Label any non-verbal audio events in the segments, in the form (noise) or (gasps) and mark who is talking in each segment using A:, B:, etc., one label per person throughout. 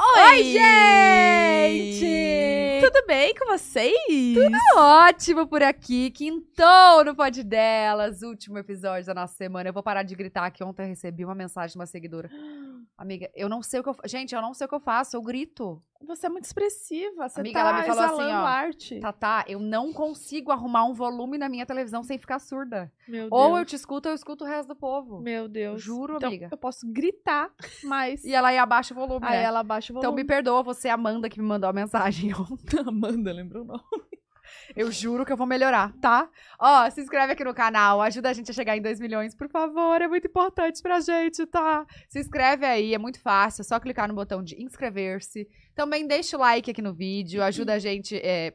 A: Oi, gente!
B: Tudo bem com vocês?
A: Tudo ótimo por aqui. Quintou no Pod Delas, último episódio da nossa semana. Eu vou parar de gritar que ontem eu recebi uma mensagem de uma
B: (gasps)
A: seguidora. Amiga, eu não sei o que eu faço. Gente, eu não sei o que eu faço, eu grito.
B: Você é muito expressiva, você
A: Amiga,
B: tá
A: ela me falou
B: exalando
A: assim, ó,
B: arte.
A: Tatá, eu não consigo arrumar um volume na minha televisão sem ficar surda.
B: Meu Deus.
A: Ou eu te escuto, ou eu escuto o resto do povo.
B: Meu Deus.
A: Juro,
B: então,
A: amiga.
B: eu posso (laughs) gritar, mas
A: E ela aí abaixa o volume,
B: aí
A: né?
B: ela abaixa o
A: Então
B: volume.
A: me perdoa você, Amanda, que me mandou a mensagem (laughs) ontem.
B: Amanda, lembrou não.
A: Eu juro que eu vou melhorar, tá? Ó, se inscreve aqui no canal, ajuda a gente a chegar em 2 milhões, por favor, é muito importante pra gente, tá? Se inscreve aí, é muito fácil, é só clicar no botão de inscrever-se. Também deixa o like aqui no vídeo, ajuda a gente. é,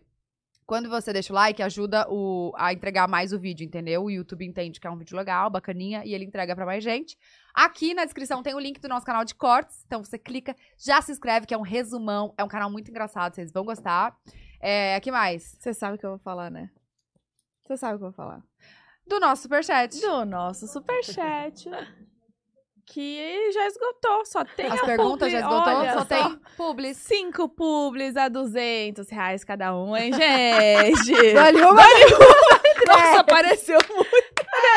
A: quando você deixa o like, ajuda o- a entregar mais o vídeo, entendeu? O YouTube entende que é um vídeo legal, bacaninha, e ele entrega pra mais gente. Aqui na descrição tem o link do nosso canal de cortes, então você clica, já se inscreve, que é um resumão, é um canal muito engraçado, vocês vão gostar. É, que mais?
B: Você sabe o que eu vou falar, né? Você sabe o que eu vou falar.
A: do nosso superchat.
B: Do nosso superchat, que já esgotou, só tem
A: As
B: a
A: perguntas
B: publi-
A: já esgotou,
B: olha
A: só,
B: só
A: tem publis.
B: Cinco publis a 200 reais cada um, hein, (laughs) gente?
A: Valeu,
B: Nossa, apareceu muito.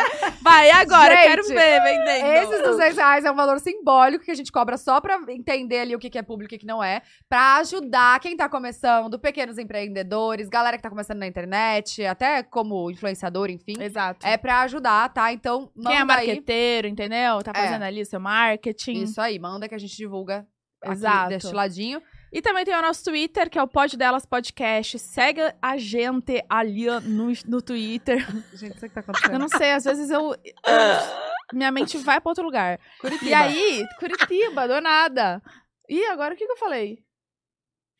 B: (laughs) Vai, agora,
A: Gente,
B: quero ver, vendendo.
A: Esses 200 reais é um valor simbólico que a gente cobra só pra entender ali o que que é público e o que não é. Pra ajudar quem tá começando, pequenos empreendedores, galera que tá começando na internet, até como influenciador, enfim.
B: Exato.
A: É pra ajudar, tá? Então, manda
B: Quem é
A: aí.
B: marqueteiro, entendeu? Tá fazendo ali o seu marketing.
A: Isso aí, manda que a gente divulga aqui
B: Exato.
A: deste ladinho.
B: E também tem o nosso Twitter, que é o Pod Delas Podcast. Segue a gente ali no, no Twitter.
A: Gente, não sei o que tá
B: (laughs) Eu
A: acontecendo.
B: Ah, não sei, às vezes eu... eu- minha mente vai pra outro lugar. E aí, Curitiba, do nada. E agora, o que que eu falei?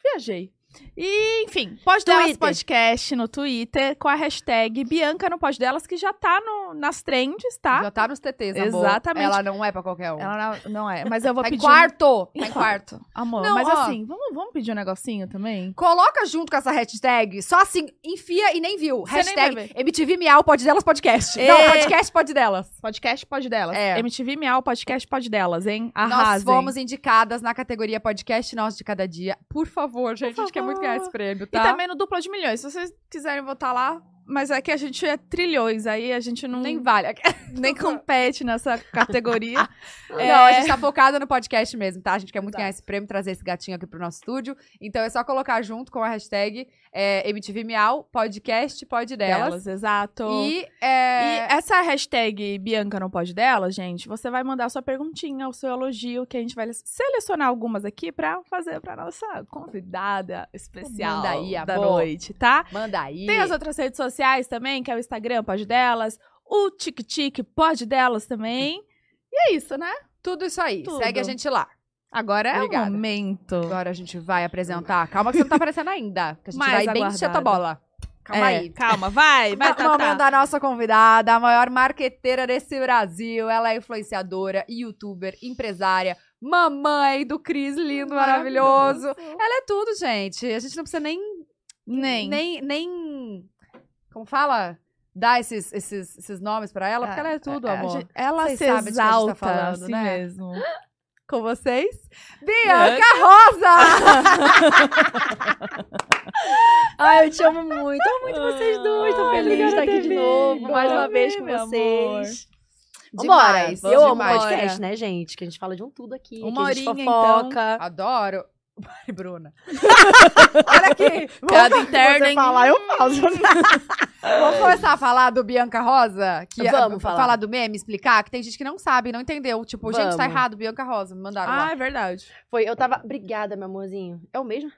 B: Viajei. E, enfim, Pod Delas
A: Twitter.
B: Podcast no Twitter com a hashtag Bianca no Pod Delas, que já tá no, nas trends, tá?
A: Já tá nos TTs, amor.
B: Exatamente.
A: Ela não é pra qualquer um.
B: Ela não, não é, mas eu vou
A: tá em
B: pedir... (laughs)
A: quarto. Tá em quarto.
B: Amor,
A: Não,
B: mas
A: ó.
B: assim, vamos, vamos pedir um negocinho também?
A: Coloca junto com essa hashtag, só assim, enfia e nem viu.
B: Você nem
A: hashtag
B: vai
A: MTV Miau, pode delas, podcast.
B: Ê!
A: Não, podcast, pode delas.
B: É. Podcast Pod Delas.
A: É.
B: MTV Miau, podcast Pod Delas, hein?
A: Nós
B: Arrasem.
A: fomos indicadas na categoria podcast nosso de cada dia. Por favor, gente, a gente quer
B: favor.
A: muito ganhar esse prêmio,
B: E
A: tá?
B: também no Dupla de Milhões, se vocês quiserem votar lá. Mas é que a gente é trilhões, aí a gente (laughs) não
A: Nem vale.
B: nem compete nessa categoria. (laughs) É.
A: Não, a gente tá focada no podcast mesmo, tá? A gente quer muito
B: Exato.
A: ganhar esse prêmio, trazer esse gatinho aqui pro nosso estúdio. Então é só colocar junto com a hashtag é, MTV Miau, podcast, pode delas.
B: exato. é E,
A: E, é,
B: e essa hashtag Bianca não pode delas, gente, você vai mandar sua perguntinha, o seu elogio, que a gente vai selecionar algumas aqui pra fazer pra nossa convidada especial
A: Manda aí,
B: da
A: amor.
B: noite, tá?
A: manda aí.
B: Tem as outras redes sociais também, que é o Instagram, pode delas, o TikTok, pode delas também. E é isso, né?
A: Tudo isso aí.
B: Tudo.
A: Segue a gente lá.
B: Agora é
A: Obrigada.
B: o momento.
A: Agora a gente vai apresentar. Calma que você não tá aparecendo ainda. Que a gente
B: Mais
A: vai bem encher a
B: aguardada.
A: tua bola. Calma
B: É,
A: aí.
B: Calma, vai, vai,
A: Mas
B: Tatá.
A: momento da nossa convidada, a maior marqueteira desse Brasil. Ela é influenciadora, youtuber, empresária, mamãe do Cris lindo, maravilhoso. Ela é tudo, gente. A gente não precisa nem.
B: Nem.
A: Nem. nem- como fala? Dar esses, esses, esses nomes pra ela, porque ela é tudo,
B: a- a
A: amor.
B: gente- ela
A: Vocês
B: se
A: sabem de que a gente tá
B: exalta
A: falando,
B: assim
A: né?
B: mesmo.
A: Com vocês, Bianca Rosa!
C: Ai, eu te amo muito. Amo muito vocês dois. Tô
B: Ai,
C: feliz de estar aqui de
B: obrigada,
C: novo.
B: amiga.
C: Mais uma
B: Amei,
C: vez com
B: meu
C: vocês.
A: Demais,
C: Vambora. Eu amo
A: demais.
C: podcast, né, gente? Que a gente fala de um tudo aqui.
B: Uma
C: que a gente
B: horinha,
A: então.
C: fofoca.
A: Adoro. (laughs) Ai,
C: (laughs)
A: Bruna. Olha aqui.
B: Piada
A: vamos-
B: interna, hein?
C: eu falo.
A: Vamos começar a falar do Bianca Rosa? Que
C: Vamos
A: a-
C: falar.
A: do meme, explicar, que tem gente que não sabe, não entendeu. Tipo, gente, tá
C: Vamos.
A: errado, Bianca Rosa. Me mandaram
B: Ah,
A: lá.
B: é verdade.
C: Foi, eu tava... Obrigada, meu amorzinho. É o mesmo?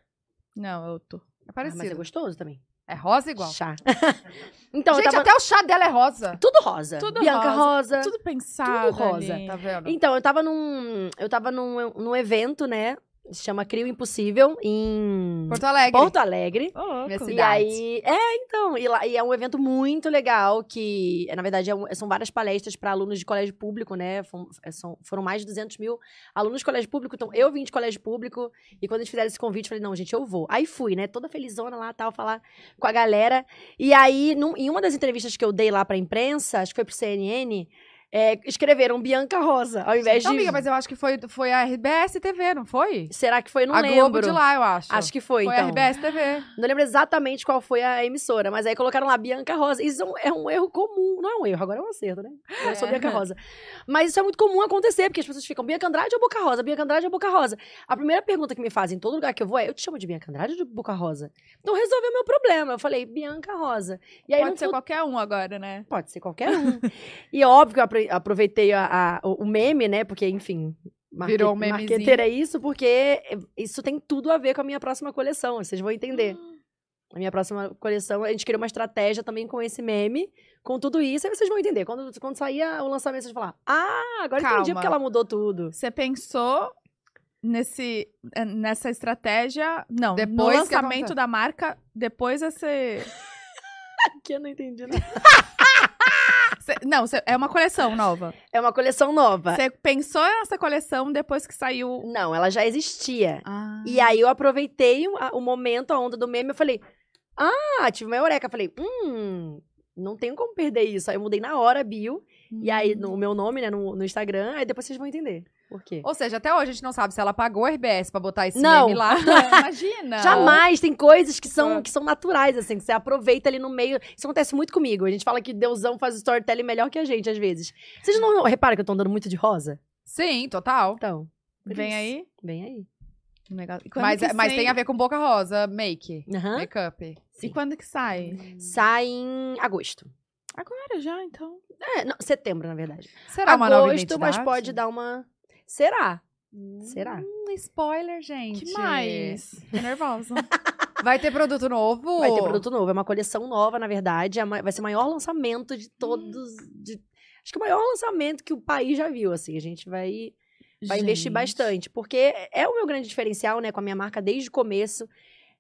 B: Não, eu tô.
A: É
C: Ah, mas é
A: parecido.
C: gostoso também.
A: é rosa igual.
C: Chá. (laughs) então,
A: gente,
C: eu tava...
A: até o chá dela é rosa.
C: Tudo rosa.
B: Tudo
C: Bianca rosa.
B: Tudo pensado
C: Tudo rosa.
B: ali.
A: Tá vendo?
C: Então, eu tava num... Eu tava num, num evento, né? Se chama Crio Impossível, em...
A: Porto Alegre.
C: Porto Alegre.
B: Ô, louco.
A: Minha
C: E
A: Cidade.
C: aí, é, então, e, lá- e é um evento muito legal que, é, na verdade, é um- são várias palestras para alunos de colégio público, né? Fom- é, são- foram mais de 200 mil alunos de colégio público, então eu vim de colégio público e quando eles fizeram esse convite, eu falei, não, gente, eu vou. Aí fui, né? Toda felizona lá, tal, falar com a galera. E aí, num- em uma das entrevistas que eu dei lá pra imprensa, acho que foi pro CNN, é, escreveram Bianca Rosa, ao invés
A: Não, Então,
C: de.
A: amiga, mas eu acho que foi, foi a RBS TV, não foi?
C: Será que foi? Não
A: a Globo
C: lembro.
A: de lá, eu acho.
C: Acho que foi,
A: foi
C: então.
A: a RBS
C: (laughs)
A: TV.
C: Não lembro exatamente qual foi a emissora, mas aí colocaram lá Bianca Rosa. Isso é um, é um erro comum. Não é um erro, agora é um acerto, né? Eu sou
B: É.
C: Bianca Rosa. Mas isso é muito comum acontecer, porque as pessoas ficam Bianca Andrade ou Boca Rosa? Bianca Andrade ou Boca Rosa? A primeira pergunta que me fazem em todo lugar que eu vou é: eu te chamo de Bianca Andrade ou de Boca Rosa? Então resolveu meu problema. Eu falei, Bianca Rosa. E aí não
B: Pode ser qualquer um agora, né?
C: Pode ser qualquer um. e óbvio que eu apro- aproveitei a- a- o o meme, né? Porque, enfim. marque-
A: Virou um memezinho.
C: Marqueteira é isso, porque isso tem tudo a ver com a minha próxima coleção. Vocês vão entender. A minha próxima coleção, a gente criou uma estratégia também com esse meme, com tudo isso. Aí vocês vão entender. Quando, quando sair a- o lançamento, vocês vão falar: Ah, agora entendi
A: Calma.
C: porque ela mudou
B: (laughs)
C: tudo.
B: Você pensou nesse, eh, nessa estratégia. Não, no
A: Depois que
B: lançamento
A: aconteceu.
B: da marca, depois é você.
C: Que eu não entendi nada.
B: você- não, você- é uma coleção nova.
C: É uma coleção nova.
B: Você pensou nessa coleção depois que saiu.
C: Não, ela já existia.
B: Ah.
C: E aí eu aproveitei o, a- o momento, a onda do meme, eu falei, ah, tive uma eureka. Falei, hum, não tenho como perder isso. Aí eu mudei na hora a bio, e aí no- o meu nome, né, no, no Instagram, aí depois vocês vão entender por quê.
A: Ou seja, até hoje a gente não sabe se ela pagou a RBS pra botar esse
C: (laughs) Não.
A: meme lá.
B: imagina!
C: Jamais, tem coisas que são,
A: Ah.
C: que são naturais, assim, que você aproveita ali no meio. Isso acontece muito comigo. A gente fala que Deusão faz o storytelling melhor que a gente, às vezes. Vocês não reparam que eu tô andando muito de rosa?
A: Sim, total.
C: Então, por
B: Vem
C: isso.
B: aí.
C: Vem aí.
B: um negócio- E quando
A: Mas, é,
B: que
A: mas
B: sai-
A: tem a ver com Boca Rosa, make.
C: Aham.
A: Make-up.
B: E quando que sai?
C: Sai em agosto.
B: Agora já, então.
C: É, não, setembro, na verdade.
A: Será uma nova
C: agosto,
A: identidade?
C: mas pode dar uma. Será?
A: Hum,
C: Será?
A: spoiler, gente.
B: Que mais? Tô nervosa.
A: (laughs) Vai ter produto novo?
C: Vai ter produto novo. É uma coleção nova, na verdade. É ma- vai ser o maior lançamento de todos. de- Acho que o maior lançamento que o país já viu, assim. A gente vai, vai investir
B: Gente.
C: bastante. Porque é o meu grande diferencial, né? Com a minha marca desde o começo.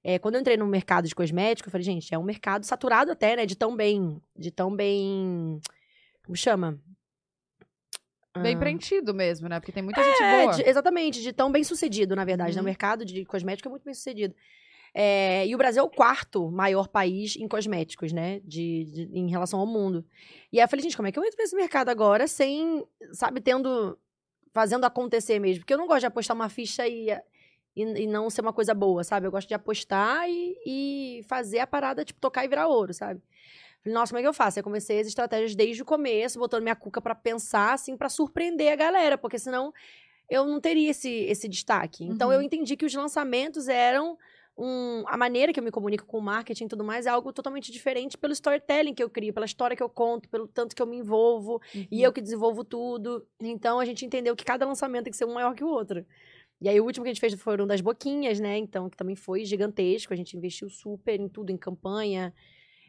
C: É, quando eu entrei no mercado de cosméticos, eu falei, gente, é um mercado saturado até, né? De tão bem. De tão bem. Como chama?
A: Bem
C: Ah,
A: preenchido mesmo, né? Porque tem muita gente
C: É,
A: boa.
C: de- exatamente, de tão bem sucedido, na verdade. né? O
A: Uhum.
C: mercado de cosmético é muito bem sucedido. É, e o Brasil é o quarto maior país em cosméticos, né? De, de- em relação ao mundo. E aí eu falei, gente, como é que eu entro nesse mercado agora sem, sabe, tendo. fazendo acontecer mesmo? Porque eu não gosto de apostar uma ficha e, e, e não ser uma coisa boa, sabe? Eu gosto de apostar e, e fazer a parada, tipo, tocar e virar ouro, sabe? Falei, nossa, como é que eu faço? Eu comecei as estratégias desde o começo, botando minha cuca pra pensar, assim, pra surpreender a galera, porque senão eu não teria esse, esse destaque. Então
B: Uhum.
C: eu entendi que os lançamentos eram. Um, a maneira que eu me comunico com o marketing e tudo mais é algo totalmente diferente pelo storytelling que eu crio, pela história que eu conto, pelo tanto que eu me envolvo e
B: Uhum.
C: eu que desenvolvo tudo. Então a gente entendeu que cada lançamento tem que ser um maior que o outro. E aí o último que a gente fez foram das boquinhas, né? Então, que também foi gigantesco. A gente investiu super em tudo, em campanha.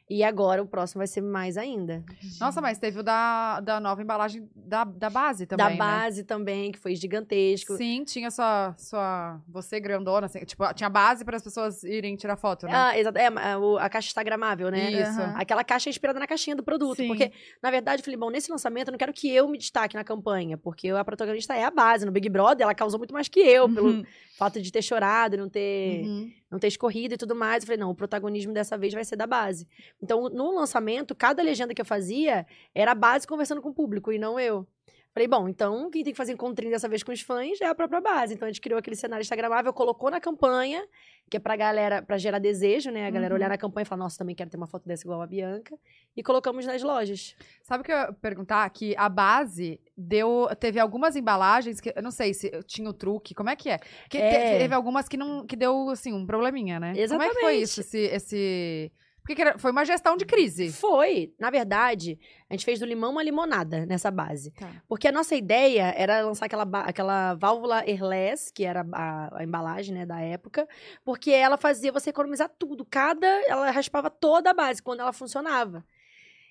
C: E agora o próximo vai ser mais ainda.
A: Nossa, mas teve o da, da nova embalagem da, da base também.
C: da
A: né?
C: base também, que foi gigantesco.
A: Sim, tinha sua, sua. Você grandona, assim, tipo, tinha base para as pessoas irem tirar foto, né?
C: Ah, exato. É, a, o- a caixa instagramável, né?
A: Isso.
B: Aham.
C: Aquela caixa é inspirada na caixinha do produto.
B: Sim.
C: Porque, na verdade, eu falei, bom, nesse lançamento eu não quero que eu me destaque na campanha, porque a protagonista é a base. No Big Brother, ela causou muito mais que eu, pelo
B: Uhum.
C: fato de ter chorado, não ter.
A: Uhum.
C: não ter escorrido e tudo mais. Eu falei, não, o protagonismo dessa vez vai ser da base. Então, no lançamento, cada legenda que eu fazia era a base conversando com o público e não eu. Falei, bom, então quem tem que fazer encontrinho dessa vez com os fãs é a própria base. Então a gente criou aquele cenário instagramável, colocou na campanha, que é pra galera, pra gerar desejo, né? A galera
B: Uhum.
C: olhar na campanha e falar, nossa, também quero ter uma foto dessa igual a Bianca. E colocamos nas lojas.
A: Sabe o que eu ia perguntar? Que a base deu. Teve algumas embalagens que. Eu não sei se tinha o truque, como é que é? Que te-
C: É.
A: teve algumas que não. que deu, assim, um probleminha, né? Como é que foi
C: Exatamente.
A: isso? Esse. esse... Porque que era- foi uma gestão de crise.
C: Foi, na verdade, a gente fez do limão uma limonada nessa base.
A: Tá.
C: Porque a nossa ideia era lançar aquela, ba- aquela válvula airless, que era a, a embalagem né, da época, porque ela fazia você economizar tudo. Cada. Ela raspava toda a base quando ela funcionava.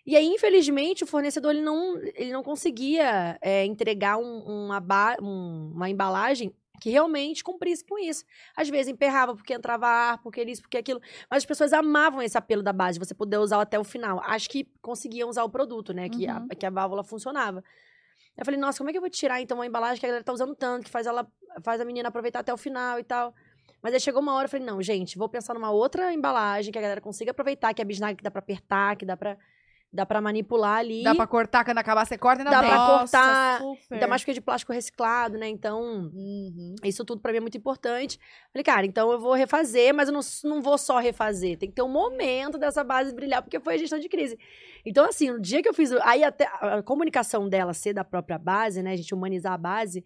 C: E aí, infelizmente, o fornecedor ele não, ele não conseguia é, entregar um- uma, ba- um- uma embalagem que realmente cumprisse com isso. Às vezes emperrava porque entrava ar, porque isso, porque aquilo. Mas as pessoas amavam esse apelo da base, você poder usar até o final. Acho que conseguiam usar o produto, né? Que,
B: Uhum.
C: a, que a válvula funcionava. Eu falei, nossa, como é que eu vou tirar então uma embalagem que a galera tá usando tanto, que faz ela faz a menina aproveitar até o final e tal. Mas aí chegou uma hora, eu falei, não, gente, vou pensar numa outra embalagem que a galera consiga aproveitar, que é bisnaga que dá pra apertar, que dá pra Dá pra manipular ali.
A: Dá pra cortar, quando acabar você corta e ainda
C: Dá
A: tem.
C: pra
B: Nossa,
C: cortar,
B: super.
C: Ainda mais porque é de plástico reciclado, né? Então,
A: Uhum.
C: isso tudo pra mim é muito importante. Falei, cara, então eu vou refazer, mas eu não, não vou só refazer. Tem que ter um momento dessa base brilhar, porque foi a gestão de crise. Então, assim, no dia que eu fiz. Aí até a a comunicação dela ser da própria base, né? A gente humanizar a base,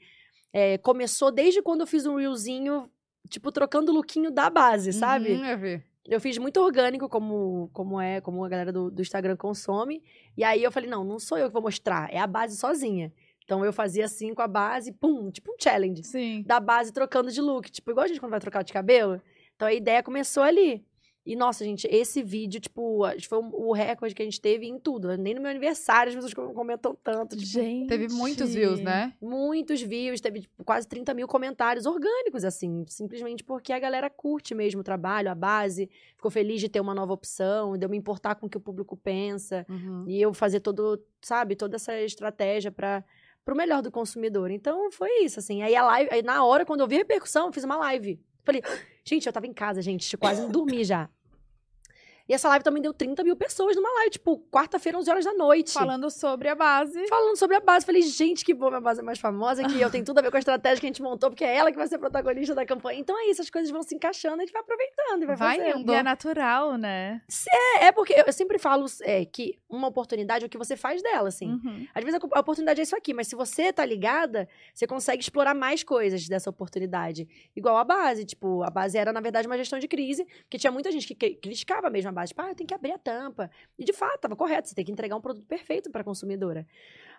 C: é, começou desde quando eu fiz um reelzinho, tipo, trocando o lookinho da base, sabe?
A: Uhum, eu vi.
C: Eu fiz muito orgânico, como, como é, como a galera do, do Instagram consome. E aí eu falei, não, não sou eu que vou mostrar, é a base sozinha. Então eu fazia assim com a base, pum, tipo um challenge.
B: Sim.
C: Da base trocando de look, tipo, igual a gente quando vai trocar de cabelo. Então a ideia começou ali. E, nossa, gente, esse vídeo, tipo, acho que foi o recorde que a gente teve em tudo. Nem no meu aniversário as pessoas comentam tanto. Tipo,
B: Gente.
A: Teve muitos views, né?
C: muitos views, teve tipo, quase 30 mil comentários orgânicos, assim, simplesmente porque a galera curte mesmo o trabalho, a base, ficou feliz de ter uma nova opção, de eu me importar com o que o público pensa,
A: Uhum.
C: e eu fazer todo, sabe, toda essa estratégia para pro melhor do consumidor. Então foi isso, assim. Aí a live, aí na hora, quando eu vi a repercussão, eu fiz uma live. Falei, (gasps) gente, eu tava em casa, gente, quase dormi já. E essa live também deu 30 mil pessoas numa live, tipo, quarta-feira, 11 horas da noite
B: Falando sobre a base.
C: falando sobre a base. Falei, gente, que bom, minha base é mais famosa, que eu tenho tudo a ver com a estratégia que a gente montou, porque é ela que vai ser protagonista da campanha. Então é isso, as coisas vão se encaixando, a gente vai aproveitando e vai,
A: Vai
C: fazendo.
A: indo.
B: E é natural, né?
C: É, é porque eu eu sempre falo é, que uma oportunidade é o que você faz dela, assim.
B: Uhum.
C: Às vezes a co- a oportunidade é isso aqui, mas se você tá ligada, você consegue explorar mais coisas dessa oportunidade. Igual a base, tipo, a base era, na verdade, uma gestão de crise, porque tinha muita gente que cri- criticava mesmo a base, tipo, ah, eu tenho que abrir a tampa. E de fato, tava correto, você tem que entregar um produto perfeito pra consumidora.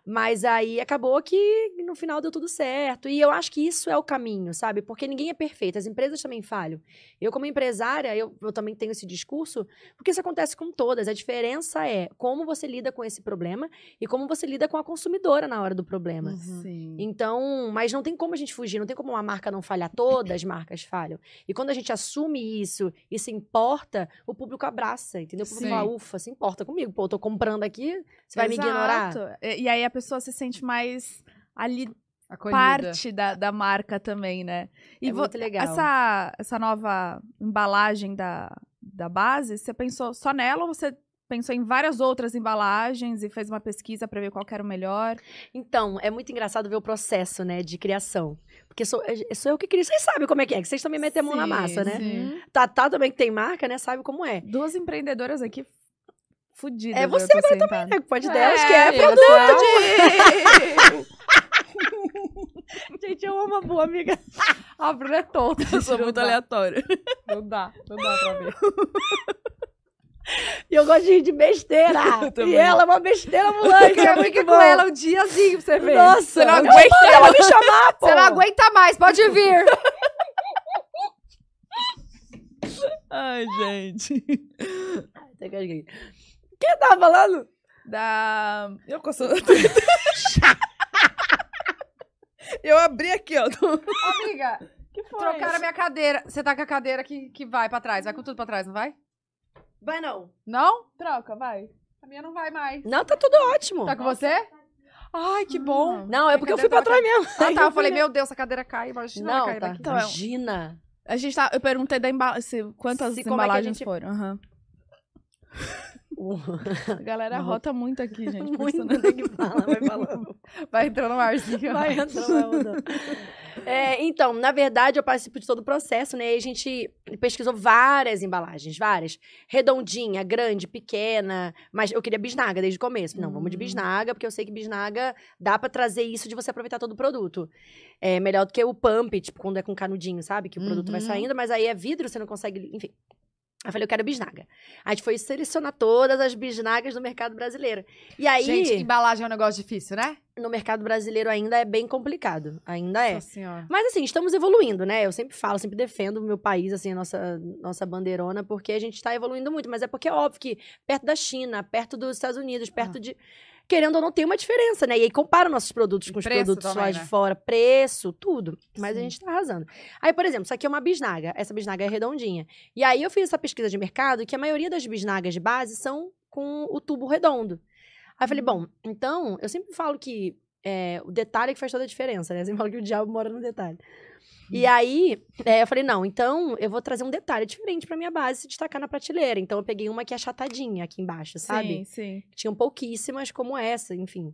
C: Mas aí acabou que no final deu tudo certo. E eu acho que isso é o caminho, sabe? Porque ninguém é perfeito, as empresas também falham. Eu, como empresária, eu, eu também tenho esse discurso, porque isso acontece com todas. A diferença é como você lida com esse problema e como você lida com a consumidora na hora do problema.
A: Uhum. Sim.
C: Então, mas não tem como a gente fugir, não tem como uma marca não falhar,
A: (clears throat)
C: todas as marcas falham. E quando a gente assume isso e se importa, o público abraça, entendeu? O público
A: Sim.
C: fala, ufa, se importa comigo, pô, eu tô comprando aqui, você vai me ignorar?
B: Exato. E, e aí a pessoa se sente mais ali
A: Acolhida. (laughs)
B: parte da, da marca também, né? E
C: É
B: vo-
C: muito legal.
B: Essa, essa nova embalagem da, da base, você pensou só nela ou você pensou em várias outras embalagens e fez uma pesquisa pra ver qual que era o melhor?
C: Então, é muito engraçado ver o processo, né, de criação. Porque sou, é- sou eu que crio, vocês sabem como é que é, que vocês também metem a mão na
A: Sim,
C: massa, né?
A: sim.
C: Tatá também que tem marca, né, sabe como é.
B: Uhum. Duas empreendedoras aqui fudidas.
C: É
B: eu
C: você
B: tô sentada.
C: É, pode delas que
A: É,
C: é
A: amiga,
C: produto de...
B: (laughs) Gente, eu amo a boa
C: (laughs)
B: amiga.
A: A Bruna é tonta.
B: Eu sou muito aleatória.
A: Não dá, não dá pra ver.
C: E eu gosto de rir de
A: (laughs)
C: besteira.
B: também.
C: e ela é uma besteira
A: Eu
C: ambulante, é
A: quero
C: muito
A: ficar
C: bom.
A: com ela um diazinho pra você ver.
C: Nossa,
A: você não
C: eu
A: aguenta,
C: ela me chamar,
A: (laughs)
C: pô.
A: você não aguenta mais, pode
C: (laughs)
A: vir.
B: Ai, gente.
C: Até que eu esqueci. O que eu tava falando?
B: Da. Eu coço. (laughs) eu abri aqui, ó.
A: Amiga,
B: Que foi?
A: trocaram a minha cadeira. Você tá com a cadeira que, que vai pra trás, vai com tudo pra trás, não vai?
C: Vai não.
A: Não?
B: Troca, vai.
A: A minha não vai mais.
C: Não, tá tudo ótimo.
A: Tá com você? Ai, que bom.
C: Não, é porque eu fui pra
A: Cadê
C: trás mesmo.
A: Ah, tá, eu falei, meu Deus, essa cadeira cai, imagina ela
C: Não,
A: cair
C: tá.
A: daqui.
B: Então, é um-
C: Imagina.
B: A gente tá. Eu perguntei da embala... se- quantas
C: Se como é que a
B: embalagens
C: gente-
B: foram. Aham. (laughs) A galera
C: Nossa.
B: rota (laughs) muito aqui, gente. por isso
C: Muito
B: não-
C: né, que fala, vai
B: (laughs)
C: falando.
A: Vai entrando um arzinho.
C: Vai andando, vai andando. É, então, na verdade, eu participo de todo o processo, né? E a gente pesquisou várias embalagens, várias. Redondinha, grande, pequena. Mas eu queria bisnaga desde o começo. Não, vamos de bisnaga, porque eu sei que bisnaga dá pra trazer isso de você aproveitar todo o produto. É melhor do que o pump, tipo, quando é com canudinho, sabe? Que o produto vai
A: Uhum.
C: saindo, mas aí é vidro, você não consegue. Enfim. Aí eu falei, eu quero bisnaga. A gente foi selecionar todas as bisnagas do mercado brasileiro. E aí,
A: Gente, embalagem é um negócio difícil, né?
C: no mercado brasileiro ainda é bem complicado. Ainda é.
A: Nossa senhora.
C: Mas assim, estamos evoluindo, né? Eu sempre falo, sempre defendo o meu país, assim, a nossa, nossa bandeirona, porque a gente está evoluindo muito. Mas é porque é óbvio que perto da China, perto dos Estados Unidos,
A: Ah.
C: perto de. Querendo ou não, tem uma diferença, né? E aí compara nossos produtos com os
A: Preço
C: produtos
A: também,
C: lá de
A: né?
C: fora, preço, tudo. Mas a
A: Sim.
C: gente tá arrasando. Aí, por exemplo, isso aqui é uma bisnaga. Essa bisnaga é redondinha. E aí eu fiz essa pesquisa de mercado que a maioria das bisnagas de base são com o tubo redondo. Aí eu falei, bom, então, eu sempre falo que é, o detalhe é que faz toda a diferença, né? Você fala que o diabo mora no detalhe. E aí, é, eu falei, não, então eu vou trazer um detalhe diferente pra minha base se destacar na prateleira. Então eu peguei uma que é achatadinha aqui embaixo, sabe?
B: Sim, sim.
C: Tinham pouquíssimas como essa, enfim.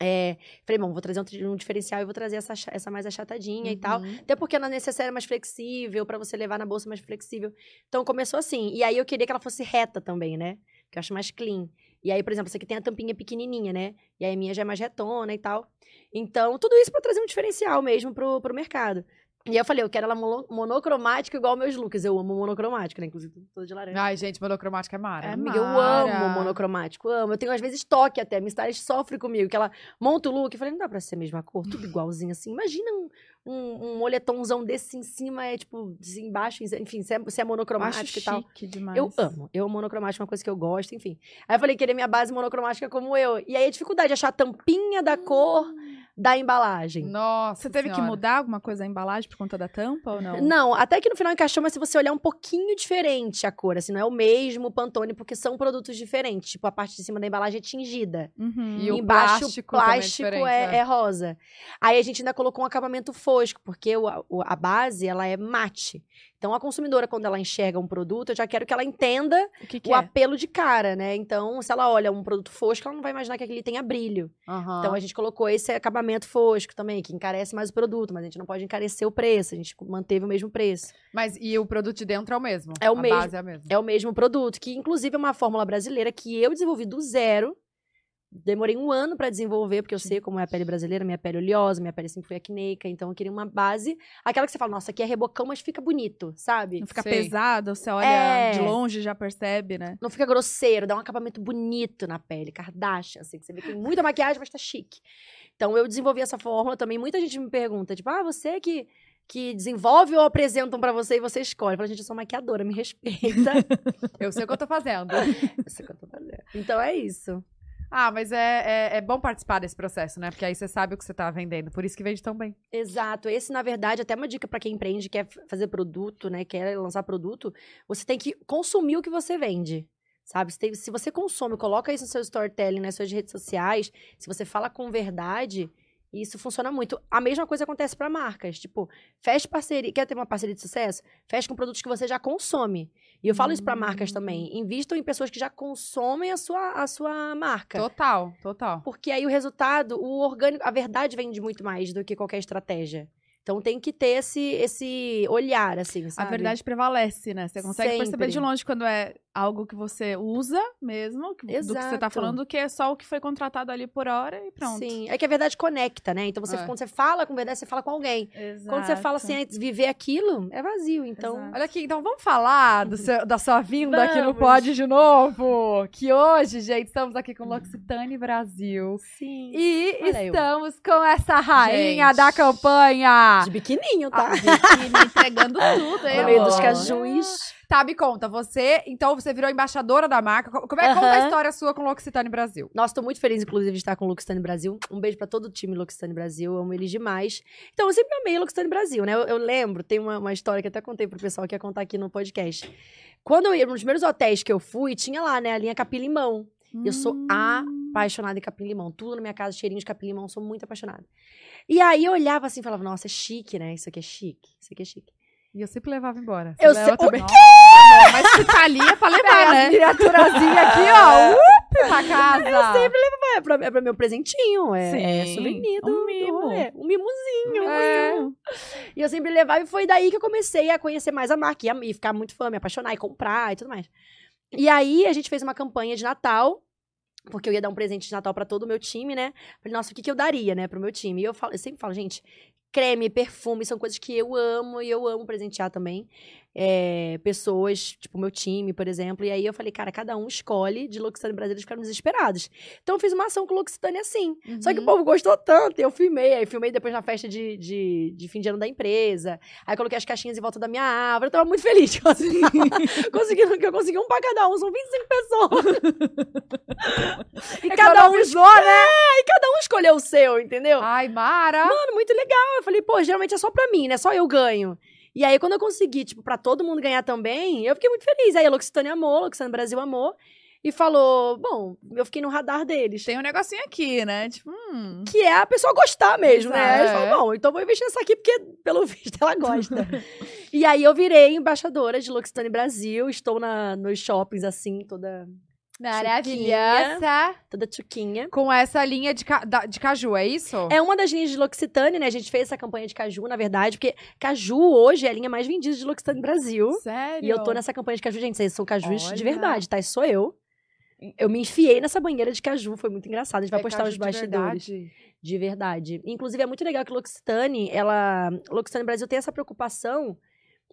C: É, falei, bom, vou trazer um, tri- um diferencial e vou trazer essa, acha- essa mais achatadinha e tal.
B: Então,
A: Uhum.
C: Até porque ela é necessária mais flexível, pra você levar na bolsa mais flexível. Então começou assim. E aí eu queria que ela fosse reta também, né? Que eu acho mais clean. E aí, por exemplo, essa aqui tem a tampinha pequenininha, né? E aí a minha já é mais retona e tal. Então, tudo isso pra trazer um diferencial mesmo pro, pro mercado. E aí eu falei, eu quero ela mono- monocromática igual meus looks. Eu amo monocromática, né? Inclusive, toda de laranja.
A: Ai, gente, monocromática é mara.
B: É
C: Amiga, eu
B: Mara.
C: amo monocromático, amo. Eu tenho, às vezes, toque até. Minha stylist sofre comigo, que ela monta o look. Eu falei, não dá pra ser a mesma cor, tudo igualzinho assim. Imagina um, um, um moletomzão desse em cima, é tipo, assim, embaixo, enfim, se é, se é
B: Eu acho
C: monocromático e tal.
B: chique demais.
C: Eu amo. Eu amo monocromático, é uma coisa que eu gosto, enfim. Aí eu falei, querer minha base monocromática como eu. E aí a dificuldade de achar a tampinha da cor da embalagem.
A: Nossa.
B: Você teve que
A: Senhora.
B: mudar alguma coisa da embalagem por conta da tampa ou não?
C: Não, até que no final encaixou, mas se você olhar um pouquinho diferente a cor, assim, não é o mesmo Pantone, porque são produtos diferentes. Tipo, a parte de cima da embalagem é tingida.
B: Uhum.
A: E o
C: embaixo o
A: plástico também é
C: plástico
A: diferente,
C: é,
A: né?
C: é rosa. Aí a gente ainda colocou um acabamento fosco, porque o- o- a base ela é mate. Então a consumidora, quando ela enxerga um produto, eu já quero que ela entenda
B: O que, que
C: o
B: é?
C: apelo de cara, né? Então, se ela olha um produto fosco, ela não vai imaginar que aquele tenha brilho.
A: Aham.
C: Então a gente colocou esse acabamento fosco também, que encarece mais o produto, mas a gente não pode encarecer o preço, a gente manteve o mesmo preço.
A: Mas e o produto de dentro é o mesmo?
C: É o
A: a
C: mesmo.
A: base é a mesma.
C: É o mesmo produto, que inclusive é uma fórmula brasileira que eu desenvolvi do zero. Demorei um ano pra desenvolver, porque eu sei como é a pele brasileira, minha pele oleosa, minha pele sempre foi acneica, então eu queria uma base, aquela que você fala, nossa, aqui é rebocão, mas fica bonito, sabe?
B: Não fica
A: Sim.
B: pesado, você olha
C: É.
B: de longe e já percebe, né?
C: Não fica grosseiro, dá um acabamento bonito na pele, Kardashian, assim, que você vê que tem muita maquiagem, mas tá chique. Então eu desenvolvi essa fórmula também, muita gente me pergunta, tipo, ah, você que que desenvolve ou apresentam pra você e você escolhe. Eu falo, gente, eu sou maquiadora, me respeita. (laughs)
A: Eu sei o que eu tô fazendo.
C: Eu sei o que eu tô fazendo. Então é isso.
A: ah, mas é, é, é bom participar desse processo, né? Porque aí você sabe o que você tá vendendo. Por isso que vende tão bem.
C: Exato. Esse, na verdade, até uma dica pra quem empreende, quer f- fazer produto, né? Quer lançar produto, você tem que consumir o que você vende. Sabe? Você tem- se você consome, coloca isso no seu storytelling, nas suas redes sociais, se você fala com verdade, isso funciona muito. A mesma coisa acontece pra marcas. Tipo, feche parceria. Quer ter uma parceria de sucesso? Feche com produtos que você já consome. E eu falo isso pra marcas também. Invistam em pessoas que já consomem a sua, a sua marca.
A: Total, total.
C: Porque aí o resultado, o orgânico, a verdade vende muito mais do que qualquer estratégia. Então tem que ter esse, esse olhar, assim, sabe?
B: A verdade prevalece, né? Você consegue perceber
C: Sempre.
B: de longe quando é algo que você usa mesmo, que- do que você tá
C: Exato.
B: falando, do que é só o que foi contratado ali por hora e pronto.
C: Sim, é que a verdade conecta, né? Então você,
A: É.
C: quando você fala com verdade, você fala com alguém.
B: Exato.
C: Quando você fala assim, antes, viver aquilo, é vazio. Então,
B: Exato.
A: Olha aqui, então vamos falar do seu- da sua vinda aqui no
C: Vamos.
A: Pod de novo. Que hoje, gente, estamos aqui com L'Occitane Brasil.
C: sim.
A: E
C: Olha eu.
A: estamos com essa rainha da
B: Gente.
A: campanha. Ah.
C: De biquininho, tá?
B: (laughs) biquíni entregando tudo, hein?
C: no meio
A: amor.
C: dos cajus.
A: Tá, me conta, você, então você virou embaixadora da marca. Co- Como é que conta a
C: Aham.
A: história sua com L'Occitane Brasil?
C: Nossa, tô muito feliz, inclusive, de estar com o Luxtane Brasil. Um beijo pra todo o time Luxtane Brasil, eu amo eles demais. Então, eu sempre amei o Luxtane Brasil, né? Eu, eu lembro, tem uma, uma história que eu até contei pro pessoal que ia contar aqui no podcast. Quando eu ia, nos primeiros hotéis que eu fui, tinha lá, né, a linha capim-limão. Eu sou
B: Hum,
C: apaixonada em capim-limão. Tudo na minha casa, cheirinho de capim-limão, sou muito apaixonada. E aí eu olhava assim e falava, nossa, é chique, né? Isso aqui é chique, isso aqui é chique.
A: E eu sempre levava embora.
C: Eu sei- Ah,
A: também.
C: (laughs)
B: Mas se tá ali é pra levar,
A: As
B: né?
A: miniaturazinhas aqui,
B: (laughs)
A: ó. Up pra casa. Eu sempre
C: É pra, é pra meu presentinho, é, é
B: Sim,
C: souvenir
B: é um
C: do- do
B: mimo.
C: rolê, um mimozinho.
A: É.
C: E eu sempre levava, e foi daí que eu comecei a conhecer mais a marca, e, a- e ficar muito fã, me apaixonar e comprar e tudo mais. E aí a gente fez uma campanha de Natal, porque eu ia dar um presente de Natal pra todo o meu time, né? Falei, nossa, o que, que eu daria, né, pro meu time? E eu, falo, eu sempre falo, gente, creme, perfume são coisas que eu amo e eu amo presentear também. é, pessoas, tipo, meu time, por exemplo. E aí eu falei, cara, cada um escolhe de L'Occitane Brasil, eles ficaram desesperados. Então eu fiz uma ação com L'Occitane assim. Só
B: Uhum.
C: que o povo gostou tanto, e eu filmei. Aí filmei depois na festa de, de, de fim de ano da empresa. Aí coloquei as caixinhas em volta da minha árvore. Eu tava muito feliz. (laughs) Conseguindo que eu consegui um pra cada um, são 25 pessoas.
B: É
C: e cada um
A: Economizou, né?
C: cada um escolheu o seu, entendeu?
A: Ai, Mara.
C: Mano, muito legal. Eu falei, pô, geralmente é só pra mim, né? Só eu ganho. E aí, quando eu consegui, tipo, pra todo mundo ganhar também, eu fiquei muito feliz. Aí a L'Occitane amou, a L'Occitane Brasil amou. e falou: Bom, eu fiquei no radar deles.
B: Tem um negocinho aqui, né? Tipo, hum.
C: Que é a pessoa gostar mesmo, né?
B: Exato,
C: Aí eu
B: é.
C: falo, bom, então vou investir nessa aqui porque, pelo (laughs) visto, ela
A: (laughs)
C: gosta. e aí eu virei embaixadora de L'Occitane Brasil, estou na, nos shoppings, assim, toda,
A: Maravilhosa.
C: toda tchuquinha.
A: Com essa linha de, ca- da- de caju, é isso?
C: É uma das linhas de L'Occitane, né? A gente fez essa campanha de Caju, na verdade, porque Caju hoje é a linha mais vendida de L'Occitane Brasil.
B: Sério?
C: É, E eu tô nessa campanha de caju, gente, vocês são cajus
A: Olha.
C: de verdade, tá? Isso sou eu. Eu me enfiei nessa banheira de caju, foi muito engraçado. A gente vai
A: É
C: postar
A: caju
C: os
A: de
C: bastidores.
A: verdade?
C: De verdade. Inclusive, é muito legal que o L'Occitane, ela... L'Occitane Brasil tem essa preocupação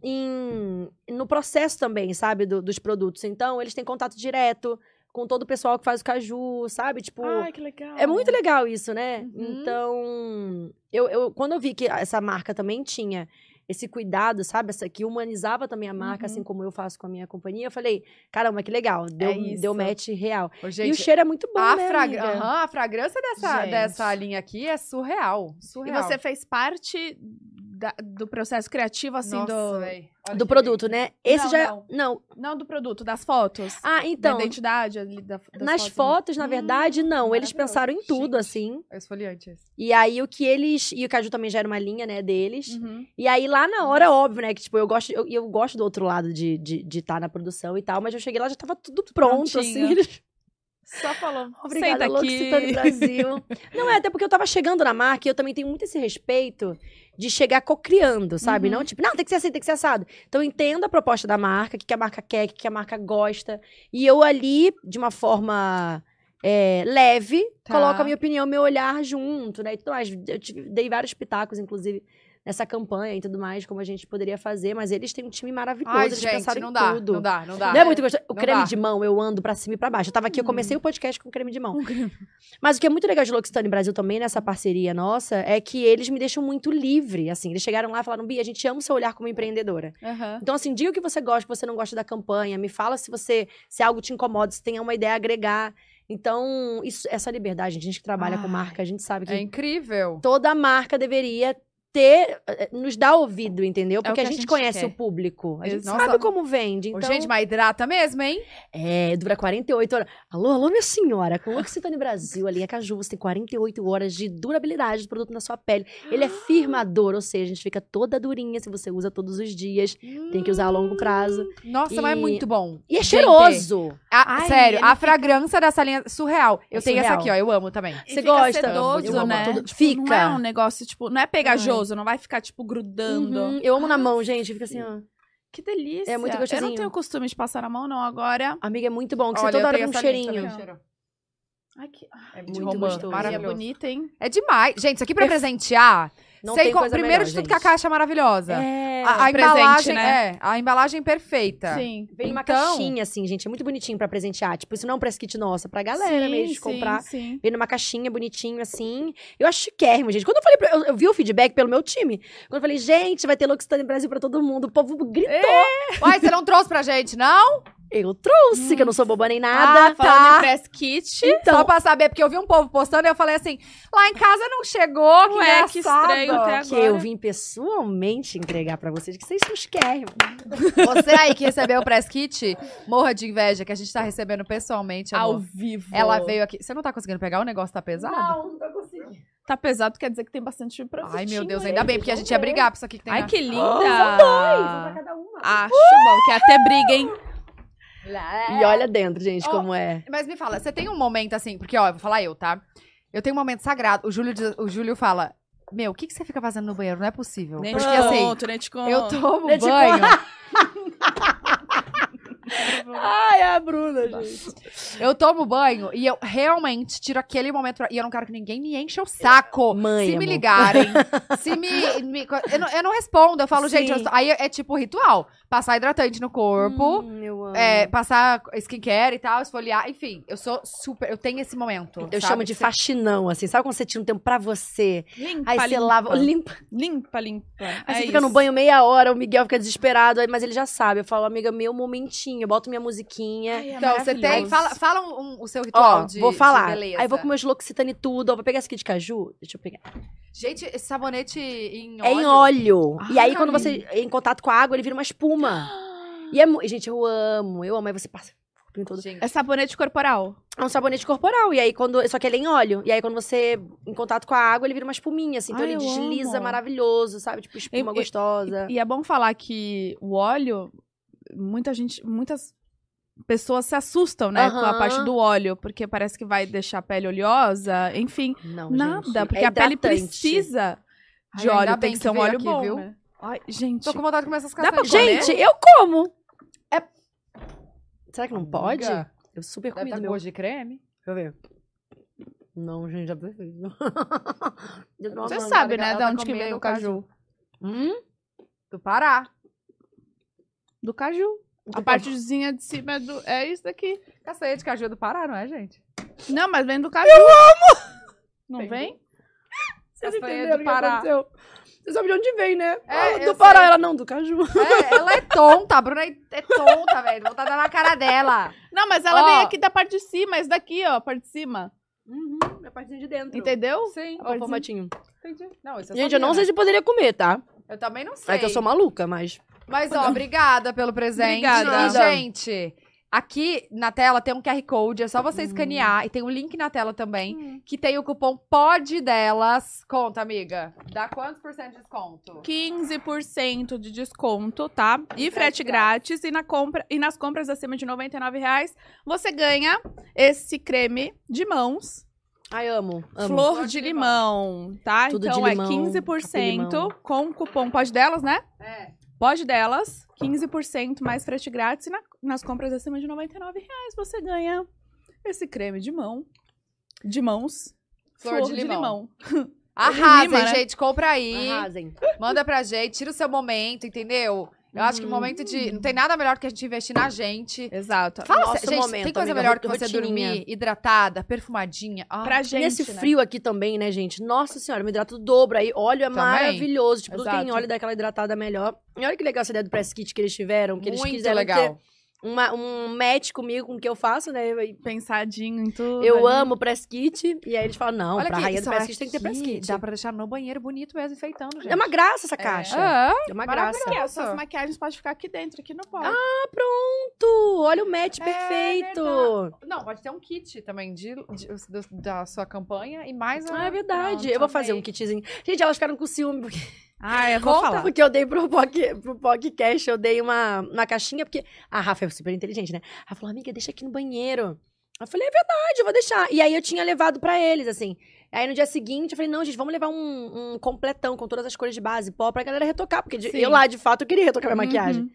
C: em, no processo também, sabe, do- dos produtos. Então, eles têm contato direto com todo o pessoal que faz o caju, sabe? Tipo,
B: Ai, que legal.
C: é muito legal isso, né?
A: Uhum.
C: Então, eu, eu- quando eu vi que essa marca também tinha esse cuidado, sabe? Essa, que humanizava também a marca,
B: Uhum. É
C: assim como eu faço com a minha companhia, eu falei, caramba, que legal. Deu,
B: isso.
C: deu match real.
A: Ô,
C: e o
A: gente,
C: cheiro é muito bom,
A: a,
C: né,
A: fragra-
C: amiga?
A: Aham, a fragrância dessa,
B: Gente.
A: dessa linha aqui é surreal.
B: E
A: Surreal.
B: você fez parte da- do processo criativo, assim,
A: Nossa,
B: do...
A: véi. Olha
C: Do
A: que
C: produto,
A: delícia.
C: né? Esse
B: Não,
C: já...
B: não.
C: não.
B: Não do produto, das fotos.
C: Ah, então...
B: da identidade ali da, das
C: Nas
B: fotos.
C: fotos, na
A: Hum,
C: verdade, não. Eles
A: maravilhoso.
C: pensaram em
A: Gente.
C: tudo, assim.
A: É Esfoliante esse.
C: E aí, o que eles... E o Caju também já era uma linha, né, deles.
A: Hum.
B: Uhum.
C: E aí, lá na hora, óbvio, né? Que, tipo, eu gosto, eu, eu gosto do outro lado de estar de, de tá na produção e tal, mas eu cheguei lá já tava tudo pronto,
B: Prontinho.
C: assim. (laughs) Eles,
B: Só falou.
C: Obrigada,
B: Senta
C: L'Occitane
B: aqui.
C: Brasil. (laughs) Não, é até porque eu tava chegando na marca e eu também tenho muito esse respeito de chegar cocriando, sabe?
B: Uhum.
C: Não, tipo, não, tem que ser assim, tem que ser assado. Então eu entendo a proposta da marca, o que, que a marca quer, o que, que a marca gosta. E eu ali, de uma forma. é, leve,
A: Tá.
C: coloco a minha opinião, meu olhar junto, né? Então, as- eu tive- dei vários pitacos, inclusive, nessa campanha e tudo mais, como a gente poderia fazer, mas eles têm um time maravilhoso,
A: Ai,
C: eles
A: gente,
C: pensaram
A: não
C: em
A: dá,
C: tudo.
A: não dá, não dá.
C: Não é muito gostoso. O
A: Não
C: creme
A: dá. Uhum.
C: de mão, eu ando pra cima e pra baixo. Eu tava aqui, eu comecei o podcast com creme de
A: (laughs)
C: mão. Mas o que é muito legal de L'Occitane Brasil também, nessa parceria nossa, é que eles me deixam muito livre, assim. Eles chegaram lá e falaram, Bia, a gente ama o seu olhar como empreendedora.
A: Aham.
C: Então, assim, diga o que você gosta, o que você não gosta da campanha. Me fala se você, se algo te incomoda, se tem uma ideia a agregar. Então, isso, essa liberdade, a gente que trabalha com
A: Ai,
C: marca, a gente sabe que
A: É incrível.
C: toda marca deveria ter, eh, nos dar ouvido,
A: É
C: entendeu?
B: o que
C: Porque a,
B: a
C: gente
B: gente
C: conhece
B: quer.
C: o público. A gente
A: Exato.
C: sabe
A: Nossa.
C: como vende.
A: Ô,
C: Então...
A: Gente, mas hidrata mesmo, hein?
C: É, dura 48 horas. Alô, alô, minha senhora. é Com L'Occitane tá Brasil, a linha Caju, você tem 48 horas de durabilidade do produto na sua pele. Ele é
A: Ah.
C: firmador, ou seja, a gente fica toda durinha se você usa todos os dias. Tem que usar a longo prazo.
A: Nossa, mas é
C: E-
A: muito bom.
C: E é
A: Gente,
C: cheiroso.
A: a-
B: Ai,
A: sério,
B: ele
A: a fragrância dessa linha surreal. Eu
C: É
A: tenho essa
C: surreal.
A: aqui, ó. Eu amo também.
B: E
C: Você
B: fica
C: gosta?
A: Eu
B: Sedoso,
A: amo
B: né?
C: tudo.
B: Tipo, Não
C: Fica.
B: é um negócio, tipo, não é pegajoso, não vai ficar, tipo, grudando.
C: Uhum, eu amo
A: Ah,
C: na mão, gente. Fica assim, ó.
B: Que delícia.
C: É muito
B: Eu
C: gostosinho.
B: não tenho costume de passar na mão, não. Agora.
C: Amiga, é muito bom, que
A: Olha,
C: você
A: eu
C: toda hora
A: tenho
C: com um
A: essa linha
C: cheirinho.
A: também, ó.
B: Ai, que.
A: É
C: muito
A: muito romã,
C: gostoso.
B: Ai, é
A: maravilhoso.
B: bonita, hein?
A: É demais. Gente, isso aqui pra presentear.
C: Não
A: sei
C: tem
A: qual-
C: coisa
A: primeiro
C: melhor,
A: de tudo
C: gente.
A: que a caixa é maravilhosa.
C: É.
A: a, a
B: presente,
A: embalagem,
B: né?
A: é, a embalagem perfeita.
B: Sim.
C: Vem uma
A: Então-
C: caixinha, assim, gente. É muito bonitinho pra presentear. Tipo, isso não é um press kit nossa, pra galera
B: Sim,
C: mesmo de
B: sim,
C: comprar.
B: Sim.
C: Vem numa caixinha bonitinho, assim. Eu acho chiquérrimo, gente. Quando eu falei, pra, eu, eu vi o feedback pelo meu time. Quando eu falei, gente, vai ter L'Occitane Brasil pra todo mundo, o povo gritou.
A: Uai, você não trouxe pra gente, não?
C: Eu trouxe, que eu não sou boba nem nada.
A: Ah,
B: Falando
A: Tá.
B: em press kit.
A: Só
C: Então,
A: pra saber, porque eu vi um povo postando e eu falei assim, lá em casa não chegou, que
B: Ué, que
A: engraçado.
B: estranho até agora.
C: que eu vim pessoalmente entregar pra vocês, que vocês são chiquérrimos.
A: Você aí que recebeu o press kit, morra de inveja que a gente tá recebendo pessoalmente, amor.
B: Ao vivo.
A: Ela veio aqui. Você não tá conseguindo pegar? O negócio tá pesado?
C: não tô conseguindo.
B: Tá pesado, quer dizer que tem bastante produtinho.
A: Ai, meu Deus,
B: aí.
A: ainda bem, porque a gente ia brigar por isso aqui que Ah, tem.
B: É. Ai,
A: na-
B: que linda!
C: cada uma.
B: Acho bom, que até briga, (laughs) hein?
C: E olha dentro, gente,
A: Ó.
C: como é.
A: Mas me fala, você tem um momento assim, porque ó, eu vou falar eu, tá? Eu tenho um momento sagrado. O Júlio, diz- o Júlio fala: Meu, o que, que você fica fazendo no banheiro? Não é possível.
B: Nem
A: porque
B: te
A: assim,
B: conto, nem te conto.
A: eu tomo
C: Nem te
A: banho.
C: Ai, a Bruna, gente.
A: Eu tomo banho e eu realmente tiro aquele momento pra... E eu não quero que ninguém me encha o saco.
C: Mãe,
A: se me
C: amor.
A: ligarem,
C: (laughs)
A: se me... me- eu, não, eu não respondo, eu falo,
C: Sim.
A: gente... eu sou- Aí é tipo ritual. Passar hidratante no corpo,
C: Hum, eu amo.
A: é, passar skincare e tal, esfoliar. Enfim, eu sou super... Eu tenho esse momento,
C: eu
A: sabe?
C: chamo de faxinão, assim. Sabe quando você tira um tempo pra você?
B: Limpa,
C: Aí você lava, limpa.
B: Limpa, limpa.
C: Aí
B: É
C: você fica no
B: isso.
C: banho meia hora, o Miguel fica desesperado, aí- mas ele já sabe. Eu falo, amiga, meu momentinho, eu boto minha musiquinha.
B: Ai, é
A: Então, você tem...
B: maravilhoso.
A: Fala, fala um- um- o seu ritual
C: Ó,
A: de
C: vou
A: de
C: falar.
A: beleza.
C: Aí vou com meus L'Occitane e tudo. Ó, vou pegar esse aqui de caju. Deixa eu pegar.
A: Gente, esse sabonete em
C: É
A: óleo...
C: em óleo. e aí,
A: Ai.
B: (gasps)
C: quando você é em contato com a água, ele vira uma espuma. E é mu- Gente, eu amo, eu amo. Aí você passa. cupim todo.
A: Gente,
B: É sabonete corporal.
C: É um sabonete corporal, e aí quando. Só que ele é em óleo. E aí quando você, é em contato com a água, ele vira uma espuminha, assim. Então
B: Ai,
C: ele
B: eu
C: desliza
B: amo.
C: maravilhoso, sabe? Tipo, espuma
B: Eu- eu-
C: gostosa.
B: E é bom falar que o óleo, muita gente, muitas pessoas se assustam, né, com a
C: Aham.
B: parte do óleo, porque parece que vai deixar a pele oleosa, enfim,
C: Não, gente,
B: nada,
C: é
B: porque a pele
C: hidratante.
B: precisa de
A: Ai, ainda bem
B: óleo, tem que
A: que
B: ser um
A: veio
B: óleo
A: aqui,
B: bom,
A: viu?
B: né? Ai, gente,
A: Tô com vontade de comer essas
B: Dá pra
A: castanhas.
B: comer?
C: Gente, eu como!
A: É-
C: Será que não pode?
A: Amiga,
C: Eu super
A: Deve
C: comi
A: estar
B: tá
C: do
A: com
C: meu.
A: gosto de creme.
C: Deixa eu ver. Não, gente, já (laughs) prefiro.
A: Você
B: amando,
A: sabe,
B: ela
A: né,
B: tá
A: de onde que
B: comendo
A: veio o
B: o caju.
A: caju.
C: Hum?
A: Do Pará.
B: do caju. A partezinha de cima é do é isso daqui.
A: Castanha de caju é do Pará, não é, gente?
B: Não, mas vem do caju. Eu amo. Não
A: Entendeu?
B: vem?
C: Vocês
A: Castanha
C: entenderam
A: do
C: o que
A: Pará.
C: aconteceu? Você sabe de onde vem, né?
A: É,
C: Ah,
A: eu
C: do Pará,
A: sei.
C: ela não, do caju.
A: É, ela é tonta, a Bruna é é tonta, velho. Vou tá dando na cara dela.
B: Não, mas ela
A: Ó.
B: vem aqui da parte de cima, isso daqui, ó, a parte de cima.
C: Uhum, a partezinha de dentro. Entendi.
B: Entendeu?
A: Sim,
C: Ó, o formatinho.
A: entendi. Não, isso é eu
C: Gente, eu não sei se poderia comer, tá?
A: né? Eu também não sei.
C: É que eu sou maluca, mas.
A: Mas, ó, obrigada pelo presente.
B: Obrigada.
A: E, gente, aqui na tela tem um QR Code, é só
C: Hum.
A: você escanear. E tem um link na tela também, que tem o cupom PODE delas. Conta, amiga. Dá quantos por cento de desconto?
B: 15% de desconto, tá?
A: Frete
B: E frete grátis. E, na compra, e nas compras acima de R$ 99 reais, você ganha esse creme de mãos,
C: Ai, amo. amo.
B: flor de, limão, tá?
C: Tudo
B: então
C: de limão,
B: é
C: capim
B: 15%
C: limão.
B: com o cupom Pode Delas, né?
A: É.
B: Pode Delas, 15% mais frete grátis. E na- nas compras acima de R$ 99 reais, você ganha esse creme de mão, de mãos, flor, de, limão.
A: Arrasem,
B: Rima, né?
A: gente. Compra aí.
C: Arrasem.
A: Manda pra gente. Tira o seu momento, entendeu? Eu acho que o
C: Uhum.
A: momento de. Não tem nada melhor que a gente investir na gente.
B: Exato.
A: Fala,
C: Nosso
A: sé- gente, tem
C: momento,
A: coisa
C: amiga,
A: melhor que
C: rot-
A: você
C: rotininha.
A: dormir hidratada, perfumadinha? Ah,
B: Pra gente,
C: Nesse
B: né?
C: frio aqui também, né, gente? Nossa senhora, me hidrata do dobro aí. Óleo é
A: Também.
C: maravilhoso. Tipo, tudo que tem
B: Exato.
C: óleo dá aquela hidratada melhor. E olha que legal essa ideia do press kit que eles tiveram, que eles
A: muito
C: quiseram
A: legal.
C: ter uma- um match comigo com o que eu faço, né? Eu,
B: Pensadinho em tudo.
C: eu
B: ali.
C: amo press kit. E aí eles falam, não,
A: Olha
C: pra
A: aqui,
C: rainha do
A: isso
C: press kit tem que ter
A: aqui
C: press kit.
A: Dá pra deixar no banheiro bonito mesmo, enfeitando, gente.
C: É uma graça essa caixa. É,
A: É,
C: uma
A: maravilhoso.
C: graça.
B: Aqui, ó,
A: Nossa.
B: suas maquiagens podem ficar aqui dentro, aqui no pó.
C: Ah, Pronto! Olha o match
A: É
C: perfeito!
A: Não, pode ter um kit também de, de- do- da sua campanha e mais
C: Ah, é verdade.
A: Pronto,
C: eu vou fazer um
A: amei.
C: kitzinho. Gente, elas ficaram com ciúme, porque,
B: Ah, eu
A: vou falar.
C: porque eu dei pro, POC, pro podcast, eu dei uma, uma caixinha, porque a Rafa é super inteligente, né? Ela falou, amiga, deixa aqui no banheiro. Eu falei, é verdade, eu vou deixar. E aí eu tinha levado pra eles, assim. Aí no dia seguinte eu falei, não, gente, vamos levar um, um completão com todas as cores de base, pó, pra galera retocar. Porque de-
B: Sim.
C: eu lá, de fato, eu queria retocar minha
A: Uhum.
C: maquiagem.
B: Uhum.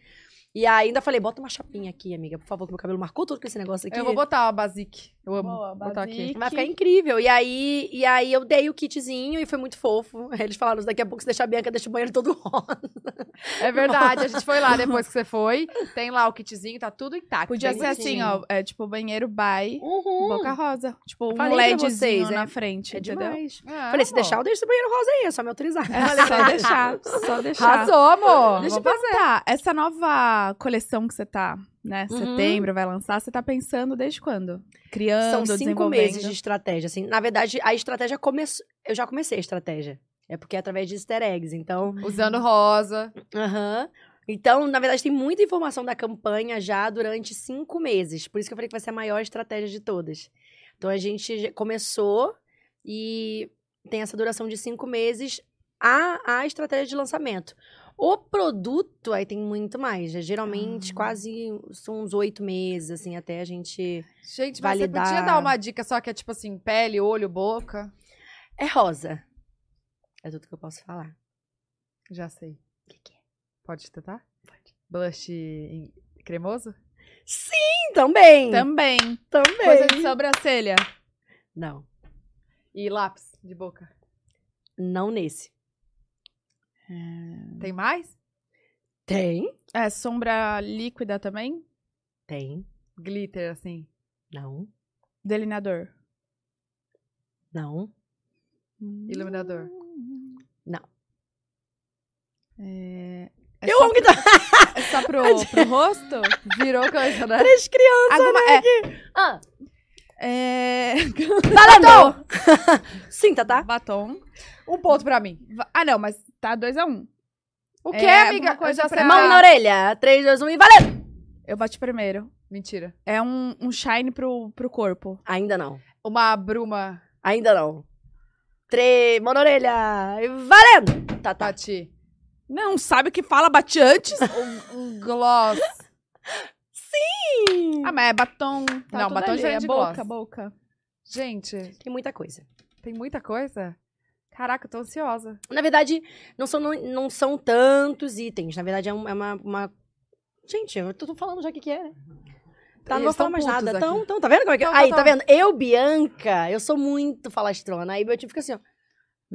C: E aí ainda falei, bota uma chapinha aqui, amiga, por favor, que meu cabelo marcou tudo com esse negócio aqui.
A: Eu vou botar a Basic. Eu amo.
B: Boa,
A: Vou botar aqui.
B: Basic.
C: Vai ficar incrível. E aí, e aí eu dei o kitzinho e foi muito fofo. (laughs) Aí Eles falaram, daqui a pouco se deixar a Bianca, deixa o banheiro todo rosa.
A: É verdade, (laughs) a gente foi lá depois que você foi. Tem lá o kitzinho, tá tudo intacto.
B: Podia
A: bem
B: ser assim,
A: bonitinho.
B: ó, é, tipo banheiro by
C: (laughs) Uhum.
B: Boca Rosa. Tipo, um
C: Falei pra
B: LEDzinho
C: vocês,
B: na
C: é-
B: frente,
C: É
B: entendeu?
C: demais.
A: É,
C: Falei, se
A: amor.
C: deixar, eu deixo esse banheiro rosa aí, é só me autorizar.
B: É,
C: (laughs)
B: só deixar, só deixar.
A: Arrasou, amor.
B: Deixa eu
A: Vamos
B: perguntar, essa nova coleção que você tá, né,
C: Uhum.
B: setembro vai lançar, você tá pensando desde quando? Criando,
C: São cinco
B: desenvolvendo?
C: meses de estratégia, assim. Na verdade, a estratégia começou... Eu já comecei a estratégia. É porque é através de easter eggs, então...
A: fazer. Usando rosa.
C: Aham. Então, na verdade, tem muita informação da campanha já durante cinco meses. Por isso que eu falei que vai ser a maior estratégia de todas. Então, a gente já começou e tem essa duração de cinco meses a, a estratégia de lançamento. O produto, aí tem muito mais. né?
B: Ah.
C: Geralmente, quase são uns oito meses, assim, até a gente...
A: Gente, mas
C: Validar.
A: você podia dar uma dica só que é tipo assim, pele, olho, boca?
C: É rosa. É tudo que eu posso falar.
A: Já sei.
C: O que, que é?
A: Pode tentar? Pode. Blush em- cremoso?
C: Sim, também!
B: Também.
C: também!
B: Coisa de sobrancelha.
C: Não,
A: E lápis de boca?
C: não nesse.
A: Tem mais?
C: Tem?
B: É, sombra líquida também?
C: Tem.
A: Glitter, assim.
C: Não.
B: Delineador.
C: Não.
A: Iluminador.
B: É
C: eu
B: só,
C: amo que tá
B: é só pro, pro rosto?
A: Virou coisa, né?
C: três crianças.
B: Alguma,
C: Ah,
B: é, é,
C: Batom! (laughs) Sim, tá, tá?
B: batom.
A: Um ponto pra mim.
B: Va- Ah, não, mas tá 2 a 1 um.
A: O
B: É,
A: que,
B: alguma
A: amiga? Eu
B: coisa
A: já
B: pra-
A: sei.
C: Mão na orelha. 3, 2, 1 e valeu!
B: Eu bati primeiro.
A: Mentira.
B: É um, um shine pro, pro corpo.
C: Ainda não.
A: Uma bruma,
C: Ainda não. Tre... Mano orelha. E Valendo! Tá, tá.
A: Tati.
B: Não, sabe o que fala? Bate antes?
A: Um, um gloss.
B: ah, mas é batom.
A: Tá
B: não,
A: tudo
B: batom
A: ali,
B: já
A: é
B: é de
A: gloss.
B: boca, boca.
A: Gente,
C: Tem muita coisa.
A: tem muita coisa. Caraca, eu tô ansiosa.
C: Na verdade, não são, não, não são tantos itens. Na verdade, é, um- é uma, uma- Gente, eu tô falando já o que, que é, né? Tá, não vou
A: Eles tão
C: falar mais
A: putos
C: nada.
A: aqui.
C: Então, então, tá vendo como é que
A: Então,
C: Aí,
A: tá,
C: tá,
A: tá.
C: vendo? Eu, Bianca, eu sou muito falastrona. Aí meu time fica assim, ó.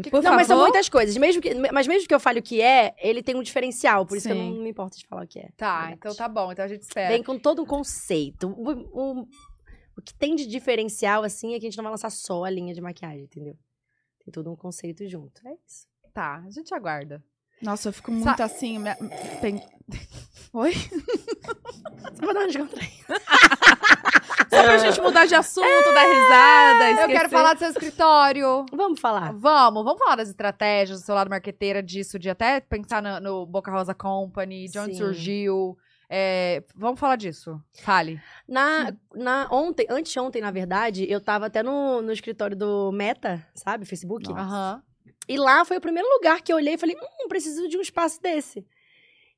B: Por
C: não, mas são
B: favor.
C: muitas coisas. Mesmo que, mas mesmo que eu fale o que é, ele tem um diferencial. Por isso que eu
B: Sim.
C: não, me importo de falar o que é.
A: Tá,
C: Verdade.
A: então tá bom. Então a gente espera.
C: Vem com todo um conceito. O, o- o que tem de diferencial, assim, é que a gente não vai lançar só a linha de maquiagem, entendeu? Tem todo um conceito junto. É isso.
A: Tá, a gente aguarda.
B: Nossa, eu fico muito assim. minha- tem- Oi?
C: Só pra dar uma descontraída.
B: Só pra gente mudar de assunto, dar risada,
A: Eu
B: esquecer.
A: quero falar do seu escritório.
C: Vamos
A: Tá
C: falar.
A: Vamos, vamos falar das estratégias do seu lado marqueteira disso, de até pensar na- no, Boca Rosa Company, de onde
C: Sim.
A: surgiu. É, vamos falar disso. Fale.
C: Na, na, ontem, anteontem, na verdade, eu tava até no, no escritório do Meta, sabe? Facebook.
A: Aham.
C: E lá foi o primeiro lugar que eu olhei e falei, hum, preciso de um espaço desse.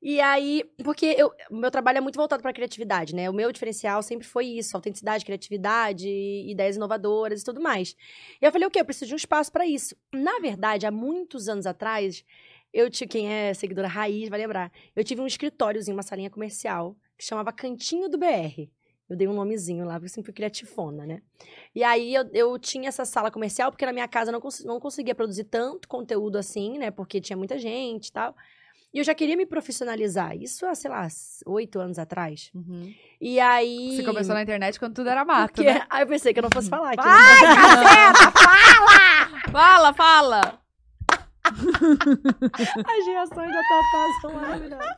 C: E aí, porque eu, o meu trabalho é muito voltado pra criatividade, né? O meu diferencial sempre foi isso, autenticidade, criatividade, ideias inovadoras e tudo mais. E eu falei, o quê? Eu preciso de um espaço pra isso. Na verdade, há muitos anos atrás, eu tive, quem é seguidora raiz vai lembrar, eu tive um escritóriozinho, uma salinha comercial, que chamava Cantinho do BR. Eu dei um nomezinho lá, porque eu sempre fui criatifona, né? E aí eu, eu tinha essa sala comercial, porque na minha casa eu não, cons- não conseguia produzir tanto conteúdo assim, né? Porque tinha muita gente e tal. E eu já queria me profissionalizar. Isso há, sei lá, s- oito anos atrás.
A: Uhum.
C: E aí.
A: Você começou na internet quando tudo era mato,
C: porque... (laughs)
A: né? Ah,
C: Aí eu pensei que eu não fosse falar. aqui.
B: Fala, fala!
C: As reações da Tatá são maravilhosas.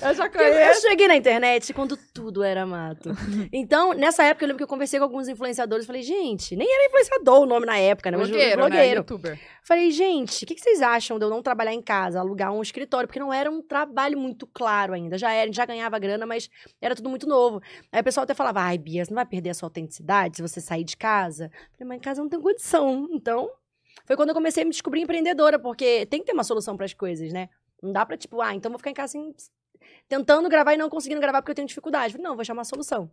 A: Eu já
C: Porque Eu cheguei na internet quando tudo
A: (laughs)
C: era mato. Então, nessa época, eu lembro que eu conversei com alguns influenciadores. Falei, gente, nem era influenciador o nome na época, né? Mas
A: Blogueiro, né?
C: blogueiro.
A: Youtuber.
C: Falei, gente, o que, que vocês acham de eu não trabalhar em casa, alugar um escritório? Porque não era um trabalho muito claro ainda. Já era, a gente já ganhava grana, mas era tudo muito novo. Aí o pessoal até falava, ai, Bia, você não vai perder a sua autenticidade se você sair de casa? Falei, mas em casa eu não tenho condição. Então, foi quando eu comecei a me descobrir empreendedora, porque tem que ter uma solução para as coisas, né? Não dá pra, tipo, ah, então eu vou ficar em casa sem... tentando gravar e não conseguindo gravar porque eu tenho dificuldade. Falei, não, vou achar uma solução.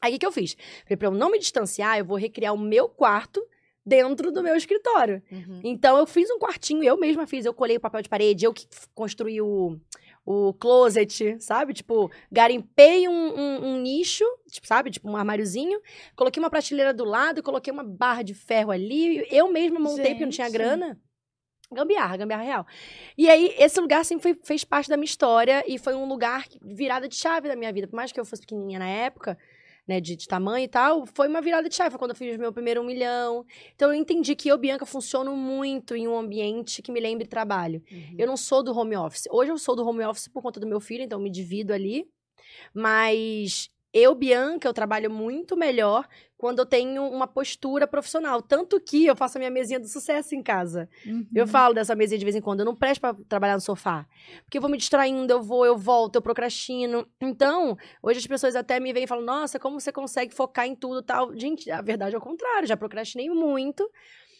C: Aí o que, que eu fiz? Falei, pra eu não me distanciar, eu vou recriar o meu quarto dentro do meu escritório.
A: Uhum.
C: Então eu fiz um quartinho, eu mesma fiz, eu colei o papel de parede, eu que f- construí o, o closet, sabe? Tipo, garimpei um, um- um nicho, tipo, sabe? Tipo um armáriozinho, coloquei uma prateleira do lado, coloquei uma barra de ferro ali, eu mesma montei porque eu não tinha
B: Gente.
C: grana. Gambiarra, gambiarra real. E aí, esse lugar sempre foi- fez parte da minha história e foi um lugar que- virada de chave da minha vida. Por mais que eu fosse pequenininha na época, né, de, de tamanho e tal, foi uma virada de chave. Foi quando eu fiz meu primeiro um milhão. Então, eu entendi que eu, Bianca, funciono muito em um ambiente que me lembre trabalho. Eu não sou do home office. Hoje eu sou do home office por conta do meu filho, então eu me divido ali. Mas eu, Bianca, eu trabalho muito melhor quando eu tenho uma postura profissional. Tanto que eu faço a minha mesinha do sucesso em casa. Eu falo dessa mesinha de vez em quando, eu não presto pra trabalhar no sofá. Porque eu vou me distraindo, eu vou, eu volto, eu procrastino. Então, hoje as pessoas até me veem e falam: "Nossa, como você consegue focar em tudo e tal?". Gente, a verdade é o contrário, já procrastinei muito.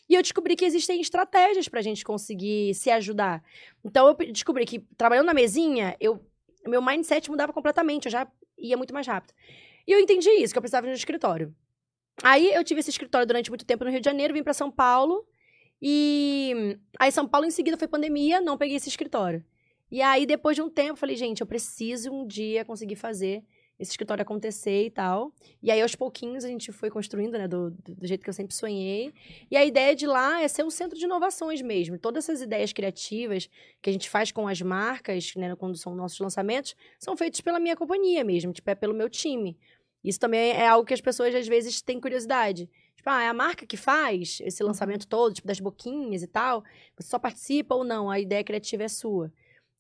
C: E eu descobri que existem estratégias pra gente conseguir se ajudar. Então eu pe- descobri que trabalhando na mesinha, eu meu mindset mudava completamente, eu já ia muito mais rápido. E eu entendi isso, que eu precisava de um escritório. Aí eu tive esse escritório durante muito tempo no Rio de Janeiro, vim pra São Paulo e Aí São Paulo em seguida foi pandemia, não peguei esse escritório. E aí depois de um tempo eu falei, gente, eu preciso um dia conseguir fazer esse escritório acontecer e tal. E aí aos pouquinhos a gente foi construindo, né, do, do- do jeito que eu sempre sonhei. E a ideia de lá é ser um centro de inovações mesmo. Todas essas ideias criativas que a gente faz com as marcas, né, quando são nossos lançamentos, são feitos pela minha companhia mesmo, tipo, é pelo meu time. Isso também é algo que as pessoas às vezes têm curiosidade. Tipo, ah, é a marca que faz esse lançamento todo, tipo, das boquinhas e tal. Você só participa ou não, a ideia criativa é sua.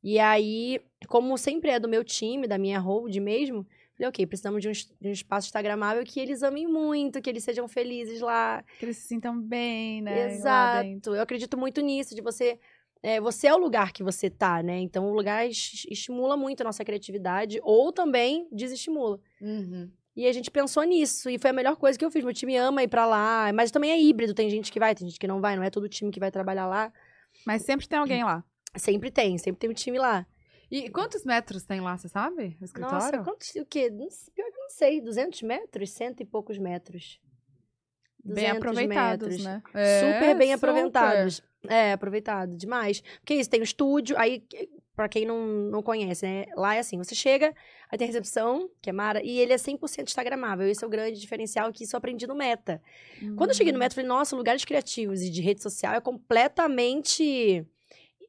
C: E aí, como sempre é do meu time, da minha hold mesmo, falei, ok, precisamos de um, es- de um espaço instagramável que eles amem muito, que eles sejam felizes lá.
B: Que eles se sintam bem, né? lá dentro.
C: Exato. Eu acredito muito nisso, de você é, você é o lugar que você tá, né? Então o lugar es- estimula muito a nossa criatividade ou também desestimula.
A: Uhum.
C: E a gente pensou nisso e foi a melhor coisa que eu fiz. Meu time ama ir pra lá, mas também é híbrido, tem gente que vai, tem gente que não vai, não é todo time que vai trabalhar lá.
B: Mas sempre tem alguém lá.
C: Sempre tem, sempre tem um time lá.
A: E quantos metros tem lá, você sabe? O escritório?
C: Nossa, quantos, o quê? Não sei, Pior que eu não sei, 200 metros, cento e poucos metros.
B: Bem
C: 200
B: aproveitados,
C: metros.
B: né?
A: É,
C: super bem
A: super.
C: aproveitados. É, aproveitado demais. Porque é isso, tem o estúdio, aí, que- pra quem não, não conhece, né? Lá é assim, você chega, aí tem a recepção, que é Mara, e ele é 100% instagramável. Esse é o grande diferencial que isso eu aprendi no Meta. Quando eu
B: Uhum.
C: cheguei no Meta, eu falei, nossa, lugares criativos e de rede social é completamente...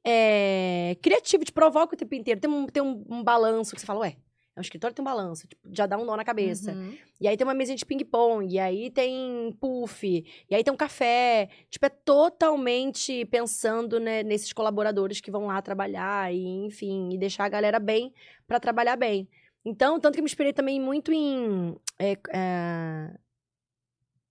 C: é, criativo, te provoca o tempo inteiro. Tem um, tem um, um balanço que você fala, ué, é um escritório que tem um balanço. Tipo, já dá um nó na cabeça.
A: Uhum.
C: E aí tem uma mesinha de ping-pong, e aí tem puff, e aí tem um café. Tipo, é totalmente pensando né, nesses colaboradores que vão lá trabalhar, e enfim, e deixar a galera bem pra trabalhar bem. Então, tanto que eu me inspirei também muito em. É, é,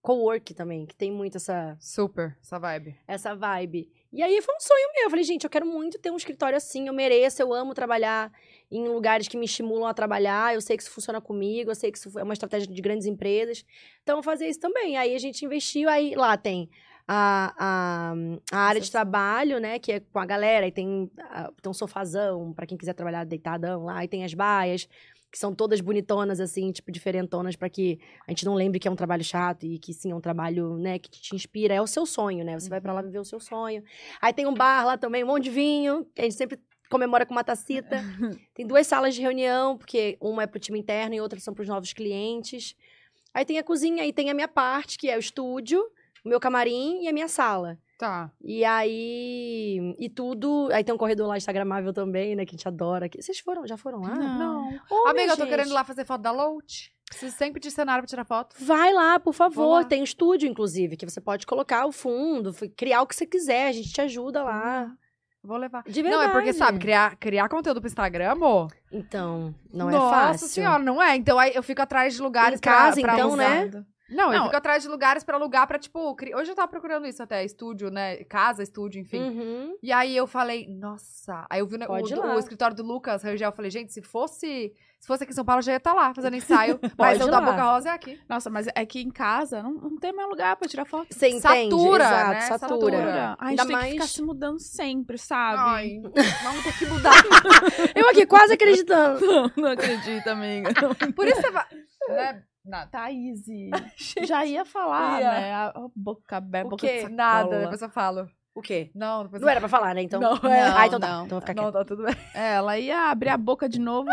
C: co-work também, que tem muito essa,
A: Super, essa vibe.
C: essa vibe. E aí foi um sonho meu. Eu falei, gente, eu quero muito ter um escritório assim, eu mereço, eu amo trabalhar em lugares que me estimulam a trabalhar, eu sei que isso funciona comigo, eu sei que isso é uma estratégia de grandes empresas. Então, eu vou fazer isso também. Aí a gente investiu, aí lá tem a, a, a área de trabalho, né, que é com a galera, e tem, ah, tem um sofazão para quem quiser trabalhar deitadão lá, e tem as baias, que são todas bonitonas, assim, tipo, diferentonas, para que a gente não lembre que é um trabalho chato e que sim é um trabalho, né, que te inspira, é o seu sonho, né? Você vai
A: Uhum.
C: pra lá viver o seu sonho. Aí tem um bar lá também, um monte de vinho, que a gente sempre comemora com uma tacita.
A: (laughs)
C: tem duas salas de reunião, porque uma é pro time interno e outra são pros novos clientes. Aí tem a cozinha, aí tem a minha parte, que é o estúdio, o meu camarim e a minha sala.
A: Tá.
C: E aí. E tudo. Aí tem um corredor lá Instagramável também, né? Que a gente adora. Que... Vocês foram? Já foram lá?
B: "Ah, Não.
C: Olha,
A: Amiga, eu tô
C: gente.
A: querendo ir lá fazer foto da Lout. Preciso sempre de cenário pra tirar foto.
C: Vai lá,
A: Vou
C: por
A: lá.
C: favor. Tem um estúdio, inclusive, que você pode colocar o fundo, f- criar o que você quiser. A gente te ajuda lá.
A: Vou levar.
C: De verdade.
A: Não, é porque, sabe, criar, criar conteúdo pro Instagram, amor,
C: Então, não
A: Nossa
C: é fácil.
A: senhora, não é? Então aí eu fico atrás de lugares
C: Em casa,
A: pra, pra
C: então,
A: alugar.
C: né?
A: Não, eu
B: Não.
A: fico atrás de lugares pra alugar pra, tipo... cri- Hoje eu tava procurando isso até, estúdio, né? Casa, estúdio, enfim.
C: Uhum.
A: E aí eu falei, nossa... Aí eu vi o, ne- o,
C: Pode ir
A: do-
C: lá.
A: o escritório do Lucas Rangel, eu falei, gente, se fosse... Se fosse aqui em São Paulo, eu já ia estar lá, fazendo
C: (laughs)
A: ensaio. mas
C: Pode
A: eu
C: ir
A: da
C: lá.
A: Boca Rosa é aqui.
B: Nossa, mas é que em casa não, não tem mais lugar pra tirar foto.
C: Você entende?
A: Satura,
C: Exato,
A: né?
C: satura.
A: Satura.
B: Ai, a gente
C: Ainda
B: tem que ficar
C: mais-
B: se mudando sempre, sabe?
A: Ai, (laughs) vamos ter que mudar.
C: (laughs) Eu aqui quase acreditando.
B: (laughs) Não, não acredito, amiga.
A: Por isso você vai...
C: (laughs)
A: Né? Nada.
B: (laughs) Thaís, já ia falar,
A: Ia.
B: né? A a boca aberta,
C: O
B: boca
C: quê?
B: de sacola.
A: Nada, depois eu falo.
C: O quê?
A: Não, depois eu
C: Não era pra falar, né? Então.
A: Não,
B: é.
C: ah, então
B: Não,
C: tá. Então vou ficar
A: Não,
C: quieta.
A: tá tudo bem.
B: É, Ela ia abrir a boca de (laughs) novo,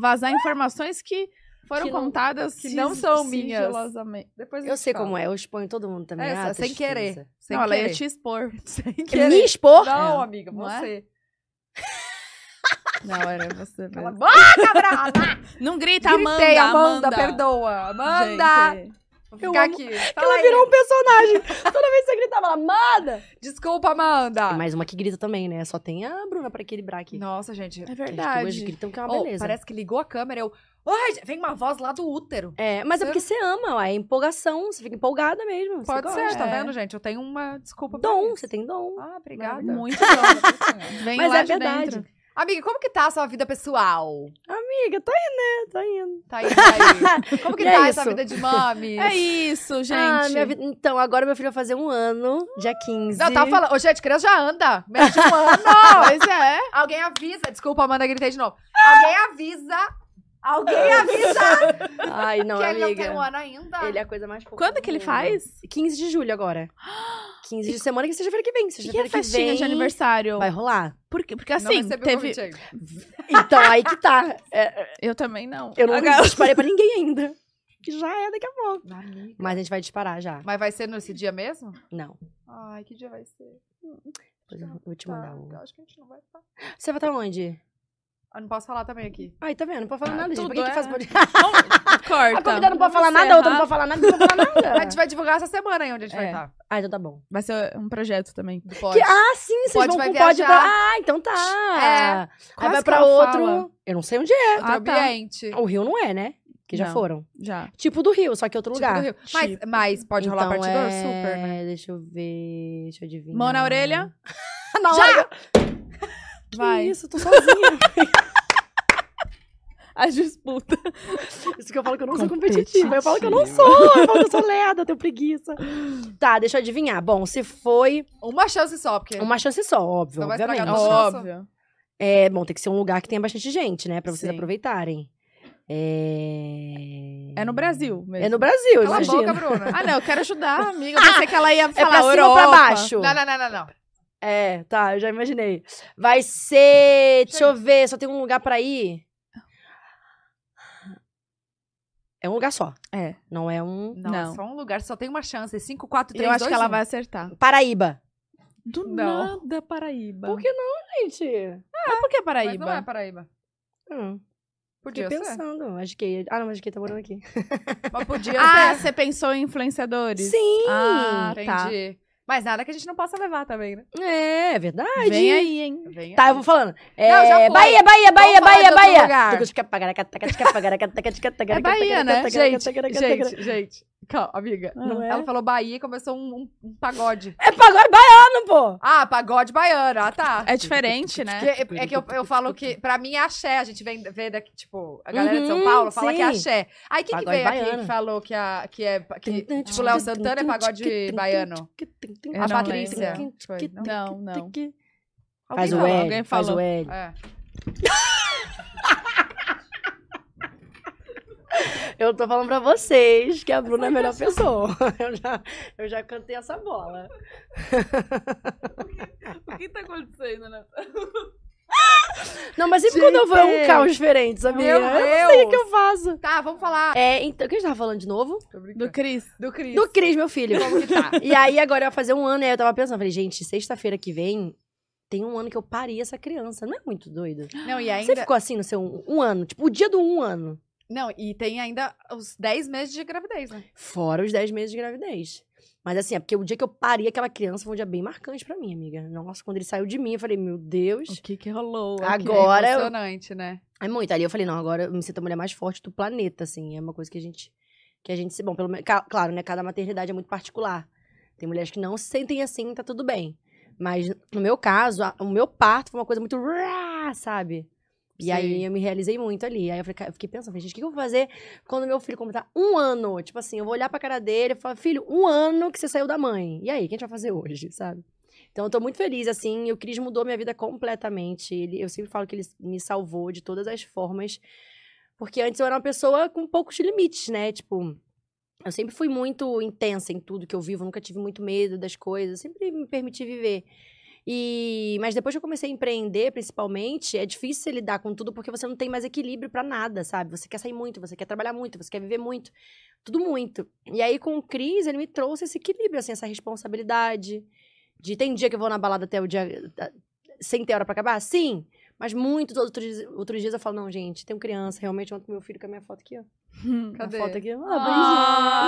B: vazar informações que foram
C: Que não-
B: contadas
A: que não são minhas.
B: sigilosamente.
A: Depois
C: Eu sei como é, eu exponho todo mundo também.
A: É,
C: Ah,
A: sem
C: tristeza.
A: querer. Sem
B: Não, ela ia
A: querer.
B: te expor. (laughs)
A: Sem
C: É
A: querer.
C: Me expor?
A: Não,
B: É.
A: amiga,
B: Não é?
A: você.
B: (laughs) Não, era você
A: Cala a
B: mesmo.
A: boca, brava!
B: (laughs) Não grita, Amanda.
A: Gritei, Amanda,
B: Amanda.
A: perdoa. Amanda!
B: Gente,
A: Vou
C: eu
A: ficar
C: amo
A: aqui.
C: ela
A: Fala aí.
C: virou
A: (laughs)
C: um personagem. (laughs) Toda vez que você gritava, ela manda.
A: Desculpa, Amanda.
C: Mais uma que grita também, né? Só tem a Bruna pra equilibrar aqui.
A: Nossa, gente.
B: é
C: As duas
B: verdade.
C: gritam que é uma
A: Oh,
C: beleza.
A: parece que ligou a câmera. Eu. Ai, gente, vem uma voz lá do útero.
C: É, mas é
A: Você-
C: porque você ama, ué, é empolgação, você fica empolgada mesmo. você
A: Pode ser,
C: gosta.
A: tá
B: É.
A: vendo, gente? Eu tenho uma desculpa pra
C: Dom,
A: isso.
C: você tem dom.
A: Ah, obrigada.
C: (laughs)
B: Muito
A: bom.
B: Vem
C: mas
B: lá
C: é
B: de
C: verdade.
B: dentro.
A: Amiga, como que tá a sua vida pessoal?
C: Amiga, tá indo, né? Tá indo.
A: Tá aí, tá
B: (laughs)
A: aí. Como que
C: E é
A: tá essa
C: isso.
A: vida de mami?
B: É isso, gente.
C: Ah, minha vida... Então, agora meu filho vai fazer um ano, dia 15.
A: Não, tá tava falando. Ô, gente, criança já anda. Menos de um ano.
B: (laughs) Pois
C: (laughs)
B: é.
A: Alguém avisa. Desculpa, Amanda, gritei de novo. Alguém avisa. Alguém avisa
C: Ai, não,
A: que ele
C: amiga.
A: não tem um ano ainda.
C: Ele é a coisa mais fofa.
B: Quando
C: do
B: que ele
C: mundo.
B: faz?
C: 15 de julho (gasps) agora. 15 de semana, que é sexta-feira que vem.
B: E
C: Sexta-feira
B: a
C: que
B: festinha
C: vem.
B: de aniversário?
C: Vai rolar.
B: Por quê? Porque
A: Não
B: assim,
A: recebeu o
B: teve...
A: convite ainda.
C: Então, aí que tá. É,
B: Eu também não.
C: eu não
B: A gal-
C: disparei pra ninguém ainda. Que já é daqui a pouco.
A: Amiga.
C: Mas a gente vai disparar já.
A: Mas vai ser nesse dia mesmo?
C: Não.
A: Ai, que dia vai ser?
C: Depois eu vou
A: Tá,
C: te mandar um.
A: Eu acho que a gente não vai estar.
C: Você vai estar onde?
A: Ah, não posso falar também aqui.
C: Ai, tá vendo? Não pode falar
B: Ah,
C: nada, gente. Por que,
B: tudo
C: que
B: é,
C: faz
B: né?
C: podcast?
B: Corta.
C: A convidada não pode Tá falar
B: Você
C: nada, a outra não
B: errar.
C: pode falar nada, não pode falar
A: A gente
C: nada.
A: vai divulgar essa semana aí onde a gente vai
B: É.
A: estar.
C: Ah, então tá bom.
B: Vai ser um projeto também.
A: Do Pod.
C: Que- ah, sim, vocês
A: Pode
C: vão
A: vai
C: pro pódio
A: viajar.
C: pra... Ah, então tá.
A: É.
C: Aí
B: Quase
C: vai
B: que
C: pra
B: ela
C: outro...
B: fala.
C: Eu não sei onde é.
A: Outro
B: Ah, tá.
A: ambiente.
C: O Rio não é, né? Que já
B: Não.
C: foram.
B: Já.
C: Tipo do Rio, só que outro
A: Tipo
C: lugar.
A: do Rio. Mas, mas pode rolar
C: então
A: partidor?
C: é...
A: Super, né?
C: Deixa eu ver... Deixa eu adivinhar.
B: Mão na orelha?
C: na
A: Já!
C: hora.
B: Vai.
C: Que isso, eu tô sozinha.
B: As disputas.
C: Isso que eu falo que eu não sou
B: Competitiva.
C: competitiva. Eu falo que eu não sou. Eu falo que eu sou lerda, eu tenho preguiça. Tá, deixa eu adivinhar. Bom, se foi
A: Uma chance só, porque.
C: uma chance só, óbvio,
A: Não vai estragar
C: obviamente.
A: nossa.
B: Tá Óbvio.
C: É, bom, tem que ser um lugar que tenha bastante gente, né? Pra vocês
B: Sim.
C: aproveitarem. É...
B: É no Brasil mesmo.
C: É no Brasil,
A: Cala a
C: imagina.
A: boca, Bruna. Ah,
B: Ah, não, eu quero ajudar a amiga. Eu pensei que ela ia
C: É
B: falar
C: pra cima ou
B: Europa.
C: pra baixo?
A: Não, não, não, não, não.
C: É, tá, eu já imaginei. Vai ser. Deixa eu ver, só tem um lugar pra ir. É um lugar só.
B: É.
C: Não é um.
A: Não,
B: Não.
A: só um lugar, só tem uma chance. É 5, 4, 3,
B: Eu acho
A: 2,
B: que ela
A: 1.
B: vai acertar.
C: Paraíba.
B: Do
A: Não.
B: nada, Paraíba.
C: Por que não, gente?
B: Mas por que
A: Mas não é
B: Paraíba?
A: Paraíba.
C: Hum,
A: Podia
C: fiquei
A: ser.
C: pensando. Acho que. Ah, não, acho que tá morando aqui.
A: Mas podia
B: Ah,
A: ser.
B: você pensou em influenciadores?
C: Sim!
B: Ah, tá.
A: Entendi. Mas nada que a gente não possa levar também, né?
C: É, verdade.
B: Vem aí, hein?
A: Vem
C: Tá,
A: aí.
C: eu vou falando. É,
A: Não, já foi.
C: Bahia, Bahia, Bahia,
A: falar de
C: Bahia,
A: outro lugar.
C: Bahia.
B: É Bahia, né?
A: Gente, gente, gente. Calma, amiga.
C: Não é?
A: Ela falou Bahia e começou um, um- um pagode.
C: É pagode baiano, pô!
A: Ah, pagode baiano. Ah, tá.
B: É diferente,
C: (laughs)
B: né?
A: Que- é que eu, eu falo que, pra mim, é axé. A gente vem vê daqui, tipo, a galera de São
C: Uhum,
A: Paulo fala que é
C: sim.
A: axé. Aí quem que
C: Pagode
A: veio aqui
C: baiano.
A: que falou que, a, que é. Que, tipo, Léo Santana é pagode baiano.
B: Eu
A: A
B: não
A: Patrícia.
C: lembro.
A: Foi, não?
B: Não, não.
C: Faz o
A: falou,
C: L,
B: alguém
C: faz o
B: falou.
C: L.
A: É.
C: Eu tô falando pra vocês que a Bruna é a melhor pessoa. (laughs) Eu já, eu já cantei essa bola.
B: O que tá acontecendo, né?
C: Não, mas sempre quando eu vou é um
A: Gente!
C: caos diferente, sabia?
A: Meu
C: Eu não sei o que
A: Deus!
C: eu faço.
A: Tá, vamos falar.
C: É, então, o que a gente tava falando de novo?
A: Tô
B: Do
A: brincando.
B: Cris.
A: Do Cris.
C: Do Cris, meu filho.
A: Como que
C: (laughs)
A: tá?
C: E aí, agora eu ia fazer um ano, e aí eu tava pensando, falei, gente, sexta-feira que vem, tem um ano que eu parei essa criança. Não é muito doido?
A: Não, e
C: Você
A: ainda.
C: ficou assim no seu um, um ano? Tipo, o dia do um ano.
A: Não, e tem ainda os 10 meses de gravidez, né?
C: Fora os 10 meses de gravidez. Mas assim, é porque o dia que eu parei aquela criança foi um dia bem marcante pra mim, amiga. Nossa, quando ele saiu de mim, eu falei, meu Deus.
B: O que que rolou?
C: Agora-
A: é
C: eu-
A: emocionante, né?
C: É muito. Ali eu falei, não, agora eu me sinto a mulher mais forte do planeta, assim. É uma coisa que a gente. Que a gente se. Bom, pelo menos. ca- Claro, né? Cada maternidade é muito particular. Tem mulheres que não se sentem assim, tá tudo bem. Mas no meu caso, a- o meu parto foi uma coisa muito. rá, Sabe? E
A: Sei.
C: aí eu me realizei muito ali. Aí eu, falei, ca- eu fiquei pensando, falei, gente, o que eu vou fazer quando meu filho completar um ano? Tipo assim, eu vou olhar pra cara dele e falar, filho, um ano que você saiu da mãe. E aí, o que a gente vai fazer hoje, sabe? Então eu tô muito feliz, assim, e o Cris mudou minha vida completamente. Ele, eu sempre falo que ele me salvou de todas as formas. Porque antes eu era uma pessoa com poucos limites, né? Tipo, eu sempre fui muito intensa em tudo que eu vivo, nunca tive muito medo das coisas, sempre me permiti viver. E mas depois que eu comecei a empreender, principalmente, é difícil você lidar com tudo porque você não tem mais equilíbrio pra nada, sabe? Você quer sair muito, você quer trabalhar muito, você quer viver muito, tudo muito. E aí com o Cris, ele me trouxe esse equilíbrio, assim, essa responsabilidade de tem dia que eu vou na balada até o dia a- sem ter hora pra acabar? Sim, mas muitos outros dias, outros dias eu falo, não, gente, tenho criança, realmente ontem meu filho com a minha foto aqui, ó.
B: (laughs) Hum.
A: Cadê?
C: A foto aqui. ó,
B: Ah,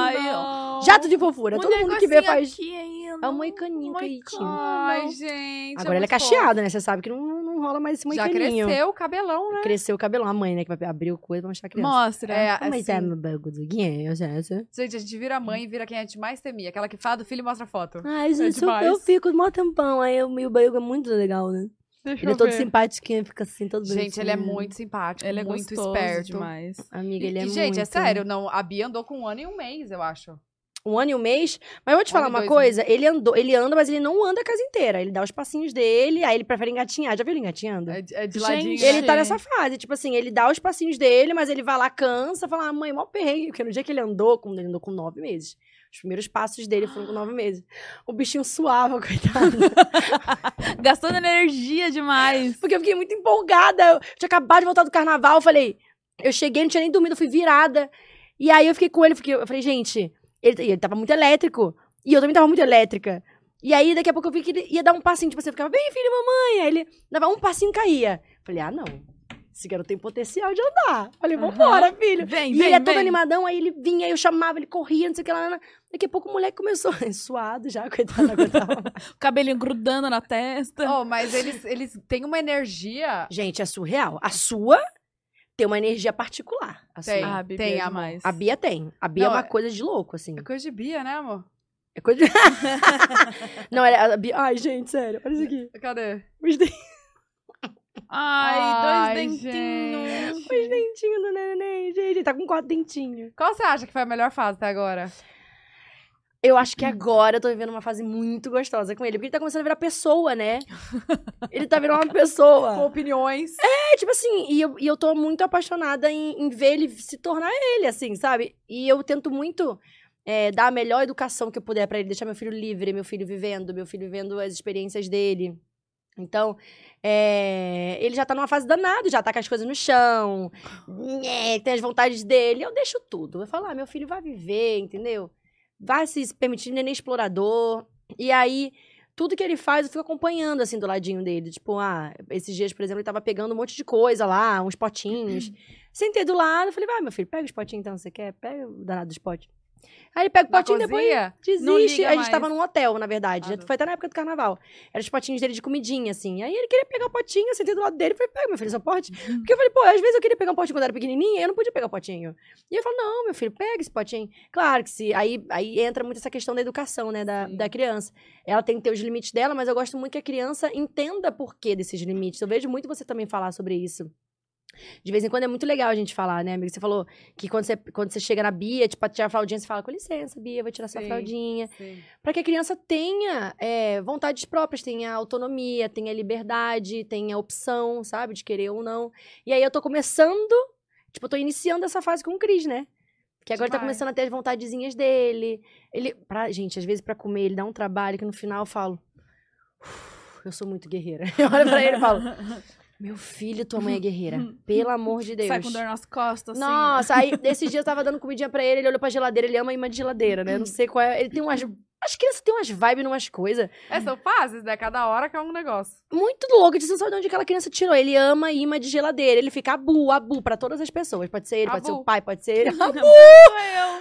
B: Ai,
C: Ah, beijinho.
B: ó.
C: Jato de fofura. Todo
B: Um
C: mundo que vê
B: negocinho
C: faz.
B: aqui ainda.
C: É um moicaninho,
B: Um
C: queridinho.
A: Ai, gente.
C: Agora ela é
A: muito fofo.
C: cacheada, né? Você sabe que não, não rola mais esse
A: Já
C: moicaninho.
A: cresceu o cabelão, né?
C: Cresceu o cabelão. A mãe, né, que vai abrir o cu e vai mostrar a criança.
B: Mostra.
A: É,
C: Ah, Mas
A: assim,
C: é meu bagulho, Jéssica.
A: Gente, a gente vira mãe e vira quem a gente mais temia. Aquela que fala do filho e mostra a foto.
C: Ai, gente, eu,
A: demais.
C: eu fico mó tempão. Aí o meu bagulho é muito legal, né?
B: Deixa
C: Ele é todo simpátiquinho, fica assim, todo
A: Gente,
C: bonitinho.
A: ele é muito simpático,
B: Ele é
A: muito
B: gostoso
A: esperto.
B: demais.
C: Amiga, ele é
A: e,
C: muito.
A: gente, é sério, não, a Bia andou com um ano e um mês, eu acho.
C: Um ano e um mês. Mas eu vou te
A: Um
C: falar
A: ano e
C: uma
A: dois
C: coisa. Ele, andou, ele anda, mas ele não anda a casa inteira. Ele dá os passinhos dele, aí ele prefere engatinhar. Já viu ele engatinhando?
A: É, de- é de
B: Gente,
A: ladinho.
C: Ele
A: né?
C: tá
B: Sim.
C: nessa fase, tipo assim, ele dá os passinhos dele, mas ele vai lá, cansa, fala, ah, mãe, mó perrengue, porque no dia que ele andou, quando ele andou com nove meses, os primeiros passos dele foram com nove meses. O bichinho suava, (laughs) coitado.
B: Gastando energia demais.
C: (laughs) porque eu fiquei muito empolgada. Eu tinha acabado de voltar do carnaval, eu falei, eu cheguei, não tinha nem dormido, eu fui virada. E aí eu fiquei com ele, porque eu eu falei, gente, ele, e ele tava muito elétrico. E eu também tava muito elétrica. E aí, daqui a pouco, eu vi que ele ia dar um passinho, tipo assim, eu ficava, vem, filho, mamãe. Aí ele dava um passinho e caía. Falei, ah, não. Esse garoto tem potencial de andar. Falei, vambora, filho.
B: Vem,
C: E
B: vem,
C: ele é
B: vem.
C: todo animadão, aí ele vinha, eu chamava, ele corria, não sei o que lá. lá, lá. Daqui a pouco o moleque começou (laughs) suado já, coitado, não aguentava.
B: Cabelinho grudando na testa.
A: Oh, mas eles, eles têm uma energia.
C: Gente, é surreal. A sua tem uma energia particular. A,
A: Tem.
C: sua.
B: Bibi
A: tem,
B: é
A: amor.
B: demais.
C: a Bia tem. A Bia
A: Não,
C: é uma
A: é-
C: coisa de louco, assim.
A: É coisa de Bia, né, amor?
C: É
A: (laughs)
C: coisa de... Não, era... a Bi- Ai, gente, sério. Olha isso aqui.
A: Cadê?
C: Os den-
B: Ai,
A: Ai,
B: dois dentinhos.
A: gente.
C: os dentinhos do neném, gente. Ele tá com quatro dentinhos.
A: Qual você acha que foi a melhor fase até agora?
C: Eu acho
A: Uhum.
C: que agora eu tô vivendo uma fase muito gostosa com ele. Porque ele tá começando a virar
A: (laughs)
C: pessoa, né? Ele tá virando uma
A: Com
C: pessoa.
A: opiniões.
C: É, tipo assim, e eu, e eu tô muito apaixonada em, em ver ele se tornar ele, assim, sabe? E eu tento muito é, dar a melhor educação que eu puder pra ele. Deixar meu filho livre, meu filho vivendo, meu filho vivendo as experiências dele. Então, é, ele já tá numa fase danada, já tá com as coisas no chão, né, tem as vontades dele. Eu deixo tudo. Eu falo, ah, meu filho vai viver, entendeu? Vai se permitir neném explorador. E aí, tudo que ele faz, eu fico acompanhando, assim, do ladinho dele. Tipo, ah, esses dias, por exemplo, ele tava pegando um monte de coisa lá, uns potinhos. Sentei do lado, falei, vai, meu filho, pega os potinhos então, você quer? Pega o danado dos potes. Aí ele pega o
A: Da
C: potinho, depois
A: cozinha?
C: Desiste.
A: Não liga
C: a gente
A: mais.
C: tava num hotel, na verdade.
A: Ah,
C: Já
A: tá.
C: foi até na época do carnaval. Eram os potinhos dele de comidinha, assim. Aí ele queria pegar o potinho, eu sentei do lado dele e falei, pega, meu filho, seu pote.
A: Uhum.
C: Porque eu falei, pô, às vezes eu queria pegar um potinho quando era pequenininha e eu não podia pegar o potinho. E ele falou, não, meu filho, pega esse potinho. Claro que se... Aí, aí entra muito essa questão da educação, né, da,
A: Sim.
C: da criança. Ela tem que ter os limites dela, mas eu gosto muito que a criança entenda por que desses limites. Eu vejo muito você também falar sobre isso. De vez em quando é muito legal a gente falar, né, amigo? Você falou que quando você, quando você chega na Bia, tipo, pra tirar a fraldinha, você fala, com licença, Bia, vou tirar sua
A: Sim.
C: fraldinha
A: Sim.
C: para que a criança tenha é, vontades próprias, tenha autonomia, tenha liberdade, tenha opção, sabe, de querer ou não. E aí eu tô começando, tipo, eu tô iniciando essa fase com o Cris, né? Que agora ele tá
A: Demais.
C: começando a ter as vontadezinhas dele. Ele, pra, gente, às vezes pra comer ele dá um trabalho que no final eu falo, "Uf, eu sou muito guerreira. (laughs) Eu olho pra ele e falo, meu filho, tua mãe é guerreira.
B: (laughs)
C: Pelo amor de Deus.
B: Sai com dor nas costas, assim.
C: Nossa, aí esses dias eu tava dando comidinha pra ele, ele olhou pra geladeira, ele ama imã de geladeira, né? Não sei qual é. Ele tem umas. As crianças têm umas vibes numas coisas.
A: É, são fases, né? Cada hora que é um negócio.
C: Muito louca, de você não sabe de onde aquela criança tirou. Ele ama imã de geladeira. Ele fica abu, abu pra todas as pessoas. Pode ser ele, pode ser
A: Abu.
C: o pai, pode ser ele. Caramba,
B: Sou eu.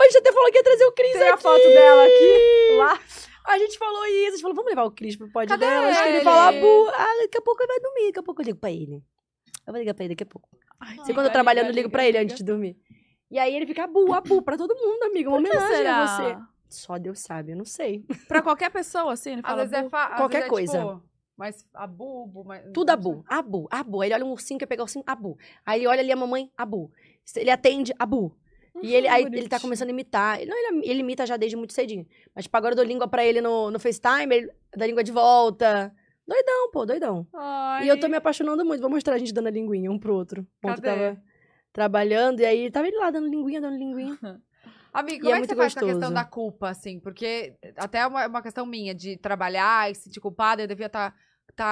C: a gente até falou que ia trazer o Cris
A: Tem a
C: aqui.
A: foto dela
C: aqui. Lá. A gente falou isso. A gente falou, vamos levar o Cris pro pod
A: Cadê
C: dela. Acho que
B: É,
C: ele
A: ele?
C: fala abu. Ah, daqui a pouco ele vai dormir, daqui a pouco eu ligo pra ele. Eu vou ligar pra ele daqui a pouco.
B: Ai,
C: Sempre quando eu tô trabalhando, eu ligo pra ele antes de dormir. E aí ele fica abu, abu pra todo mundo, amiga.
B: é
C: Uma homenagem
B: será?
C: a você. Só Deus sabe, eu não sei.
B: Pra qualquer pessoa, assim, ele
A: Às
B: fala...
A: vezes é
B: "Bu".
A: fa... às
C: qualquer
A: vezes é,
C: coisa.
A: Tipo, mas abubo, mas...
C: Tudo abu, abu, abu. Aí ele olha um ursinho, quer pegar o ursinho, abu. Aí ele olha ali a mamãe, abu. Ele atende, abu. E ele, aí ele tá
B: Bonitinho.
C: começando a imitar. Não, ele, ele imita já desde muito cedinho. Mas tipo, agora eu dou língua pra ele no, no FaceTime, ele dá língua de volta. Doidão, pô, doidão.
A: Ai.
C: E eu tô me apaixonando muito. Vou mostrar a gente dando a linguinha um pro outro. Ontem
A: Cadê?
C: tava trabalhando, e aí tava ele lá dando linguinha, dando linguinha.
A: Amigo,
C: E
A: como
C: é
A: é, que
C: muito
A: você faz com a questão
C: gostoso.
A: da culpa, assim? Porque até é uma, uma questão minha de trabalhar e se sentir culpada, eu devia estar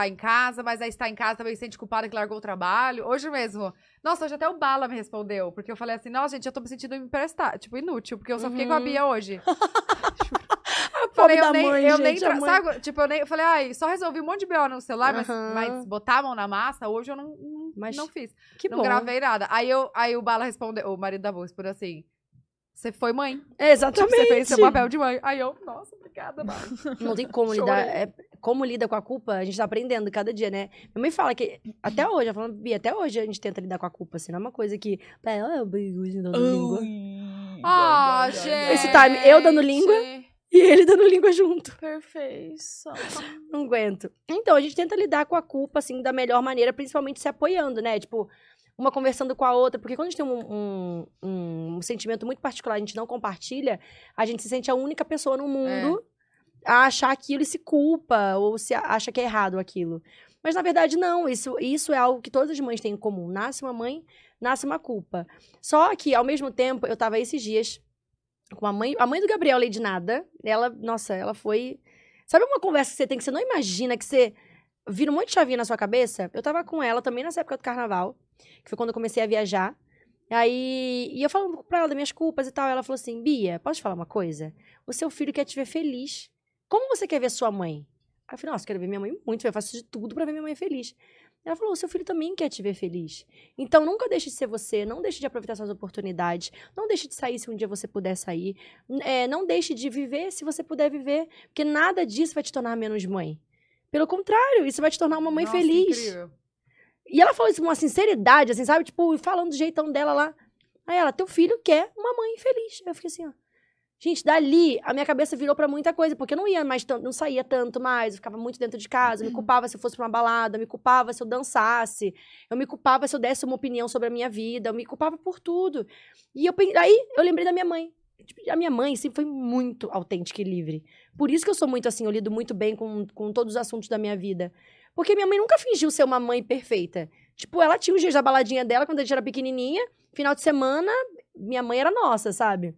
A: em casa, mas aí está em casa também se sente culpada que largou o trabalho. Hoje mesmo, nossa, hoje até o Bala me respondeu, porque eu falei assim, nossa, gente, eu tô me sentindo emprestar, tipo, inútil, porque eu só fiquei com a
C: Uhum.
A: Bia
C: (laughs)
A: hoje. (laughs)
C: pobre
A: eu
C: da
A: nem,
C: mãe,
A: eu
C: gente,
A: nem
C: a mãe-
A: sabe, tipo, eu nem, eu falei, ai, só resolvi um monte de BO no celular, mas,
C: Aham.
A: mas botar a mão na massa, hoje eu não, não,
C: Mas
A: não fiz.
C: Que
A: Ah, não
C: bom.
A: gravei nada. Aí, eu, aí o Bala respondeu, o marido da Bus, por assim, você foi mãe.
C: É,
A: Tipo,
C: Exatamente.
A: Você fez seu papel de mãe. Aí eu, nossa, obrigada,
C: (laughs)
A: Bárbara.
C: Não tem como lidar. é- como lida com a culpa, a gente tá aprendendo cada dia, né? Minha mãe fala que até hoje, ela fala, Bia, até hoje a gente tenta lidar com a culpa, assim, não é uma coisa que. "Pá, eu brigo assim, dando língua."
A: Ah, gente.
C: Esse tá time, eu dando língua. E ele dando língua junto.
B: Perfeição.
C: Não aguento. Então, a gente tenta lidar com a culpa, assim, da melhor maneira, principalmente se apoiando, né? Tipo, uma conversando com a outra, porque quando a gente tem um, um- um sentimento muito particular, a gente não compartilha, a gente se sente a única pessoa no mundo a achar aquilo e se culpa, ou se a- acha que é errado aquilo. Mas, na verdade, não. Isso, isso é algo que todas as mães têm em comum. Nasce uma mãe, nasce uma culpa. Só que, ao mesmo tempo, eu tava esses dias com a mãe, a mãe do Gabriel, Lady Nada, ela, nossa, ela foi... Sabe uma conversa que você tem que você não imagina, que você vira um monte de chavinha na sua cabeça? Eu tava com ela também nessa época do carnaval, que foi quando eu comecei a viajar. Aí, e eu falando um pra ela das minhas culpas e tal, ela falou assim, Bia, posso te falar uma coisa? O seu filho quer te ver feliz. Como você quer ver sua mãe? Aí eu falei, nossa, eu quero ver minha mãe muito, eu faço de tudo pra ver minha mãe feliz. Ela falou, o seu filho também quer te ver feliz. Então, nunca deixe de ser você, não deixe de aproveitar suas oportunidades, não deixe de sair se um dia você puder sair, n- é, não deixe de viver se você puder viver, porque nada disso vai te tornar menos mãe. Pelo contrário, isso vai te tornar uma mãe
A: Nossa,
C: feliz.
A: incrível.
C: E ela falou isso com uma sinceridade, assim, sabe? Tipo, falando do jeitão dela lá. Aí ela, teu filho quer uma mãe feliz. Aí eu fiquei assim, ó. Gente, dali a minha cabeça virou pra muita coisa, porque eu não ia mais tanto, não saía tanto mais, eu ficava muito dentro de casa, eu me culpava se eu fosse pra uma balada, eu me culpava se eu dançasse, eu me culpava se eu desse uma opinião sobre a minha vida, eu me culpava por tudo. E eu pen- aí eu lembrei da minha mãe. Tipo, A minha mãe sempre foi muito autêntica e livre. Por isso que eu sou muito assim, eu lido muito bem com, com todos os assuntos da minha vida. Porque minha mãe nunca fingiu ser uma mãe perfeita. Tipo, ela tinha os dias da baladinha dela quando a gente era pequenininha, final de semana, minha mãe era nossa, sabe?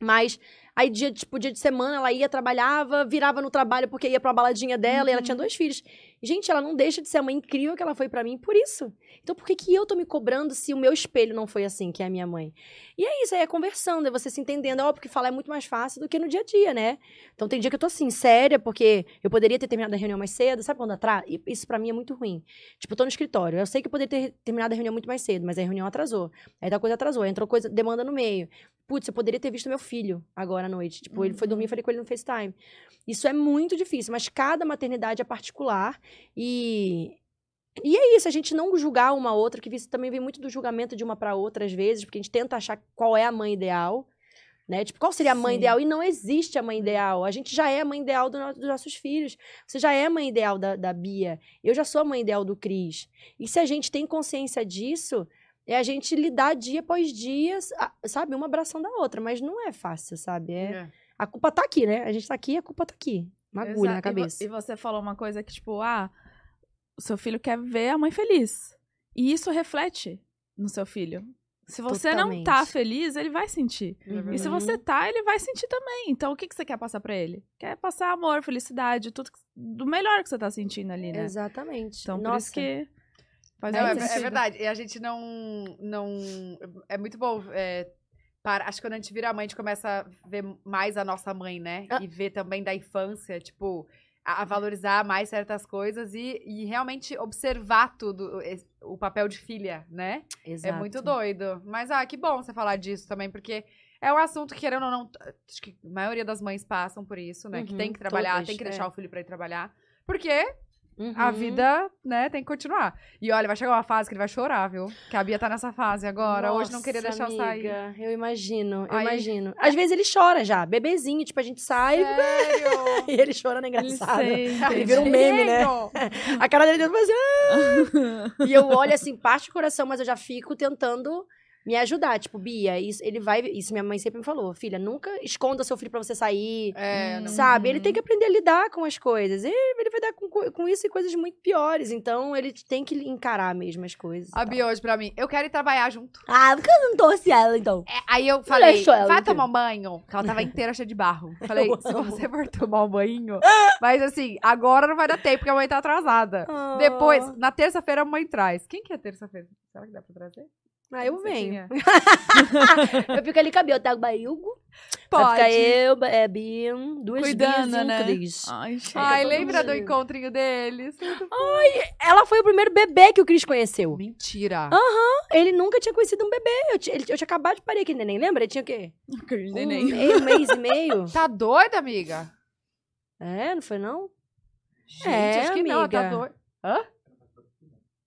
C: Mas aí, dia, tipo, dia de semana, ela ia, trabalhava, virava no trabalho porque ia pra baladinha dela e ela tinha dois filhos. Gente, ela não deixa de ser a mãe incrível que ela foi pra mim por isso. Então, por que, que eu tô me cobrando se o meu espelho não foi assim, que é a minha mãe? E é isso, aí é conversando, é você se entendendo. Ó, porque falar é muito mais fácil do que no dia a dia, né? Então, tem dia que eu tô assim, séria, porque eu poderia ter terminado a reunião mais cedo. Sabe quando atrasa? E Isso pra mim é muito ruim. Tipo, eu tô no escritório. Eu sei que eu poderia ter terminado a reunião muito mais cedo, mas a reunião atrasou. Aí tal coisa atrasou, aí entrou coisa, demanda no meio. Putz, eu poderia ter visto meu filho agora à noite. Tipo, ele foi dormir e falei com ele no FaceTime. Isso é muito difícil, mas cada maternidade é particular e. E é isso, a gente não julgar uma outra, que isso também vem muito do julgamento de uma pra outra às vezes, porque a gente tenta achar qual é a mãe ideal, né? Tipo, qual seria a mãe
A: Sim.
C: ideal? E não existe a mãe ideal. A gente já é a mãe ideal do no- dos nossos filhos. Você já é a mãe ideal da, da Bia. Eu já sou a mãe ideal do Cris. E se a gente tem consciência disso, é a gente lidar dia após dia, sa- sabe? Uma abraçando a outra. Mas não é fácil, sabe? É- A culpa tá aqui, né? A gente tá aqui, a culpa tá aqui. Uma
B: Exato.
C: agulha
B: E
C: na
B: vo-
C: cabeça.
B: E, você falou uma coisa que, tipo, ah, o seu filho quer ver a mãe feliz. E isso reflete no seu filho. Se você não tá
C: Totalmente.
B: feliz, ele vai sentir.
A: É
B: E se
C: Uhum.
B: você tá, ele vai sentir também. Então, o que, que você quer passar pra ele? Quer passar amor, felicidade, tudo que- do melhor que você tá sentindo ali, né?
C: Exatamente.
B: Então, por
C: Nossa.
B: isso que faz
A: Não, é,
B: muito
A: é
B: sentido. (laughs)
A: verdade. E a gente não. não é muito bom. é, para, acho que quando a gente vira mãe, a gente começa a ver mais a nossa mãe, né?
C: Ah.
A: E ver também da infância, tipo, a, a valorizar mais certas coisas e, e realmente observar tudo, es- o papel de filha, né?
C: Exato.
A: É muito doido. Mas, ah, que bom você falar disso também, porque é um assunto que, querendo ou não, t- acho que a maioria das mães passam por isso, né? que
C: Uhum,
A: tem que trabalhar,
C: todas,
A: tem que
C: é.
A: deixar o filho pra ir trabalhar. Porque
C: Uhum.
A: a vida, né, tem que continuar. E olha, vai chegar uma fase que ele vai chorar, viu? Que a Bia tá nessa fase agora. Hoje não queria
C: Nossa,
A: deixar eu sair.
C: amiga, Eu imagino, eu
A: Aí-
C: imagino. Às vezes ele chora já, bebezinho, tipo, a gente sai
A: É. Sério?
C: (laughs) e ele chorando, é engraçado.
B: Ele
C: (laughs) Ele vira um meme, né?
A: Tadinho!
C: A cara dele faz assim,
A: (laughs)
C: "Ah!" E eu olho assim, parte o coração, mas eu já fico tentando me ajudar. Tipo, Bia, isso, ele vai. Isso minha mãe sempre me falou. Filha, nunca esconda seu filho pra você sair.
A: É, não...
C: Sabe? Ele tem que aprender a lidar com as coisas. E ele vai dar com, co- com isso e coisas muito piores. Então, ele tem que encarar mesmo as coisas. e
A: A
C: tal.
A: Bia hoje pra mim, eu quero ir trabalhar junto.
C: Ah, por que eu não torce ela, então?
A: É, aí eu falei,
C: deixo ela,
A: vai
C: então.
A: tomar um banho. Porque ela tava inteira cheia de
C: (laughs)
A: barro. Falei,
C: Eu
A: se
C: amo.
A: você for tomar um banho... Mas assim, agora não vai dar tempo, porque a mãe tá atrasada.
C: Ah.
A: Depois, na terça-feira, a mãe traz. Quem que é terça-feira? Será que dá pra trazer?
C: Ah, eu
A: Não sei quem
C: venho.
A: é.
C: (laughs) Eu fico ali com a Bia, eu trago baiugo. Vai
A: Pode.
C: ficar eu, ba- é, Bia, duas
B: Cuidando,
C: Bias e um
B: né?
C: Cris.
B: Ai, chega,
A: Ai,
B: todo
A: lembra
B: mundo.
A: do encontrinho deles?
C: Hum. Ela foi o primeiro bebê que o Cris conheceu.
A: Mentira.
C: Ele nunca tinha conhecido um bebê. Eu, ti- ele- eu tinha acabado de parir aquele neném, lembra? Ele tinha o quê?
B: Aquele
C: Um,
B: neném.
C: meio, um mês e meio?
A: Tá doida, amiga?
C: É, não foi não?
A: Gente, acho que não. ela Tá
C: É, amiga.
A: doida. Hã?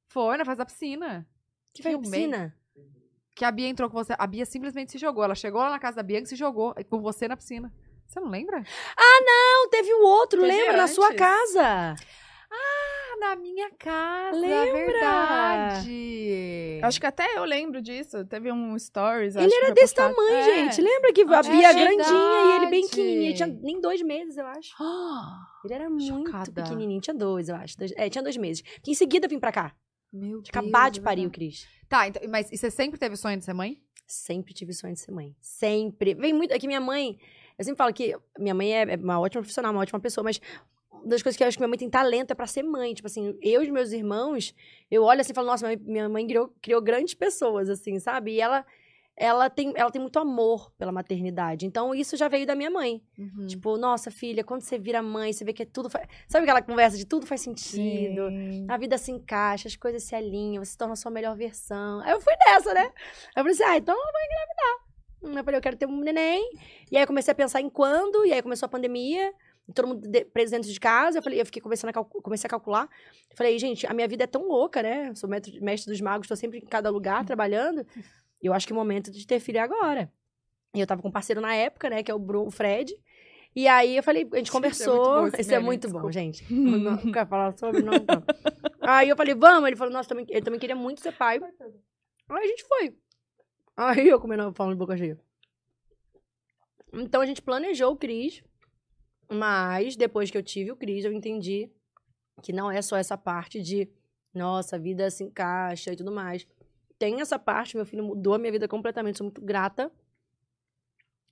A: Foi, na fase da piscina.
C: Que foi a
A: Filmei.
C: piscina?
A: Que a Bia entrou com você. A Bia simplesmente se jogou. Ela chegou lá na casa da Bianca e se jogou com você na piscina. Você não lembra?
C: Não, teve o outro,
B: Teve
C: lembra? Na sua
B: antes.
C: casa.
A: Ah, na minha casa. é
C: Lembra?
A: Verdade.
B: Acho que até eu lembro disso. Teve um stories.
C: ele era desse tamanho,
B: É.
C: gente. Lembra que a
A: É
C: Bia grandinha e ele
A: verdade.
C: bem pequenininho. Ele tinha nem dois meses, eu acho.
B: (gasps)
A: Ah,
C: Ele era muito
A: Chocada.
C: pequenininho. Tinha dois, eu acho. Dois- é, tinha dois meses. Porque em seguida eu vim pra cá.
A: Meu Deus.
C: Tinha acabado de
A: é
C: parir o
A: verdade.
C: Cris.
A: Tá, então, mas e você sempre teve sonho de ser mãe?
C: Sempre tive sonho de ser mãe. Sempre. Vem muito. É que minha mãe. Eu sempre falo que minha mãe é é uma ótima profissional, uma ótima pessoa, mas uma das coisas que eu acho que minha mãe tem talento é pra ser mãe. Tipo assim, eu e os meus irmãos, eu olho assim e falo, nossa, minha- minha mãe criou, criou grandes pessoas, assim, sabe? E ela, ela, tem, ela tem muito amor pela maternidade. Então, isso já veio da minha mãe.
A: Hum. Uhum.
C: Tipo, nossa, filha, quando você vira mãe, você vê que é tudo faz. Sabe aquela conversa de tudo faz sentido? (laughs)
B: Sim.
C: A vida se encaixa, as coisas se alinham, você se torna a sua melhor versão. Aí eu fui nessa, né? Aí eu falei assim, ah, então ela vai engravidar. Eu falei, eu quero ter um neném. E aí eu comecei a pensar em quando, e aí começou a pandemia, e todo mundo de- preso dentro de casa. Eu falei, eu fiquei começando a calcu- comecei a calcular. Eu falei, gente, a minha vida é tão louca, né? Eu sou metro- mestre dos magos, estou sempre em cada lugar trabalhando. Eu acho que o momento de ter filho é agora. E eu tava com um parceiro na época, né? Que é o, Bru- o Fred. E aí eu falei, a gente
A: Gente, é
C: conversou.
A: muito bom esse
C: (laughs) Isso é
A: meme,
C: muito bom,
A: desculpa.
C: gente. Não, não quero falar sobre, não. não. aí eu falei, vamos. Ele falou, nossa, também, ele também queria muito ser pai. Aí a gente foi. Aí eu comendo falando de boca cheia. Então a gente planejou o Cris. Mas depois que eu tive o Cris, eu entendi que não é só essa parte de nossa, a vida se encaixa e tudo mais. Tem essa parte, meu filho mudou a minha vida completamente. Sou muito grata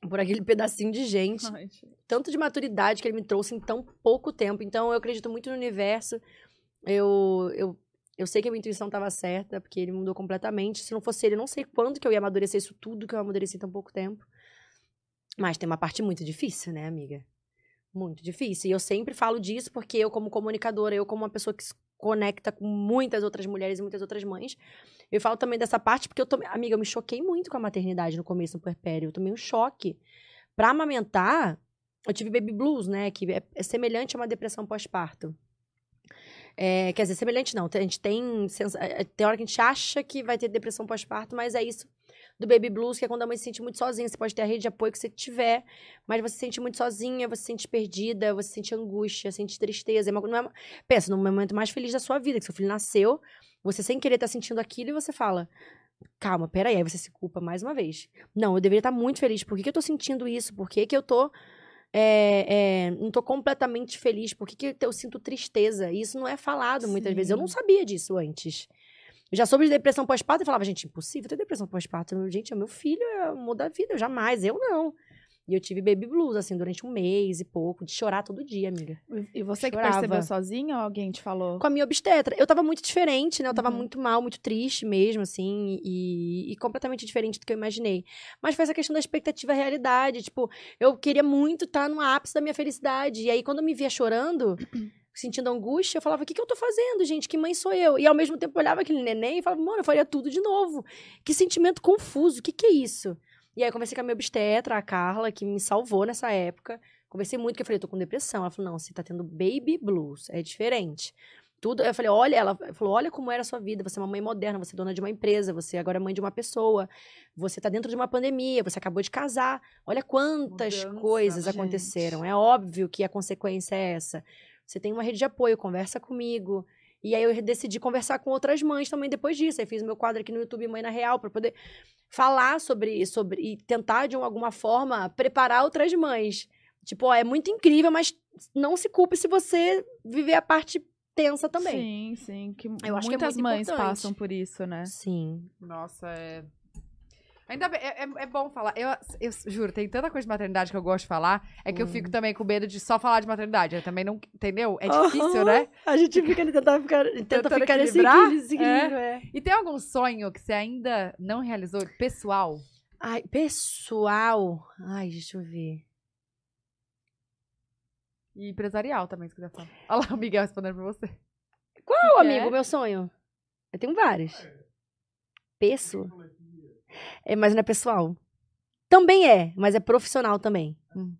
C: por aquele pedacinho de gente
B: Ai, gente.
C: tanto de maturidade que ele me trouxe em tão pouco tempo. Então, eu acredito muito no universo. Eu, eu, eu sei que a minha intuição estava certa, porque ele mudou completamente. Se não fosse ele, eu não sei quando que eu ia amadurecer isso tudo que eu amadureci em tão pouco tempo. Mas tem uma parte muito difícil, né, amiga? Muito difícil. E eu sempre falo disso porque eu, como comunicadora, eu, como uma pessoa que se conecta com muitas outras mulheres e muitas outras mães, eu falo também dessa parte porque eu tomei. Amiga, eu me choquei muito com a maternidade no começo, no puerpério. Eu tomei um choque. Pra amamentar, eu tive baby blues, né? Que é, é semelhante a uma depressão pós-parto. É, quer dizer, semelhante não. A gente tem. sensa- é, Tem hora que a gente acha que vai ter depressão pós-parto, mas é isso do baby blues, que é quando a mãe se sente muito sozinha. Você pode ter a rede de apoio que você tiver, mas você se sente muito sozinha, você se sente perdida, você sente angústia, sente tristeza. É uma- não é uma- pensa, no momento mais feliz da sua vida, que seu filho nasceu, você sem querer tá sentindo aquilo e você fala. Calma, peraí, aí você se culpa mais uma vez. Não, eu deveria estar muito feliz. Por que, que eu tô sentindo isso? Por que, que eu tô é, é, não tô completamente feliz, por que, que eu sinto tristeza? E isso não é falado muitas
B: Sim.
C: vezes. Eu não sabia disso antes. Eu já soube de depressão pós-parto e falava, gente, impossível ter depressão pós-parto. Eu, Gente, é meu filho, é, muda a vida, eu jamais, eu não. E eu tive baby blues, assim, durante um mês e pouco, de chorar todo dia, amiga.
B: E você que
C: Chorava.
B: percebeu sozinha ou alguém te falou?
C: Com a minha obstetra, eu tava muito diferente, né? Eu tava
B: Uhum.
C: muito mal, muito triste mesmo, assim, e, e completamente diferente do que eu imaginei. Mas foi essa questão da expectativa e realidade. Tipo, eu queria muito estar no ápice da minha felicidade. E aí, quando eu me via chorando, (clears throat) sentindo angústia, eu falava: o que, que eu tô fazendo, gente? Que mãe sou eu? E ao mesmo tempo, eu olhava aquele neném e falava: mano, eu faria tudo de novo. Que sentimento confuso, o que, que é isso? E aí, eu conversei com a minha obstetra, a Carla, que me salvou nessa época. Conversei muito, que eu falei, tô com depressão. Ela falou, não, você tá tendo baby blues, é diferente tudo. Eu falei, olha, ela falou, olha como era a sua vida. Você é uma mãe moderna, você é dona de uma empresa, você agora é mãe de uma pessoa, você tá dentro de uma pandemia, você acabou de casar. Olha quantas
A: Mudança,
C: coisas
A: gente.
C: aconteceram. É óbvio que a consequência é essa. Você tem uma rede de apoio, conversa comigo. E aí eu decidi conversar com outras mães também depois disso. Aí fiz meu quadro aqui no YouTube Mãe na Real para poder falar sobre sobre e tentar de alguma forma preparar outras mães. Tipo, ó, é muito incrível, mas não se culpe se você viver a parte tensa também.
B: Sim, sim. Que
C: Eu acho que é
B: muitas
C: muito
B: mães
C: importante.
B: passam por isso, né?
C: Sim.
A: Nossa, é. Ainda bem, é, é- é bom falar. Eu, eu juro, tem tanta coisa de maternidade que eu gosto de falar, é que eu
C: Hum.
A: fico também com medo de só falar de maternidade. Eu também não. Entendeu? É
C: Aham.
A: difícil, (laughs) né?
C: A gente fica ali, tenta ficar, tenta
A: Tentando
C: ficar nesse
A: equilibrar,
C: equilíbrio. esse equilíbrio, é.
A: E tem algum sonho que você ainda não realizou, pessoal?
C: Ai, pessoal. Ai, deixa eu ver.
A: E empresarial também, se quiser falar. Olha lá o Miguel respondendo pra você.
C: Qual,
A: que
C: amigo,
A: é?
C: meu sonho? Eu tenho vários. Pesso? É, mas não é pessoal. Também é, mas é profissional também.
A: Hum.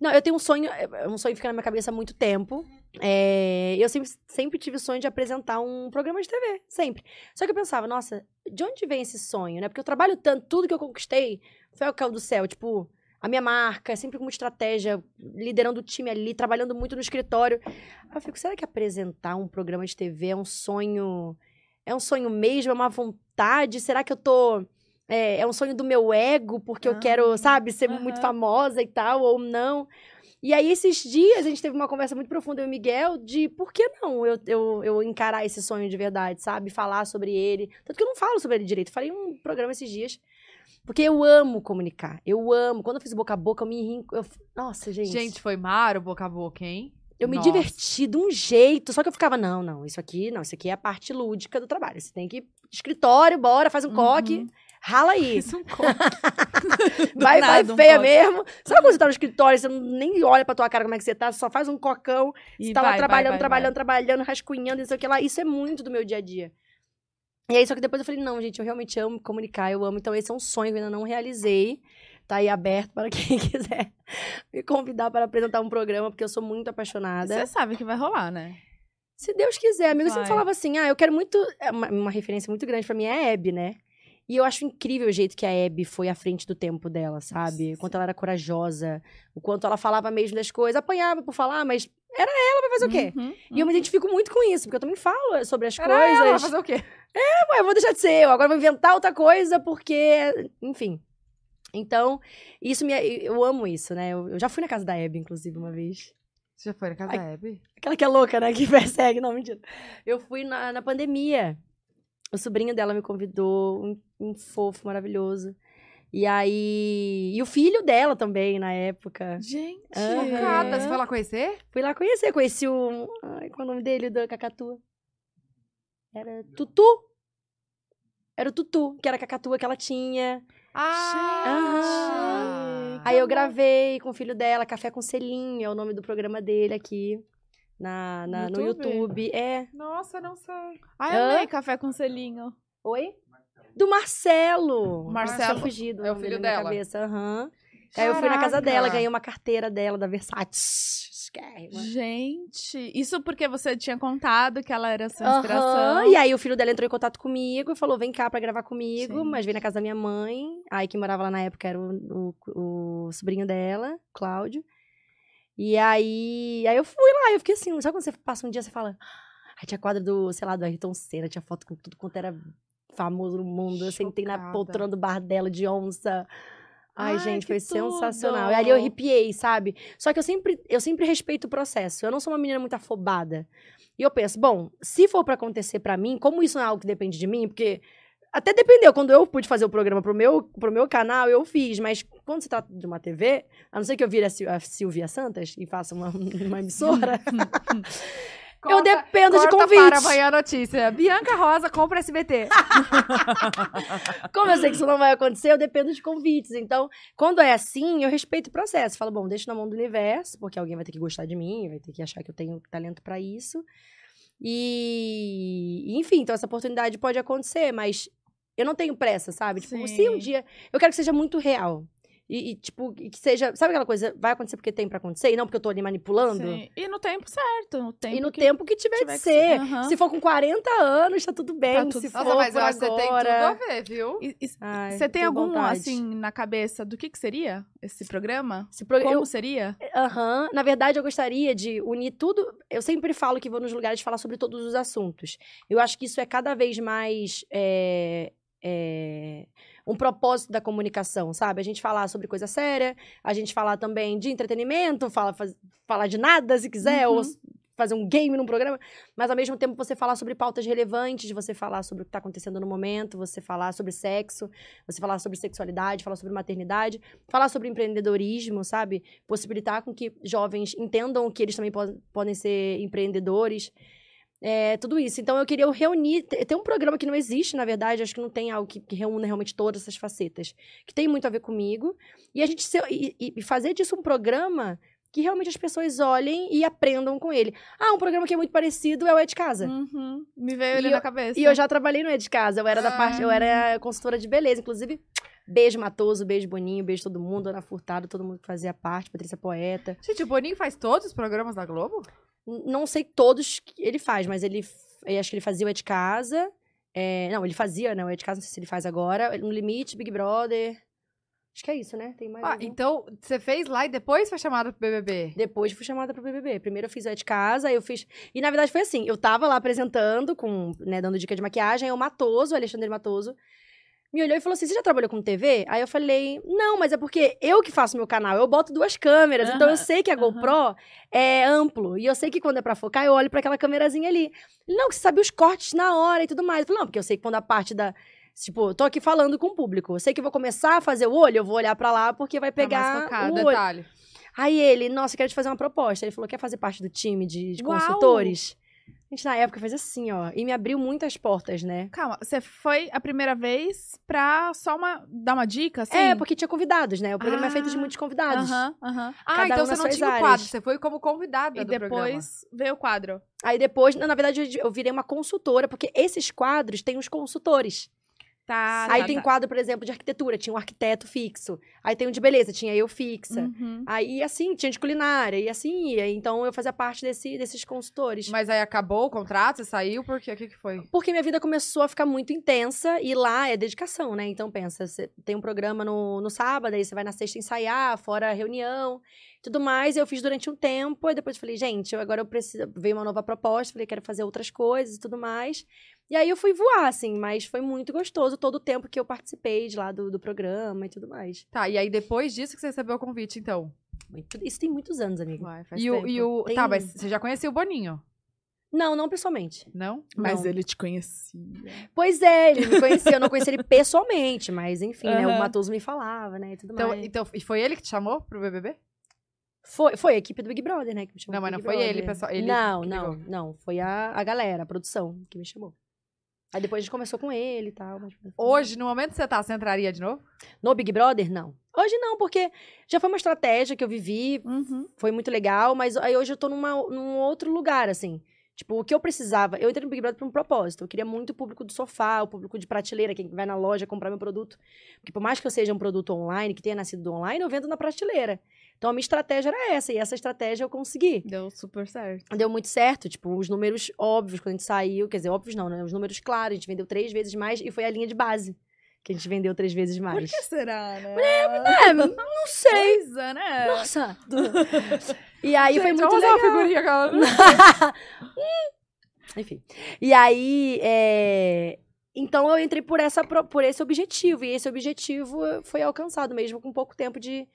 C: Não, eu tenho um sonho, é um sonho que fica na minha cabeça há muito tempo. É, eu sempre, sempre tive o sonho de apresentar um programa de TV, sempre. Só que eu pensava, nossa, de onde vem esse sonho, né? Porque eu trabalho tanto, tudo que eu conquistei foi o céu do céu, tipo, a minha marca, sempre com uma estratégia, liderando o time ali, trabalhando muito no escritório. Aí eu fico, será que apresentar um programa de TV é um sonho? É um sonho mesmo? É uma vontade? Será que eu tô. É, é um sonho do meu ego, porque eu
B: Ah,
C: quero, sabe, ser muito
B: aham.
C: famosa e tal, ou não? E aí, esses dias, a gente teve uma conversa muito profunda, eu e o Miguel, de por que não eu, eu, eu encarar esse sonho de verdade, sabe? Falar sobre ele. Tanto que eu não falo sobre ele direito. Falei em um programa esses dias. Porque eu amo comunicar. Eu amo. Quando eu fiz o boca a boca, eu me ri. eu f- Nossa, gente.
A: Gente, foi maro boca a boca, hein?
C: eu me
A: Nossa.
C: diverti de um jeito. Só que eu ficava, não, não, isso aqui, não, isso aqui é a parte lúdica do trabalho. Você tem que ir pro escritório, bora, faz um
B: Uhum.
C: coque. Rala aí.
A: Isso é um copo.
B: Do
C: (laughs) vai, vai
B: nada, um
C: feia
B: coque.
C: mesmo. Sabe quando você tá no escritório, você não- nem olha pra tua cara como é que você tá, só faz um cocão. Você
B: E
C: tá lá
B: vai, vai,
C: trabalhando,
B: vai,
C: trabalhando, trabalhando, rascunhando, não sei o que lá. Isso é muito do meu dia a dia. E aí, só que depois eu falei, não, gente, eu realmente amo comunicar, eu amo. Então, esse é um sonho que eu ainda não realizei. Tá aí aberto para quem (laughs) quiser me convidar para apresentar um programa, porque eu sou muito
B: vai.
C: apaixonada.
B: Você sabe que vai rolar, né?
C: Se Deus quiser, amigo,
B: Vai.
C: eu sempre falava assim, ah, eu quero muito... é Uma, uma referência muito grande pra mim é a Hebe, né? E eu acho incrível o jeito que a Abby foi à frente do tempo dela, sabe? O quanto ela era corajosa, o quanto ela falava mesmo das coisas, apanhava por falar, mas era ela, vai fazer o quê?
B: Uhum,
C: E eu me identifico muito com isso, porque eu também falo é, sobre as
A: Era
C: coisas.
A: ela, vai fazer o quê?
C: Ué, eu vou deixar de ser eu, agora vou inventar outra coisa, porque. Enfim. Então, isso me. Eu amo isso, né? Eu, eu já fui na casa da Abby, inclusive, uma vez.
A: Você já foi na casa da Abby?
C: Aquela que é louca, né? (laughs) Que persegue. Não, mentira. Eu fui na, na pandemia. O sobrinho dela me convidou, um, um fofo maravilhoso. E aí. E o filho dela também, na época.
B: Gente.
A: Chocada. Você foi lá conhecer?
C: Fui lá conhecer, conheci o. Ai, qual é o nome dele? Da Cacatua. Era Tutu. Era o Tutu, que era a Cacatua que ela tinha.
A: Ah!
C: Aí eu gravei com o filho dela, Café com Selinho, é o nome do programa dele aqui. Na, na- no
B: YouTube?
C: YouTube. É.
A: Nossa, não sei.
B: Ai, amei café com selinho.
C: Oi? Do Marcelo.
A: Marcelo.
C: Fugido.
A: É o
C: nome
A: filho
C: dele na minha
A: dela.
C: Cabeça. aham. Aí eu fui na casa
A: Caraca.
C: dela, ganhei uma carteira dela, da Versace. Esquérrima.
B: Gente, isso porque você tinha contado que ela era sua é inspiração.
C: Aham, E aí o filho dela entrou em contato comigo e falou: vem cá pra gravar comigo,
B: Gente.
C: mas vem na casa da minha mãe. Aí quem morava lá na época era o, o- o sobrinho dela, Cláudio. E aí, aí eu fui lá, eu fiquei assim, sabe quando você passa um dia você fala. "Ah", Aí tinha quadro do, sei lá, do Ayrton Senna, tinha foto com tudo quanto era famoso no mundo. Eu sentei na
A: Chocada.
C: poltrona do bar dela de onça. Ai,
B: Ai,
C: gente,
B: que
C: foi
B: tudo!
C: sensacional. E ali eu arrepiei, sabe? Só que eu sempre, eu sempre respeito o processo. Eu não sou uma menina muito afobada. E eu penso, bom, se for pra acontecer pra mim, como isso não é algo que depende de mim, porque até dependeu. Quando eu pude fazer o programa pro meu, pro meu canal, eu fiz. Mas quando se trata de uma TV, a não ser que eu vire a, Sil- a Silvia Santos e faça uma, (laughs) uma emissora, eu
A: Corta-
C: dependo de
A: corta Para
C: convite.
A: amanhã a notícia. Bianca Rosa compra
C: (laughs)
A: SBT.
C: Como eu sei que isso não vai acontecer, eu dependo de convites. Então, quando é assim, eu respeito o processo. Falo, bom, deixa na mão do universo, porque alguém vai ter que gostar de mim, vai ter que achar que eu tenho talento pra isso. E, enfim, então essa oportunidade pode acontecer, mas eu não tenho pressa, sabe? Tipo, se um
B: Sim.
C: dia. Eu quero que seja muito real. E, e, tipo, que seja. Sabe aquela coisa? Vai acontecer porque tem pra acontecer e não porque eu tô ali manipulando?
B: Sim. E no tempo certo. No tempo
C: E no
B: que
C: tempo que tiver,
B: tiver
C: de
B: que
C: ser.
B: Aham.
C: Se for com 40 anos, tá tudo bem.
B: Tá tudo
C: Se for
B: certo.
A: Nossa, mas
C: por
A: eu acho que você tem tudo
C: agora-
A: a ver, viu?
B: E- e-
C: Ai,
B: Você tem
C: tenho
B: algum,
C: vontade.
B: assim, na cabeça do que, que seria esse programa?
C: Esse pro-
B: Como
C: eu-
B: seria?
C: Aham. Na verdade, eu gostaria de unir tudo. Eu sempre falo que vou nos lugares falar sobre todos os assuntos. Eu acho que isso é cada vez mais. é, é, um propósito da comunicação, sabe? A gente falar sobre coisa séria, a gente falar também de entretenimento, fala, faz- falar de nada se quiser, ou
B: Uhum.
C: s- fazer um game num programa, mas ao mesmo tempo você falar sobre pautas relevantes, você falar sobre o que está acontecendo no momento, você falar sobre sexo, você falar sobre sexualidade, falar sobre maternidade, falar sobre empreendedorismo, sabe? possibilitar com que jovens entendam que eles também po- podem ser empreendedores. É, tudo isso. Então, eu queria reunir. te- Tem um programa que não existe, na verdade, acho que não tem algo que, que reúna realmente todas essas facetas, que tem muito a ver comigo. E a gente ser- e- e- e fazer disso um programa que realmente as pessoas olhem e aprendam com ele. Ah, um programa que é muito parecido é o É de Casa.
B: Uhum. Me veio ele
C: E
B: na cabeça.
C: E eu já trabalhei no É de Casa, eu era da
A: Ah.
C: parte, eu era consultora de beleza, inclusive. Beijo Matoso, beijo Boninho, beijo todo mundo, Ana Furtado, todo mundo que fazia parte, Patrícia Poeta.
A: Gente, o Boninho faz todos os programas da Globo?
C: N- não sei todos que ele faz, mas ele f- eu acho que ele fazia o É de Casa. É, não, ele fazia, né? O É de Casa, não sei se ele faz agora. No Limite, Big Brother. Acho que é isso, né? Tem mais.
A: Ah,
C: algum?
A: então você fez lá e depois foi chamado pro BBB.
C: Depois fui chamada pro BBB. Primeiro eu fiz o É de Casa, aí eu fiz. E na verdade foi assim: eu tava lá apresentando, com, né, dando dica de maquiagem, aí o Matoso, o Alexandre Matoso, me olhou e falou assim: Você já trabalhou com TV? Aí eu falei: Não, mas é porque eu que faço meu canal, eu boto duas câmeras, então eu
B: Aham,
C: sei que a
B: aham.
C: GoPro é amplo. E eu sei que quando é pra focar, eu olho pra aquela câmerazinha ali. Ele, Não, que você sabe os cortes na hora e tudo mais. Eu falei: Não, porque eu sei que quando a parte da. Tipo, eu tô aqui falando com o público. Eu sei que eu vou começar a fazer o olho, eu vou olhar pra lá porque vai
A: tá mais
C: pegar
A: focado,
C: o olho.
A: detalhe.
C: Aí ele, nossa, eu quero te fazer uma proposta. Ele falou, quer fazer parte do time de, de
B: Uau!
C: consultores? A gente, na época, fez assim, ó. E me abriu muitas portas, né?
B: Calma, você foi a primeira vez pra só uma... dar uma dica, assim?
C: É, porque tinha convidados, né? O programa é
B: Ah,
C: feito de muitos convidados.
B: Aham, aham.
A: Ah,
C: Cada
A: então
C: um
A: você
C: nas
A: não
C: suas
A: tinha o
C: áreas.
A: quadro, você foi como convidada
B: E
A: do programa.
B: depois veio o quadro.
C: Aí depois, na na verdade, eu- eu virei uma consultora, porque esses quadros têm os consultores.
B: Tá,
C: aí
B: tá,
C: tem
B: tá.
C: quadro, por exemplo, de arquitetura, tinha um arquiteto fixo. Aí tem um de beleza, tinha eu fixa.
B: Uhum.
C: Aí, assim, tinha de culinária, e assim ia. Então, eu fazia parte desse, desses consultores.
A: Mas aí acabou o contrato, você saiu, por quê? O que, que foi?
C: Porque minha vida começou a ficar muito intensa e lá é dedicação, né? Então pensa, você tem um programa no, no sábado, aí você vai na sexta ensaiar, fora a reunião, tudo mais. Eu fiz durante um tempo, e depois eu falei, gente, eu- agora eu preciso. Veio uma nova proposta, falei, quero fazer outras coisas e tudo mais. E aí eu fui voar, assim, mas foi muito gostoso todo o tempo que eu participei de lá do, do programa e tudo mais.
A: Tá, e aí depois disso que você recebeu o convite, então.
C: Muito- isso tem muitos anos, amiga.
B: Vai, faz
A: E o, e
B: tempo.
A: o-
C: Tem-
A: Tá, mas você já conhecia o Boninho,
C: Não, não pessoalmente.
A: não?
B: Mas
C: não.
B: ele te conhecia.
C: Pois é, ele me conhecia. eu não conhecia ele pessoalmente, mas enfim, né?
B: Aham.
C: O Matoso me falava, né? E tudo
A: Então,
C: mais.
A: então, e foi ele que te chamou pro BBB?
C: Foi, foi a equipe do Big Brother, né? Que me
A: Não,
C: chamou pro
A: mas não
C: Big
A: foi
C: Brother.
A: ele, pessoal- ele
C: não,
A: que
C: não, não. Foi a, a galera, a produção, que me chamou. Aí depois a gente conversou com ele e tal. mas-
A: Hoje, no momento que você tá, você entraria de novo?
C: No Big Brother, não. Hoje não, porque já foi uma estratégia que eu vivi,
B: Uhum.
C: foi muito legal, mas aí hoje eu tô numa, num outro lugar, assim. Tipo, o que eu precisava. Eu entrei no Big Brother por um propósito. Eu queria muito o público do sofá, o público de prateleira, quem vai na loja comprar meu produto. Porque por mais que eu seja um produto online, que tenha nascido do online, eu vendo na prateleira. Então a minha estratégia era essa, e essa estratégia eu consegui.
B: Deu super certo.
C: deu muito certo, tipo, os números óbvios quando a gente saiu, quer dizer, óbvios não, né? Os números claros, a gente vendeu três vezes mais e foi a linha de base que a gente vendeu três vezes mais.
B: será, né?
C: É, não sei.
B: Coisa, né?
C: (laughs) Nossa! E aí foi
A: Gente,
C: muito
A: vamos fazer
C: legal.
A: uma figurinha,
B: (laughs)
A: cara.
C: Enfim. E aí, é, então eu entrei por, essa, pro- por esse objetivo. E esse objetivo eh, foi alcançado mesmo com pouco tempo de,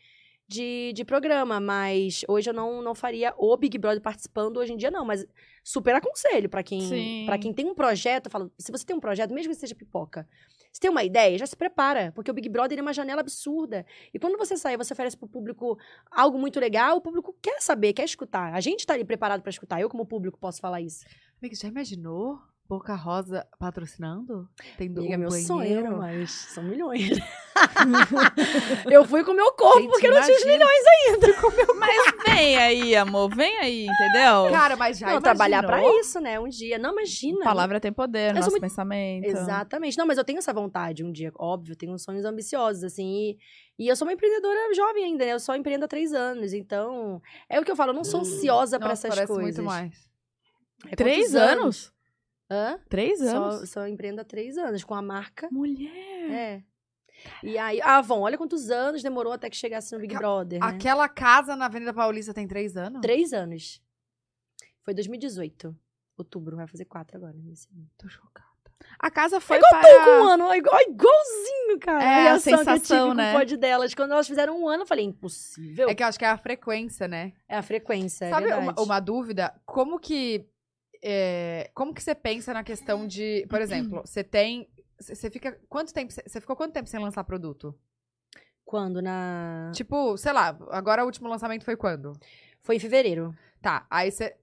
C: de, de programa. Mas hoje eu não, não faria o Big Brother participando hoje em dia, não. Mas super aconselho pra
B: Sim.
C: quem, pra quem tem um projeto. Eu falo, se você tem um projeto, mesmo que seja pipoca, se tem uma ideia, já se prepara. Porque o Big Brother ele é uma janela absurda. E quando você sai, você oferece pro público algo muito legal, o público quer saber, quer escutar. A gente tá ali preparado pra escutar. Eu, como público, posso falar isso.
A: Amiga, já imaginou Boca Rosa patrocinando? Tendo
C: Amiga,
A: um
C: meu
A: banheiro?
C: sonho, mas são milhões. (laughs) eu fui com o meu corpo,
A: Gente,
C: porque eu não tinha os
A: imagina.
C: milhões
B: Mas vem aí, amor, vem aí, entendeu?
A: Cara, mas já
C: ainda. Não,
A: imaginou?
C: trabalhar pra isso, né? Um dia. Não, imagina.
B: Palavra então. tem poder,
C: sou
B: nosso
C: muito-
B: pensamento.
C: Exatamente. Não, mas eu tenho essa vontade um dia, óbvio, tenho sonhos ambiciosos, assim. E, e eu sou uma empreendedora jovem ainda, né? Eu só empreendo há três anos. Então, é o que eu falo, eu não sou ansiosa pra
A: Nossa,
C: essas
A: parece
C: coisas.
A: muito mais.
C: É,
B: Três
C: quantos
B: anos?
C: Hã?
B: Três
C: Só,
B: anos?
C: só empreendo há três anos com a marca.
B: Mulher!
C: É. E aí, a Avon, olha quantos anos demorou até que chegasse no Big
A: Ca-
C: Brother. né?
A: Aquela casa na Avenida Paulista tem três anos?
C: Três anos. Foi 2018. Outubro, vai fazer quatro agora. Nesse ano.
A: Tô chocada.
B: A
C: É
B: casa foi para...
C: Com um ano, ó, igual, igualzinho, cara.
B: É, a
C: reação que eu
B: sensação,
C: tive
B: né?
C: com o pod delas. Quando elas fizeram um ano, eu falei, impossível.
A: É
C: É,
A: que eu acho que é a frequência, né?
C: a frequência, é
A: Sabe uma,
C: verdade.
A: uma dúvida? Como que. é, como que você pensa na questão de. Por exemplo, você tem. Você você fica. Quanto tempo. Você você ficou quanto tempo sem lançar produto?
C: Quando? Na...
A: Tipo, sei lá, agora o último lançamento foi quando?
C: Foi em fevereiro.
A: Tá, aí você.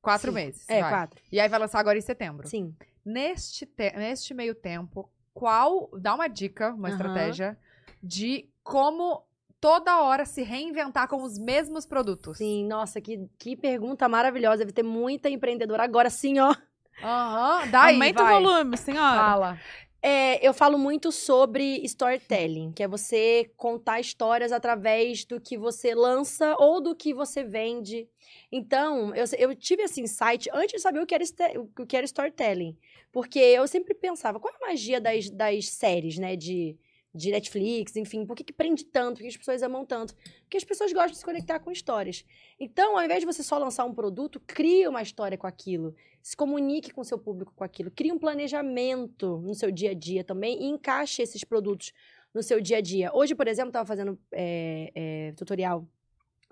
A: Quatro
C: Sim.
A: meses.
C: É,
A: vai.
C: quatro.
A: E aí vai lançar agora em setembro.
C: Sim.
A: Neste, te- neste meio tempo, qual. Dá uma dica, uma
C: Aham.
A: estratégia de como toda hora se reinventar com os mesmos produtos.
C: Sim, nossa, que, que pergunta maravilhosa. Deve ter muita empreendedora. Agora sim, ó.
A: Aham, dá aí.
B: Aumenta
A: vai.
B: o volume, senhora.
A: Fala.
C: É, eu falo muito sobre storytelling, que é você contar histórias através do que você lança ou do que você vende. Então, eu, se- eu tive esse insight antes de saber o que era, este- o que era storytelling. Porque eu sempre pensava, qual é a magia das, das séries, né? De, de Netflix, enfim, por que, que prende tanto? Por que as pessoas amam tanto? Porque as pessoas gostam de se conectar com histórias. Então, ao invés de você só lançar um produto, crie uma história com aquilo se comunique com seu público com aquilo, crie um planejamento no seu dia a dia também e encaixe esses produtos no seu dia a dia. Hoje, por exemplo, estava fazendo é, é, tutorial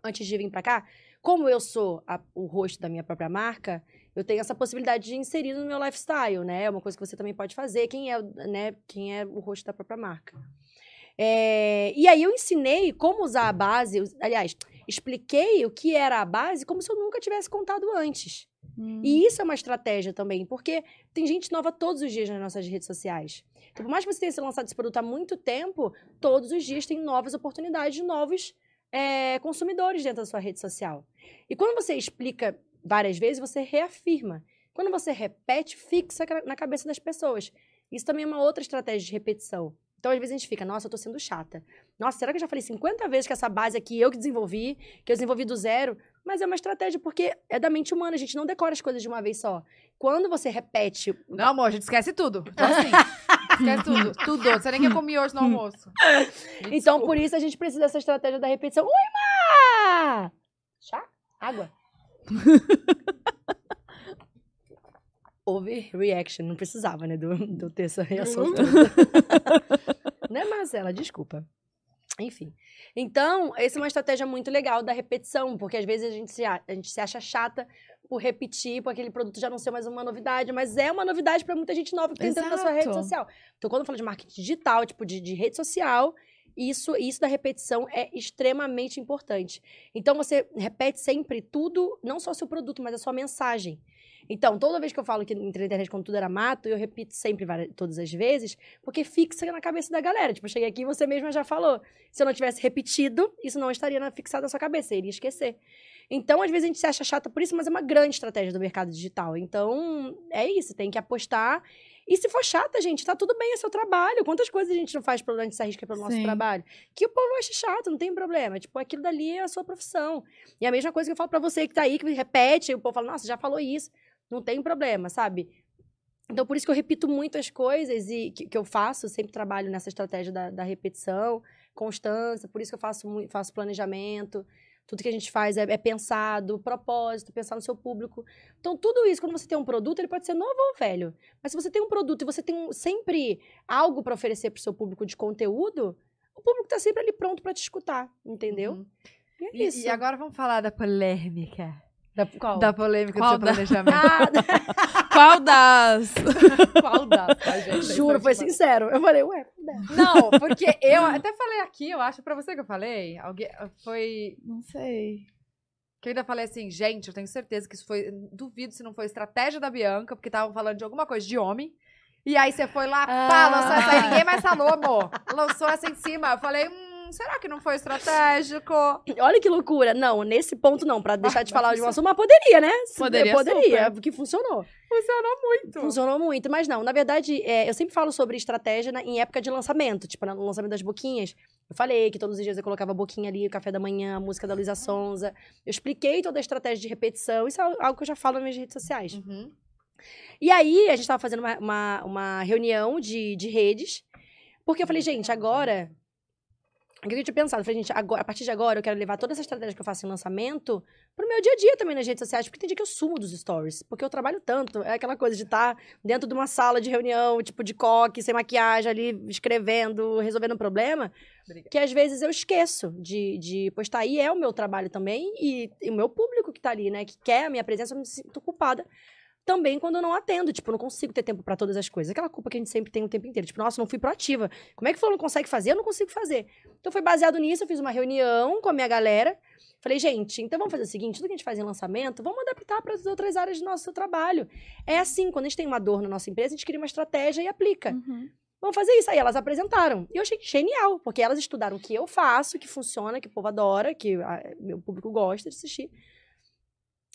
C: antes de vir para cá. Como eu sou a- o rosto da minha própria marca, eu tenho essa possibilidade de inserir no meu lifestyle, né? É uma coisa que você também pode fazer. Quem é, o- né? Quem é o rosto da própria marca? É, e aí eu ensinei como usar a base, eu- aliás, expliquei o que era a base como se eu nunca tivesse contado antes.
B: Hum.
C: E isso é uma estratégia também, porque tem gente nova todos os dias nas nossas redes sociais. Então, por mais que você tenha se lançado esse produto há muito tempo, todos os dias tem novas oportunidades de novos eh, consumidores dentro da sua rede social. E quando você explica várias vezes, você reafirma. Quando você repete, fixa ca- na cabeça das pessoas. Isso também é uma outra estratégia de repetição. Então, às vezes a gente fica, nossa, eu tô sendo chata. Nossa, será que eu já falei 50 vezes que essa base aqui eu que desenvolvi, que eu desenvolvi do zero? Mas é uma estratégia, porque é da mente humana, a gente não decora as coisas de uma vez só. Quando você repete.
A: Não, amor, a gente esquece tudo. Tô (laughs) assim. esquece tudo. Tudo. Você nem que eu comi hoje no almoço. Me
C: Então,
A: desculpa.
C: por isso a gente precisa dessa estratégia da repetição. Oi, Má! Chá? Água? (laughs) Houve reaction, não precisava, né, do, do ter essa
B: Hum.
C: reação toda. (laughs) né, Marcela? Desculpa. Enfim. Então, essa é uma estratégia muito legal da repetição, porque às vezes a gente se, a- a gente se acha chata por repetir, por aquele produto já não ser mais uma novidade, mas é uma novidade para muita gente nova que tá entrando na sua rede
B: Exato.
C: social. Então, quando eu falo de marketing digital, tipo, de, de rede social, isso, isso da repetição é extremamente importante. Então, você repete sempre tudo, não só seu produto, mas a sua mensagem. Então, toda vez que eu falo que na internet como tudo era mato, eu repito sempre várias- todas as vezes, porque fixa na cabeça da galera. Tipo, eu cheguei aqui e você mesma já falou. Se eu não tivesse repetido, isso não estaria na- fixado na sua cabeça, eu iria esquecer. Então, às vezes a gente se acha chata por isso, mas é uma grande estratégia do mercado digital. Então, é isso, tem que apostar. E se for chata, gente, tá tudo bem, é seu trabalho. Quantas coisas a gente não faz pelo a gente se arrisca pelo nosso
B: Sim.
C: trabalho? Que o povo acha chato, não tem problema. Tipo, aquilo dali é a sua profissão. E a mesma coisa que eu falo pra você que tá aí, que repete, e o povo fala, nossa, já falou isso. Não tem problema, sabe? Então, por isso que eu repito muito as coisas e que, que eu faço, sempre trabalho nessa estratégia da, da repetição, constância, por isso que eu faço, mui- faço planejamento, tudo que a gente faz é, é pensado, propósito, pensar no seu público. Então, tudo isso, quando você tem um produto, ele pode ser novo ou velho, mas se você tem um produto e você tem um- sempre algo para oferecer para o seu público de conteúdo, o público está sempre ali pronto para te escutar, entendeu?
A: Uhum.
C: E é
A: E,
C: isso.
A: e agora vamos falar da polêmica.
C: Da- qual?
A: Da polêmica
B: Qual
A: do
B: da-
A: seu planejamento.
C: Ah,
A: (laughs)
B: Qual das?
A: Ah, Qual da? Ai, gente, isso
C: juro,
A: é
C: foi
A: demais.
C: sincero. Eu falei, ué,
A: (laughs) Não, porque eu até falei aqui, eu acho, pra você que eu falei. Alguém, foi.
B: Não sei.
A: Que eu ainda falei assim, gente, eu tenho certeza que isso foi. Duvido se não foi estratégia da Bianca, porque estavam falando de alguma coisa de homem. E aí você foi lá, pá,
C: Ah.
A: lançou essa aí, ninguém mais falou, amor. Lançou essa em cima. Eu falei, hum, será que não foi estratégico?
C: (coughs) Olha que loucura. Não, nesse ponto não, pra deixar de
A: mas
C: falar de um
A: funciona.
C: assunto, mas poderia, né? Se-
B: Poderia
C: Poderia,
B: super.
C: porque funcionou.
A: Funcionou muito.
C: Funcionou muito, mas não. Na verdade, é, eu sempre falo sobre estratégia na- em época de lançamento, tipo no lançamento das boquinhas. Eu falei que todos os dias eu colocava a boquinha ali, o café da manhã, a música da Luísa Sonza. Eu expliquei toda a estratégia de repetição. Isso é algo que eu já falo nas minhas redes sociais.
A: Uhum.
C: E aí, a gente tava fazendo uma, uma, uma reunião de, de redes, porque eu falei, gente, agora. O que eu tinha pensado? Eu falei, gente, agora- a partir de agora eu quero levar toda essa estratégia que eu faço em lançamento pro meu dia a dia também nas redes sociais, porque tem dia que eu sumo dos stories, porque eu trabalho tanto. É aquela coisa de estar dentro de uma sala de reunião, tipo, de coque, sem maquiagem ali, escrevendo, resolvendo um problema,
A: Obrigada.
C: que às vezes eu esqueço de, de postar. E é o meu trabalho também, e, e o meu público que tá ali, né, que quer a minha presença, eu me sinto culpada também quando eu não atendo, tipo, eu não consigo ter tempo pra todas as coisas. Aquela culpa que a gente sempre tem o tempo inteiro, tipo, nossa, eu não fui proativa. Como é que fulano consegue fazer? Eu não consigo fazer. Então foi baseado nisso, eu fiz uma reunião com a minha galera. Falei, gente, então vamos fazer o seguinte, tudo que a gente faz em lançamento, vamos adaptar para as outras áreas do nosso trabalho. É assim, quando a gente tem uma dor na nossa empresa, a gente cria uma estratégia e
B: É.
C: aplica.
B: Uhum.
C: Vamos fazer isso. Aí elas apresentaram. E eu achei genial, porque elas estudaram o que eu faço, que funciona, que o povo adora, que ah, meu público gosta de assistir.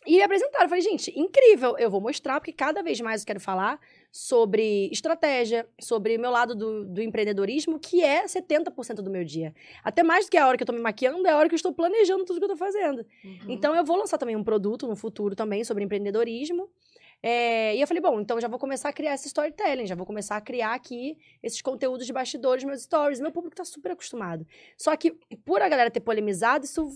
C: E me apresentaram. Eu falei, gente, incrível. Eu vou mostrar, porque cada vez mais eu quero falar sobre estratégia, sobre meu lado do, do empreendedorismo, que é 70% do meu dia. Até mais do que a hora que eu tô me maquiando, é a hora que eu estou planejando tudo que eu tô fazendo.
A: uhum,
C: Então, eu vou lançar também um produto no futuro também sobre empreendedorismo. É, e eu falei, bom, então eu já vou começar a criar esse storytelling, já vou começar a criar aqui esses conteúdos de bastidores, meus stories. Meu público tá super acostumado. Só que, por a galera ter polemizado, isso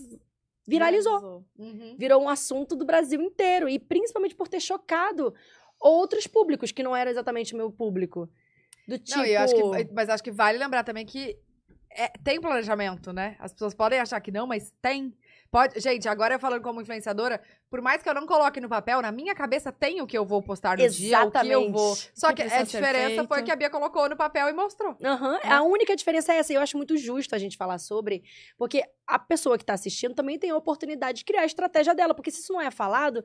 C: viralizou
A: Uhum.
C: virou um assunto do Brasil inteiro e principalmente por ter chocado outros públicos que não era exatamente o meu público. Do tipo,
A: Não, e eu acho que, mas acho que vale lembrar também que é- tem planejamento, né? As pessoas podem achar que não, mas tem. Pode, gente, agora eu falando como influenciadora, por mais que eu não coloque no papel, na minha cabeça tem o que eu vou postar no dia, o que eu
C: Exatamente.
A: vou. Só
B: O que
A: que, a
B: precisa ser
A: diferença
B: feito.
A: foi que a Bia colocou no papel e mostrou.
C: Aham, A única diferença é essa, e eu acho muito justo a gente falar sobre, porque a pessoa que está assistindo também tem a oportunidade de criar a estratégia dela, porque se isso não é falado,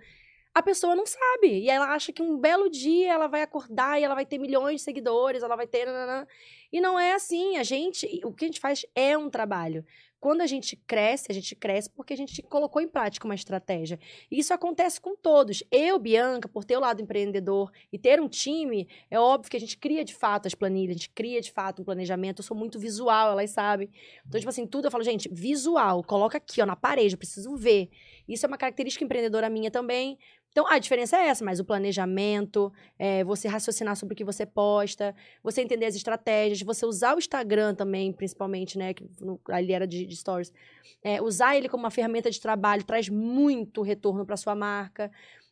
C: a pessoa não sabe. E ela acha que um belo dia ela vai acordar e ela vai ter milhões de seguidores, ela vai ter. nananã. E não é assim. A gente, o que a gente faz é um trabalho. quando a gente cresce, a gente cresce porque a gente colocou em prática uma estratégia. E isso acontece com todos. Eu, Bianca, por ter o lado empreendedor e ter um time, é óbvio que a gente cria de fato as planilhas, a gente cria de fato um planejamento. Eu sou muito visual, elas sabem. Então, tipo assim, tudo eu falo, gente, visual, coloca aqui, ó, na parede, eu preciso ver. Isso é uma característica empreendedora minha também. Então, a diferença é essa, mas o planejamento, é, você raciocinar sobre o que você posta, você entender as estratégias, você usar o Instagram também, principalmente, né? Que no- ali era de, de stories. É, usar ele como uma ferramenta de trabalho traz muito retorno para sua marca.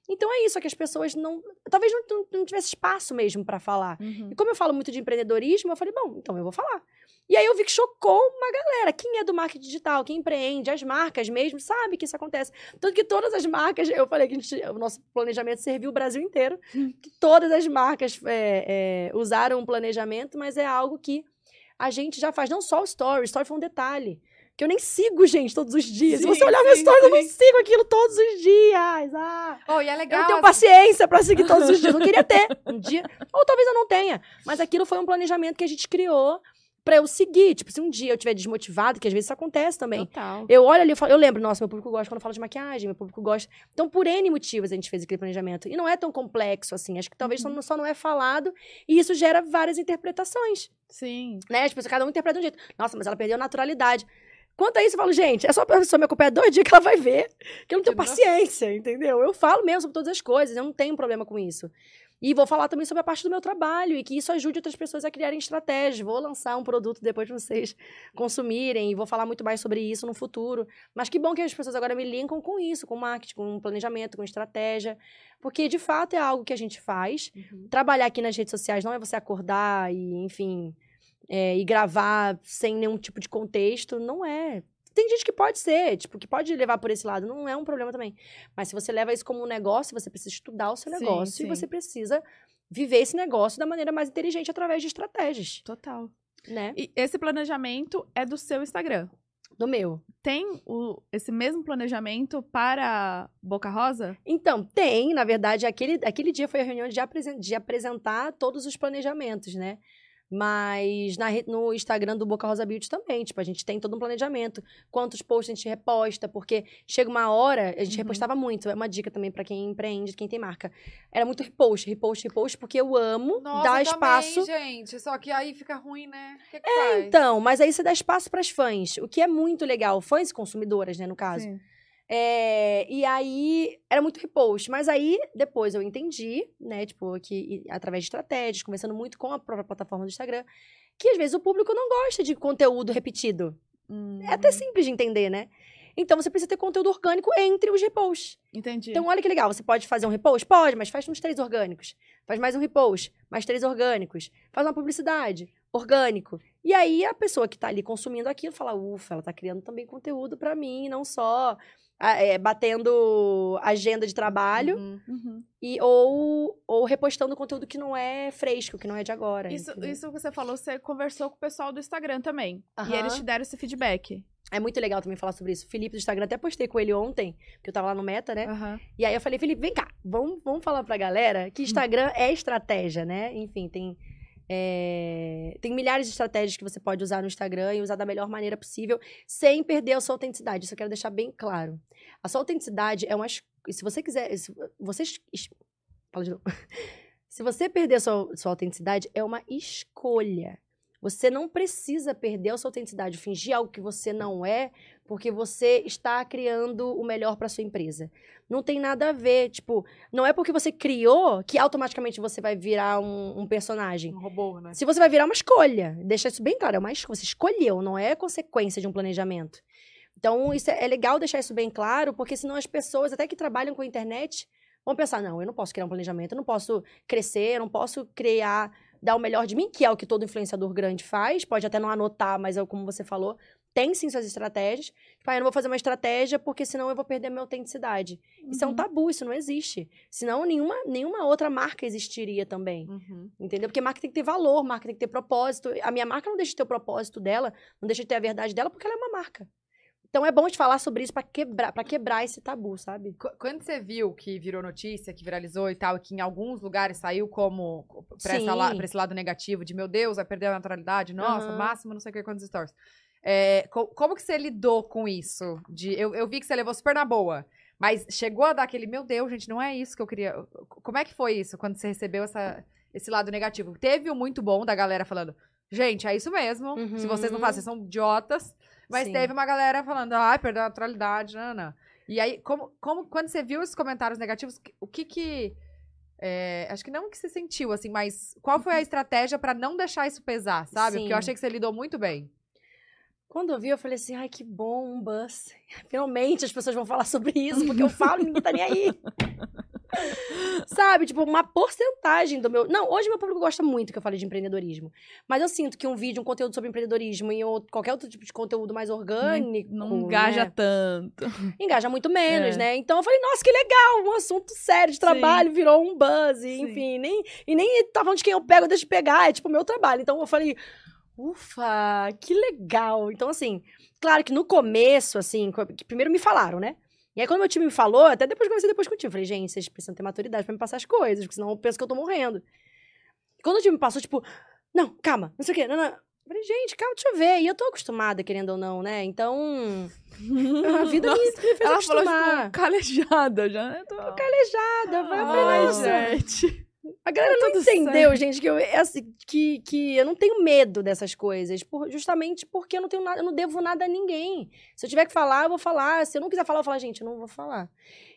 C: Então é isso, é que as pessoas não. Talvez não, não, não tivesse espaço mesmo para falar.
B: Uhum.
C: E como eu falo muito de empreendedorismo, eu falei, bom, então eu vou falar. E aí eu vi que chocou uma galera. Quem é do marketing digital, quem empreende, as marcas mesmo, sabe que isso acontece. Tanto que todas as marcas, eu falei que a gente- o nosso planejamento serviu o Brasil inteiro, que todas as marcas é, é, usaram o planejamento, mas é algo que a gente já faz. Não só o story, o story foi um detalhe. Que eu nem sigo, gente, todos os dias. Se
B: Sim,
C: você olhar meu
B: sim,
C: story, eu não
B: sim.
C: sigo aquilo todos os dias. Ah.
A: Oh, e é
C: Eu
A: legal.
C: não tenho
A: assim,
C: paciência pra seguir todos os dias. Eu queria ter um dia. Ou talvez eu não tenha. Mas aquilo foi um planejamento que a gente criou pra eu seguir. Tipo, se um dia eu estiver desmotivado, que às vezes isso acontece também.
B: Total.
C: Eu olho ali, eu, falo, eu lembro, nossa, meu público gosta quando eu falo de maquiagem, meu público gosta. Então, por N motivos a gente fez aquele planejamento. E não é tão complexo assim. Acho que talvez só não- só não é falado. E isso gera várias interpretações
B: Sim.
C: né? As pessoas, cada um interpreta de um jeito. Nossa, mas ela perdeu a naturalidade. Quanto a isso, eu falo, gente, é só a pessoa me acompanhar dois dias que ela vai ver que eu não tenho
A: Nossa.
C: paciência, entendeu? Eu falo mesmo sobre todas as coisas, eu não tenho problema com isso. E vou falar também sobre a parte do meu trabalho e que isso ajude outras pessoas a criarem estratégias. Vou lançar um produto depois pra vocês consumirem e vou falar muito mais sobre isso no futuro. Mas que bom que as pessoas agora me linkam com isso, com marketing, com planejamento, com estratégia. Porque, de fato, é algo que a gente faz. Trabalhar aqui nas redes sociais não é você acordar e, enfim, é, e gravar sem nenhum tipo de contexto. Não é. Tem gente que pode ser, tipo, que pode levar por esse lado. Não é um problema também. Mas se você leva isso como um negócio, você precisa estudar o seu
B: Sim,
C: negócio
B: sim.
C: e você precisa viver esse negócio da maneira mais inteligente através de estratégias,
B: Total.
C: né?
B: E esse planejamento é do seu Instagram.
C: Do meu.
B: Tem o, esse mesmo planejamento para Boca Rosa?
C: Então, tem, na verdade, aquele, aquele dia foi a reunião de, apresen- de apresentar todos os planejamentos, né? Mas na re- no Instagram do Boca Rosa Beauty também, tipo, a gente tem todo um planejamento. Quantos posts a gente reposta, porque chega uma hora, a gente
B: Uhum.
C: repostava muito. É uma dica também pra quem empreende, quem tem marca. Era muito repost, repost, repost, porque eu amo
A: Nossa,
C: assim, dar
A: eu
C: espaço.
A: Também, gente, só que aí fica ruim, né? O que que faz?
C: Então, mas aí você dá espaço pras fãs, o que é muito legal. Fãs e consumidoras, né, no caso.
B: Sim.
C: É, e aí era muito repost, mas aí depois eu entendi, né, tipo, que e- através de estratégias, conversando muito com a própria plataforma do Instagram, que às vezes o público não gosta de conteúdo repetido.
B: Hum,
C: É até simples de entender, né? Então você precisa ter conteúdo orgânico entre os reposts.
B: Entendi.
C: Então olha que legal, você pode fazer um repost? Pode, mas faz uns três orgânicos. Faz mais um repost, mais três orgânicos. Faz uma publicidade, orgânico. E aí a pessoa que tá ali consumindo aquilo fala, ufa, ela tá criando também conteúdo pra mim, não só ah, é, batendo agenda de trabalho
A: Uhum.
B: Uhum.
C: e ou, ou repostando conteúdo que não é fresco, que não é de agora.
B: Isso,
C: entendeu?
B: isso que você falou, você conversou com o pessoal do Instagram também. E
C: Aham.
B: eles te deram esse feedback.
C: É muito legal também falar sobre isso. O Felipe do Instagram, até postei com ele ontem, porque eu tava lá no Meta, né?
B: Aham.
C: E aí eu falei, Felipe, vem cá, vamos, vamos falar pra galera
B: Hum.
C: que Instagram é estratégia, né? Enfim, tem, é, tem milhares de estratégias que você pode usar no Instagram e usar da melhor maneira possível, sem perder a sua autenticidade. Isso eu quero deixar bem claro. A sua autenticidade é uma. es- e Se você quiser. Se você. es- es- Fala de novo. (laughs) Se você perder a sua, sua autenticidade, é uma escolha. Você não precisa perder a sua autenticidade, fingir algo que você não é, porque você está criando o melhor para sua empresa. Não tem nada a ver. Tipo, não é porque você criou que automaticamente você vai virar um, um personagem.
A: Um robô, né?
C: Se você vai virar uma escolha, deixa isso bem claro, é uma escolha. Você escolheu, não é consequência de um planejamento. Então, isso é, é legal deixar isso bem claro, porque senão as pessoas, até que trabalham com a internet, vão pensar: não, eu não posso criar um planejamento, eu não posso crescer, eu não posso criar, dar o melhor de mim, que é o que todo influenciador grande faz. Pode até não anotar, mas é como você falou, tem sim suas estratégias. Tipo, ah, eu não vou fazer uma estratégia porque senão eu vou perder a minha autenticidade. Isso é um
B: Uhum.
C: tabu, isso não existe. Senão nenhuma, nenhuma outra marca existiria também.
A: Uhum.
C: Entendeu? Porque marca tem que ter valor, marca tem que ter propósito. A minha marca não deixa de ter o propósito dela, não deixa de ter a verdade dela, porque ela é uma marca. Então é bom te falar sobre isso pra quebrar, pra quebrar esse tabu, sabe?
A: Qu- Quando você viu que virou notícia, que viralizou e tal, e que em alguns lugares saiu como pra, essa
C: Sim.
A: la- pra esse lado negativo de meu Deus, vai perder a naturalidade, nossa,
C: Aham.
A: máximo, não sei o que, quantos stories. É, co- como que você lidou com isso? De, eu, eu vi que você levou super na boa. Mas chegou a dar aquele, meu Deus, gente, não é isso que eu queria. Como é que foi isso quando você recebeu essa, esse lado negativo? Teve o muito bom da galera falando, gente, é isso mesmo.
C: Uhum.
A: Se vocês não fazem, vocês são idiotas. Mas
C: Sim.
A: teve uma galera falando, ai, perdeu a naturalidade, nana. E aí, como, como, quando você viu esses comentários negativos, o que que. é, acho que não o que você sentiu, assim, mas qual foi a estratégia pra não deixar isso pesar, sabe? Porque eu
C: Sim.
A: achei que você lidou muito bem.
C: Quando eu vi, eu falei assim, ai, que bom, um buzz. (laughs) Finalmente as pessoas vão falar sobre isso, porque eu falo e ninguém tá nem aí.
B: (laughs)
C: Sabe, tipo, uma porcentagem do meu... Não, hoje meu público gosta muito que eu fale de empreendedorismo. Mas eu sinto que um vídeo, um conteúdo sobre empreendedorismo e outro- qualquer outro tipo de conteúdo mais orgânico...
B: Não engaja
C: né,
B: tanto.
C: engaja muito menos,
B: É.
C: né? Então eu falei, nossa, que legal, um assunto sério de trabalho, virou um buzz, e,
B: Sim.
C: enfim, nem, e nem tá falando de quem eu pego, deixa de pegar, é tipo meu trabalho. Então eu falei, ufa, que legal. Então, assim, claro que no começo, assim, co- que primeiro me falaram, né? E aí, quando meu time me falou, até depois comecei depois contigo. Falei, gente, vocês precisam ter maturidade pra me passar as coisas, porque senão eu penso que eu tô morrendo. E quando o time me passou, tipo, não, calma, não sei o quê, não, não. Eu Falei, gente, calma, deixa eu ver. E eu tô acostumada, querendo ou não, né? Então, a
B: (laughs)
C: vida me, me fez
B: Ela falou,
C: acostumar.
B: tipo, calejada já. Eu tô
C: nada. Eu falei,
B: Ai,
C: nossa.
B: gente. Tá
C: A galera não
B: tudo
C: entendeu, gente, que eu, é assim, que, que eu não tenho medo dessas coisas. por- justamente porque eu não tenho nada, eu não devo nada a ninguém. Se eu tiver que falar, eu vou falar. Se eu não quiser falar, eu vou falar, gente, eu não vou falar.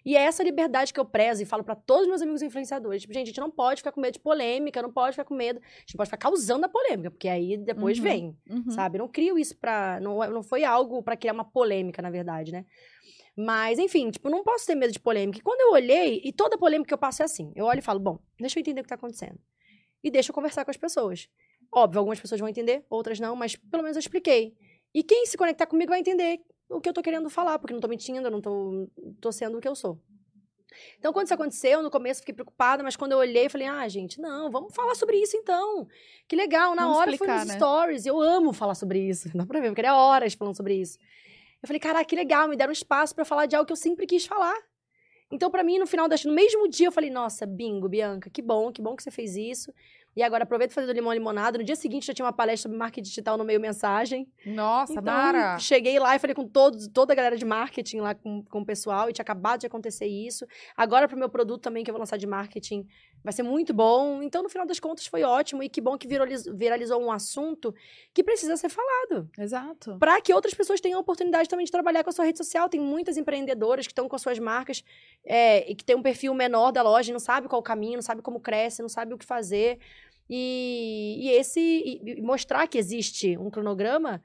C: E é essa liberdade que eu prezo e falo pra todos os meus amigos influenciadores. Tipo, gente, a gente não pode ficar com medo de polêmica, não pode ficar com medo. A gente pode ficar causando a polêmica, porque aí depois
B: Uhum.
C: vem sabe? Eu não crio isso pra. Não, não foi algo pra criar uma polêmica, na verdade, né? Mas, enfim, tipo, não posso ter medo de polêmica. E quando eu olhei, e toda polêmica que eu passo é assim: eu olho e falo, bom, deixa eu entender o que tá acontecendo. E deixa eu conversar com as pessoas. Óbvio, algumas pessoas vão entender, outras não, mas pelo menos eu expliquei. E quem se conectar comigo vai entender o que eu tô querendo falar, porque eu não tô mentindo, eu não tô, tô sendo o que eu sou. Então, quando isso aconteceu, no começo eu fiquei preocupada, mas quando eu olhei, eu falei, ah, gente, não, vamos falar sobre isso então. Que legal, na
B: Vamos
C: hora foi
B: explicar,
C: nos
B: né?
C: stories, eu amo falar sobre isso. (laughs) Dá pra ver, eu queria horas falando sobre isso. Eu falei, caraca, que legal, me deram espaço pra falar de algo que eu sempre quis falar. Então, pra mim, no final, das- no mesmo dia, eu falei, nossa, bingo, Bianca, que bom, que bom que você fez isso. E agora, aproveita e fazer do limão limonada. No dia seguinte, já tinha uma palestra sobre marketing digital no meio mensagem.
A: Nossa,
C: Então,
A: Mara!
C: Cheguei lá e falei com todos, toda a galera de marketing lá com, com o pessoal e tinha acabado de acontecer isso. Agora pro meu produto também que eu vou lançar de marketing vai ser muito bom. Então no final das contas foi ótimo e que bom que viraliz- viralizou um assunto que precisa ser falado
B: Exato.
C: para que outras pessoas tenham a oportunidade também de trabalhar com a sua rede social. Tem muitas empreendedoras que estão com as suas marcas é, e que tem um perfil menor da loja, e não sabe qual o caminho, não sabe como cresce, não sabe o que fazer. E, e esse e- e mostrar que existe um cronograma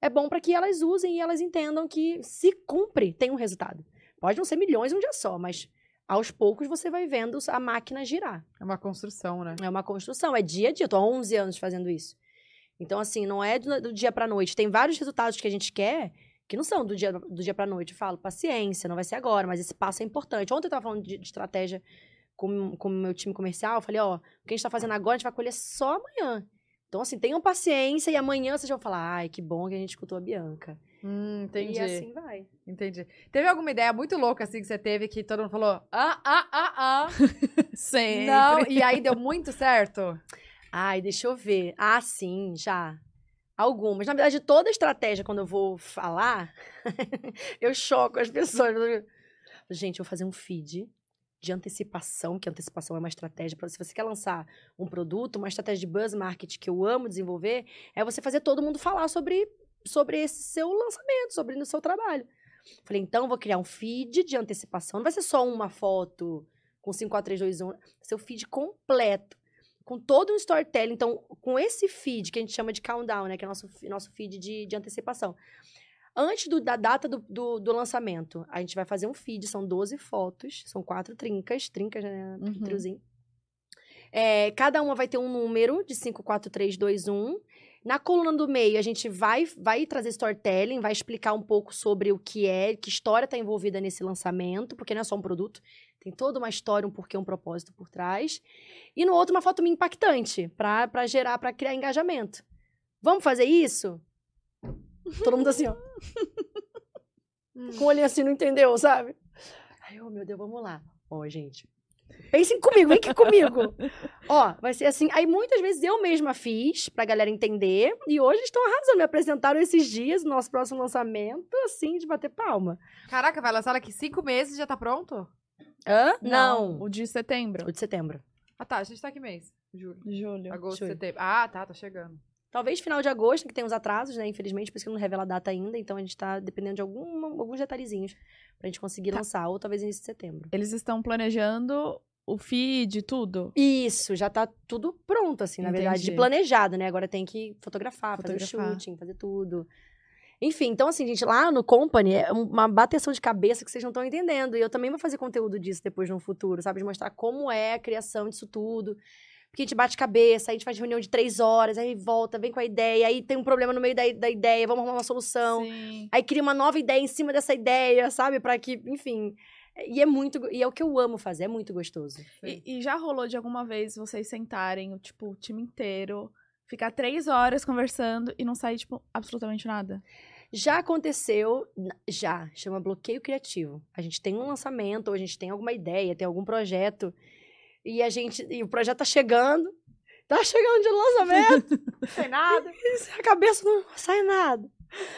C: é bom para que elas usem e elas entendam que se cumpre tem um resultado. Pode não ser milhões em um dia só, mas aos poucos você vai vendo a máquina girar.
A: É uma construção, né?
C: É uma construção, é dia a dia. Eu tô há 11 anos fazendo isso. Então, assim, não é do, do dia pra noite. Tem vários resultados que a gente quer que não são do dia, do dia pra noite. Eu falo, paciência, não vai ser agora, mas esse passo é importante. Ontem eu tava falando de, de estratégia com com o meu time comercial. Eu falei, ó, o que a gente tá fazendo agora, a gente vai colher só amanhã. Então, assim, tenham paciência e amanhã vocês vão falar, ai, que bom que a gente escutou a Bianca.
A: Hum, entendi.
C: E assim vai.
A: Entendi. Teve alguma ideia muito louca, assim, que você teve que todo mundo falou, ah, ah, ah, ah.
B: Sempre.
A: Não, e aí deu muito certo?
C: Ai, deixa eu ver. Ah, sim, já. Algumas. Na verdade, toda estratégia, quando eu vou falar, (laughs) eu choco as pessoas. Gente, eu vou fazer um feed de antecipação, que antecipação é uma estratégia. pra- Se você quer lançar um produto, uma estratégia de buzz marketing que eu amo desenvolver, é você fazer todo mundo falar sobre, sobre esse seu lançamento, sobre o seu trabalho. Falei, então, vou criar um feed de antecipação. Não vai ser só uma foto com 5, 4, 3, 2, 1. Vai ser o um, feed completo com todo um storytelling. Então, com esse feed que a gente chama de countdown, né? Que é o nosso, fi- nosso feed de, de antecipação. Antes do- da data do, do- do lançamento, a gente vai fazer um feed, são 12 fotos, são quatro trincas, trincas, né?
B: Uhum.
C: Triozinho. É, cada uma vai ter um número de 5, 4, 3, 2, 1. Na coluna do meio, a gente vai, vai trazer storytelling, vai explicar um pouco sobre o que é, que história está envolvida nesse lançamento, porque não é só um produto, tem toda uma história, um porquê, um propósito por trás. E no outro, uma foto minha impactante, pra, pra gerar, pra criar engajamento. Vamos fazer isso? Todo mundo assim, ó. "Oh, Com o olhinho assim, não entendeu, sabe? Aí, ô meu Deus, vamos lá. Ó, gente. Pensem comigo, vem aqui comigo. Ó, vai ser assim. Aí muitas vezes eu mesma fiz pra galera entender. E hoje estão arrasando. Me apresentaram esses dias, nosso próximo lançamento, assim, de bater palma.
A: Caraca, vai lançar daqui cinco meses e já tá pronto?
C: Hã?
B: Não.
C: Não.
B: O de setembro.
C: O de setembro.
A: Ah, tá. A gente tá que mês? Julho.
B: Julho.
A: Agosto,
C: julho.
A: setembro. Ah, tá. Tá chegando.
C: Talvez final de agosto, que tem uns atrasos, né? Infelizmente, por isso que não revela a data ainda. Então a gente tá dependendo de algum, alguns detalhezinhos pra gente conseguir lançar. Ou talvez início de setembro.
B: Eles estão planejando o feed, tudo.
C: Isso, já tá tudo pronto, assim, na verdade. De
B: Entendi.
C: planejado, né? Agora tem que fotografar, fazer o
B: Fotografar.
C: shooting, fazer tudo. Enfim, então, assim, gente, lá no Company é uma bateção de cabeça que vocês não estão entendendo. E eu também vou fazer conteúdo disso depois no futuro, sabe? De mostrar como é a criação disso tudo. Porque a gente bate cabeça, aí a gente faz reunião de três horas, aí volta, vem com a ideia, aí tem um problema no meio da, da ideia, vamos arrumar uma solução.
B: Sim.
C: Aí cria uma nova ideia em cima dessa ideia, sabe? Pra que, enfim. E é muito. go- E é o que eu amo fazer, é muito gostoso.
B: E, e já rolou de alguma vez vocês sentarem, o, tipo, o time inteiro, ficar três horas conversando e não sair, tipo, absolutamente nada?
C: Já aconteceu, na- já, chama bloqueio criativo. A gente tem um lançamento, ou a gente tem alguma ideia, tem algum projeto, e a gente, e o projeto tá chegando, tá chegando de lançamento,
B: (laughs)
A: Sem nada.
C: e a cabeça não sai nada.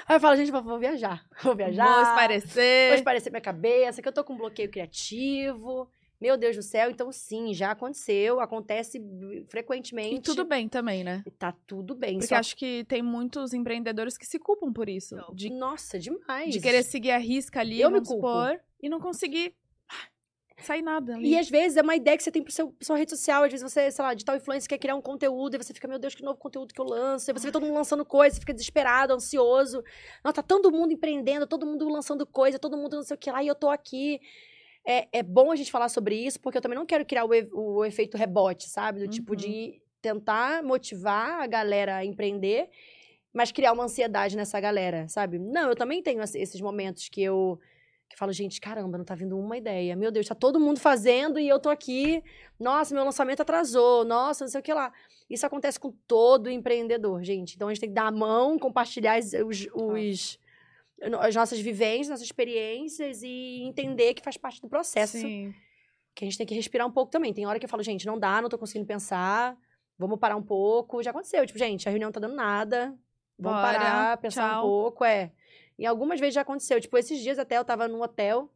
C: Aí eu falo, gente, vou, vou viajar, (laughs) vou viajar,
B: Vou
C: vou
B: esparecer.
C: esparecer minha cabeça, que eu tô com um bloqueio criativo, meu Deus do céu, então sim, já aconteceu, acontece hum, frequentemente.
B: E tudo bem também, né?
C: E Tá tudo bem.
B: Porque
C: só-
B: acho que tem muitos empreendedores que se culpam por isso. De,
C: Nossa, demais.
B: de querer seguir a risca ali,
C: é Eu me
B: vamos
C: culpo.
B: supor, e não conseguir ah, sair nada ali.
C: E às vezes é uma ideia que você tem pro seu, pra sua rede social, às vezes você, sei lá, de tal influencer quer criar um conteúdo, e você fica, meu Deus, que novo conteúdo que eu lanço. Aí você vê todo mundo lançando coisa, você fica desesperado, ansioso. Nossa, tá todo mundo empreendendo, todo mundo lançando coisa, todo mundo não sei o que lá, e eu tô aqui. É, é bom a gente falar sobre isso, porque eu também não quero criar o, e- o efeito rebote, sabe? Do tipo
B: Uhum.
C: de tentar motivar a galera a empreender, mas criar uma ansiedade nessa galera, sabe? Não, eu também tenho esse- esses momentos que eu que eu falo, gente, caramba, não tá vindo uma ideia. Meu Deus, tá todo mundo fazendo e eu tô aqui. Nossa, meu lançamento atrasou. Nossa, não sei o que lá. Isso acontece com todo empreendedor, gente. Então a gente tem que dar a mão, compartilhar as- os- os- as nossas vivências, nossas experiências e entender que faz parte do processo
B: Sim.
C: que a gente tem que respirar um pouco também. Tem hora que eu falo, gente, não dá, não tô conseguindo pensar, vamos parar um pouco. Já aconteceu, tipo, gente, a reunião não tá dando nada, vamos
B: Bora,
C: parar, pensar
B: tchau.
C: um pouco, é. E algumas vezes já aconteceu, tipo, esses dias até eu tava num hotel,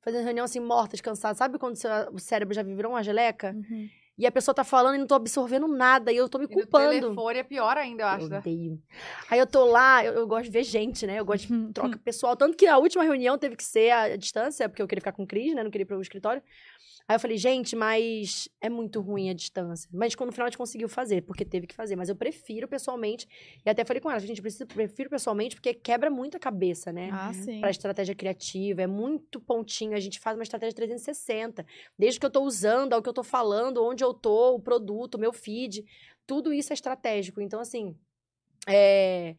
C: fazendo reunião assim, morta, descansada. Sabe quando o seu- o cérebro já virou uma geleca?
B: Uhum.
C: E a pessoa tá falando e não tô absorvendo nada, e eu tô me
A: E no
C: culpando.
A: telefone é pior ainda, eu acho.
C: Eu
A: né?
C: odeio. Aí eu tô lá, eu, eu gosto de ver gente, né? Eu gosto de
B: Hum.
C: troca pessoal. Tanto que a última reunião teve que ser à à distância, porque eu queria ficar com o Cris, né? Não queria ir pro escritório. Aí eu falei, gente, mas é muito ruim a distância. Mas quando, no final a gente conseguiu fazer, porque teve que fazer. Mas eu prefiro pessoalmente. E até falei com ela, gente, eu preciso, prefiro pessoalmente, porque quebra muito a cabeça, né?
B: (laughs) Ah, sim.
C: Pra estratégia criativa, é muito pontinho. A gente faz uma estratégia 360. Desde que eu tô usando, ao que eu tô falando, onde eu tô, o produto, o meu feed. Tudo isso é estratégico. Então, assim, é...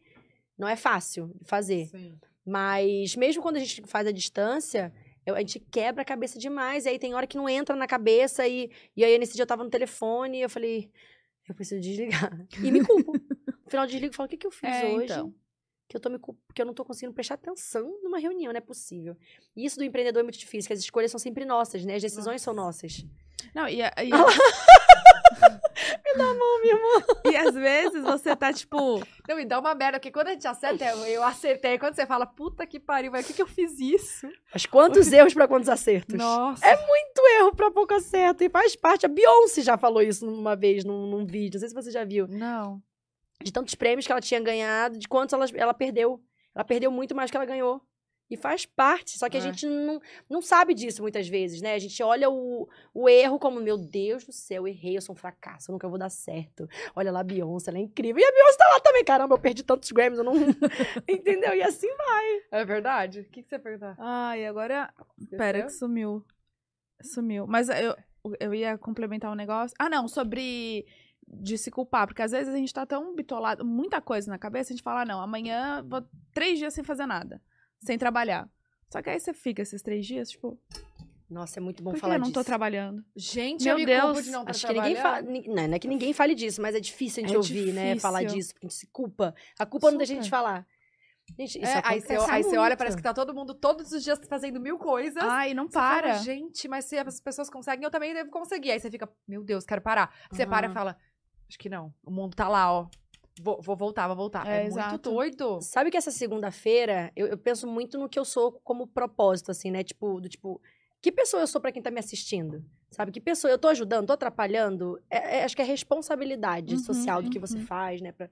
C: não é fácil de fazer.
A: Sim.
C: Mas mesmo quando a gente faz a distância, eu- a gente quebra a cabeça demais. E aí tem hora que não entra na cabeça. E, e aí nesse dia eu tava no telefone e eu falei, eu preciso desligar. E me culpo. No final eu desligo e falo, o que, que eu fiz
B: É,
C: hoje?
B: então.
C: Que eu, tô me culp- que eu não tô conseguindo prestar atenção numa reunião, não é possível. E isso do empreendedor é muito difícil, que as escolhas são sempre nossas, né? As decisões são nossas.
B: Não, e, a-
C: (laughs)
B: e-
C: Ah
B: e às vezes você tá, tipo,
A: (laughs) Não, e dá uma merda, porque quando a gente acerta, eu, eu acertei. Quando você fala, puta que pariu, mas o que, que eu fiz isso?
C: Mas
B: (laughs)
C: quantos erros pra quantos acertos?
A: Nossa.
C: Muito erro pra pouco acerto. E faz parte. A Beyoncé já falou isso uma vez num- num vídeo. Não sei se você já viu.
A: Não.
C: de tantos prêmios que ela tinha ganhado, de quantos ela, ela perdeu. Ela perdeu muito mais que ela ganhou. E faz parte. Só que a
A: É.
C: gente não, não sabe disso muitas vezes, né? A gente olha o, o erro como, meu Deus do céu, eu errei, eu sou um fracasso, eu nunca vou dar certo. Olha lá a Beyoncé, ela é incrível. E a Beyoncé tá lá também, caramba, eu perdi tantos Grammys, eu não... (laughs) Entendeu? E assim vai.
A: É verdade? O que, que você ia perguntar?
B: Ai, agora.
A: Esqueceu?
B: Pera, que sumiu. Sumiu. Mas eu, eu ia complementar um negócio. Ah, não, sobre de se culpar, porque às vezes a gente tá tão bitolado, muita coisa na cabeça, a gente fala, "Ah, não, amanhã vou três dias sem fazer nada, sem trabalhar. Só que aí você fica esses três dias, tipo,
C: Nossa, é muito bom
B: por que
C: falar
B: eu não
C: disso.
B: tô trabalhando?
A: Gente,
B: Meu
A: eu me
B: Deus.
A: culpo de não tá
C: Acho que ninguém fala.
A: trabalhando.
C: Não, não é que ninguém fale disso, mas é difícil a gente
B: É
C: ouvir, né? Falar
B: difícil.
C: disso, porque a gente se culpa. A culpa não deixa a gente
B: Super.
C: falar. Gente, isso
A: É, aí você
C: acontece
A: aí você olha,
C: muito.
A: parece que tá todo mundo todos os dias fazendo mil coisas.
B: Ai, não
A: Você fala,
B: para.
A: gente, mas se as pessoas conseguem, eu também devo conseguir. Aí você fica, meu Deus, quero parar. Você
C: Ah.
A: para e fala, acho que não. O mundo tá lá, ó. Vou, vou voltar, vou voltar.
B: É,
A: É, muito
B: exato.
A: doido.
C: Tipo, Sabe que essa segunda-feira, eu, eu penso muito no que eu sou como propósito, assim, né? Tipo, do tipo, que pessoa eu sou pra quem tá me assistindo? Sabe? Que pessoa eu tô ajudando, tô atrapalhando? É- é- acho que é responsabilidade
B: Uhum,
C: social do que você
B: uhum.
C: faz, né? Pra,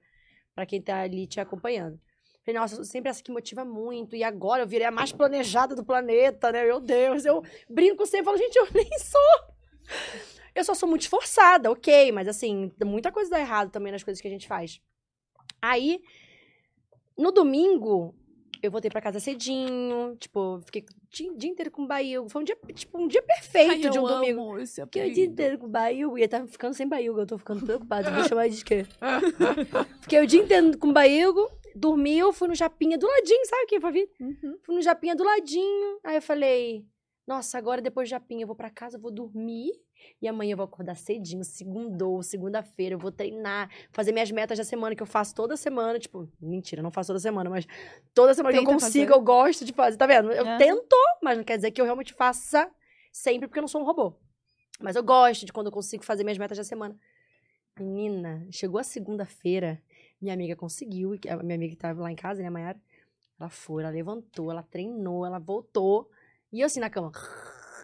C: pra quem tá ali te acompanhando. Falei, nossa, sempre essa que motiva muito. E agora eu virei a mais planejada do planeta, né? Meu Deus, eu brinco sempre, falo, gente, eu (laughs) nem sou. Eu só sou muito esforçada, ok, mas assim, muita coisa dá errado também nas coisas que a gente faz. Aí, no domingo, eu voltei pra casa cedinho, tipo, fiquei o dia, dia inteiro com o Bail. Foi um dia, tipo, um dia
B: Ai,
C: perfeito
B: eu
C: de um
B: amo
C: domingo.
B: esse
C: Fiquei o dia
B: apelido.
C: inteiro com o Bail, e eu tava ficando sem Bail, eu tô ficando
B: (laughs)
C: preocupada, vou chamar de quê? Fiquei o dia inteiro com o Bail, dormi, eu fui no Japinha do ladinho, sabe quem foi vir?
B: Uhum.
C: Fui no Japinha do ladinho. Aí eu falei, nossa, agora depois do Japinha eu vou pra casa, eu vou dormir. E amanhã eu vou acordar cedinho, segundou, segunda-feira, eu vou treinar, fazer minhas metas da semana, que eu faço toda semana. Tipo, mentira, não faço toda semana, mas toda semana que eu
B: Tenta
C: consigo,
B: fazer. É.
C: eu gosto de fazer. Tá vendo? Eu
B: Aham.
C: tento, mas não quer dizer que eu realmente faça sempre, porque eu não sou um robô. Mas eu gosto de quando eu consigo fazer minhas metas da semana. Menina, chegou a segunda-feira, minha amiga conseguiu, e que- a minha amiga que tava lá em casa, né, a Mayara? Ela foi, ela levantou, ela treinou, ela voltou. E eu assim na cama,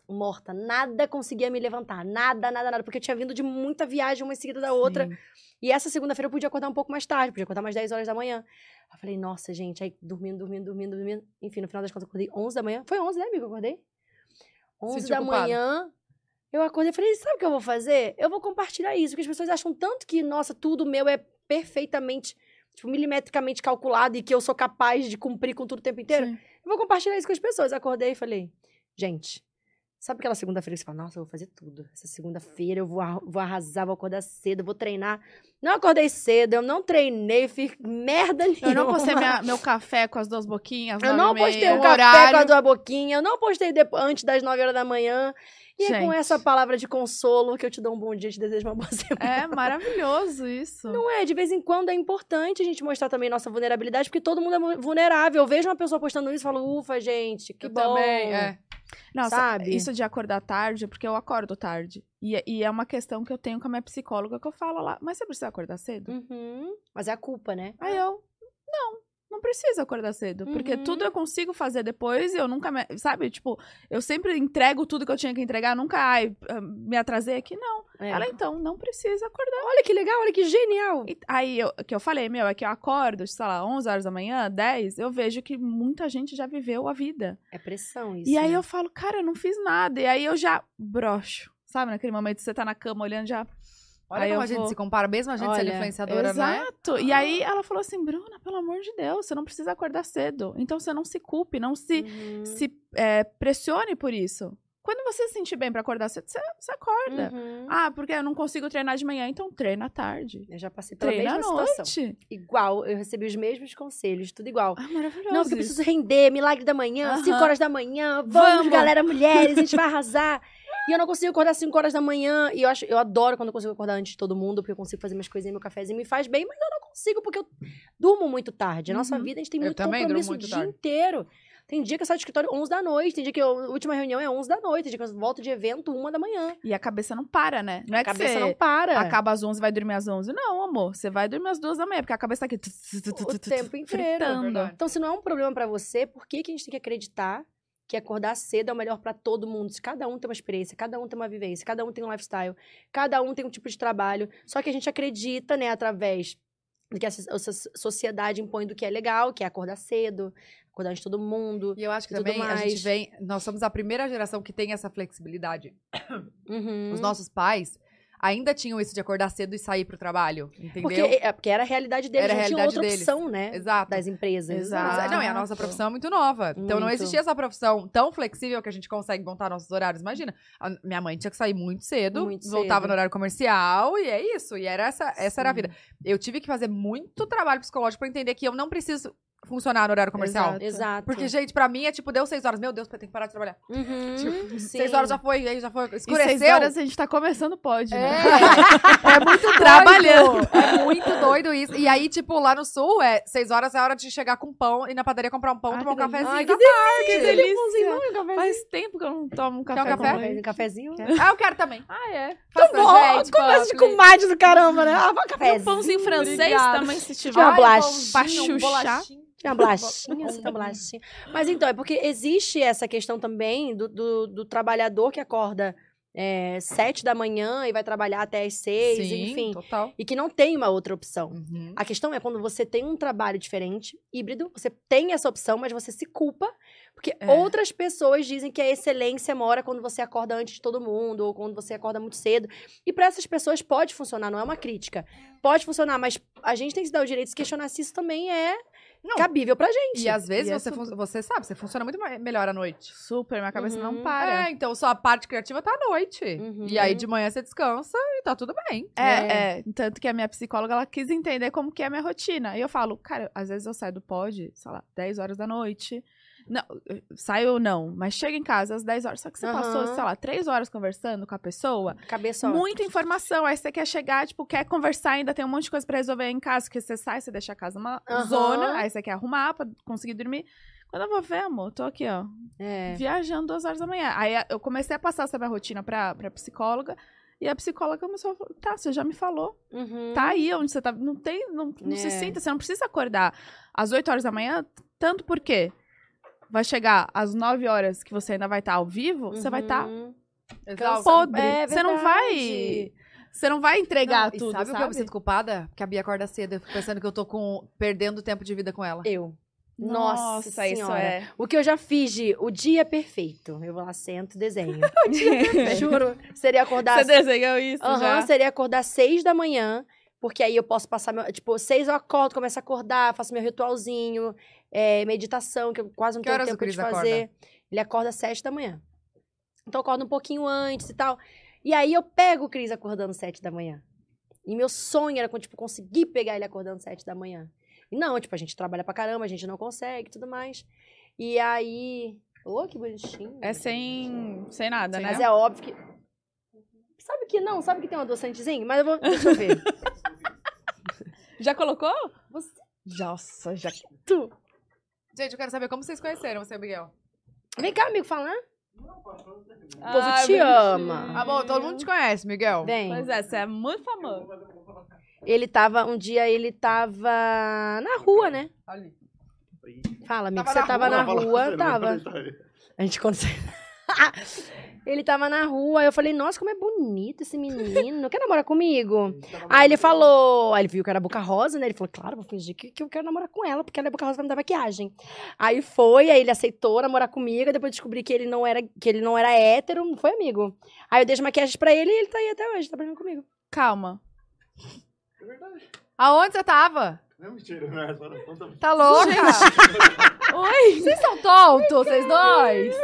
C: morta, nada conseguia me levantar, nada, nada, nada, porque eu tinha vindo de muita viagem, uma em seguida da outra. E essa segunda-feira eu podia acordar um pouco mais tarde, podia acordar mais 10 horas da manhã. Eu falei, nossa, gente, aí dormindo, dormindo, dormindo, dormindo. Enfim, no final das contas eu acordei 11 da manhã. Foi 11, né, amigo? Eu acordei? 11
A: Sentiu
C: da
A: culpado?
C: manhã. Eu acordei e falei, sabe o que eu vou fazer? Eu vou compartilhar isso, porque as pessoas acham tanto que, nossa, tudo meu é perfeitamente, tipo, milimetricamente calculado e que eu sou capaz de cumprir com tudo o tempo inteiro.
B: Sim.
C: Eu vou compartilhar isso com as pessoas. Acordei e falei, gente, sabe aquela segunda-feira que você fala, nossa, eu vou fazer tudo. Essa segunda-feira eu vou, ar- vou arrasar, vou acordar cedo, vou treinar. Não acordei cedo, eu não treinei, fiz merda nenhuma.
B: Eu não postei minha- meu café com as duas boquinhas.
C: Eu não postei
B: o
C: um café com a tua boquinha, eu não postei depo- antes das 9 horas da manhã. E é com
B: Gente.
C: essa palavra de consolo que eu te dou um bom dia, te desejo uma boa (laughs) semana.
B: É maravilhoso isso.
C: Não é, de vez em quando é importante a gente mostrar também nossa vulnerabilidade, porque todo mundo é mu- vulnerável. Eu vejo uma pessoa postando isso e falo, ufa, gente, que
A: eu
C: bom.
A: também, é.
B: Nossa,
C: sabe?
B: isso de acordar tarde, é porque eu acordo tarde. E, é- e é uma questão que eu tenho com a minha psicóloga que eu falo lá. Mas você precisa acordar cedo?
C: Uhum. Mas é a culpa, né?
B: Aí eu, não, não preciso acordar cedo. Porque
C: Uhum.
B: tudo eu consigo fazer depois e eu nunca me. Sabe? Tipo, eu sempre entrego tudo que eu tinha que entregar, nunca, ai, ah, me atrasei aqui. Não.
C: É.
B: Ela, então, não precisa acordar.
C: Olha que legal, olha que genial.
B: E aí, eu, que eu falei, meu, é que eu acordo, sei lá, 11 horas da manhã, 10, eu vejo que muita gente já viveu a vida.
C: É pressão isso.
B: E aí
C: né?
B: eu falo, cara, eu não fiz nada. E aí eu já broxo. Sabe, naquele momento que você tá na cama olhando já.
A: Olha
B: Aí
A: como
B: eu
A: a gente
B: vou-
A: se compara, mesmo a gente sendo
C: Olha,
A: influenciadora, né?
B: Exato. E
C: Ah.
B: aí ela falou assim, Bruna, pelo amor de Deus, você não precisa acordar cedo. Então você não se culpe, não se,
C: Uhum.
B: se é, pressione por isso. Quando você se sentir bem pra acordar cedo, você, você acorda.
C: Uhum.
B: Ah, porque eu não consigo treinar de manhã, então treina à tarde.
C: Eu já passei pela
B: Treina à
C: mesma situação.
B: noite.
C: Igual, eu recebi os mesmos conselhos, tudo igual.
B: Ah, maravilhoso.
C: Não, porque eu
B: isso.
C: preciso render, milagre da manhã,
B: Aham.
C: 5 horas da manhã, vamos,
B: Vamos.
C: galera, mulheres, a gente
A: (laughs)
C: vai arrasar. E eu não consigo acordar 5 horas da manhã. E eu, acho, eu adoro quando eu consigo acordar antes de todo mundo, porque eu consigo fazer minhas coisinhas, meu cafezinho me faz bem, mas eu não consigo, porque eu durmo muito tarde. A nossa
B: Uhum.
C: vida, a gente tem
A: Eu
C: muito
A: também durmo
C: compromisso
A: muito
C: o dia
A: tarde.
C: inteiro. Tem dia que eu saio do escritório 11 da noite, tem dia que eu- a última reunião é 11 da noite, tem dia que eu volto de evento 1 da manhã.
B: E a cabeça não para, né? Não é
C: A
B: que
C: cabeça
B: você
C: não para.
B: acaba às 11 e vai dormir às 11. Não, amor. Você vai dormir às 2 da manhã, porque a cabeça tá aqui...
C: o tempo inteiro.
B: fritando.
A: verdade.
C: Então, se não é um problema pra você, por que, que a gente tem que acreditar que acordar cedo é o melhor pra todo mundo? Se cada um tem uma experiência, cada um tem uma vivência, cada um tem um lifestyle, cada um tem um tipo de trabalho. Só que a gente acredita, né, através do que a so- a so- sociedade impõe do que é legal, que é acordar cedo, acordar de todo mundo.
A: E eu acho que
C: E tudo
A: também a gente
C: mais.
A: vem. Nós somos a primeira geração que tem essa flexibilidade.
C: Uhum.
A: Os nossos pais ainda tinham isso de acordar cedo e sair pro trabalho, entendeu?
C: porque, é, porque era a realidade deles,
A: Era a
C: não tinha
A: realidade
C: outra
A: deles.
C: opção, né?
A: Exato.
C: Das empresas.
B: Exato.
A: Exa- Não, e a nossa
B: Exato.
A: profissão é muito nova. Então não
C: Muito.
A: existia essa profissão tão flexível que a gente consegue montar nossos horários. Imagina, a minha mãe tinha que sair muito cedo,
C: Muito
A: voltava
C: cedo.
A: no horário comercial e é isso. E era essa, essa era a
C: Sim.
A: vida. Eu tive que fazer muito trabalho psicológico pra entender que eu não preciso funcionar no horário comercial.
B: Exato.
C: Exato.
A: Porque, gente, pra mim é tipo, deu seis horas. Meu Deus, eu tenho que parar de trabalhar.
C: Uhum,
A: Tipo,
C: sim.
A: Seis horas já foi, aí já foi.
B: E
A: Escureceu.
B: seis horas a gente tá começando pode,
A: É,
B: né?
A: É (laughs) muito doido.
B: Trabalhando.
A: É muito doido isso. E aí, tipo, lá no sul, é seis horas é a hora de chegar com pão e na padaria comprar um pão,
B: Ai,
A: tomar um
B: que delícia.
A: cafezinho.
C: Ai,
A: da
C: que
A: tarde.
B: que delícia.
C: Faz
B: Faz tempo que eu não tomo um
A: um
B: café. com
A: café?
B: leite.
C: um cafezinho.
B: Quer?
A: Ah, eu quero também.
B: Ah, é.
A: Faz
C: Tá
A: pra
C: bom,
A: gente,
C: conversa de
A: Bubbly.
C: comadre do caramba, né? Ah, vai um
B: E assim um
C: cafezinho.
B: pãozinho francês
A: obrigada.
B: também, se tiver.
C: Tinha uma
A: Ai,
C: bolachinha,
B: um
A: bolachinha.
C: Tinha uma bolachinha, você tem uma bolachinha. Mas então, é porque existe essa questão também do, do, do trabalhador que acorda é, sete da manhã e vai trabalhar até às seis,
A: Sim,
C: enfim.
A: total.
C: E que não tem uma outra opção.
A: Uhum.
C: A questão é quando você tem um trabalho diferente, híbrido, você tem essa opção, mas você se culpa, porque
B: É.
C: outras pessoas dizem que a excelência mora quando você acorda antes de todo mundo, ou quando você acorda muito cedo. E para essas pessoas pode funcionar, não é uma crítica. Pode funcionar, mas a gente tem que se dar o direito de se questionar se isso também é
A: Não.
C: cabível pra gente.
A: E às vezes
B: E é
A: você,
B: super-
A: fun- você sabe, você funciona muito mais- melhor à noite.
B: Super, minha cabeça
C: Uhum.
B: não para.
A: É, então sua parte criativa tá à noite.
C: Uhum.
A: E aí de manhã você descansa e tá tudo bem.
B: É, é. Tanto que a minha psicóloga, ela quis entender como que é a minha rotina. E eu falo, cara, às vezes eu saio do pod, sei lá, 10 horas da noite. Não, eu- saio não, mas chego em casa às 10 horas. Só que você
C: Aham.
B: passou, sei lá, 3 horas conversando com a pessoa.
C: Cabeça. ó.
B: Muita informação. Aí você quer chegar, tipo, quer conversar, ainda tem um monte de coisa pra resolver em casa. Porque você sai, você deixa a casa uma
C: Aham.
B: zona. Aí você quer arrumar pra conseguir dormir. Quando eu vou ver, amor, tô aqui, ó,
C: É.
B: viajando duas horas da manhã. Aí a- eu comecei a passar essa minha rotina pra, pra psicóloga. E a psicóloga começou a falar, tá, você já me falou.
C: Uhum.
B: Tá aí onde você tá. Não tem. Não, não
C: É.
B: se sinta, você não precisa acordar às 8 horas da manhã, tanto porque vai chegar às 9 horas que você ainda vai estar ao vivo, você vai tá estar
C: Uhum.
A: Exausto.
B: Então, podre.
C: É
B: você não vai.
C: verdade.
B: Você não vai entregar
A: Não, e
B: tudo.
A: sabe,
B: Sabe,
A: o que eu me sinto culpada? Porque a Bia acorda cedo. Eu fico pensando que eu tô com, perdendo tempo de vida com ela.
C: Eu. Nossa,
B: isso (laughs)
C: senhora.
B: é.
C: O que eu já fiz de o dia perfeito. Eu vou lá, sento
B: (laughs)
C: e desenho. Juro. Seria acordar
B: Você desenhou isso?
C: Aham,
B: já?
C: seria acordar seis da manhã, porque aí eu posso passar meu. Tipo, seis eu acordo, começo a acordar, faço meu ritualzinho, é, meditação, que eu quase não
A: Que
C: tenho
A: horas o
C: tempo de
A: Cris acorda?
C: fazer. Ele acorda às sete da manhã. Então eu acordo um pouquinho antes e tal. E aí eu pego o Cris acordando às sete da manhã. E meu sonho era, tipo, conseguir pegar ele acordando às sete da manhã. E não, tipo, a gente trabalha pra caramba, a gente não consegue e tudo mais. E aí. Ô, que bonitinho.
B: É sem, sem nada,
A: Sem
B: né?
C: Mas é óbvio que. Sabe que não? Sabe que tem um adoçantezinho? Mas eu vou. Deixa
B: (laughs)
C: eu ver.
B: Já colocou?
C: Você-
B: Nossa, já.
A: Gente, eu quero saber como vocês conheceram você e o Miguel.
C: Vem cá, amigo, fala, né?
B: O
C: povo te ama.
A: Amor, Tá todo mundo te conhece, Miguel.
C: Vem.
B: Tá Pois é, você é muito famoso.
C: Ele tava. Um dia ele tava na rua, né?
A: Ali.
C: Fala, amigo.
A: Tava
C: você
A: na
C: tava
A: rua,
C: na rua, tava. A gente consegue. (laughs) ele tava na rua, eu falei, nossa, como é bonito esse menino. Quer namorar comigo? Aí Ah, ele falou. Aí ele viu que era boca rosa, né? Ele falou, claro, vou fingir que, que eu quero namorar com ela, porque ela é boca rosa vai me dar maquiagem. Aí foi, aí ele aceitou namorar comigo, aí depois descobri que ele não era, que ele não era hétero, não foi amigo. Aí eu deixo maquiagem pra ele e ele tá aí até hoje, trabalhando comigo.
B: Calma.
D: É verdade.
A: Aonde você tava?
D: Não é mentira, não é só não conta.
A: Tá louca?
B: (laughs) Oi!
A: Vocês são tontos, vocês dois?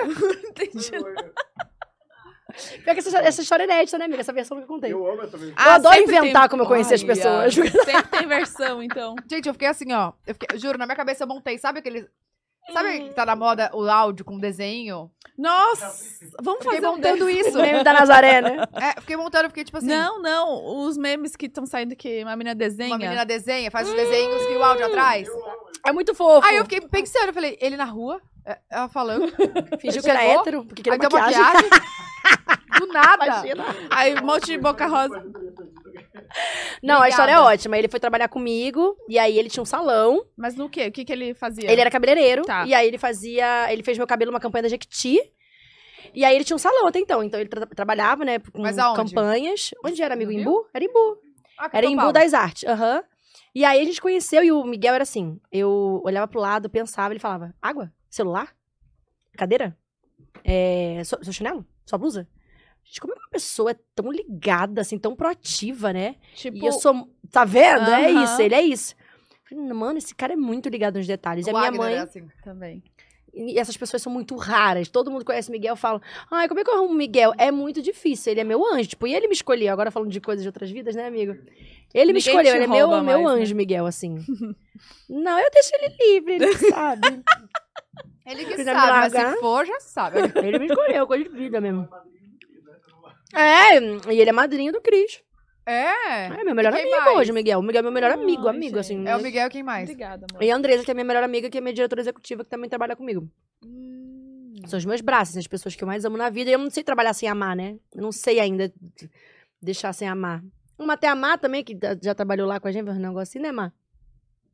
B: Entendi.
C: Pior que essa, essa história é inédita, né, amiga? Essa versão que eu contei. Eu,
D: (laughs) Eu amo essa vez.
B: Ah,
C: adoro
B: sempre
C: inventar
B: tem-
C: como eu conheci as
A: Olha.
C: pessoas.
B: Sempre tem versão, então.
A: Gente, eu fiquei assim, ó. Eu fiquei- juro, na minha cabeça eu montei. Sabe aquele. Sabe que tá na moda o áudio com desenho?
B: Nossa! Vamos
A: Fiquei
B: fazer um
A: montando
B: desse.
A: isso.
C: O meme da Nazaré, né?
A: É, fiquei montando, fiquei tipo assim.
B: Não, não. Os memes que estão saindo que uma menina desenha.
A: Uma menina desenha, faz os desenhos e o áudio atrás.
D: Eu amo.
C: (laughs) É muito fofo.
A: Aí eu fiquei pensando, eu falei, ele na rua? É, Ela falando.
C: (laughs)
A: Ele
C: Fingiu que
A: chegou,
C: era é hétero, porque queria
A: aí deu
C: maquiagem.
A: maquiagem. Do nada.
B: Aí um monte de boca rosa.
C: Não, a história é
A: Obrigada.
C: ótima. Ele foi trabalhar comigo, e aí ele tinha um salão.
B: Mas no quê? O que, que ele fazia?
C: Ele era cabeleireiro.
B: Tá.
C: E aí ele fazia. Ele fez meu cabelo uma campanha da Jequiti. E aí ele tinha um salão até então. Então ele tra- trabalhava, né? Com
A: Mas aonde?
C: campanhas. Onde era, amigo?
A: No
C: Em
A: Rio?
C: Imbu? Era em Imbu.
A: Ah, que
C: Era
A: São
C: em Imbu
A: Paulo.
C: das Artes. Aham. E aí a gente conheceu e o Miguel era assim. Eu olhava pro lado, pensava, ele falava: água? Celular? Cadeira? É, seu, seu chinelo? Sua blusa? Gente, como é que uma pessoa é tão ligada, assim, tão proativa, né?
B: Tipo,
C: E eu sou. Tá vendo? É
B: Aham.
C: isso, ele é isso. Falei, Mano, esse cara é muito ligado nos detalhes. E a
A: O
C: minha
A: Wagner
C: mãe.
A: era assim.
B: também.
C: E essas pessoas são muito raras. Todo mundo conhece o Miguel fala: Ai, como é que eu arrumo o Miguel? É muito difícil, ele é meu anjo. Tipo, e ele me escolheu. Agora falando de coisas de outras vidas, né, amigo? Ele
B: Ninguém
C: me escolheu,
B: te
C: ele é meu,
B: rouba
C: meu
B: mais, né?
C: anjo, Miguel, assim.
B: (laughs)
C: Não, eu deixo ele livre, ele que sabe.
A: Ele que
C: Precisa me
A: sabe, mas se
C: largar? (laughs)
A: for, já sabe.
C: Ele me escolheu, coisa de vida mesmo. É, e ele é madrinho do Cris.
A: É.
C: É, meu melhor
A: E quem
C: amigo
A: mais?
C: hoje, Miguel. O Miguel é meu melhor
B: Ai,
C: amigo, amigo,
B: gente.
C: assim.
A: É o Miguel quem mais?
B: Obrigada, amor.
C: E a Andresa, que é minha melhor amiga, que é minha diretora executiva, que também trabalha comigo.
A: Hum.
C: São os meus braços, né? as pessoas que eu mais amo na vida. E eu não sei trabalhar sem amar, né? Eu não sei ainda deixar sem amar. Uma até amar também, que da- já trabalhou lá com a gente, um negócio assim, né, Mar?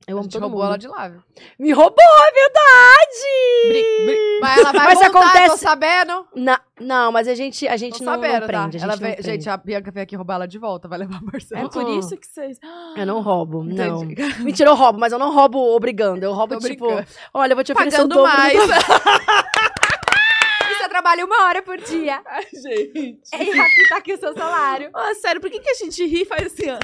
C: Eu
A: A
C: amo
A: gente
C: todo
A: roubou
C: mundo.
A: ela de lá. viu?
C: Me roubou, é verdade!
A: Mas ela vai
C: Mas
A: voltar,
C: acontece-
A: tô sabendo.
C: Na- não, mas a gente, a gente
A: Tô
C: não, não
A: sabendo, tá?
C: prende. A gente,
A: Ela
C: não
A: veio-
C: prende.
A: gente, a Bianca veio aqui roubar ela de volta, vai levar a Marcela.
B: É por
C: Hum.
B: isso
A: (gasps)
B: que vocês.
C: Eu não roubo, não.
A: ah, Entendi. (laughs)
C: Mentira, eu roubo, mas eu não roubo obrigando. Eu roubo,
A: Tô
C: tipo,
A: brincando.
C: olha, eu vou te oferecer o
A: Pagando
C: dobro
B: (laughs)
C: do
A: mais. (laughs)
C: trabalho.
A: E você trabalha uma hora por dia.
B: Ai, gente.
A: E aqui tá aqui o seu salário.
B: Ah, sério, por que, que a gente ri e faz assim? ó?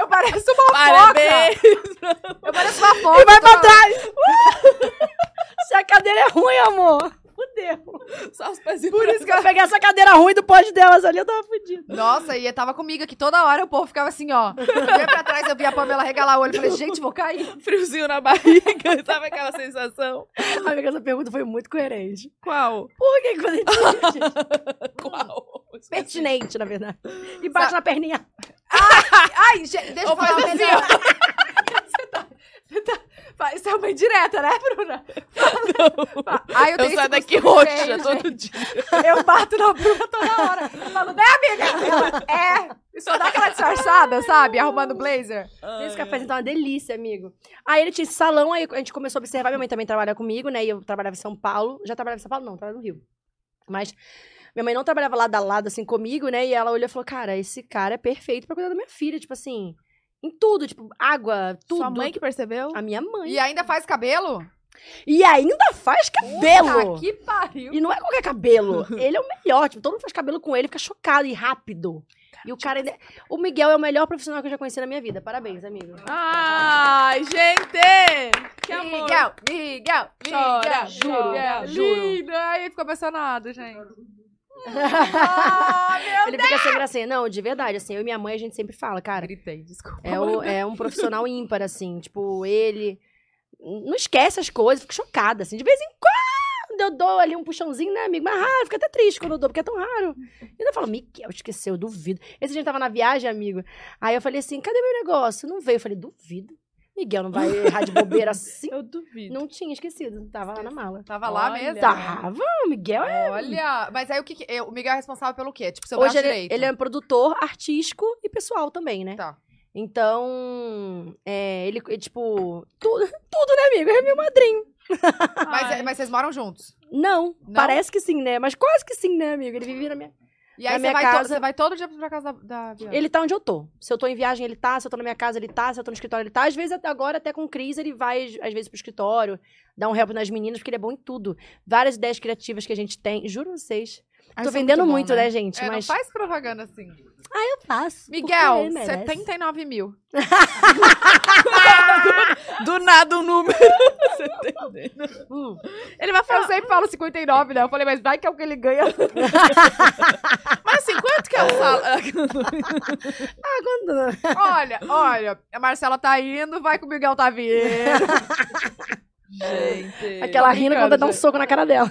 A: Eu pareço uma
B: Parabéns! (laughs)
A: foca. Eu pareço uma foca.
C: E vai pra trás! (laughs) Se a cadeira é ruim, amor. Fudeu.
B: Só os pezinhos.
C: Por isso que eu peguei essa cadeira ruim do pódio delas ali, eu tava fudida.
A: Nossa, e tava comigo aqui toda hora, o povo ficava assim, ó. Eu ia pra trás, eu via a Pamela regalar o olho. eu Falei, gente, vou cair.
B: (laughs) friozinho na barriga, (laughs) sabe aquela sensação?
C: Amiga, essa pergunta foi muito coerente.
B: Qual?
C: Por que que quando a gente... gente,
B: Qual?
C: Pertinente, na verdade. E bate na perninha.
A: Ai, gente, deixa eu,
B: Ou
A: falar
B: faz
A: uma
B: assim,
A: coisa. Você tá- você tá- fa- Isso é uma indireta, né, Bruna? Fala- fa- Ai, eu,
B: Eu
A: tenho
B: saio
A: esse
B: daqui
A: costume
B: roxa
A: feio,
B: todo dia.
A: gente. Eu bato na Bruna toda hora. Eu falo, né, amiga? Ela, é. E só dá aquela disfarçada, sabe? Arrumando blazer.
C: Esse cafezinho tá uma delícia, amigo. Aí ele tinha esse salão, aí a gente começou a observar. Minha mãe também trabalha comigo, né? E eu trabalhava em São Paulo. Já trabalhava em São Paulo? Não, trabalhava no Rio. Mas minha mãe não trabalhava lado a lado, assim, comigo, né? E ela olhou e falou, cara, esse cara é perfeito pra cuidar da minha filha. Tipo assim, em tudo. Tipo, água, tudo.
B: Sua mãe que percebeu?
C: A minha mãe.
A: E ainda faz cabelo?
C: E ainda faz cabelo!
A: Puta que pariu.
C: E não é
B: (laughs)
C: qualquer cabelo. Ele é o melhor. Tipo, todo mundo faz cabelo com ele, fica chocado e rápido. E o cara. ainda-
B: tipo
C: O Miguel é o melhor profissional que eu já conheci na minha vida. Parabéns, amigo.
B: Ai, gente! Que amor!
A: Miguel, Miguel,
B: Chora,
A: Miguel.
B: juro,
A: Miguel.
C: juro.
A: Lindo. Ai, ficou apaixonado, gente. Ah, meu
C: (laughs) Ele fica sem gracinha. Não, de verdade, assim, eu e minha mãe, a gente sempre fala, cara,
A: Gritei, desculpa.
C: é, o- é um profissional ímpar, assim. Tipo, ele não esquece as coisas, fica chocada, assim. De vez em quando eu dou ali um puxãozinho, né, amigo? Mas raro, fica até triste quando eu dou, porque é tão raro. E ainda falo, Miguel, esqueceu, eu duvido. Esse dia a gente tava na viagem, amigo. Aí eu falei assim, cadê meu negócio? Não veio. Eu falei, duvido. Miguel não vai errar de bobeira
B: (laughs)
C: assim.
B: Eu duvido.
C: Não tinha esquecido, tava lá na mala.
A: Tava lá
B: Olha. Tá.
A: mesmo.
C: Tava, o Miguel é
A: Olha, mas aí o que, que- eu- o Miguel é responsável pelo quê? Tipo, seu
C: Hoje
A: braço
C: ele,
A: direito.
C: ele é produtor artístico e pessoal também, né?
A: Tá.
C: Então, é, ele, ele, tipo, tudo, (laughs) tudo, né, amigo? É meu madrinho.
A: Mas, é,
B: Ai.
A: mas vocês moram juntos.
C: Não,
A: Não?
C: parece que sim, né? Mas quase que sim, né, amigo? Ele vive na minha.
A: E aí
C: Na
A: você
C: minha
A: vai, to-
C: casa-
A: você vai todo dia pra casa da, da Bianca.
C: Ele tá onde eu tô. Se eu tô em viagem, ele tá. Se eu tô na minha casa, ele tá. Se eu tô no escritório, ele tá. Às vezes, até agora, até com crise, ele vai, às vezes, pro escritório, dá um help nas meninas, porque ele é bom em tudo. Várias ideias criativas que a gente tem. Juro a vocês.
A: Ai,
C: tô
A: isso é
C: vendendo
A: bom,
C: muito, né, gente?
A: É,
C: mas
A: Não faz propaganda assim.
C: eu faço.
A: Miguel, 79 mil. (laughs)
B: Do nada o número. Você entendeu?
A: Uh.
B: Ele vai
A: Eu
B: falar.
A: sempre falo 59, né? Eu falei, mas vai que é o que ele ganha.
B: Mas assim, quanto que é o salário?
A: olha, olha, a Marcela tá indo, vai que o Miguel tá vindo. (laughs)
B: gente.
C: Aquela rina
A: brincando,
C: quando dá um
A: gente.
C: soco na cara dela.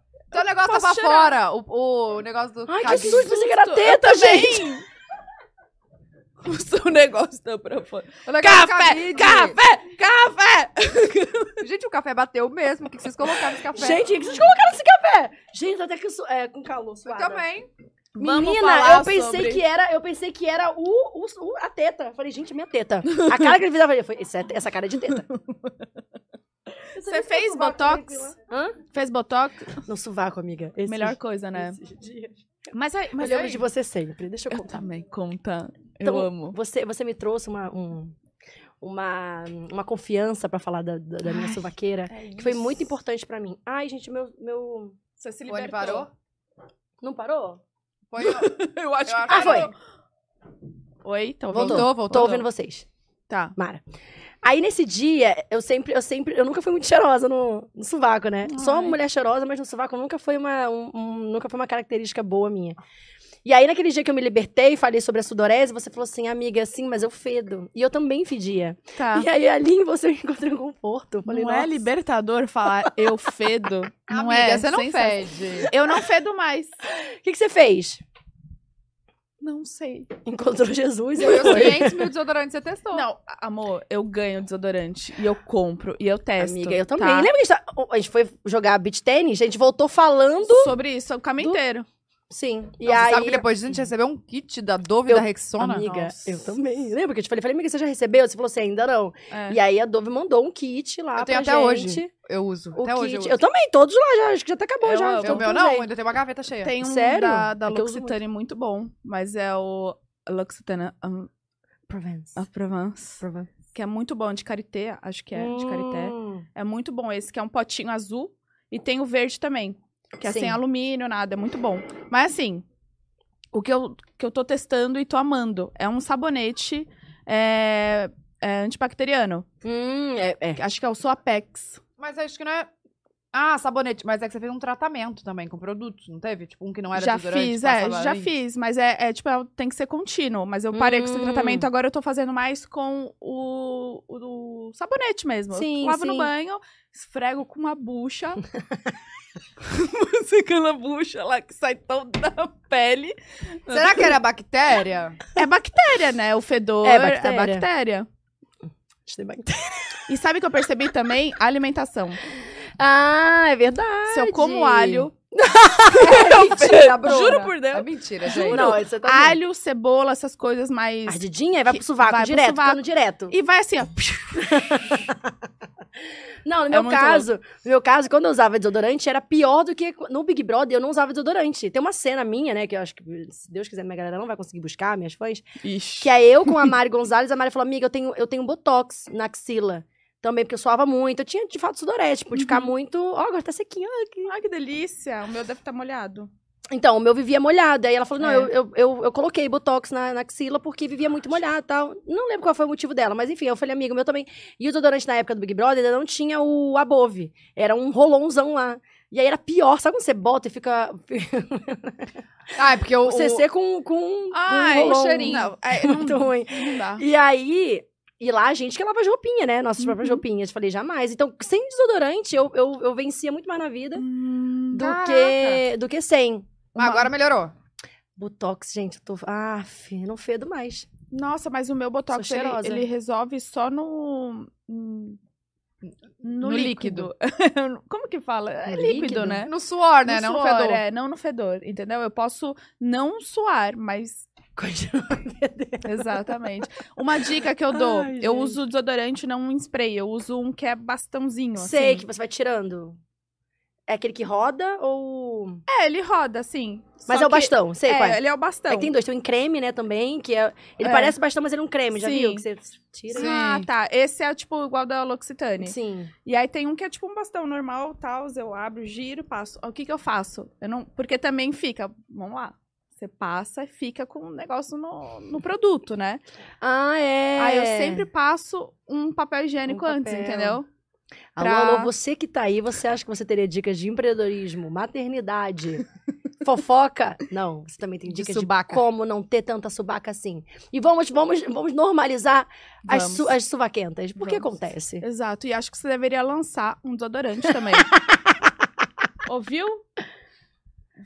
A: Então o negócio tá
B: Posso
A: pra
B: cheirar?
A: fora, o, o negócio do
C: Ai, que
A: cabide.
C: susto, pensei que era
B: susto.
C: teta,
B: (laughs)
C: gente.
B: O seu negócio tá pra fora.
A: O negócio do
B: Café!
A: cabide.
B: Café! Café!
A: Gente, o café bateu mesmo. O que que vocês colocaram nesse café?
C: Gente, o que vocês colocaram nesse café? Gente, tô até que su- é, com calor,
A: eu
C: suada.
A: também.
B: Vamos
C: Menina,
B: falar
C: eu pensei
B: sobre-
C: que era, eu pensei que era o, o- o- a teta. Eu Falei, gente, minha teta. A cara que ele fez, eu falei, foi essa, é- essa cara é de teta.
B: Você fez botox?
C: Hã?
B: Fez botox?
C: No sovaco, amiga. Esses-
B: Melhor coisa, né?
C: esses dias.
B: Mas aí.
C: Eu
B: Mas
C: lembro
B: aí-
C: de você sempre. Deixa eu
B: Eu
C: contar.
B: também, conta.
C: Então,
B: eu amo.
C: Você, você me trouxe uma, um- uma, uma confiança pra falar da, da- da minha
B: Ai,
C: sovaqueira, é
A: É
C: que foi muito importante pra mim. Ai, gente, meu, meu...
B: Você se
A: O Oni
C: (laughs)
A: parou?
C: Não parou?
A: Foi, eu
B: Eu acho
A: acho
B: que
A: que
C: Ah, foi.
A: parou.
B: Oi, então
C: Voltou,
A: voltou.
C: Tô ouvindo vocês.
B: Tá.
C: Mara. Aí nesse dia, eu sempre, eu sempre, eu nunca fui muito cheirosa no, no sovaco, né? Sou uma
B: Ai.
C: mulher cheirosa, mas no sovaco nunca foi uma, um- um- nunca foi uma característica boa minha. E aí naquele dia que eu me libertei, falei sobre a sudorese, você falou assim, amiga, sim, mas eu fedo. E eu também fedia.
B: Tá.
C: E aí ali você (laughs) me encontrou em conforto. Eu falei,
B: Não
C: nossa.
B: é libertador falar eu fedo? não
A: Amiga,
B: é?
A: você não
B: Sensação.
A: fede.
B: Eu não fedo mais.
C: O que, que você fez?
B: Não sei.
C: Encontrou Jesus. e
A: Eu
C: eu fui.
A: sei 500 mil desodorantes você testou.
B: Não, a- amor, eu ganho desodorante e eu compro e eu testo.
C: Amiga, eu
B: tá?
C: também. Lembra que a gente, tá- a gente foi jogar beach tênis? A gente voltou falando.
B: Sobre isso, é o caminho
C: Do-
B: inteiro.
C: Sim. E
A: Não, você
C: aí.
A: sabe que depois a gente recebeu um kit da Dove e
C: Eu-
A: da Rexona?
C: Amiga,
A: Nossa.
C: eu também. Lembra que eu te falei? Falei, amiga, você já recebeu? Você falou assim, ainda não.
B: É.
C: E aí a Dove mandou um kit lá
A: Eu tenho
C: pra
A: até hoje.
C: gente.
A: Eu uso.
C: O
A: Até
C: kit.
A: hoje eu
C: eu,
A: uso.
C: também, todos lá já. Acho que já até acabou
B: Eu
C: já.
B: amo.
C: então
A: o meu
C: tudo
A: não,
C: bem.
A: ainda tem uma gaveta cheia.
B: Tem um
C: Sério?
B: da, da
C: É que eu uso
B: L'Occitane muito bom, mas é o L'Occitane um,
C: Provence.
B: à Provence,
C: Provence.
B: que é muito bom, de Carité, acho que é, de Carité.
C: Hum.
B: É muito bom esse, que é um potinho azul e tem o verde também, que é
C: Sim.
B: sem alumínio, nada, é muito bom. Mas assim, o que eu, que eu tô testando e tô amando é um sabonete é, é, antibacteriano,
C: Hum, é, é.
B: acho que é o Soapex.
A: Mas acho que não é... Ah, sabonete. Mas é que você fez um tratamento também com produtos, não teve? Tipo, um que não era
B: já
A: desodorante.
B: fiz,
A: passa
B: é,
A: lá
B: já
A: em-
B: fiz, mas é, é, tipo, é- tem que ser contínuo. Mas eu parei com esse
C: Hum.
B: tratamento, agora eu tô fazendo mais com o, o, o sabonete mesmo. Eu
C: Sim,
B: lavo no
C: sim.
B: banho, esfrego com uma (laughs) bucha. Música na bucha lá que sai toda da pele.
A: Será que era bactéria?
B: É bactéria, né? O fedor
C: É
B: é
C: bactéria.
B: bactéria. E sabe o que eu percebi também? A alimentação.
C: Ah, é verdade.
B: Se eu como
C: Verdade.
B: alho,
A: É mentira, Bruna.
B: (laughs) Juro por Deus.
A: É mentira, gente.
C: Não, você tá bem.
B: alho, cebola, essas coisas mais...
C: Ardidinha vai pro sovaco
B: vai pro
C: direto,
B: sovaco.
C: ficando direto.
B: E vai assim, ó.
C: Não, no meu
B: muito
C: caso, no meu caso, quando eu usava desodorante, era pior do que no Big Brother, eu não usava desodorante. Tem uma cena minha, né, que eu acho que, se Deus quiser, minha galera não vai conseguir buscar, minhas fãs,
B: Ixi.
C: que é eu com a Mari Gonzalez, a Mari falou, amiga, eu tenho, eu tenho botox na axila. Também, porque eu suava muito. Eu tinha, de fato, sudorese, tipo, de ficar muito... Ó, agora tá sequinho. ó, que-
B: Ai, que delícia. O meu deve estar molhado.
C: Então, o meu vivia molhado. Aí ela falou, não,
B: É.
C: eu, eu, eu, eu coloquei botox na, na axila porque vivia muito molhado e tal. Não lembro qual foi o motivo dela, mas enfim, eu falei, amigo, o meu também. E o desodorante na época do Big Brother ainda não tinha o Above. Era um rolonzão lá. E aí era pior, sabe quando você bota e fica (laughs)
A: Ah, é porque o...
C: o CC com, com,
B: Ai,
C: com um rolon.
B: o cheirinho. Não, é, não,
C: Muito ruim.
B: não dá.
C: E aí, e lá a gente que lava as roupinhas, né? Nossas próprias
B: Uhum.
C: roupinhas. Falei, jamais. Então, sem desodorante, eu, eu, eu vencia muito mais na vida
B: Hum,
C: do
A: Caraca.
C: que, do que sem.
A: Mas agora melhorou.
C: Botox, gente, eu tô. Ah, não fedo mais.
B: Nossa, mas o meu Botox,
C: Sou
B: ele,
C: cheirosa.
B: ele resolve só no... No,
A: No líquido.
B: líquido. (laughs) Como que fala? É
C: No
B: líquido,
C: líquido?
B: né?
A: No suor, né?
B: No
A: não
B: suor,
A: fedor.
B: É, não no fedor, entendeu? Eu posso não suar,
C: (laughs)
B: mas...
C: Continua fedendo.
B: Exatamente. Uma dica que eu dou.
C: Ai,
B: eu
C: gente.
B: uso desodorante, não um spray. Eu uso um que é bastãozinho,
C: Sei
B: assim.
C: que você vai tirando. É aquele que roda ou.
B: É, ele roda, assim.
C: Mas
B: Só
C: é o
B: que-
C: bastão, sei qual
B: É,
C: é.
B: ele é o bastão.
C: Aí tem dois, tem um em creme, né, também, que é... Ele
B: É.
C: parece bastão, mas ele é um creme, já
B: Sim.
C: viu? Que você tira.
A: Sim.
B: Ah, tá. Esse é tipo igual da L'Occitane.
C: Sim.
B: E aí tem um que é tipo um bastão normal, tal, eu abro, giro, passo. O que que eu faço? Eu não, porque também fica, vamos lá. Você passa e fica com o negócio no, no produto, né?
C: Ah, é.
B: Aí eu sempre passo um papel higiênico
C: Um
B: antes,
C: papel.
B: entendeu?
C: Alô,
B: pra-
C: alô, você que tá aí, você acha que você teria dicas de
B: (laughs)
C: empreendedorismo, maternidade, fofoca? Não, você também tem
A: De
C: dicas de,
A: subaca.
C: como não ter tanta subaca assim. E vamos, vamos, vamos normalizar as,
B: Vamos.
C: su as suvaquentas. Por que
B: Vamos.
C: acontece?
B: Exato. E acho que você deveria lançar um desodorante também. Ouviu?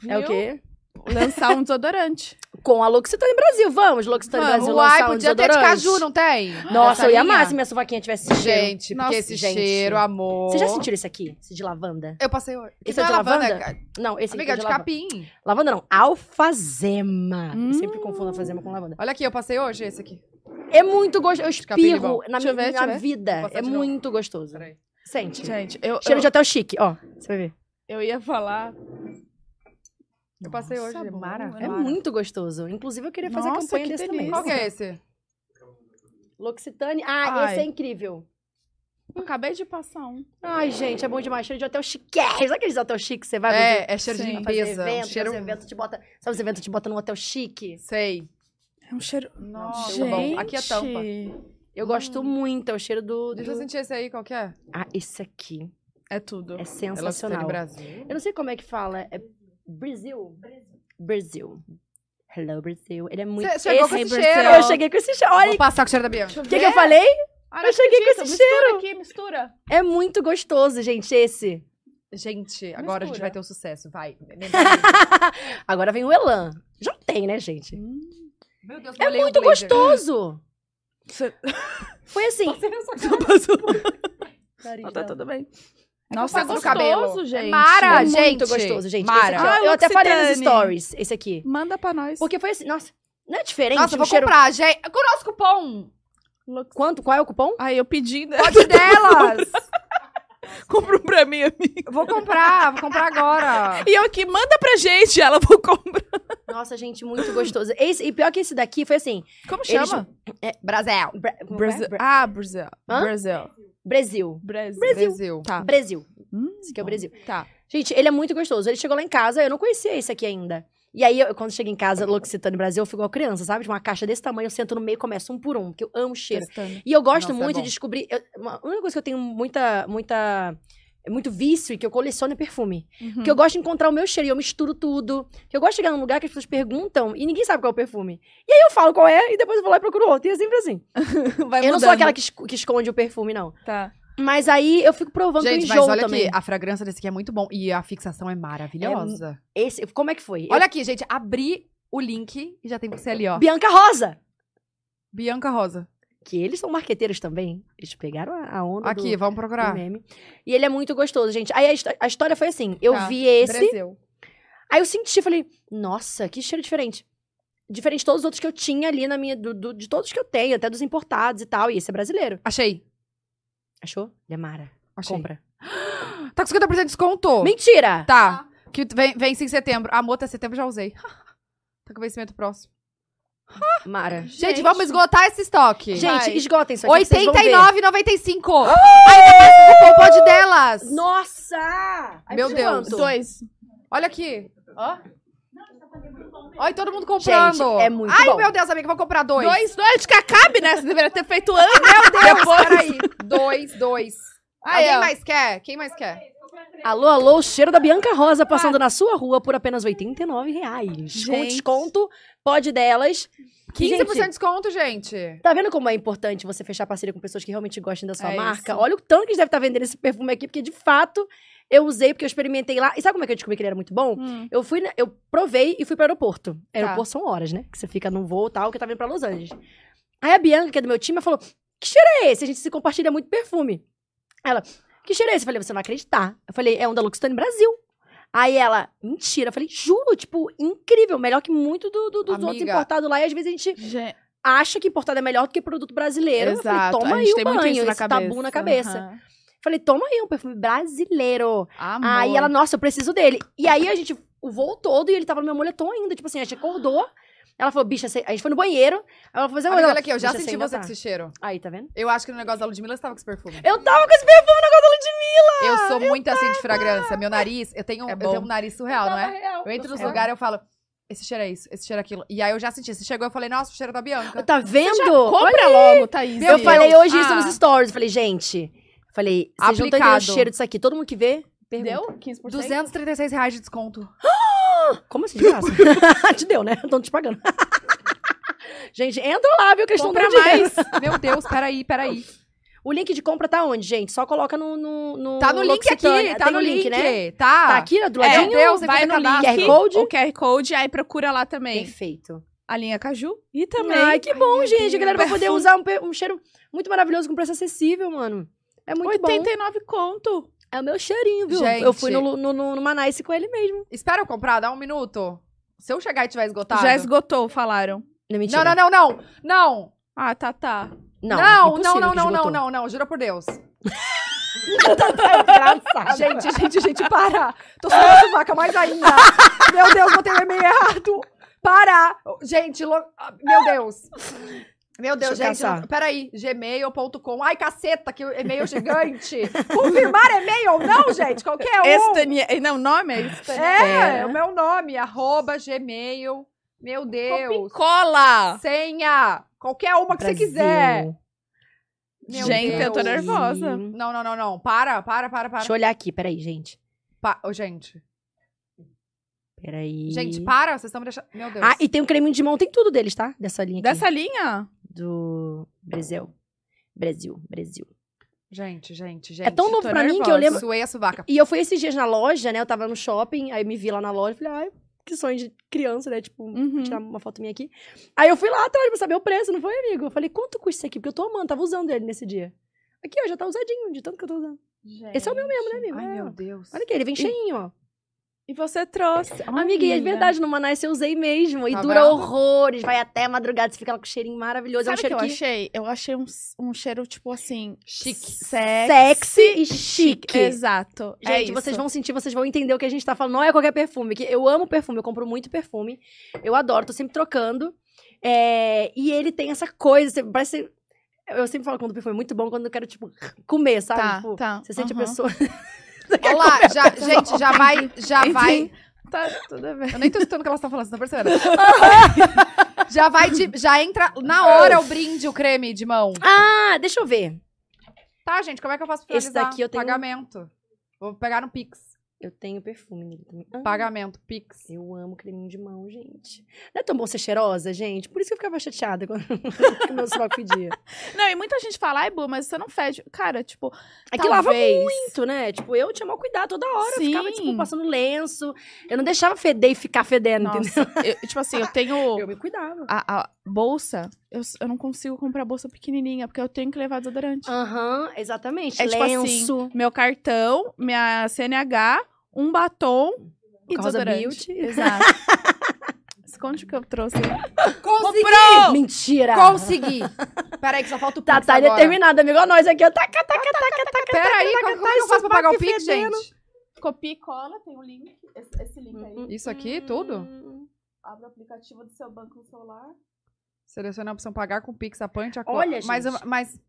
C: É o
B: Viu?
C: quê?
B: Lançar um desodorante.
C: Com a L'Occitane Brasil. Vamos, L'Occitane
A: Mano,
C: Brasil
A: o
C: lançar
A: ai
C: um
A: podia ter de
C: desodorante.
A: caju, não tem?
C: Nossa,
A: Dessa
C: eu ia
A: linha?
C: amar se minha suvaquinha tivesse esse cheiro.
A: Gente,
B: Nossa,
A: porque esse
C: gente.
A: cheiro, amor...
C: Vocês já sentiram esse aqui? Esse de lavanda?
A: Eu passei hoje.
C: Esse é
A: não
C: de lavanda?
A: cara.
C: Não, esse
A: Amiga,
C: aqui é
A: de
C: lavanda.
A: capim.
C: Lavanda não, alfazema. Eu
B: Hum.
C: sempre confundo alfazema com lavanda.
A: Olha aqui, eu passei hoje esse aqui.
C: É muito gostoso. Eu
A: Capim de
C: espirro
A: bom.
C: na
B: Deixa eu ver,
C: minha
B: deixa eu ver.
C: vida.
A: Vou passar
C: É
A: de novo.
C: muito gostoso.
A: Peraí.
C: Sente.
B: Gente, eu,
C: Cheiro
B: eu,
C: de hotel chique, ó. Você vai ver.
B: eu ia falar
A: Eu passei
B: Nossa,
A: hoje.
B: bom,
A: Mara.
B: né?
C: É
B: Mara.
C: muito gostoso. Inclusive, eu queria fazer
B: Nossa,
C: campanha
B: que
C: desse
A: Qual que
C: também.
A: é esse?
C: L'Occitane. Ah,
B: Ai.
C: esse é incrível.
B: Acabei de passar um.
C: Ai, gente, é bom demais. Cheiro de hotel chique. (laughs) Sabe aqueles hotel chique que você vai
A: É, é cheiro de
B: Sim.
C: fazer
A: limpeza. um
C: evento,
A: cheiro...
C: fazer evento te bota... Sabe os eventos te botam num hotel chique?
A: Sei.
B: É um cheiro.
A: Nossa,
B: Gente.
A: bom. Aqui é tampa.
C: Eu gosto muito, é o cheiro do. do-
A: Hum. Deixa eu sentir esse aí, qual que é?
C: Ah, esse aqui
B: É tudo.
C: é
A: Ela
C: sensacional.
A: Brasil.
C: Eu não sei como é que fala. É Brasil? Brasil. Hello, Brasil. Ele é muito.
A: Você chegou com
C: Esse-
A: esse
B: Brasil.
A: cheiro?
C: Eu cheguei com esse cheiro. Olha
A: Vou passar com o cheiro da Bianca.
B: Deixa
C: o que, que eu falei?
B: Olha,
C: Eu cheguei com
B: acredito,
C: esse
B: mistura
C: cheiro.
B: aqui, mistura.
C: É muito gostoso, gente, esse.
A: Gente, agora a gente
B: Mistura.
A: vai ter o sucesso, vai.
C: Agora vem o Elan. Já tem, né, gente?
A: Meu Deus,
C: É muito gostoso.
B: Você...
A: (laughs)
C: Foi assim.
B: Não, tá tudo bem.
A: Nossa,
B: Nossa, é
A: gostoso,
B: gostoso,
A: cabelo.
B: gente.
A: É
C: É
A: Mara,
C: muito
A: gente.
C: gostoso, gente.
A: Mara.
C: Esse aqui, ó.
B: Ah,
C: eu até falei nos
B: L'Occitane.
C: stories, esse aqui.
B: Manda pra nós.
C: Porque foi assim, nossa, não é diferente
A: Nossa,
C: o
A: vou
C: cheiro?
A: comprar, gente. Com o nosso cupom.
C: Quanto? Qual é o cupom?
B: Aí eu pedi, né? (laughs)
A: Pode delas.
B: Compra um pra mim, amiga.
A: vou comprar, vou comprar agora.
B: E eu aqui, manda pra gente. Ela, vou comprar.
C: Nossa, gente, (clears throat) muito gostoso. Esse, e pior que esse daqui foi assim,
B: Como
C: Eles-
B: chama?
A: Brasil.
C: Bra- como é?
B: Brasil.
C: Bra-
B: Ah, Brasil.
C: Hã?
B: Brasil.
C: Brasil.
B: Brasil.
A: Brasil.
B: Tá.
C: Brasil.
B: Hum,
C: Esse aqui é o
B: bom.
C: Brasil.
B: Tá.
C: Gente, ele é muito gostoso. Ele chegou lá em casa, eu não conhecia esse aqui ainda. E aí, eu- quando chego em casa, L'Occitane Brasil, eu fico igual criança, sabe? De uma caixa desse tamanho, eu sento no meio e começo um por um, porque eu amo cheiro.
B: Testando.
C: E eu gosto
A: Nossa, é
C: muito
A: bom.
C: de descobrir... eu- uma, a única coisa que eu tenho muita... muita muito vício e que eu coleciono é perfume.
B: Uhum.
C: Porque eu gosto de encontrar o meu cheiro e eu misturo tudo. Porque eu gosto de chegar num lugar que as pessoas perguntam e ninguém sabe qual é o perfume. E aí eu falo qual é e depois eu vou lá e procuro outro. E é
A: (laughs)
C: sempre assim.
B: Vai
C: eu não sou
B: mudando.
C: aquela que, esco- que esconde o perfume, não.
B: Tá.
C: Mas aí eu fico provando
A: Gente,
C: que
A: mas
C: eu enjoo
A: olha
C: também.
A: aqui, a fragrância desse aqui é muito bom e a fixação é maravilhosa.
C: Esse, como é que foi?
A: Olha aqui, gente, abri o link e já tem você ali, ó.
C: Eu- Bianca Rosa!
A: Bianca Rosa.
C: Que eles são marqueteiros também. Eles pegaram a a onda
A: Aqui,
C: do,
A: vamos
C: do
A: procurar.
C: meme. E ele é muito gostoso, gente. Aí a, histó- a história foi assim. Eu
B: Tá.
C: vi esse,
B: Brasil.
C: aí eu senti, falei, nossa, que cheiro diferente. Diferente de todos os outros que eu tinha ali na minha... do- do- de todos que eu tenho, até dos importados e tal. E esse é brasileiro.
A: Achei.
C: Achou? Demara.
A: Achei.
C: Compra.
A: Tá com 50% de desconto.
C: Mentira!
A: Tá. Que vem, vence em setembro. A mota setembro já usei. (laughs) tá com vencimento próximo.
C: Mara.
A: Gente, vamos esgotar esse estoque.
C: Gente,
B: Vai.
C: esgotem isso aqui. vocês vão ver. Ah!
A: 89,95. Ainda mais com o cupom de delas.
C: Nossa! Aí
A: Meu
C: por
A: Deus.
C: quanto?
B: Dois.
A: Olha aqui. Ó. Olha, todo mundo comprando.
C: Gente, é muito
A: Ai,
C: bom.
A: meu Deus, amiga, vou comprar dois.
B: Dois, dois. Acho que acabe, né? Você deveria ter feito antes.
A: Meu Deus,
B: Depois.
A: peraí. Dois, dois.
B: Aí,
A: Alguém
B: ó.
A: mais quer? Quem mais quer?
C: Alô, alô, o cheiro da Bianca Rosa passando na sua rua por apenas R$ 89 reais. Com
B: Gente.
C: desconto, pode delas.
A: 15% de
C: Gente,
A: desconto, gente.
C: Tá vendo como é importante você fechar parceria com pessoas que realmente gostem da sua
B: É
C: marca?
B: isso.
C: Olha o tanto que eles devem estar vendendo esse perfume aqui, porque de fato eu usei, porque eu experimentei lá. E sabe como é que eu descobri que ele era muito bom?
B: Hum.
C: Eu fui, na- eu provei e fui pro aeroporto.
B: Tá.
C: Aeroporto são horas, né? Que você fica num voo e tal, que eu tava indo pra Los Angeles. Aí a Bianca, que é do meu time, ela falou: Que cheiro é esse? A gente se compartilha muito perfume. Ela, que cheiro é esse? Eu falei, você não vai acreditar. Eu falei, é um da Luxtone Brasil. Aí ela, mentira. Eu falei, juro, tipo, incrível. Melhor que muito do, do- dos outros
A: Amiga.
C: importados lá. E às vezes a gente
B: Gente,
C: acha que importado é melhor do que produto brasileiro. Eu falei,
B: exato.
C: toma
B: a
C: aí
B: gente
C: o
B: tem
C: banho,
B: muito isso na
C: esse
B: cabeça.
C: tabu na cabeça.
B: Aham. Uhum.
C: Eu Falei, toma aí um perfume brasileiro.
A: Amor.
C: Aí ela, nossa, eu preciso dele. E aí a gente, o voo todo, e ele tava no meu moletom ainda. Tipo assim, a gente acordou. Ela falou, bicha, você- a gente foi no banheiro. aí Ela falou, "Zé,
A: Amiga,
C: ela-
A: olha aqui, eu já
C: bicha,
A: senti
C: ainda
A: você
C: tá."
A: com esse cheiro.
C: Aí, tá vendo?
A: Eu acho que no negócio da Ludmilla você tava com esse perfume.
C: Eu tava com esse perfume na casa da Ludmilla.
A: Eu sou muito assim de fragrância. Meu nariz, eu tenho,
B: É
A: eu
B: bom.
A: tenho um nariz surreal,
C: né?
A: não é?
B: real.
A: Eu entro nos
B: É.
A: lugares e eu falo, esse cheiro é isso, esse cheiro é aquilo. E aí eu já senti. Esse chegou, eu falei, nossa, o cheiro é da Bianca.
C: Tá vendo? Olha, tá
B: Compra logo, Thaís.
A: Meu
C: eu
A: Deus.
C: falei hoje isso
A: Ah.
C: nos stories. Eu Falei, gente. eu Falei, vocês não estão entendendo o
A: Aplicado.
C: cheiro disso aqui. Todo mundo que vê, pergunta.
B: Deu 15%?
A: 236 reais de desconto.
C: Como assim, de graça? (laughs) te deu, né? Estão te pagando. (laughs) gente, entra lá, viu? Que eles estão
B: Compra
C: dando dinheiro.
B: mais.
A: Meu Deus, peraí, peraí.
C: O link de compra tá onde, gente? Só coloca no... no,
A: Tá no link
C: L'Occitane.
A: aqui, tá
C: Tem
A: no
C: o
A: link,
C: né?
A: né? Tá.
C: Tá aqui, né, do
A: É,
C: ladinho?
A: meu Deus, tem que
B: vai
A: fazer
B: no link.
A: cadastro.
C: QR Code?
B: O QR Code, aí procura lá também.
C: Perfeito.
B: A linha Caju. E também.
C: Ai, que bom,
B: meu
C: gente. A
B: Deus.
C: galera vai poder usar um, pe- um cheiro muito maravilhoso com preço acessível, mano. É muito bom.
B: 89 conto.
C: É o meu cheirinho, viu?
A: Gente.
C: Eu fui no, no, no, numa Nice com ele mesmo.
A: Espera eu comprar, dá um minuto. Se eu chegar e tiver
C: Tá.
A: esgotado.
B: Já esgotou, falaram.
C: Não,
A: Não, não,
C: mentira.
A: não, não. Não.
B: Ah, tá, tá.
A: Não,
C: Não,
A: não, não,
C: impossível que
A: não, não,
C: esgotou.
A: não, não. Jura por Deus.
C: (laughs) Engraçado. (laughs)
A: Gente, gente, gente, para. Tô subindo vaca mais ainda. Meu Deus, botei o e-mail errado. Para. Gente, lo- ah, meu Deus. Meu Deus,
C: Deixa eu
A: gente.
C: caçar.
A: não- Peraí, gmail.com. Ai, caceta, que e-mail gigante. Confirmar e-mail ou não, gente?
B: Tá
A: Qualquer um.
B: é Estania... Não, o nome é Estania.
A: É,
C: É.
A: é o meu nome, arroba gmail. Meu Deus.
B: Cola!
A: Senha. Qualquer uma que você quiser. Meu
B: Gente, eu tô
A: Deus.
B: nervosa.
A: Não, não, não, não. Para, para, para, para.
C: Deixa eu olhar aqui, peraí, gente.
A: Pa- Ô, gente.
C: Peraí.
A: Gente, para. Vocês estão me deixando... Meu Deus.
C: Ah, e tem o creme de mão, tem tudo deles, tá? Dessa linha aqui.
B: Dessa linha?
C: Do Brasil. Brasil, Brasil.
A: Gente, gente, gente.
C: É tão novo
B: tô
C: pra mim que eu
B: nervosa.
C: lembro.
A: Suei a suvaca.
C: E eu fui esses dias na loja, né? Eu tava no shopping, aí me vi lá na loja, falei, ai, que sonho de criança, né? Tipo,
B: Uhum.
C: tirar uma foto minha aqui. Aí eu fui lá atrás pra saber o preço, não foi, amigo? Eu falei, quanto custa isso aqui? Porque eu tô amando, tava usando ele nesse dia. Aqui, ó, já tá usadinho, de tanto que eu tô usando. Esse é o meu mesmo, né, amigo?
A: Ai,
C: É, ó.
A: meu Deus.
C: Olha aqui, ele vem cheinho, ó.
B: E você trouxe.
C: Amiga, e é
B: Olha.
C: verdade, no Manaus eu usei mesmo. E
A: Tá
C: dura
A: vendo?
C: horrores, vai até madrugada, você fica lá com um cheirinho maravilhoso.
B: Sabe o
C: é
B: que
C: um cheiro
B: eu
C: que...
B: achei? Eu achei um, um cheiro, tipo assim...
A: Chique.
B: Sexy.
C: Sexy e chique.
B: Exato. é
C: Gente,
B: isso.
C: vocês vão sentir, vocês vão entender o que a gente tá falando. Não é qualquer perfume, que eu amo perfume, eu compro muito perfume. Eu adoro, tô sempre trocando. É, e ele tem essa coisa, você- parece. Eu sempre falo quando o perfume é muito bom, quando eu quero, tipo, comer, sabe?
B: Tá,
C: Tipo,
B: tá.
C: Você sente
B: aham.
C: a pessoa. (laughs)
A: Olha lá, já, gente, já vai, já
B: Enfim.
A: vai.
B: Tá, tudo bem. (laughs)
A: Eu nem tô escutando o que elas estão falando, vocês estão (laughs) percebendo? já vai, de, já entra na hora o brinde, o creme de mão.
C: Ah, deixa eu ver.
A: Tá, gente, como é que eu faço pra
C: Esse
A: finalizar?
C: daqui eu tenho-
A: Pagamento. Vou pegar no Pix.
C: Eu tenho perfume nele também. Ah,
A: Pagamento, Pix.
C: Eu amo creminho de mão, gente. Não é tão bom ser cheirosa, gente? Por isso que eu ficava chateada quando (laughs) o meu sovaco pedia.
B: Não, e muita gente fala, ai, Bu, mas você não fede. Cara, tipo,
C: É que
B: talvez...
C: lava muito, né? Tipo, eu tinha mal cuidado toda hora. Eu ficava,
B: Sim.
C: tipo, passando lenço. Eu não deixava feder e ficar fedendo, entendeu?
B: Nossa, eu- tipo assim, (laughs) eu tenho...
C: Eu me cuidava.
B: a, a bolsa, eu, s- eu não consigo comprar bolsa pequenininha, porque eu tenho que levar desodorante.
C: Aham, exatamente.
B: É tipo
C: Lenço,
B: Meu cartão, minha CNH, um batom e
C: Causa
B: desodorante.
C: Beauty. (laughs)
B: Exato. Esconde o que eu trouxe.
A: Consegui!
C: Mentira!
A: Consegui! Peraí, que só falta o Pix
C: Tá, tá
A: agora.
C: determinada, amigo. Ó, nós aqui, ó. tá Taca, taca, taca, taca.
A: Peraí, como,
C: tá
A: como que eu faço pra pagar o Pix,
C: fedendo.
A: gente?
B: Copia e cola, tem o link. Esse, esse link
C: Uhum.
B: aí.
A: Isso aqui, tudo?
B: Abre o aplicativo do seu banco no celular.
A: Seleciona a opção pagar com Pix, apanha a cor.
C: Olha, gente.
A: Mas, eu- mas...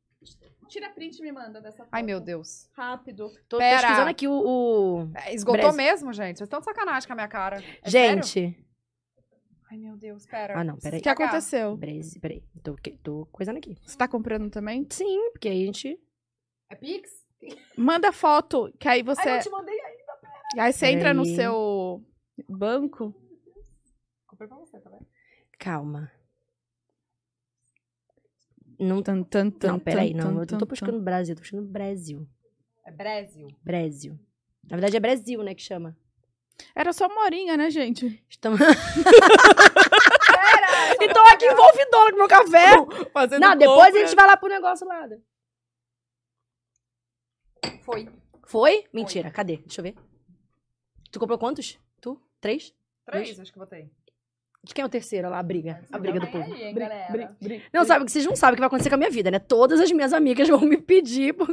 B: Tira print e me manda dessa foto.
A: Ai, meu Deus.
B: Rápido.
C: Tô
A: Pera.
C: pesquisando aqui o... o-
A: É, Esgotou
C: Brasil.
A: mesmo, gente. Vocês estão de sacanagem com a minha cara. É sério?
C: gente...
A: Ai, meu Deus, pera.
C: Ah, não, peraí.
B: O que aconteceu?
C: Brasil, Peraí, tô, que- tô coisando aqui.
B: Você tá comprando também?
C: Sim, porque aí a gente...
A: É Pix?
B: Manda foto, que aí você.
A: te mandei.
B: Aí você entra no
C: Peraí.
B: seu banco.
A: Comprei pra você, tá vendo?
C: Calma. Não,
B: Tan, tan, tan,
C: não peraí,
B: tan,
C: não.
B: tan,
C: eu não
B: tan,
C: tô pescando Brasil, tô pescando Brasil.
A: É Brasil.
C: Brasil. Na verdade é Brasil, né, que chama.
B: tan. Era só uma horinha, né, gente?
C: Estamos... então aqui envolvidona com meu café.
B: Fazendo
C: (laughs) Não, depois a gente vai lá pro negócio lá.
A: Foi.
C: Foi? Mentira, cadê? Deixa eu ver. Tu comprou quantos? Tu? Três?
A: Três, acho que botei.
C: De quem é o terceiro? Olha lá, a briga. A Ah, briga do
A: Calma
C: povo.
A: aí, hein,
C: Briga,
A: galera.
C: briga, briga. Não, sabe que vocês não sabem o que vai acontecer com a minha vida, né? Todas as minhas amigas vão me pedir por-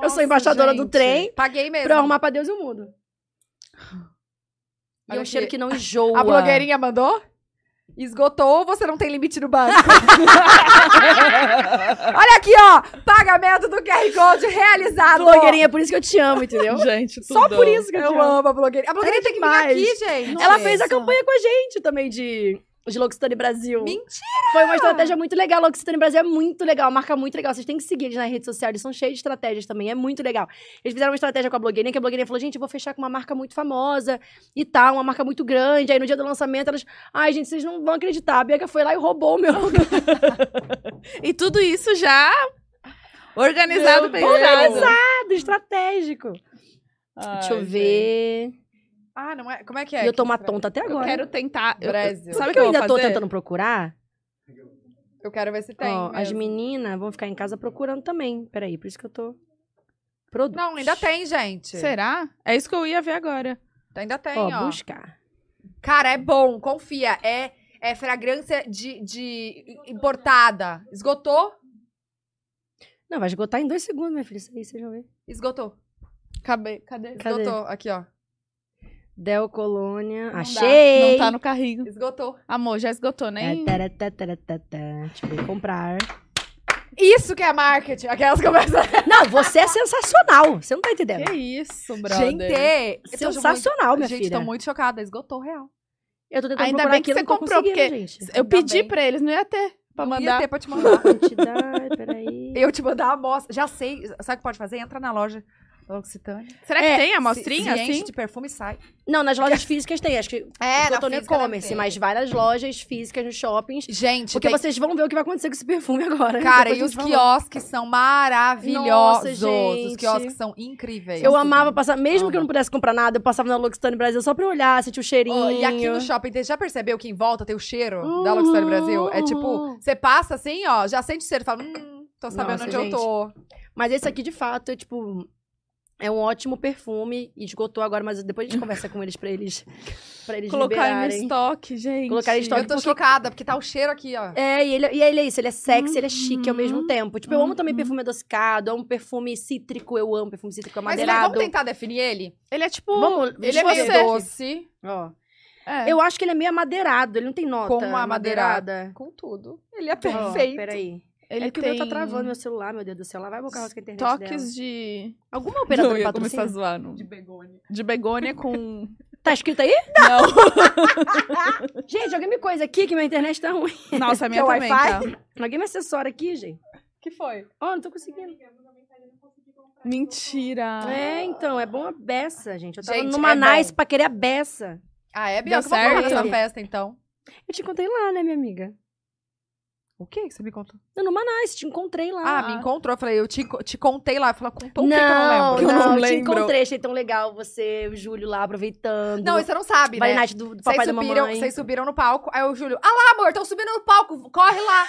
C: Eu sou embaixadora do trem
A: Paguei mesmo.
C: pra eu arrumar pra Deus e o mundo. E
A: Olha
C: é um
A: aqui.
C: cheiro que não enjoa.
A: A blogueirinha mandou? Esgotou, você não tem limite no banco.
C: (laughs)
A: Olha aqui, ó. Pagamento do QR Code
C: A
A: realizado.
C: blogueirinha, é por isso que eu te amo, entendeu?
B: Gente, É
C: Só por isso que eu, te
A: Eu
C: amo.
A: amo a blogueirinha. A blogueirinha
C: É
A: tem que
C: demais.
A: vir aqui, gente.
C: Ela
B: Nossa.
C: fez a campanha com a gente também de, de L'Occitane Brasil.
A: Mentira.
C: Foi uma estratégia muito legal. L'Occitane Brasil é muito legal, uma marca muito legal. Vocês têm que seguir eles na rede social, eles são cheios de estratégias também, é muito legal. Eles fizeram uma estratégia com a blogueirinha, que a blogueirinha falou, gente, eu vou fechar com uma marca muito famosa e tal, uma marca muito grande. Aí no dia do lançamento elas, ai gente, vocês não vão acreditar, a Bianca foi lá e roubou o meu. (laughs)
B: E tudo isso já organizado,
C: Meu
B: bem
C: Deus.
B: organizado.
C: Lado estratégico. Deixa eu ver.
A: Ah, não é? Como é que é?
C: e eu tô
A: que
C: uma
A: escreve?
C: tonta até
B: Eu
C: agora.
B: quero tentar. Eu,
A: Brasil.
B: sabe
C: Sabe
B: o
C: que eu ainda tô
B: fazer?
C: tentando procurar?
A: Eu quero ver se tem.
C: Ó, as
A: mesmo.
C: meninas vão ficar em casa procurando também. Peraí, por isso que eu tô. Produtos.
A: Não, ainda tem, gente. Tá,
B: Será? É isso que eu ia ver agora.
A: Ainda tem,
C: Ó,
A: ó.
C: buscar.
A: Cara, é bom, confia. É, é fragrância de, de importada. Esgotou?
C: Não, vai esgotar em dois segundos, minha filha. Isso aí, você já vê.
A: Esgotou.
B: Cadê? Cadê?
C: Cadê?
A: Esgotou. Aqui, ó.
C: Del Colônia.
B: Não
C: Achei!
B: Não tá no carrinho.
A: Esgotou.
B: Amor, já esgotou, né?
C: É,
B: nem.
C: taratá, taratá, tá. Deixa eu ver, comprar.
A: Isso que é marketing. (laughs) Aquelas conversas.
C: Não, você é sensacional. Você não tá entendendo. é
B: Que isso, brother.
A: Gente, eu tô muito-
C: Sensacional, minha
A: gente,
C: filha.
A: tô muito chocada. Esgotou real.
C: Eu tô tentando
B: Ainda
C: procurar
B: bem que
C: aqui,
B: você
C: não tô
B: comprou, porque
C: conseguindo, gente.
B: Eu
A: Ainda
B: pedi
A: bem.
B: pra eles, não ia ter pra
A: Não ia
B: mandar.
A: ter pra te mandar.
C: Quantidade, peraí.
A: (laughs) Eu te mandar a amostra. Já sei. Sabe o que pode fazer? Entra na loja da L'Occitane.
B: Será que
C: É,
B: tem a
A: se,
B: mostrinha
A: se
B: assim?
A: enche de perfume e sai.
C: Não, nas lojas físicas tem, acho que
A: (laughs) É,
C: eu tô no e-commerce, mas várias lojas físicas nos shoppings.
A: Gente,
C: Porque
A: tem-
C: vocês vão ver o que vai acontecer com esse perfume agora.
A: Cara,
C: Depois
A: e
C: a
A: os
C: gente fala.
A: quiosques são
C: Nossa,
A: maravilhosos. os
C: gente.
A: quiosques são incríveis. Assim,
C: Eu amava passar, mesmo
A: Amo.
C: que eu não pudesse comprar nada, eu passava na L'Occitane Brasil só pra olhar, sentir o cheirinho.
A: Ó, e aqui no shopping, você já percebeu que em volta tem o cheiro da
C: Uhum,
A: Luxury Brasil? É tipo,
C: uhum.
A: você passa assim, ó, já sente o cheiro, fala, hum, tô sabendo
C: Nossa,
A: onde
C: gente.
A: eu tô.
C: Mas esse aqui, de fato, é tipo. É um ótimo perfume. E Esgotou agora, mas depois a gente conversa com eles pra eles. Pra eles
B: Colocar no
C: liberarem.
B: estoque, gente.
C: Colocar em estoque.
A: Eu tô chocada, porque tá o cheiro aqui, ó.
C: É, e ele, e ele é isso, ele é sexy, ele é chique ao mesmo
B: Uhum.
C: tempo. Tipo, eu amo também
B: Uhum.
C: perfume adocicado, amo perfume cítrico, eu amo perfume cítrico
A: Mas
B: é
C: amadeirado.
A: vamos tentar definir ele?
B: Ele é tipo.
C: Vamos,
A: Ele é
C: você.
A: meio doce,
C: Ó,
B: é.
C: Eu acho que ele é meio amadeirado, ele não tem nota.
A: Como amadeirado.
C: amadeirada.
A: com tudo. Ele é
C: Ó,
A: perfeito.
C: peraí.
B: ele
C: é que o meu tá travando meu celular, meu Deus do céu. Lá vai o carro com a internet dela.
B: Toques de.
C: Alguma operadora
B: Não, eu
C: de
B: ia começar a
C: patrocínio?
B: zoar. não.
A: begônia.
B: De begônia com.
C: Tá escrito aí?
B: Não.
C: (laughs) Gente, alguém me coisa aqui que minha internet tá ruim.
B: Nossa, a minha
A: Quer
B: também tá. (laughs)
C: Alguém me acessora aqui, gente.
A: Que foi?
C: Ó, não tô conseguindo.
B: Mentira.
C: É, então, é bom a beça, gente. Eu tava
A: Gente,
C: numa
A: é bom.
C: nice pra querer a beça.
A: Ah, é,
B: Deu
A: Bianca? Vamos falar da
B: certo?
A: sua festa, então.
C: Eu te encontrei lá, né, minha amiga?
A: O que que você me contou?
C: Eu numa nice, te encontrei lá.
A: Ah, me encontrou. Eu falei, eu te, te contei lá. Eu falei, contou o que que eu não lembro?
C: não,
B: que eu não
C: te
B: lembro.
C: encontrei, achei tão legal você, o Júlio lá aproveitando.
A: Não, isso você não sabe, né?
C: Varinate do, do papai
A: Vocês
C: e da
A: subiram,
C: mamãe.
A: vocês subiram no palco. Aí o Júlio, ah lá, amor, estão subindo no palco, corre lá.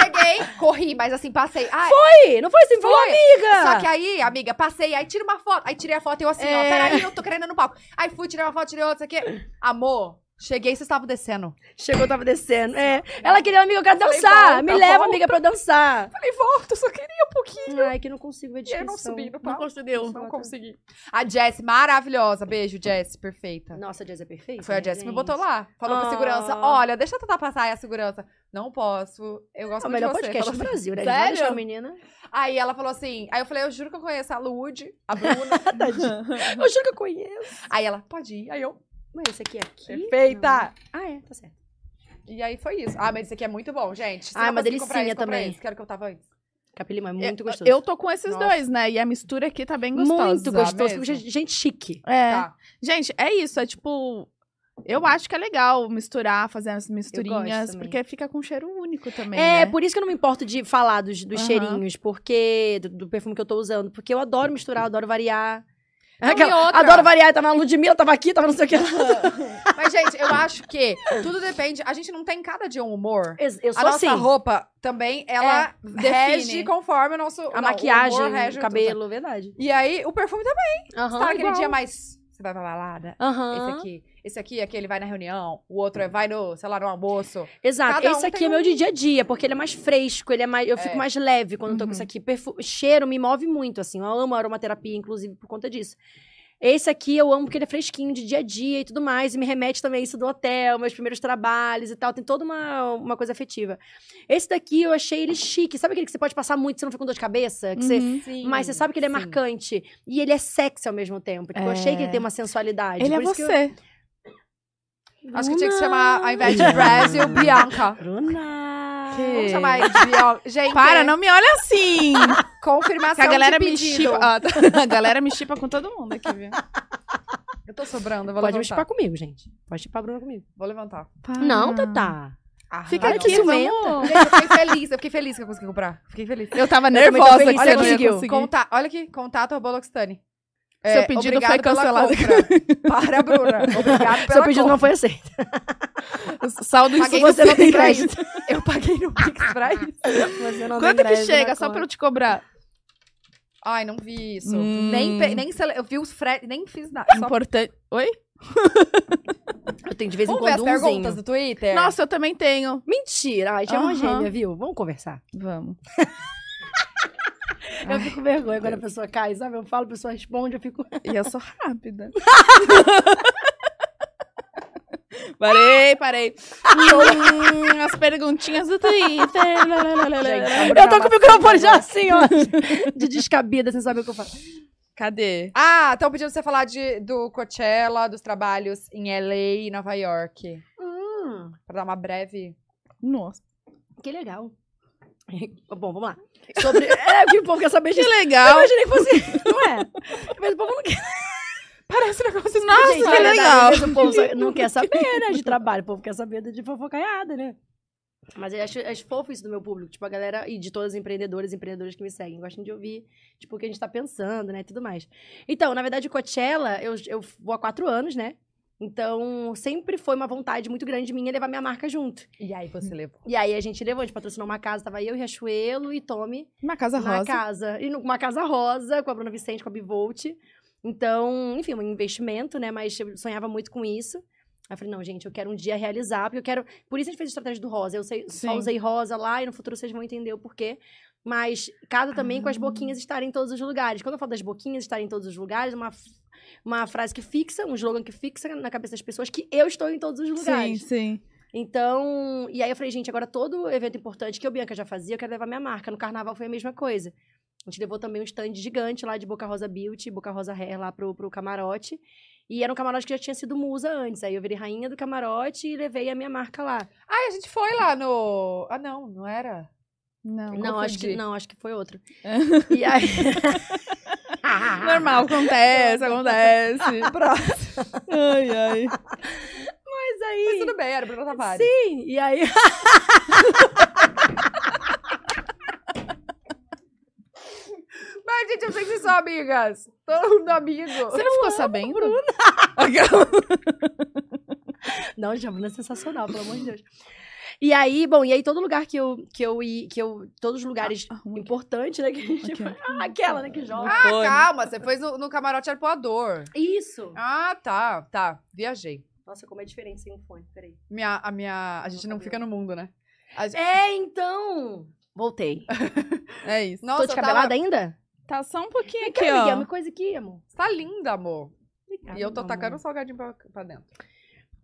A: Cheguei, corri, mas assim, passei. Ai,
C: Foi, não foi assim, foi,
A: Foi.
C: amiga.
A: Só que aí, amiga, passei, aí tira uma foto. Aí tirei a foto e eu assim, ó,
C: É.
A: peraí, eu tô querendo ir no palco. Aí fui, tirei uma foto, tirei outra, isso aqui. Amor, cheguei, vocês estavam descendo.
C: Chegou, eu tava descendo. É, ela queria, amiga, eu quero
A: Falei,
C: dançar.
A: volta,
C: Me leva,
A: volta.
C: amiga, pra eu dançar.
A: Falei, volta, eu só queria um pouquinho.
C: Ai, que não consigo ver a
A: Eu
C: descrição.
A: não subi no palco.
B: conseguiu.
A: Não consegui. A Jess, mazz, beijo, Jess, perfeita.
C: Nossa, a Jazz é perfeita.
A: Foi a Jess que me
C: gente.
A: botou lá. Falou pra
C: Ah.
A: segurança: olha, deixa eu tentar passar aí a segurança. Não posso. Eu
C: É
A: gosto muito
C: o
A: de
C: melhor
A: você.
C: podcast
A: Falou
C: do
A: assim.
C: Brasil, né?
A: Sério?
C: Sério? Deixar a menina. (laughs)
A: Aí ela falou assim: aí eu falei, eu juro que eu conheço a Lud, a Bruna.
C: (laughs) Ah, Eu juro que eu conheço.
A: aí ela, pode ir. Aí eu,
C: Ué, esse aqui é aqui?
A: perfeita!
C: Não. Ah, é, tá certo.
A: E aí foi isso. Ah, mas isso aqui é muito bom, gente. Se
C: Ah,
A: não
C: é uma
A: conseguir comprar
C: delicinha
A: esse, compra
C: também.
A: esse, que era o que eu tava antes.
C: Capilima é muito gostoso.
B: Eu tô com esses
A: Nossa.
B: dois, né? E a mistura aqui tá bem gostosa.
C: muito gostoso.
A: mesmo.
C: porque Gente, gente chique.
B: É.
A: Tá.
B: Gente, é isso. É tipo. Eu acho que é legal misturar, fazer as misturinhas,
C: também.
B: porque fica com um cheiro único também.
C: É,
B: né?
C: por isso que eu não me importo de falar dos, dos
B: Aham.
C: cheirinhos, porque. Do, do perfume que eu tô usando. Porque eu adoro misturar, adoro variar. É
A: Não, e outra?
C: adoro variar, tava na Ludmilla, tava aqui, tava não (laughs) sei o que.
A: Mas, gente, eu acho que tudo depende. A gente não tem cada dia um humor.
C: Eu, eu
A: A
C: sou
A: nossa
C: assim. É,
A: roupa também, ela
B: define.
A: rege conforme o nosso.
C: a
A: não, o, humor
C: maquiagem,
A: rege
C: o
A: tudo.
C: cabelo, verdade.
A: E aí, o perfume também.
C: Aham,
A: você tá naquele
C: igual.
A: dia mais. Você vai pra balada?
C: Aham. Hum.
A: Esse aqui. Esse aqui é aquele vai na reunião. O outro é vai no, sei lá, no almoço.
C: Exato.
A: Cada
C: esse
A: um
C: aqui
A: tem
C: é meu de dia a dia, porque ele é mais fresco, ele é mais, eu
A: É.
C: fico mais leve quando eu tô com
B: Uhum.
C: isso aqui. Perfu- Cheiro me move muito, assim. Eu amo aromaterapia, inclusive, por conta disso. Esse aqui eu amo porque ele é fresquinho de dia a dia e tudo mais. E me remete também a isso do hotel, meus primeiros trabalhos e tal. Tem toda uma, uma coisa afetiva. Esse daqui eu achei ele chique. Sabe aquele que você pode passar muito, você não fica com dor de cabeça? Que você-
B: Uhum.
A: Sim.
C: Mas você sabe que ele é marcante. E ele é sexy ao mesmo tempo. Tipo, eu achei que ele tem uma sensualidade.
B: Ele é
C: por isso que eu-
B: você.
A: Acho que tinha que chamar, ao invés de Brasil, Bianca.
C: Bruna!
B: Que-
A: Vamos chamar aí de Bianca. Gente,
B: Para, não me olha (laughs) assim! que
A: confirmação
B: a galera
A: de
B: me
A: pedido.
B: chipa. Ah, tá. (laughs) a galera me chipa com todo mundo aqui, viu?
A: Eu tô sobrando, eu vou
C: Pode me
A: levantar.
C: chipar comigo, gente. Pode chipar a Bruna comigo.
A: Vou levantar.
C: Não, tá Tatá.
A: Ah,
B: Fica
A: não.
B: aqui,
C: ciumenta.
B: vamos.
A: Gente, eu fiquei feliz, eu fiquei feliz que eu consegui comprar. Fiquei feliz.
B: Eu tava
C: também tô
B: nervosa
C: feliz
B: que
C: que
B: você
C: você
B: não ia
C: conseguiu.
B: conseguir.
A: Conta... Olha aqui, contato arroba Loxitane.
B: Seu pedido foi
A: obrigado pela
B: cancelado.
A: compra. Para, Bruna. Obrigado pela
C: Seu pedido
A: compra.
C: não foi aceito.
B: Saldo em
A: Paguei
B: cima.
A: no
C: você não tem
A: Pix pra
C: (laughs) crédito.
A: isso. Eu paguei no
C: (laughs)
A: Pix pra isso.
B: Quanto que chega só pra eu te cobrar?
A: Ai, não vi isso.
B: Hum.
A: Nem, pe- nem sele- eu vi os frete, nem fiz nada. Só...
B: Importante. Oi?
C: Eu tenho de vez em
A: Vamos ver as
C: quando um umzinho.
A: perguntas do Twitter?
B: Nossa, eu também tenho.
C: Mentira. Ai, tinha uma
B: Aham.
C: gêmea, viu? Vamos conversar.
B: Vamos.
C: Eu fico com vergonha quando a pessoa cai, sabe? Eu falo, a pessoa responde, (laughs) eu fico...
B: E eu sou (laughs) rápida. parei, parei. Hum, as perguntinhas do Twitter.
A: Gente, a Bruna
C: Eu tô com o
A: Macedo.
C: (laughs) microfone já assim, ó. De descabida, sem saber o que eu falo.
B: Cadê?
A: Ah, estão pedindo você falar de, do Coachella, dos trabalhos em LA e Nova York.
C: Hum,
A: Pra dar uma breve.
B: Nossa.
C: que legal. Bom, vamos lá. Sobre... É, o que o povo quer saber
B: Que
C: disso.
B: legal.
C: Eu imaginei que (laughs) fosse... Não é? Mas o povo não quer...
B: um
A: Parece negócio
B: Nossa,
C: Gente,
B: que
C: na verdade,
B: legal.
C: às vezes o povo só- não quer saber, né, de trabalho. O povo quer saber de fofocaiada, né? Mas eu acho, acho fofo isso do meu público. Tipo, a galera e de todas as empreendedoras e empreendedoras que me seguem. Gostam de ouvir, tipo, o que a gente tá pensando, né, e tudo mais. Então, na verdade, Coachella, eu, eu vou há quatro anos, né? Então, sempre foi uma vontade muito grande minha levar minha marca junto.
A: E aí você levou.
C: E aí a gente levou, a gente patrocinou uma casa, tava eu, Riachuelo e Tommy
B: Uma casa
C: na
B: rosa.
C: casa. E numa casa rosa, com a Bruna Vicente, com a Bivolt. Então, enfim, um investimento, né? Mas eu sonhava muito com isso. Aí eu falei, não, gente, eu quero um dia realizar, porque eu quero. Por isso a gente fez a estratégia do rosa. Eu sei, só
B: Sim.
C: usei rosa lá e no futuro vocês vão entender o porquê. Mas casa também
B: Ah.
C: com as boquinhas estarem em todos os lugares. Quando eu falo das boquinhas estarem em todos os lugares, é uma, f- uma frase que fixa, um slogan que fixa na cabeça das pessoas que eu estou em todos os
B: Sim,
C: lugares.
B: sim.
C: Então, e aí eu falei, gente, agora todo evento importante que eu, Bianca, já fazia, eu quero levar minha marca. No carnaval foi a mesma coisa. A gente levou também um stand gigante lá de Boca Rosa Beauty, Boca Rosa Hair lá pro, pro camarote. E era um camarote que já tinha sido musa antes. Aí eu virei rainha do camarote e levei a minha marca lá.
A: Ah, a gente foi lá no. Ah, não, não era?
B: Não.
C: não, acho
A: confundi.
C: que, não, acho que foi outro. e aí...
B: (laughs) Normal, acontece, acontece.
A: Próximo.
B: ai, ai.
C: Mas
A: Mas
C: aí...
A: tudo bem, era Bruna Tavares.
C: Sim, e aí... (laughs)
A: Mas, gente, eu sei que vocês são amigas. Todo mundo amigo.
B: Você não ficou sabendo?
C: Não, gente, a Bruna é sensacional, pelo amor de Deus. E aí, bom, e aí todo lugar que eu, que eu, ia- que eu todos os lugares
B: Arruma aqui.
C: importante, né? Que a gente
B: Aqui, ó.
C: vai- Ah, aquela, né? Que joga.
A: Ah, calma, você foi no, no camarote arpoador.
C: Isso!
A: Ah, tá, tá. Viajei.
C: Nossa, como é diferente sem um fone, peraí.
A: Minha, a minha. A gente não fica no mundo, né? A gente-
C: É, então! Voltei.
B: É isso.
A: Nossa,
C: Tô descabelada
A: eu tava-
C: ainda?
B: Tá só um pouquinho
C: Vem
B: aqui,
C: cá, amiga, é
B: ó.
C: uma coisa aqui, amor.
A: Você tá linda, amor.
B: Tá
A: E eu tô
C: Amor.
A: tacando o salgadinho pra, pra dentro.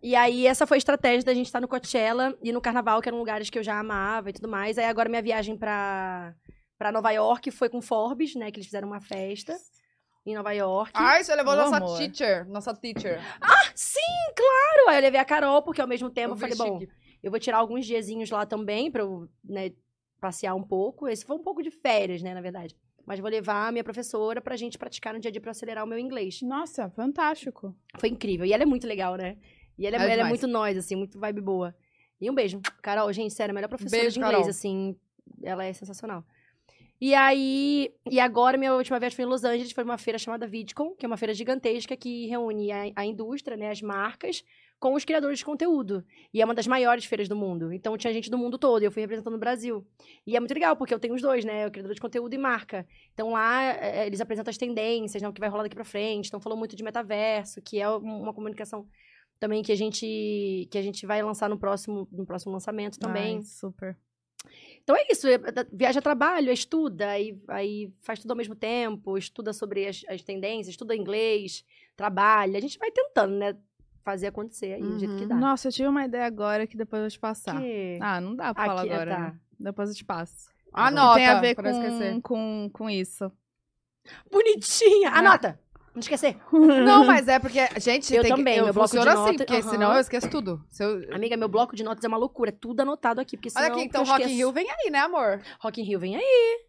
C: E aí, essa foi a estratégia da gente estar no Coachella e no Carnaval, que eram lugares que eu já amava e tudo mais. Aí, agora, minha viagem pra, pra Nova York foi com Forbes, né? Que eles fizeram uma festa em Nova York.
A: Ai, você levou
B: Ô,
A: nossa
B: amor.
A: teacher. Nossa teacher.
C: Sim, claro! Aí, eu levei a Carol, porque ao mesmo tempo eu
A: vi
C: falei, bom,
A: chique.
C: Eu vou tirar alguns diazinhos lá também pra eu, né, passear um pouco. Esse foi um pouco de férias, né, na verdade. Mas vou levar a minha professora pra gente praticar no dia a dia pra acelerar o meu inglês.
B: Nossa, fantástico.
C: Foi incrível. E ela é muito legal, né? E ela é,
A: Ela é
C: ela é
A: demais.
C: muito nós, assim, muito vibe boa. E um beijo. Carol, gente, sério, a melhor professora
A: Beijo,
C: de inglês,
A: Carol.
C: assim. Ela é sensacional. E aí, e agora minha última viagem foi em Los Angeles, foi uma feira chamada VidCon, que é uma feira gigantesca que reúne a, a indústria, né, as marcas, com os criadores de conteúdo. E é uma das maiores feiras do mundo. Então tinha gente do mundo todo, e eu fui representando o Brasil. E é muito legal, porque eu tenho os dois, né, o criador de conteúdo e marca. Então lá eh, eles apresentam as tendências, né, o que vai rolar daqui pra frente. Então falou muito de metaverso, que é um- uma comunicação também que a gente que a gente vai lançar no próximo no próximo lançamento também.
B: Ai, super.
C: Então é isso, é- é- viaja a trabalho, é estuda, aí, aí faz tudo ao mesmo tempo, estuda sobre as, as tendências, estuda inglês, trabalha. A gente vai tentando, né? Fazer acontecer aí do jeito que
A: Uhum.
C: dá.
B: Nossa, eu tive uma ideia agora Tá. que depois eu te passar.
C: Que-
B: Ah, não dá pra falar
C: Aqui,
B: agora.
C: tá.
B: né? Depois eu te passo. Ah,
A: Anota,
B: Tem a ver
A: Tá Então, pra eu esquecer.
B: (laughs) com, com, com isso.
C: Bonitinha! Anota! Não esquecer.
A: Não, mas é porque, gente,
C: Eu
A: tem que-
C: também,
A: eu
C: meu bloco de
A: funciona assim,
C: nota,
A: porque
C: aham.
A: senão eu esqueço tudo. Se eu-
C: Amiga, meu bloco de notas é uma loucura, é tudo anotado aqui, porque senão
A: Olha aqui,
C: que
A: então
C: eu
A: Rock in
C: esqueço.
A: Rio vem aí, né, amor?
C: Rock in Rio vem aí.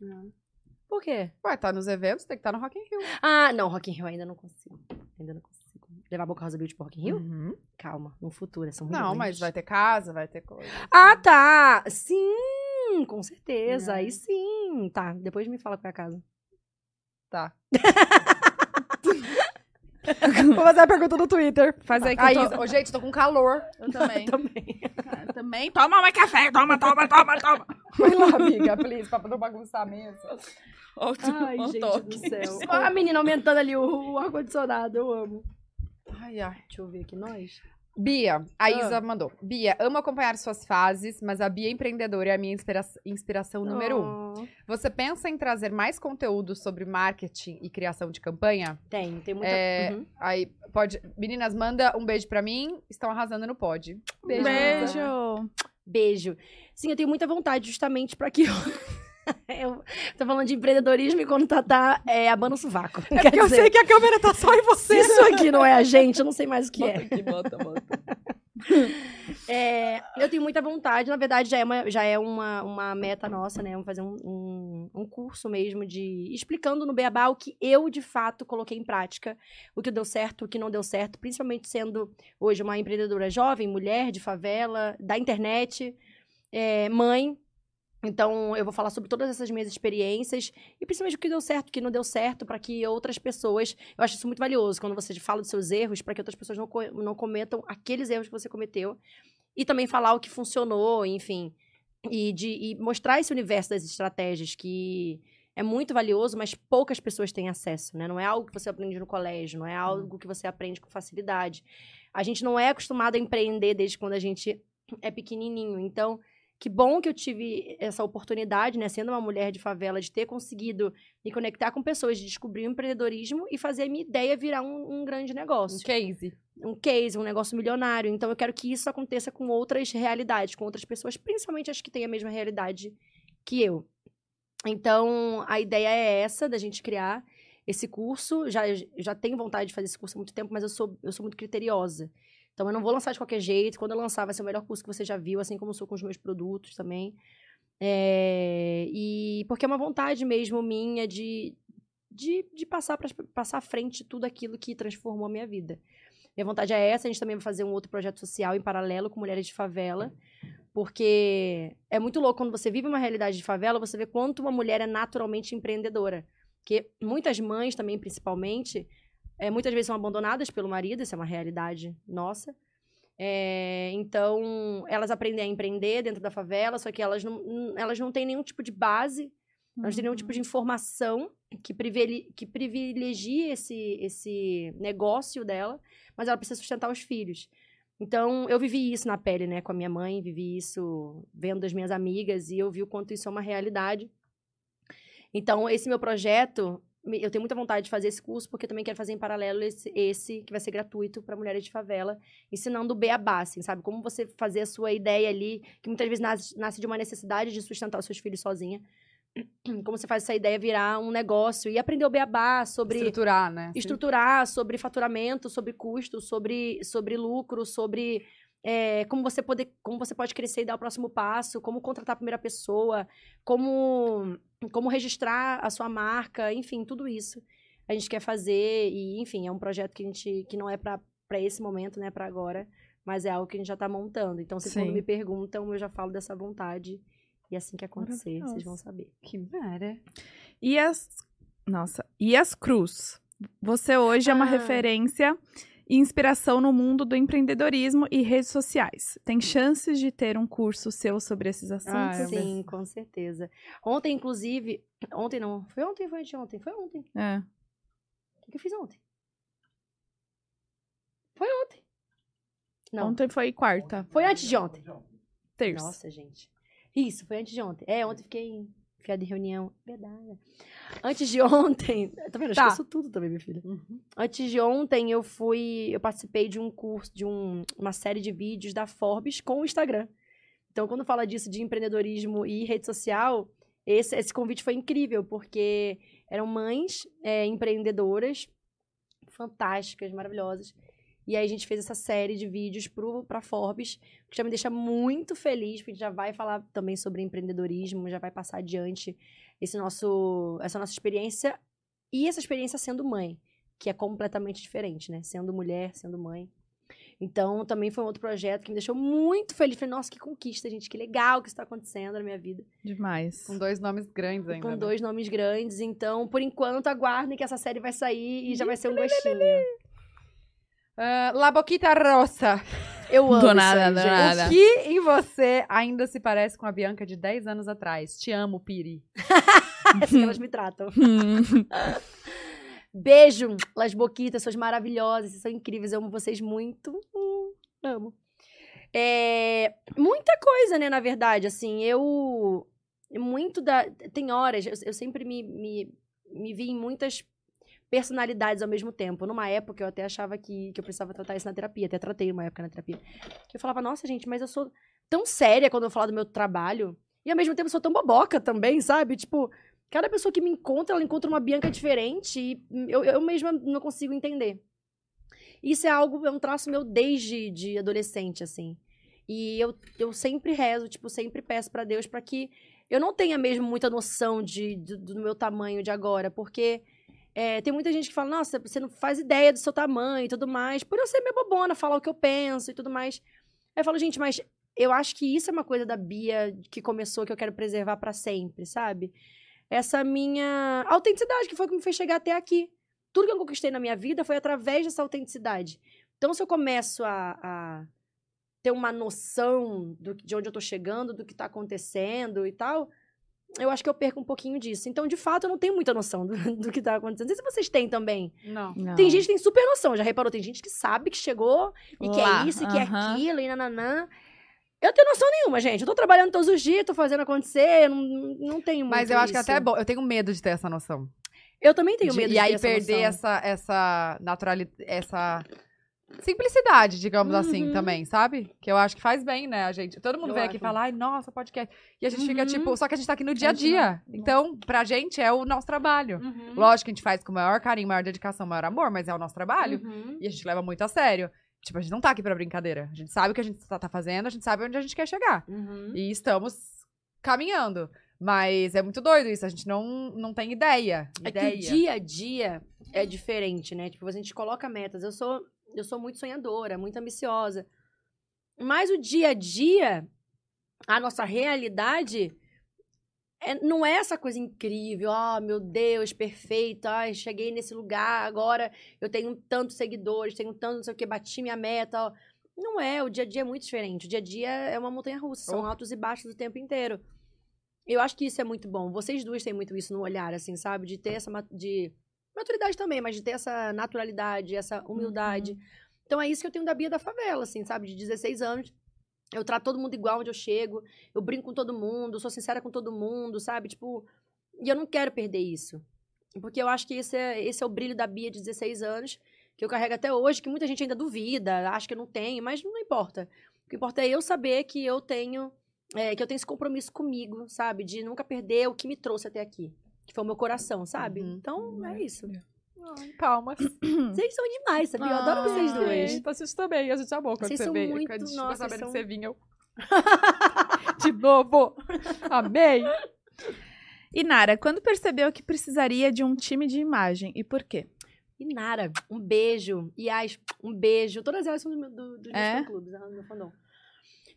C: Por quê?
A: Ué, tá nos eventos, tem que estar no Rock in Rio.
C: Ah, não, Rock in Rio ainda não consigo. Ainda não consigo. Levar a Boca Rosa Beauty pro Rock in Rio?
A: Uhum.
C: Calma, no futuro, são
A: Não,
C: reuniões.
A: mas vai ter casa, vai ter coisa.
C: Ah, tá! Sim, com certeza.
A: É.
C: Aí sim. Tá, depois me fala qual é a casa.
A: Tá.
B: Vou fazer a pergunta no Twitter. Faz aí que
A: Aí,
B: eu, tô...
A: ô, gente, tô com calor.
B: eu (laughs) também.
C: (laughs) Também.
B: Ah, também. Toma mais café. Toma, toma, toma, toma. (laughs)
A: Vai lá, (laughs) amiga, please, pra não bagunçar a mesa.
B: Outro,
C: Ai,
B: um
C: gente
B: toque.
C: do céu. Ó, a menina aumentando ali o, o ar-condicionado, eu amo.
A: Ai, ai.
C: Deixa eu ver aqui, nós.
A: Bia, a
C: Ah.
A: Isa mandou. Bia, amo acompanhar suas fases, mas a Bia empreendedora é a minha inspira- inspiração número um.
C: um.
A: Você pensa em trazer mais conteúdo sobre marketing e criação de campanha?
C: Tem, tem muita...
A: É,
C: Uhum.
A: Aí, pode. Meninas, manda um beijo pra mim. Estão arrasando no pod. Beijo.
B: Beijo.
C: Beijo. Sim, eu (laughs) tenho muita vontade justamente pra que... Eu tô falando de empreendedorismo e quando Tatá é abana o sovaco.
A: É
C: Quer
A: porque eu
C: dizer,
A: sei que a câmera tá só em
C: se
A: você.
C: isso aqui não é a gente, eu não sei mais o que é.
B: aqui, bota, bota.
C: (laughs) É, eu tenho muita vontade, na verdade já é uma, já é uma, uma meta nossa, né? Vamos fazer um, um, um curso mesmo de explicando no Beabá o que eu de fato coloquei em prática, o que deu certo, o que não deu certo, principalmente sendo hoje uma empreendedora jovem, mulher de favela, da internet, é, mãe. Então eu vou falar sobre todas essas minhas experiências e principalmente o que deu certo, o que não deu certo, para que outras pessoas. Eu acho isso muito valioso quando você fala dos seus erros, para que outras pessoas não, co- não cometam aqueles erros que você cometeu e também falar o que funcionou, enfim. E, de, e mostrar esse universo das estratégias que é muito valioso, mas poucas pessoas têm acesso, né? Não é algo que você aprende no colégio, não é algo que você aprende com facilidade. A gente não é acostumado a empreender desde quando a gente é pequenininho. Então, que bom que eu tive essa oportunidade, né? Sendo uma mulher de favela, de ter conseguido me conectar com pessoas, de descobrir o empreendedorismo e fazer a minha ideia virar um, um grande negócio
A: Case.
C: um case, um negócio milionário. Então eu quero que isso aconteça com outras realidades, com outras pessoas, principalmente as que têm a mesma realidade que eu. Então a ideia é essa da gente criar esse curso. Já já tenho vontade de fazer esse curso há muito tempo, mas eu sou eu sou muito criteriosa. Então eu não vou lançar de qualquer jeito. Quando eu lançar vai ser o melhor curso que você já viu, assim como eu sou com os meus produtos também. É, e porque é uma vontade mesmo minha de de, de passar, pra, passar à frente tudo aquilo que transformou a minha vida. Minha vontade é essa, a gente também vai fazer um outro projeto social em paralelo com mulheres de favela. Porque é muito louco quando você vive uma realidade de favela, você vê quanto uma mulher é naturalmente empreendedora. Porque muitas mães também, principalmente, é, muitas vezes são abandonadas pelo marido, isso é uma realidade nossa. É, então, elas aprendem a empreender dentro da favela, só que elas não, elas não têm nenhum tipo de base nós teríamos um tipo de informação que, privile- que privilegie esse, esse negócio dela, mas ela precisa sustentar os filhos. Então, eu vivi isso na pele, né? Com a minha mãe, vivi isso vendo as minhas amigas e eu vi o quanto isso é uma realidade. Então, esse meu projeto, me- eu tenho muita vontade de fazer esse curso, porque eu também quero fazer em paralelo esse, esse que vai ser gratuito para mulheres de favela, ensinando o beabá, assim, sabe? Como você fazer a sua ideia ali, que muitas vezes nasce, nasce de uma necessidade de sustentar os seus filhos sozinha. (clears throat) Como você faz essa ideia virar um negócio e aprender o beabá sobre
A: Estruturar, né?
C: estruturar sobre faturamento, sobre custo, sobre, sobre lucro, sobre é, como, você poder, como você pode crescer e dar o próximo passo, como contratar a primeira pessoa, como, como registrar a sua marca, enfim, tudo isso a gente quer fazer e, enfim, é um projeto que a gente que não é para esse momento, né, para agora, mas é algo que a gente já está montando. Então, se quando
A: Sim.
C: me perguntam, eu já falo dessa vontade e assim que acontecer, vocês vão saber.
A: Que mara.
B: E as. Nossa. E as Cruz. Você hoje é uma
C: Ah.
B: referência e inspiração no mundo do empreendedorismo e redes sociais. Tem chances de ter um curso seu sobre esses
A: Ah,
B: assuntos?
A: Ai,
C: Sim, com certeza. Ontem, inclusive. (clears throat) Ontem não. Foi ontem, foi anteontem. Foi ontem.
B: É.
C: O que eu fiz ontem? Foi ontem. Não.
B: Ontem foi quarta,
C: Foi antes de ontem.
B: terça.
C: Nossa, gente. Isso, foi antes de ontem. É, ontem eu fiquei enfiada em reunião. Verdade. Antes de (laughs) ontem. Tá vendo? Eu
A: Tá.
C: esqueço tudo também, minha filha. Antes de ontem, eu fui. Eu participei de um curso, de um- uma série de vídeos da Forbes com o Instagram. Então, quando fala disso de empreendedorismo e rede social, esse, esse convite foi incrível, porque eram mães é, empreendedoras fantásticas, maravilhosas. E aí a gente fez essa série de vídeos pro, pra Forbes, o que já me deixa muito feliz, porque a gente já vai falar também sobre empreendedorismo, já vai passar adiante esse nosso, essa nossa experiência e essa experiência sendo mãe, que é completamente diferente, né? Sendo mulher, sendo mãe. Então, também foi um outro projeto que me deixou muito feliz. Falei, nossa, que conquista, gente, que legal que isso está acontecendo na minha vida.
B: Demais.
A: Com dois nomes grandes ainda.
C: Com
A: né?
C: dois nomes grandes. Então, por enquanto, aguardem que essa série vai sair e já vai ser um gostinho.
A: Ah, La Boquita Rosa.
C: Eu amo
B: Do
C: isso
B: nada,
C: aí,
B: do
C: gente.
B: nada.
A: O que em você ainda se parece com a Bianca de 10 anos atrás? Te amo, Piri.
C: É (laughs) assim que elas me
B: (laughs)
C: tratam.
B: Hum.
C: Beijo, Las Boquitas, suas maravilhosas, vocês são incríveis, eu amo vocês muito. Hum, amo. É, muita coisa, né, na verdade, assim, eu... Muito da... Tem horas, eu, eu sempre me, me, me vi em muitas personalidades ao mesmo tempo. Numa época, eu até achava que, que eu precisava tratar isso na terapia, até tratei uma época na terapia. Que eu falava, nossa, gente, mas eu sou tão séria quando eu falo do meu trabalho... E ao mesmo tempo sou tão boboca também, sabe? Tipo, cada pessoa que me encontra, ela encontra uma Bianca diferente e hum, eu, eu mesma não consigo entender. Isso é algo, é um traço meu desde de adolescente, assim. E eu, eu sempre rezo, tipo, sempre peço pra Deus pra que eu não tenha mesmo muita noção de, do- do meu tamanho de agora, porque é, tem muita gente que fala, nossa, você não faz ideia do seu tamanho e tudo mais, por eu ser meio bobona, falar o que eu penso e tudo mais. Aí eu falo, gente, mas eu acho que isso é uma coisa da Bia que começou, que eu quero preservar pra sempre, sabe? Essa minha autenticidade, que foi o que me fez chegar até aqui. Tudo que eu conquistei na minha vida foi através dessa autenticidade. Então, se eu começo a, a ter uma noção do- de onde eu tô chegando, do que tá acontecendo e tal, eu acho que eu perco um pouquinho disso. Então, de fato, eu não tenho muita noção do, (laughs) do que tá acontecendo. Não sei se vocês têm também.
A: Não.
C: Tem gente que tem super noção, já reparou? Tem gente que sabe que chegou e que
B: Lá,
C: é isso, e que é
B: aham.
C: aquilo, e nananã. Eu não tenho noção nenhuma, gente. Eu tô trabalhando todos os dias, tô fazendo acontecer, eu não, não tenho muito
A: Mas eu acho que
C: isso.
A: até é bom. Eu tenho medo de ter essa noção.
C: Eu também tenho
A: De-
C: medo de,
A: e aí
C: ter essa
A: perder
C: noção.
A: essa, essa naturalidade, essa simplicidade, digamos assim,
C: Uhum.
A: também, sabe? Que eu acho que faz bem, né, a gente. Todo mundo
C: Eu
A: vem aqui e
C: acho.
A: fala, ai, nossa, podcast. E a gente fica
C: Uhum.
A: tipo, só que a gente tá aqui no dia a
B: gente
A: dia.
B: não-
A: Então, pra gente é o nosso trabalho.
C: Uhum,
A: Lógico que a gente faz com o maior carinho, maior dedicação, maior amor, mas é o nosso trabalho.
C: Uhum.
A: E a gente leva muito a sério. Tipo, a gente não tá aqui pra brincadeira. A gente sabe o que a gente tá, tá fazendo, a gente sabe onde a gente quer chegar.
C: Uhum.
A: E estamos caminhando. Mas é muito doido isso, a gente não, não tem ideia.
C: É
A: ideia.
C: que o dia a dia é diferente, né? Tipo, a gente coloca metas. Eu sou, eu sou muito sonhadora, muito ambiciosa. Mas o dia a dia, a nossa realidade, é- não é essa coisa incrível. Ah, meu Deus, perfeito. Ai, cheguei nesse lugar, agora eu tenho tantos seguidores, tenho tanto não sei o que, bati minha meta. ó. Não é, o dia a dia é muito diferente. O dia a dia é uma montanha russa, são
A: Oh.
C: altos e baixos o tempo inteiro. Eu acho que isso é muito bom. Vocês duas têm muito isso no olhar, assim, sabe? De ter essa ma- de maturidade também, mas de ter essa naturalidade, essa humildade. Então é isso que eu tenho da Bia da favela, assim, sabe? De 16 anos. Eu trato todo mundo igual onde eu chego, eu brinco com todo mundo, sou sincera com todo mundo, sabe? Tipo, e eu não quero perder isso. Porque eu acho que esse é, esse é o brilho da Bia de 16 anos, que eu carrego até hoje, que muita gente ainda duvida, acha que eu não tenho, mas não importa. O que importa é eu saber que eu tenho, é, que eu tenho esse compromisso comigo, sabe? De nunca perder o que me trouxe até aqui. Que foi o meu coração, sabe?
A: Uhum.
C: Então, é isso.
A: Ai, Palmas.
C: Vocês são demais, sabe? Eu adoro
B: Ah,
C: vocês dois.
A: Sim, Vocês Tá também, a gente amou quando
C: Vocês
A: você
C: são
A: veio.
C: muito-
A: quando a gente ficou
C: nossa,
A: sabendo
C: são-
A: que você vinha.
C: (laughs)
A: eu- De novo. Amei.
B: E Nara, quando percebeu que precisaria de um time de imagem e por quê?
C: E Nara, um beijo. Yas, um beijo. Todas elas são do, meu- do, dos
B: É?
C: meus fã-clubes, elas do meu fandom.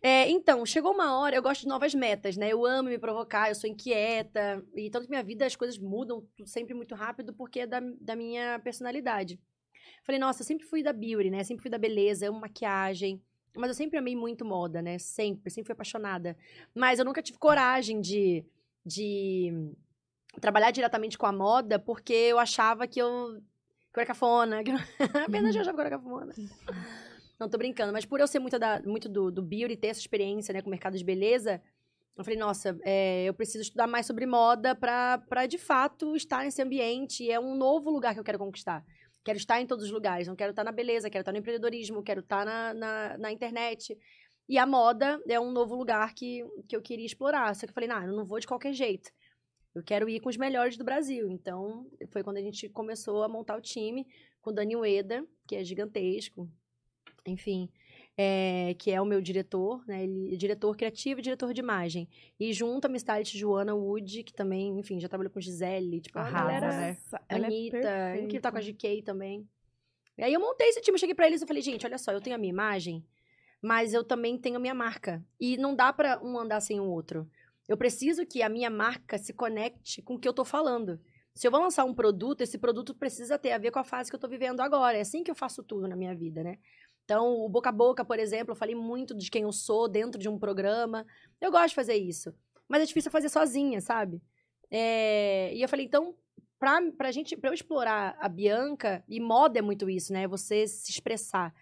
C: É, então, chegou uma hora, eu gosto de novas metas, né? Eu amo me provocar, eu sou inquieta. E tanto que minha vida as coisas mudam tu- sempre muito rápido porque é da, da minha personalidade. Falei, nossa, eu sempre fui da beauty, né? Sempre fui da beleza, amo maquiagem. Mas eu sempre amei muito moda, né? Sempre, sempre fui apaixonada. Mas eu nunca tive coragem de, de trabalhar diretamente com a moda porque eu achava que eu que eu era cafona. que eu- (laughs) Apenas eu achava que eu era cafona. Não, tô brincando. Mas por eu ser muito, da, muito do, do beauty, ter essa experiência né, com o mercado de beleza, eu falei, nossa, é, eu preciso estudar mais sobre moda pra, pra, de fato, estar nesse ambiente. E é um novo lugar que eu quero conquistar. Quero estar em todos os lugares. Não quero estar na beleza, quero estar no empreendedorismo, quero estar na, na, na internet. E a moda é um novo lugar que, que eu queria explorar. Só que eu falei, não, eu não vou de qualquer jeito. Eu quero ir com os melhores do Brasil. Então, foi quando a gente começou a montar o time com o Dani Ueda, que é gigantesco. Enfim, é, que é o meu diretor, né? Ele é diretor criativo e diretor de imagem. E junto a minha stylist Joana Wood, que também, enfim, já trabalhou com Gisele. Tipo, uma
A: Arrasa,
C: galera
A: né?
B: ela é
C: Anitta,
B: perfeita.
C: incrível tá com a GK também. E aí eu montei esse time, eu cheguei pra eles e falei, gente, olha só, eu tenho a minha imagem, mas eu também tenho a minha marca. E não dá pra um andar sem o outro. Eu preciso que a minha marca se conecte com o que eu tô falando. Se eu vou lançar um produto, esse produto precisa ter a ver com a fase que eu tô vivendo agora. É assim que eu faço tudo na minha vida, né? Então, o boca a boca, por exemplo, eu falei muito de quem eu sou dentro de um programa. Eu gosto de fazer isso. Mas é difícil eu fazer sozinha, sabe? É, E eu falei, então, pra, pra gente, pra eu explorar a Bianca, e moda é muito isso, né? É Você se expressar.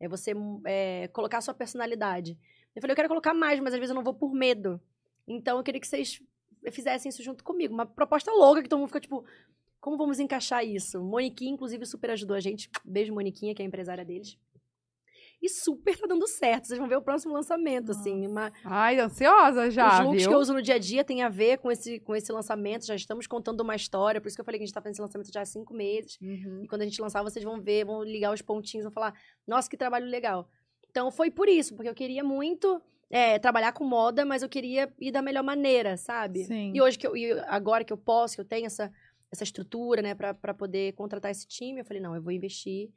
C: É você é, colocar a sua personalidade. Eu falei, eu quero colocar mais, mas às vezes eu não vou por medo. Então eu queria que vocês fizessem isso junto comigo. Uma proposta louca que todo mundo ficou tipo, como vamos encaixar isso? Moniquinha, inclusive, super ajudou a gente. Beijo, Moniquinha, que é a empresária deles. E super tá dando certo. Vocês vão ver o próximo lançamento, assim. Uma,
A: Ai, ansiosa já,
C: os
A: Tá,
C: looks
A: viu?
C: que eu uso no dia a dia têm a ver com esse, com esse lançamento. Já estamos contando uma história. Por isso que eu falei que a gente tá fazendo esse lançamento já há cinco meses.
A: Uhum.
C: E quando a gente lançar, vocês vão ver, vão ligar os pontinhos, vão falar, nossa, que trabalho legal. Então foi por isso, porque eu queria muito é, trabalhar com moda, mas eu queria ir da melhor maneira, sabe?
B: Sim.
C: E hoje que eu, e agora que eu posso, que eu tenho essa, essa estrutura, né, pra, pra poder contratar esse time, eu falei, não, eu vou investir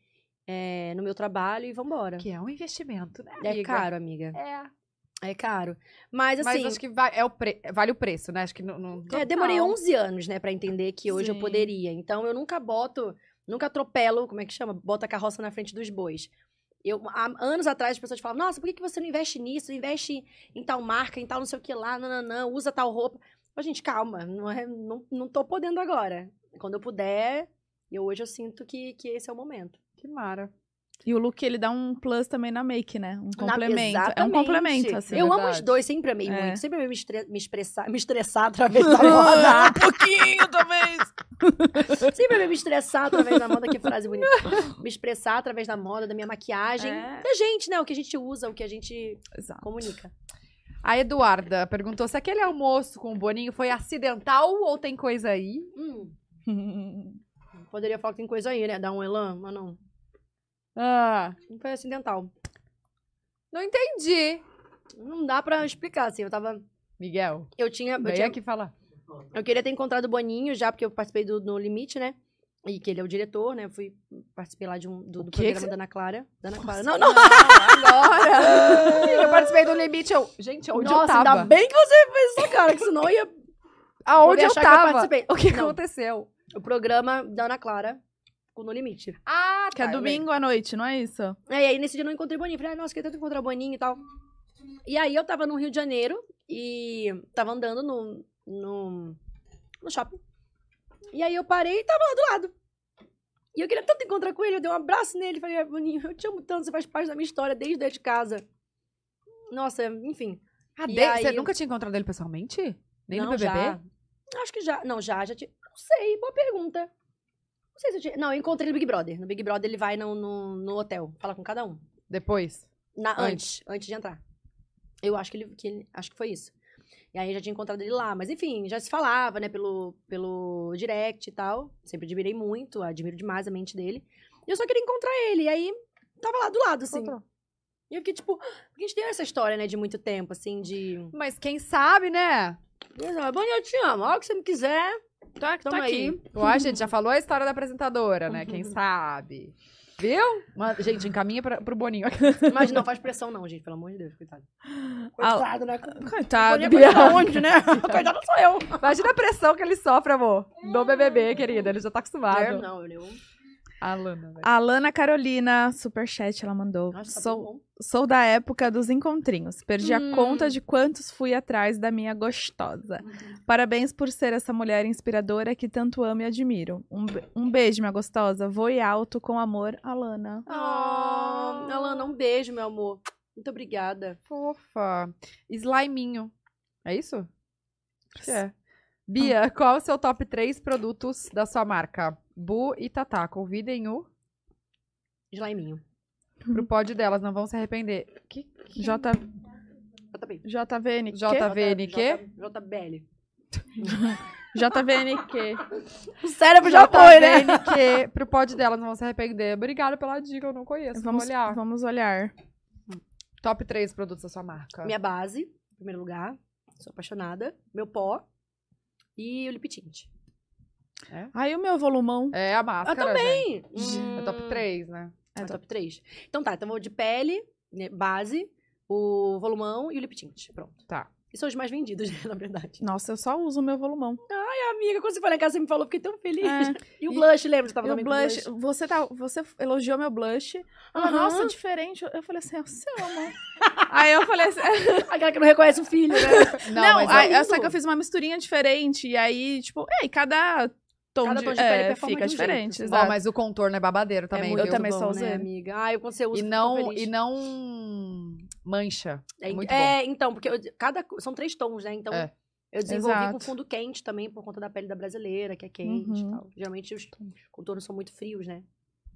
C: é, no meu trabalho e vambora.
A: Que é um investimento, né,
C: É
A: amiga?
C: caro, amiga.
A: É.
C: É caro. Mas
A: Mas
C: assim.
A: acho que va- é o pre- vale o preço, né? Acho que não... não-
C: É, demorei 11 anos, né, pra entender que hoje eu
B: Sim.
C: poderia. Então eu nunca boto, nunca atropelo, como é que chama? Bota a carroça na frente dos bois. Eu, há anos atrás as pessoas falavam, nossa, por que que você não investe nisso? Investe em tal marca, em tal não sei o que lá, nananã, usa tal roupa. Mas, gente, calma, não, é, não, não tô podendo agora. Quando eu puder, eu hoje eu sinto que, que esse é o momento.
A: Que mara.
B: E o look, ele dá um plus também na make, né? Um
C: Na-
B: complemento. é um
C: Exatamente.
B: complemento, assim.
C: Eu amo
A: verdade.
C: os dois, sempre amei
B: É.
C: muito. Sempre amei me, estre- me expressar, me estressar
B: (laughs)
C: através da moda.
B: um pouquinho,
C: (laughs)
B: talvez.
C: Sempre vai me estressar através da moda, que frase bonita. Me expressar através da moda, da minha maquiagem.
B: É.
C: Da gente, né? O que a gente usa, o que a gente
B: Exato.
C: comunica.
A: A Eduarda perguntou se aquele almoço com o Boninho foi acidental ou tem coisa aí?
C: Hum, poderia falar que tem coisa aí, né? Dar um elan, mas não.
A: Ah,
C: Não foi assim acidental.
A: não entendi.
C: Não dá pra explicar, assim. Eu tava.
A: Miguel,
C: Eu tinha. Eu,
A: vem
C: tinha-
A: aqui falar.
C: eu queria ter encontrado o Boninho já, porque eu participei do No Limite, né? E que ele é o diretor, né? Eu fui participei lá de um, do, do
A: quê? assim?
C: programa da Ana Clara. Da Ana Clara. Não, não,
A: Ah, Agora! Amiga, eu participei do limite. Eu... Gente, onde eu
C: Nossa,
A: tava?
C: ainda (laughs) bem que você fez isso, cara, que senão eu ia.
A: Aonde
C: eu
A: eu
C: achar que eu
A: tava?
C: participei.
A: o que
C: Não.
A: aconteceu?
C: O programa da Ana Clara com No Limite.
A: Ah,
C: tá,
B: Que é domingo à noite, não é isso?
C: É, e aí nesse dia eu não encontrei o Boninho. Falei, ah, nossa, queria tanto encontrar o Boninho e tal. E aí eu tava no Rio de Janeiro e tava andando no, no, no shopping. E aí eu parei e tava lá do lado. E eu queria tanto encontrar com ele, eu dei um abraço nele. Falei, ah, Boninho, eu te amo tanto, você faz parte da minha história desde dentro de casa. Nossa, enfim.
A: Ah,
C: E
A: de-
C: aí-
A: Você nunca tinha encontrado ele pessoalmente? Nem
C: não,
A: no BBB?
C: já. Acho que já. Não, já, já tinha. Não sei, boa pergunta. Não sei se eu tinha. Não, eu encontrei ele no Big Brother. No Big Brother ele vai no, no, no hotel, fala com cada um.
A: Depois?
C: Na-
A: Antes.
C: antes, antes de entrar. Eu acho que ele, que ele- Acho que foi isso. E aí eu já tinha encontrado ele lá. Mas enfim, já se falava, né, pelo, pelo direct e tal. Sempre admirei muito, admiro demais a mente dele. E eu só queria encontrar ele. E aí tava lá do lado, assim.
A: Encontrou.
C: E eu fiquei tipo, "Ah", porque a gente tem essa história, né, de muito tempo, assim, de.
A: Mas quem sabe, né?
C: Bom, eu te amo, olha o que você me quiser.
B: Tá,
C: Tamo aí.
A: Eu acho, gente, já falou a história da apresentadora, né? Quem sabe? Viu? Uma- gente, encaminha pra, pro Boninho.
C: Mas não faz pressão, não, gente, pelo amor de Deus, coitado.
B: Coitado,
C: né?
B: Coitado,
C: Coitado
B: Ah, Bianca.
C: onde, né? (laughs) Coitado sou eu.
A: é Imagina a pressão que ele sofre, amor. Do BBB, querida. Ele já tá acostumado.
C: não, eu.
A: A Lana, velho.
B: A Lana Carolina, superchat, ela mandou.
C: Nossa, tá
B: sou,
C: bom.
B: sou da época dos encontrinhos. Perdi
C: Hum.
B: a conta de quantos fui atrás da minha gostosa.
C: Uhum.
B: Parabéns por ser essa mulher inspiradora que tanto amo e admiro. Um, be- um beijo, minha gostosa. Voe alto com amor, Alana.
C: Ah, Alana, um beijo, meu amor. Muito obrigada.
A: Fofa. Sliminho. É isso? Acho que é. Bia, qual o seu top 3 produtos da sua marca? Bu e Tatá, convidem o
C: Slaiminho.
A: (laughs) pro pod delas, não vão se arrepender. Que, que...
B: J,
C: JB.
B: JVNQ.
A: J- JVNQ?
C: JBL.
B: JVNQ.
C: O cérebro
A: né? JVNQ, tá pro pod delas, não vão se arrepender. Obrigada pela dica, eu não conheço.
B: Vamos
A: Vou olhar.
B: Vamos olhar.
A: Top 3 produtos da sua marca.
C: Minha base, em primeiro lugar. Sou apaixonada. Meu pó. E o lip tint.
B: Aí o meu volumão.
A: É a máscara,
C: Eu
A: também.
C: Sim.
A: É top 3, né?
C: É top 3. Então tá, então vou de pele, né, base, o volumão e o lip tint. Pronto.
A: Tá.
C: E são os mais vendidos, (laughs) né, na verdade.
B: Nossa, eu só uso o meu volumão.
C: Amiga, quando você foi lá em casa, você me falou, fiquei tão feliz.
B: É.
C: E o
B: E-
C: blush, Ah, lembra? Você tava
B: E o
C: também com
B: blush, você, tá, você elogiou meu blush. Ela,
C: Aham.
B: nossa, diferente. Eu falei assim, eu sei, amor. aí eu falei assim,
C: Aquela que não reconhece o filho, né?
A: Não, mas
B: aí,
C: é
B: só
C: lindo.
B: que eu fiz uma misturinha diferente. E aí, tipo, é, e cada tom,
C: Cada
B: de,
C: tom de
B: é,
C: pele performa
B: fica
C: de um jeito,
B: diferente.
C: assim.
A: Ó,
B: exato.
A: mas o contorno é babadeiro também,
C: muito
B: eu
A: viu?
B: também só
C: bom,
B: usei.
C: Né, amiga? Ah, eu, quando você usa,
A: E
C: eu fico
A: não,
C: tão feliz.
A: e não mancha.
C: É,
A: muito
C: é, então, porque eu- cada, co- são três tons, né? Então,
A: É.
C: eu desenvolvi com
B: Exato.
C: fundo quente também, por conta da pele da brasileira, que é quente e
B: Uhum.
C: tal. Geralmente os contornos são muito frios, né?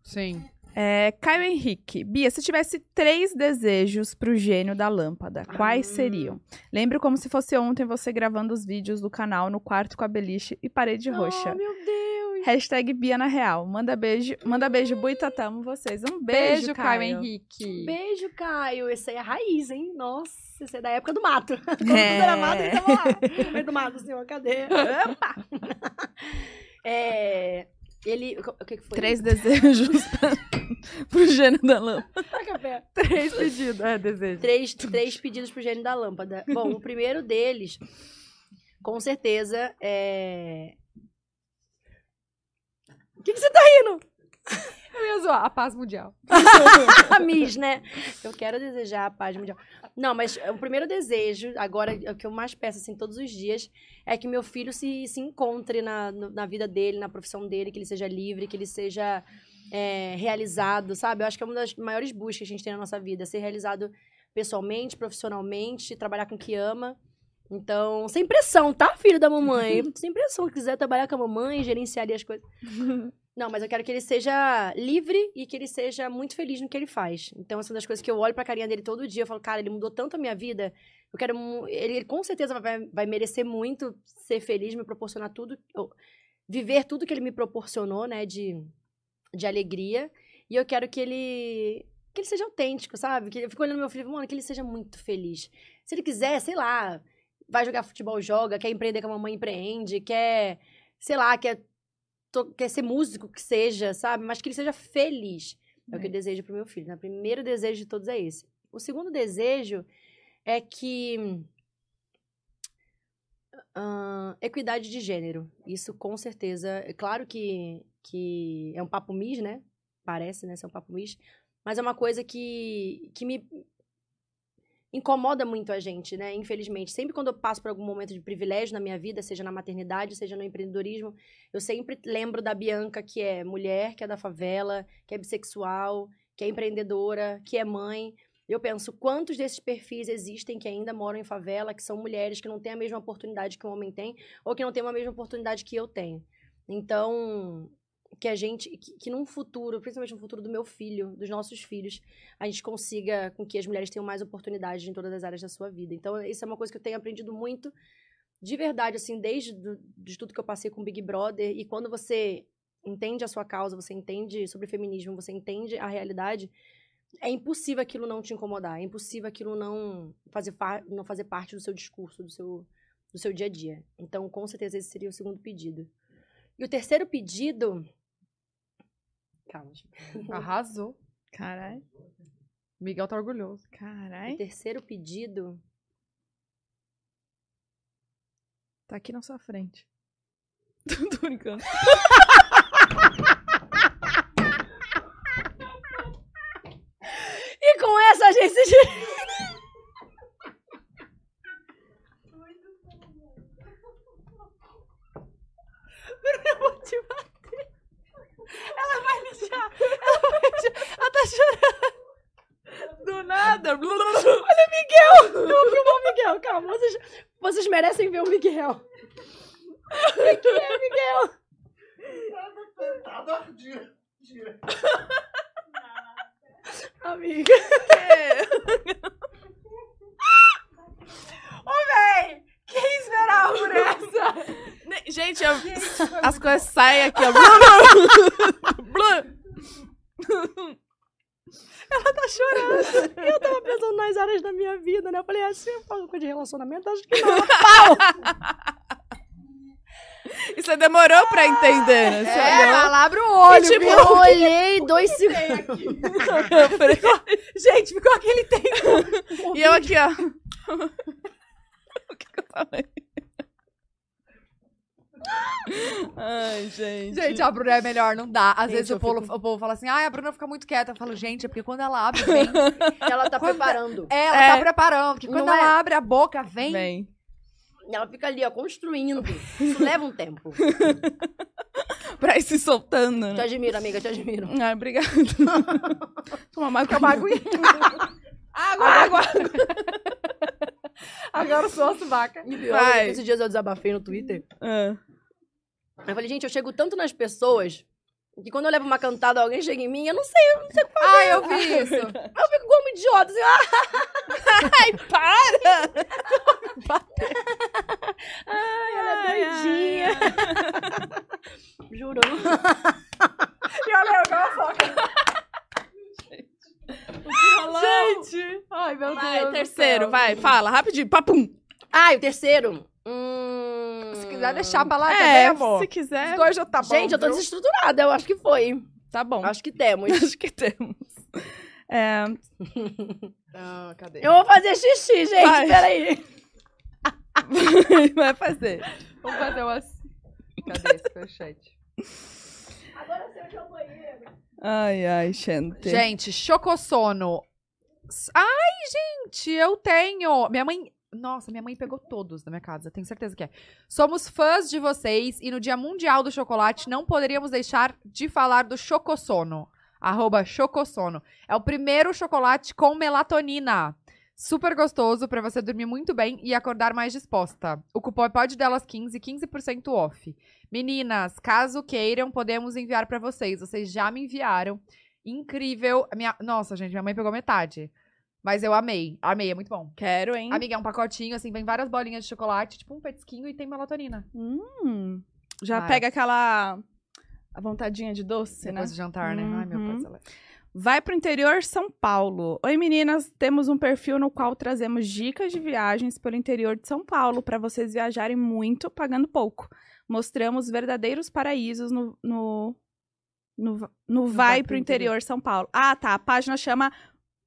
A: Sim.
B: É, Caio Henrique. Bia, se tivesse três desejos pro gênio da lâmpada, quais
C: Ah.
B: seriam? Lembro como se fosse ontem você gravando os vídeos do canal no quarto com a beliche e
A: Ah,
B: parede roxa.
C: Ah, meu Deus.
B: Hashtag Bia na real. Manda beijo, manda beijo, Buitatá, amo vocês. Um beijo,
A: Beijo, Caio Henrique.
C: Beijo, Caio. Esse aí é a raiz, hein? Nossa, esse é da época do mato. (laughs) Quando tudo era mato, ele
B: É.
C: tava lá. No meio do mato, senhor, cadê? Opa! (laughs) É, ele... O que que foi?
B: (laughs) Três desejos pro gênio da lâmpada.
C: Taca é a pé.
A: Três pedidos. É, desejo.
C: Três, três pedidos pro gênio da lâmpada. Bom, o primeiro deles, com certeza, é. O que, que você tá
A: Eu ia zoar. A paz mundial.
C: Miss, né? Eu quero desejar a paz mundial. Não, mas o primeiro desejo, agora, é o que eu mais peço, assim, todos os dias, é que meu filho se, se encontre na, no- na vida dele, na profissão dele, que ele seja livre, que ele seja é, realizado, sabe? Eu acho que é uma das maiores buscas que a gente tem na nossa vida, é ser realizado pessoalmente, profissionalmente, trabalhar com o que ama. Então, sem pressão, tá, filho da mamãe? Sem pressão, se quiser trabalhar com a mamãe, gerenciar ali as coisas. Não, mas eu quero que ele seja livre e que ele seja muito feliz no que ele faz. Então, essa é uma das coisas que eu olho pra carinha dele todo dia. Eu falo, cara, ele mudou tanto a minha vida. Eu quero. mu- Ele, ele com certeza vai, vai merecer muito ser feliz, me proporcionar tudo. eu- viver tudo que ele me proporcionou, né? De, de alegria. E eu quero que ele. Que ele seja autêntico, sabe? Que eu fico olhando meu filho e falo, mano, que ele seja muito feliz. Se ele quiser, sei lá, vai jogar futebol, joga, quer empreender com a mamãe, empreende, quer, sei lá, quer to- quer ser músico que seja, sabe? Mas que ele seja feliz. É, o que eu desejo pro meu filho. Né? O primeiro desejo de todos é esse. O segundo desejo é que. ah, equidade de gênero. Isso com certeza. É claro que, que é um papo mis, né? Parece, né? Ser um papo mis. Mas é uma coisa que, que me incomoda muito a gente, né? Infelizmente. Sempre quando eu passo por algum momento de privilégio na minha vida, seja na maternidade, seja no empreendedorismo, eu sempre lembro da Bianca, que é mulher, que é da favela, que é bissexual, que é empreendedora, que é mãe. Eu penso, quantos desses perfis existem que ainda moram em favela, que são mulheres, que não têm a mesma oportunidade que um homem tem, ou que não têm a mesma oportunidade que eu tenho. Então, que a gente, que, que num futuro, principalmente no futuro do meu filho, dos nossos filhos, a gente consiga com que as mulheres tenham mais oportunidades em todas as áreas da sua vida. Então, isso é uma coisa que eu tenho aprendido muito de verdade, assim, desde do, de tudo que eu passei com o Big Brother, e quando você entende a sua causa, você entende sobre feminismo, você entende a realidade, é impossível aquilo não te incomodar, é impossível aquilo não fazer, fa- não fazer parte do seu discurso, do seu, do seu dia a dia. Então, com certeza, esse seria o segundo pedido. E o terceiro pedido. Calma, gente.
A: Arrasou.
B: Carai,
A: Miguel tá orgulhoso.
B: carai.
C: O terceiro pedido.
B: Tá aqui na sua frente. (laughs) Tô brincando.
C: E com essa a gente se
A: Ela tá chorando.
B: Do nada!
C: Miguel, calma. Vocês, vocês merecem ver o Miguel. O que é, Miguel?
D: Sentado a dia. dia.
C: Amiga.
A: Quem esperava por essa?
B: Gente, eu-
A: As
B: as coisas saem aqui. ó.
C: Tá chorando. Eu tava pensando nas áreas da minha vida, né? Eu falei, assim, eu falo coisa de relacionamento, acho que não.
B: E você demorou pra entender, né? Você
A: É,
B: olhou-
A: ela abre o olho.
B: E, tipo,
A: viu?
C: Eu olhei (laughs) dois segundos.
A: Gente, ficou aquele tempo.
B: E eu aqui, ó. o que, que eu falei? Ai, gente.
A: Gente, a Bruna é melhor, não dá. Às
B: Gente,
A: vezes o
B: eu
A: povo,
B: fico-
A: o povo fala assim, ah, a Bruna fica muito quieta. Eu falo, gente, é porque quando ela abre, vem.
C: Ela tá
A: Quando-
C: preparando.
A: Ela
B: É.
A: tá preparando. Porque quando
C: Não é?
A: ela abre a boca, vem.
B: Bem.
C: Ela fica ali, ó, construindo. Isso leva um tempo.
B: Pra ir se soltando,
C: Te
B: né?
C: admiro, amiga, te admiro.
A: (laughs)
B: Ai, obrigada. Toma mais
A: Fica uma aguinha. água, água. Agora eu sou a subaca.
C: E pior,
B: Vai.
C: Esses dias eu desabafei no Twitter.
B: Ah.
C: Eu falei, gente, eu chego tanto nas pessoas. Que quando eu levo uma cantada, alguém chega em mim, eu não sei,
A: Ah, eu vi isso.
C: eu fico como idiota. Assim, ah,
B: Para!
C: ela
B: Ai,
C: é doidinha.
B: (laughs)
C: Juro.
A: (laughs) E olha, eu a foca. Gente! Ai, meu
B: Vai,
A: Deus. do
B: terceiro,
A: céu.
B: vai, fala, rapidinho, papum.
C: Ah, e o terceiro? Hum...
A: Se quiser deixar pra lá, também,
B: é,
A: amor.
B: se quiser.
A: Os dois já tá bom.
C: Gente, eu tô
A: viu?
C: desestruturada, eu acho que foi.
B: Tá bom.
C: Acho que temos.
B: (laughs) Acho que temos.
A: (laughs)
B: É,
A: Ah, cadê?
C: Eu vou fazer xixi, gente,
B: Vai.
C: peraí.
B: vai fazer.
A: Vamos fazer umas. Cadê esse colchete?
B: Ai, ai, gente.
A: Gente, chocossono. S- Ai, gente, eu tenho. Minha mãe. Nossa, minha mãe pegou todos da minha casa, tenho certeza que é. Somos fãs de vocês e no Dia Mundial do Chocolate não poderíamos deixar de falar do chocossono. Arroba chocossono. É o primeiro chocolate com melatonina. Super gostoso pra você dormir muito bem e acordar mais disposta. O cupom é pode delas 15, 15% off. Meninas, caso queiram, podemos enviar pra vocês. Vocês já me enviaram. Incrível. Minha... Nossa, gente, minha mãe pegou metade. Mas eu amei. Amei, é muito bom.
B: Quero, hein?
A: Amiga, é um pacotinho, assim, vem várias bolinhas de chocolate, tipo um petisquinho e tem melatonina.
B: Hum, já
A: Vai.
B: pega aquela a vontadinha de doce, né?
A: Depois do jantar, né? Ai, meu
B: Uhum.
A: pai, celeste.
B: Vai pro interior São Paulo. Oi meninas, temos um perfil no qual trazemos dicas de viagens pelo interior de São Paulo para vocês viajarem muito pagando pouco. Mostramos verdadeiros paraísos no no, no, no Vai pro interior São Paulo. Ah, tá, a página chama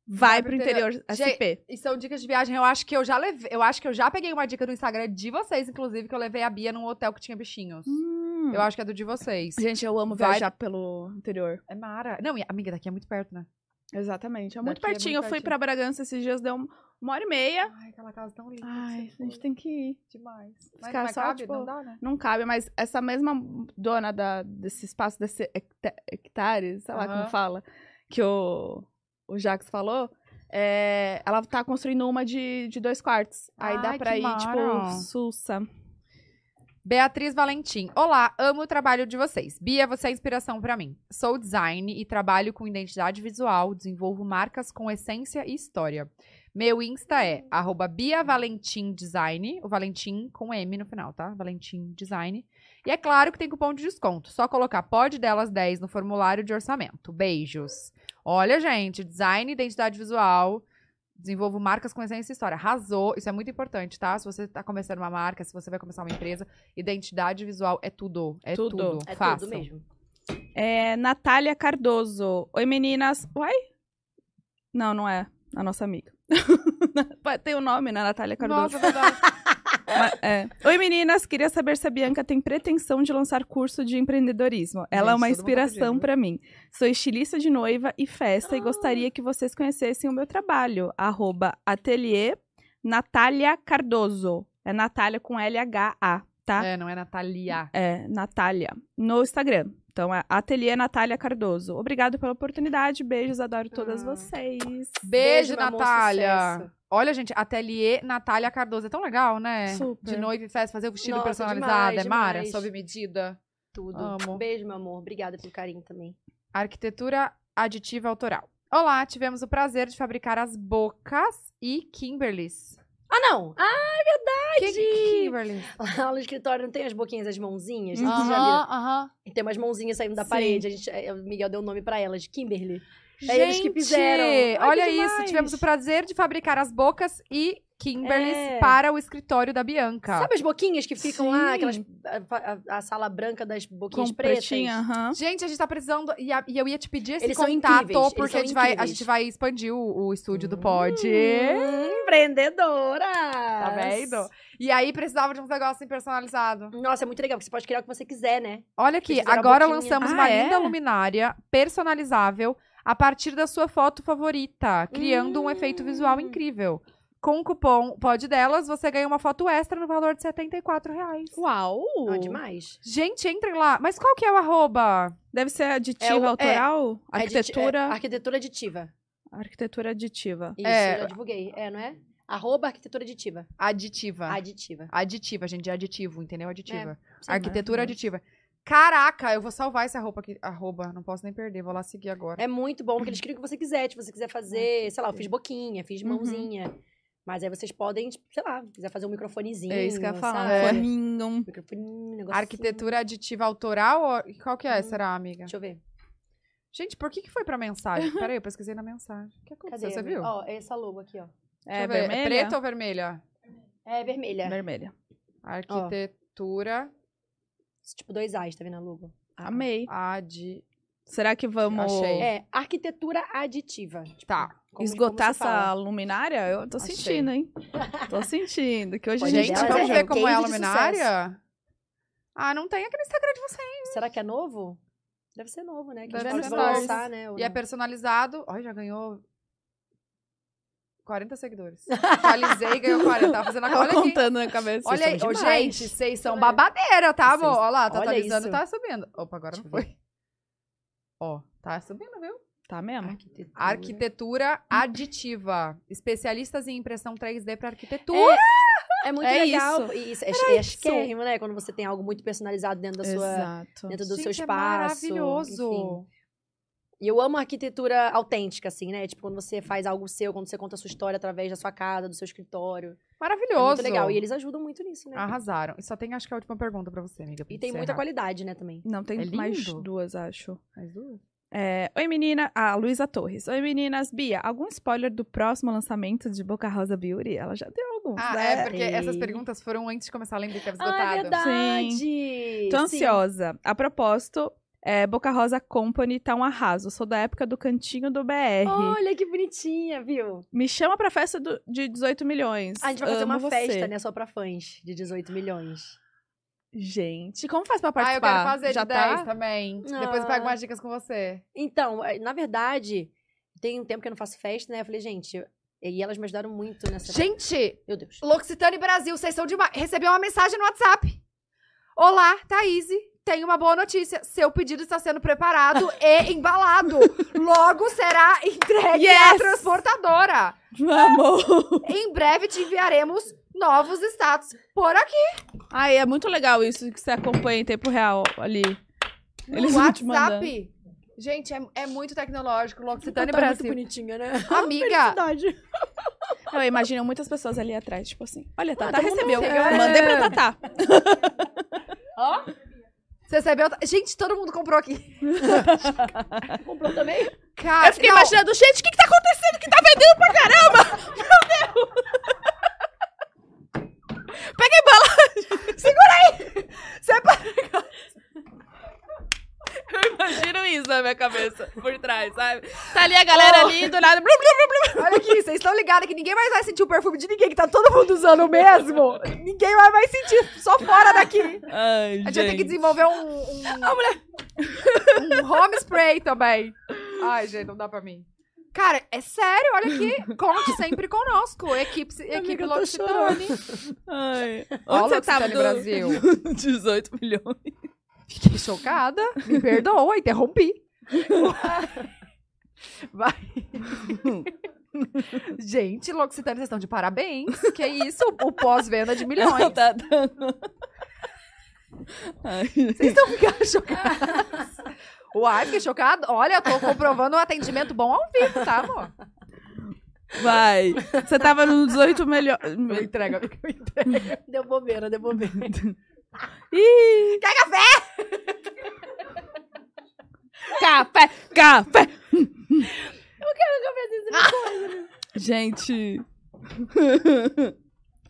B: Vai pro interior SP.
A: E são dicas de viagem. Eu acho que eu já levei. Eu acho que eu já peguei uma dica do Instagram de vocês, inclusive, que eu levei a Bia num hotel que tinha bichinhos.
B: Hum.
A: Eu acho que é do de vocês.
B: Gente, eu amo
A: Vai-
B: viajar pelo interior.
A: É Mara. Não, e- amiga, daqui é muito perto, né?
B: Exatamente. É muito
A: Daqui é muito
B: pertinho. eu fui
A: pertinho.
B: pra Bragança esses dias, deu um- uma hora e meia.
A: Ai, aquela casa tão linda.
B: Ai,
A: Você
B: a gente
A: foi.
B: tem que ir.
A: demais. Mas
B: Ficar
A: mas
B: só,
A: cabe?
B: tipo,
A: Não dá, né?
B: Não cabe, mas essa mesma dona da- desse espaço, desse hecta- hectare, sei lá
A: Aham.
B: como fala, que o, o Jax falou, é, ela tá construindo uma de, de dois quartos. Aí
A: Ai,
B: dá pra
A: que
B: ir,
A: mara.
B: tipo, sussa.
A: Beatriz Valentim. Olá, amo o trabalho de vocês. Bia, você é inspiração pra mim. Sou design e trabalho com identidade visual, desenvolvo marcas com essência e história. Meu Insta é arroba Bia Valentim Design, o Valentim com M no final, tá? Valentim Design. E é claro que tem cupom de desconto. Só colocar pode delas 10 no formulário de orçamento. Beijos. Olha, gente, design, identidade visual, Desenvolvo marcas com essência e história. Arrasou. Isso é muito importante, tá? Se você tá começando uma marca, se você vai começar uma empresa, identidade visual é tudo. É tudo.
B: Tudo.
C: É
A: Façam.
C: tudo mesmo.
B: É, Natália Cardoso. Oi, meninas. Uai? Não, não é. A nossa amiga. (laughs) Tem o nome, né? Natália Cardoso.
A: Nossa, verdade. (laughs)
B: Mas, é. Oi, meninas. Queria saber se a Bianca tem pretensão de lançar curso de empreendedorismo.
A: Gente,
B: Ela é uma
A: todo mundo tá
B: inspiração
A: pedindo. Ah.
B: pra mim. Sou estilista de noiva e festa e gostaria que vocês conhecessem o meu trabalho. Arroba ateliê Natália Cardoso. É Natália com L-H-A, tá?
A: é, não é Natalia.
B: É, Natália, no Instagram. Então é Ateliê Natália Cardoso. Obrigado pela oportunidade. Beijos, adoro todas
C: Ah.
B: vocês.
A: Beijo,
C: meu amor,
A: Natália.
C: sucesso.
A: Olha, gente, Ateliê Natália Cardoso. É tão legal, né?
B: Super.
A: De noite e festa, fazer o vestido
C: Nossa,
A: personalizado.
C: demais,
A: é Mara,
C: demais.
A: sob medida.
C: Tudo.
A: Amo.
C: Beijo, meu amor. Obrigada pelo carinho também.
A: Arquitetura aditiva autoral. Olá, tivemos o prazer de fabricar as bocas e Kimberlys.
C: Ah, (laughs) não! Ah,
A: Que Kimberlys? Uhum.
C: lá no escritório não tem as boquinhas, as mãozinhas? Vocês Uhum. já viram?
A: Aham, aham.
C: E tem umas mãozinhas saindo da
B: Uhum. Sim.
C: parede. A gente, eh, o Miguel deu o nome pra elas, de Kimberly.
A: Gente,
C: É eles que fizeram. Ai, que
A: olha
B: demais.
A: isso, tivemos o prazer de fabricar as bocas e Kimberlys
C: É.
A: para o escritório da Bianca.
C: Sabe as boquinhas que ficam lá?
B: Sim.
C: Aquelas, a, a- a sala branca das boquinhas
B: Com
C: pretas?
B: pretinha, aham.
A: Gente, a gente tá precisando. E, a- e eu ia te pedir esse
C: Eles são
A: contato,
C: incríveis, eles
A: porque
C: são
A: a, gente vai, a
C: incríveis.
A: gente vai expandir o, o estúdio do
C: Hum.
A: Pod.
C: Hum, empreendedora!
A: Tá vendo? E aí precisava de um negócio assim personalizado.
C: Nossa, é muito legal, porque você pode criar o que você quiser, né?
A: Olha aqui,
C: Precisa da
A: agora
C: boquinha.
A: lançamos
B: Ah,
A: uma
B: é?
A: linda luminária personalizável a partir da sua foto favorita, criando um
C: Hum.
A: efeito visual incrível. Com o cupom Pode Delas, você ganha uma foto extra no valor de R$ 74 reais.
B: Uau!
C: Não é demais?
A: Gente, entrem lá. Mas qual que é o arroba?
B: Deve ser aditiva
C: É o- é.
B: autoral?
C: É de-
B: arquitetura.
C: é arquitetura aditiva.
B: Arquitetura aditiva.
C: Isso,
A: É.
C: eu já divulguei. É, não é? Arroba arquitetura aditiva.
A: Aditiva.
B: Tá.
C: Aditiva.
A: Aditiva, gente, é aditivo, entendeu? Aditiva.
C: sim.
A: Arquitetura
B: Maravilhoso.
A: aditiva. Caraca, eu vou salvar essa roupa aqui. Arroba, não posso nem perder, vou lá seguir agora.
C: É muito bom, porque eles criam o que você quiser. Tipo, se você quiser fazer, sei lá, eu fiz boquinha, fiz
B: Uhum.
C: mãozinha. Mas aí vocês podem, tipo, sei lá, quiser fazer um microfonezinho.
A: É isso que eu ia falar.
C: sabe? Um
A: É.
B: Foninho.
C: Microfoninho, um negocinho.
A: Arquitetura aditiva autoral? Ou... Qual que é,
C: Hum.
A: será, amiga?
C: Deixa eu ver.
A: Gente, por que, que foi pra
C: (laughs)
A: mensagem? Peraí, eu pesquisei na mensagem. O que aconteceu? Você viu?
C: Ó, é essa logo aqui, ó.
A: Deixa
B: É
A: eu ver,
B: vermelha?
A: preta ou vermelha?
C: É vermelha.
B: Vermelha.
A: Arquitetura
C: Tipo, dois A's, tá vendo a logo?
B: Amei.
A: adi...
B: Será que vamos
A: Achei.
C: É, arquitetura aditiva. Tipo,
A: Tá.
C: como-
B: esgotar
C: como se fala.
B: essa luminária? Eu tô
A: Achei.
B: sentindo, hein?
A: (laughs)
B: Tô sentindo. Que hoje a
C: Pois
B: gente
A: Gente,
B: tá
C: é, ela
A: vamos
C: já
A: ver
C: é um
A: como é a
C: case de
A: luminária? Ah, não tem aqui no Instagram de vocês.
C: Será que é novo? Deve ser novo, né? Que
A: Deve
C: a gente
A: ser
C: vai
A: novo.
C: lançar, né? ou
A: E é
C: não.
A: personalizado. Olha, já ganhou 40
C: (laughs)
A: seguidores. Atualizei e ganhou 40. Tava fazendo a
B: Ela
A: olha aqui.
B: contando na cabeça.
A: Olha aí,
B: Vocês são
A: Ô,
B: demais.
A: gente, vocês são
C: Olha.
A: babadeira, tá, amor?
C: Vocês-
A: Olha lá, tá
C: olha
A: atualizando e
C: isso.
A: tá subindo. Opa, agora
C: Deixa
A: não
C: eu ver.
A: foi. Ó, tá subindo, viu?
B: Tá mesmo?
C: Arquitetura.
A: é, Arquitetura aditiva. Especialistas em impressão 3D pra arquitetura.
C: É muito
B: É
C: legal.
B: isso.
C: E isso é, é esquérrimo, né? Quando você tem algo muito personalizado dentro da sua,
B: Exato.
C: dentro do
A: Gente,
C: seu
A: é
C: espaço. enfim.
A: maravilhoso.
C: E eu amo a arquitetura autêntica, assim, né? Tipo, quando você faz algo seu, quando você conta a sua história através da sua casa, do seu escritório. É
A: Maravilhoso.
C: muito legal. E eles ajudam muito nisso, né?
A: Arrasaram. E só tem, acho que é a última pergunta pra você, amiga. pra
C: E tem
A: encerrar.
C: muita qualidade, né, também.
B: Não, tem
A: É lindo.
B: mais duas, acho.
A: Mais duas?
B: É, Oi, menina. Ah, Luísa Torres. Oi, meninas. Bia, algum spoiler do próximo lançamento de Boca Rosa Beauty? Ela já deu alguns,
A: Ah,
B: né?
A: é, porque
C: Tem.
A: essas perguntas foram antes de começar a lembrar que tava
C: Ah, é
A: esgotado.
C: verdade!
B: Tô
C: Sim.
B: ansiosa. A propósito, é, Boca Rosa Company tá um arraso. Sou da época do cantinho do BR.
C: Olha que bonitinha, viu?
B: Me chama pra festa do- de 18 milhões.
C: A gente vai fazer
B: Amo
C: uma
B: você.
C: festa, né, só pra fãs, de 18 milhões.
B: Gente, como faz pra
A: ah, eu
B: participar?
A: quero fazer
B: já
A: de
B: tá? (laughs)
A: 10 também. Depois eu
C: Ah.
A: pego umas dicas com você.
C: Então, eh, na verdade, tem um tempo que eu não faço festa, né? Eu falei, gente, e elas me ajudaram muito nessa.
A: Gente,
C: Meu Deus.
A: L'Occitane Brasil, vocês são demais. Recebi uma mensagem no WhatsApp. Olá, Thaís. Tenho uma boa notícia. Seu pedido está sendo
B: (laughs)
A: preparado e embalado. Logo será entregue à
B: Yes!
A: transportadora.
B: Vamos!
A: Em breve te enviaremos novos status por aqui.
B: Ai, é muito legal isso que você acompanha em tempo real ali. Eles
A: no
B: vão te mandando.
A: WhatsApp. Gente, é, é muito tecnológico.
C: Tá
A: L'Occitane
C: muito
A: Brasil.
C: bonitinha, né?
A: Amiga,
B: (laughs)
C: Verdade.
B: Eu imagino muitas pessoas ali atrás, tipo assim. Olha, Tatá
C: Ah, todo mundo né?"
B: recebeu.
A: pegando.
B: Mandei pra Tatá.
A: ó. Você recebeu? Gente, todo mundo comprou
B: (laughs)
A: aqui.
C: Comprou também?
A: Cara,
B: eu fiquei
A: não,
B: imaginando, gente, o que, que tá acontecendo? Que tá vendendo pra caramba! Meu Deus! Pega a embalagem! Segura aí! Separa. Eu imagino isso na minha cabeça, por trás, sabe? Tá ali a galera ali, do nada. blum, blum, blum,
A: Olha aqui, vocês estão ligados que ninguém mais vai sentir o perfume de ninguém, que tá todo mundo usando o mesmo. Ninguém mais vai sentir, só fora daqui.
B: blum. Ai,
A: A gente vai ter que desenvolver um. um um home spray também. Ai, gente, não dá pra mim. Cara, é sério, olha aqui. Conte sempre conosco. Equipe, equipe
C: eu tô
A: L'Occitane.
B: Ai. Onde
A: Ó,
B: você tá
A: L'Occitane
B: tava do... (laughs)
A: Brasil.
B: 18 milhões.
A: Fiquei chocada. Me perdoa,
C: (laughs)
A: interrompi. Vai. Gente, L'Occitane, vocês estão de parabéns. Que é isso, o pós-venda de milhões.
B: Tá dando. Ai,
A: Vocês estão ficando chocados. Uai, fiquei chocado. Olha, eu tô comprovando um atendimento bom ao vivo, tá, amor?
B: Vai. Você tava no 18 melhor.
A: Eu entrego, amiga, eu entrego.
C: Deu bobeira, deu bobeira.
B: Ih! Quer café? Café! Café! um (laughs) né? Gente.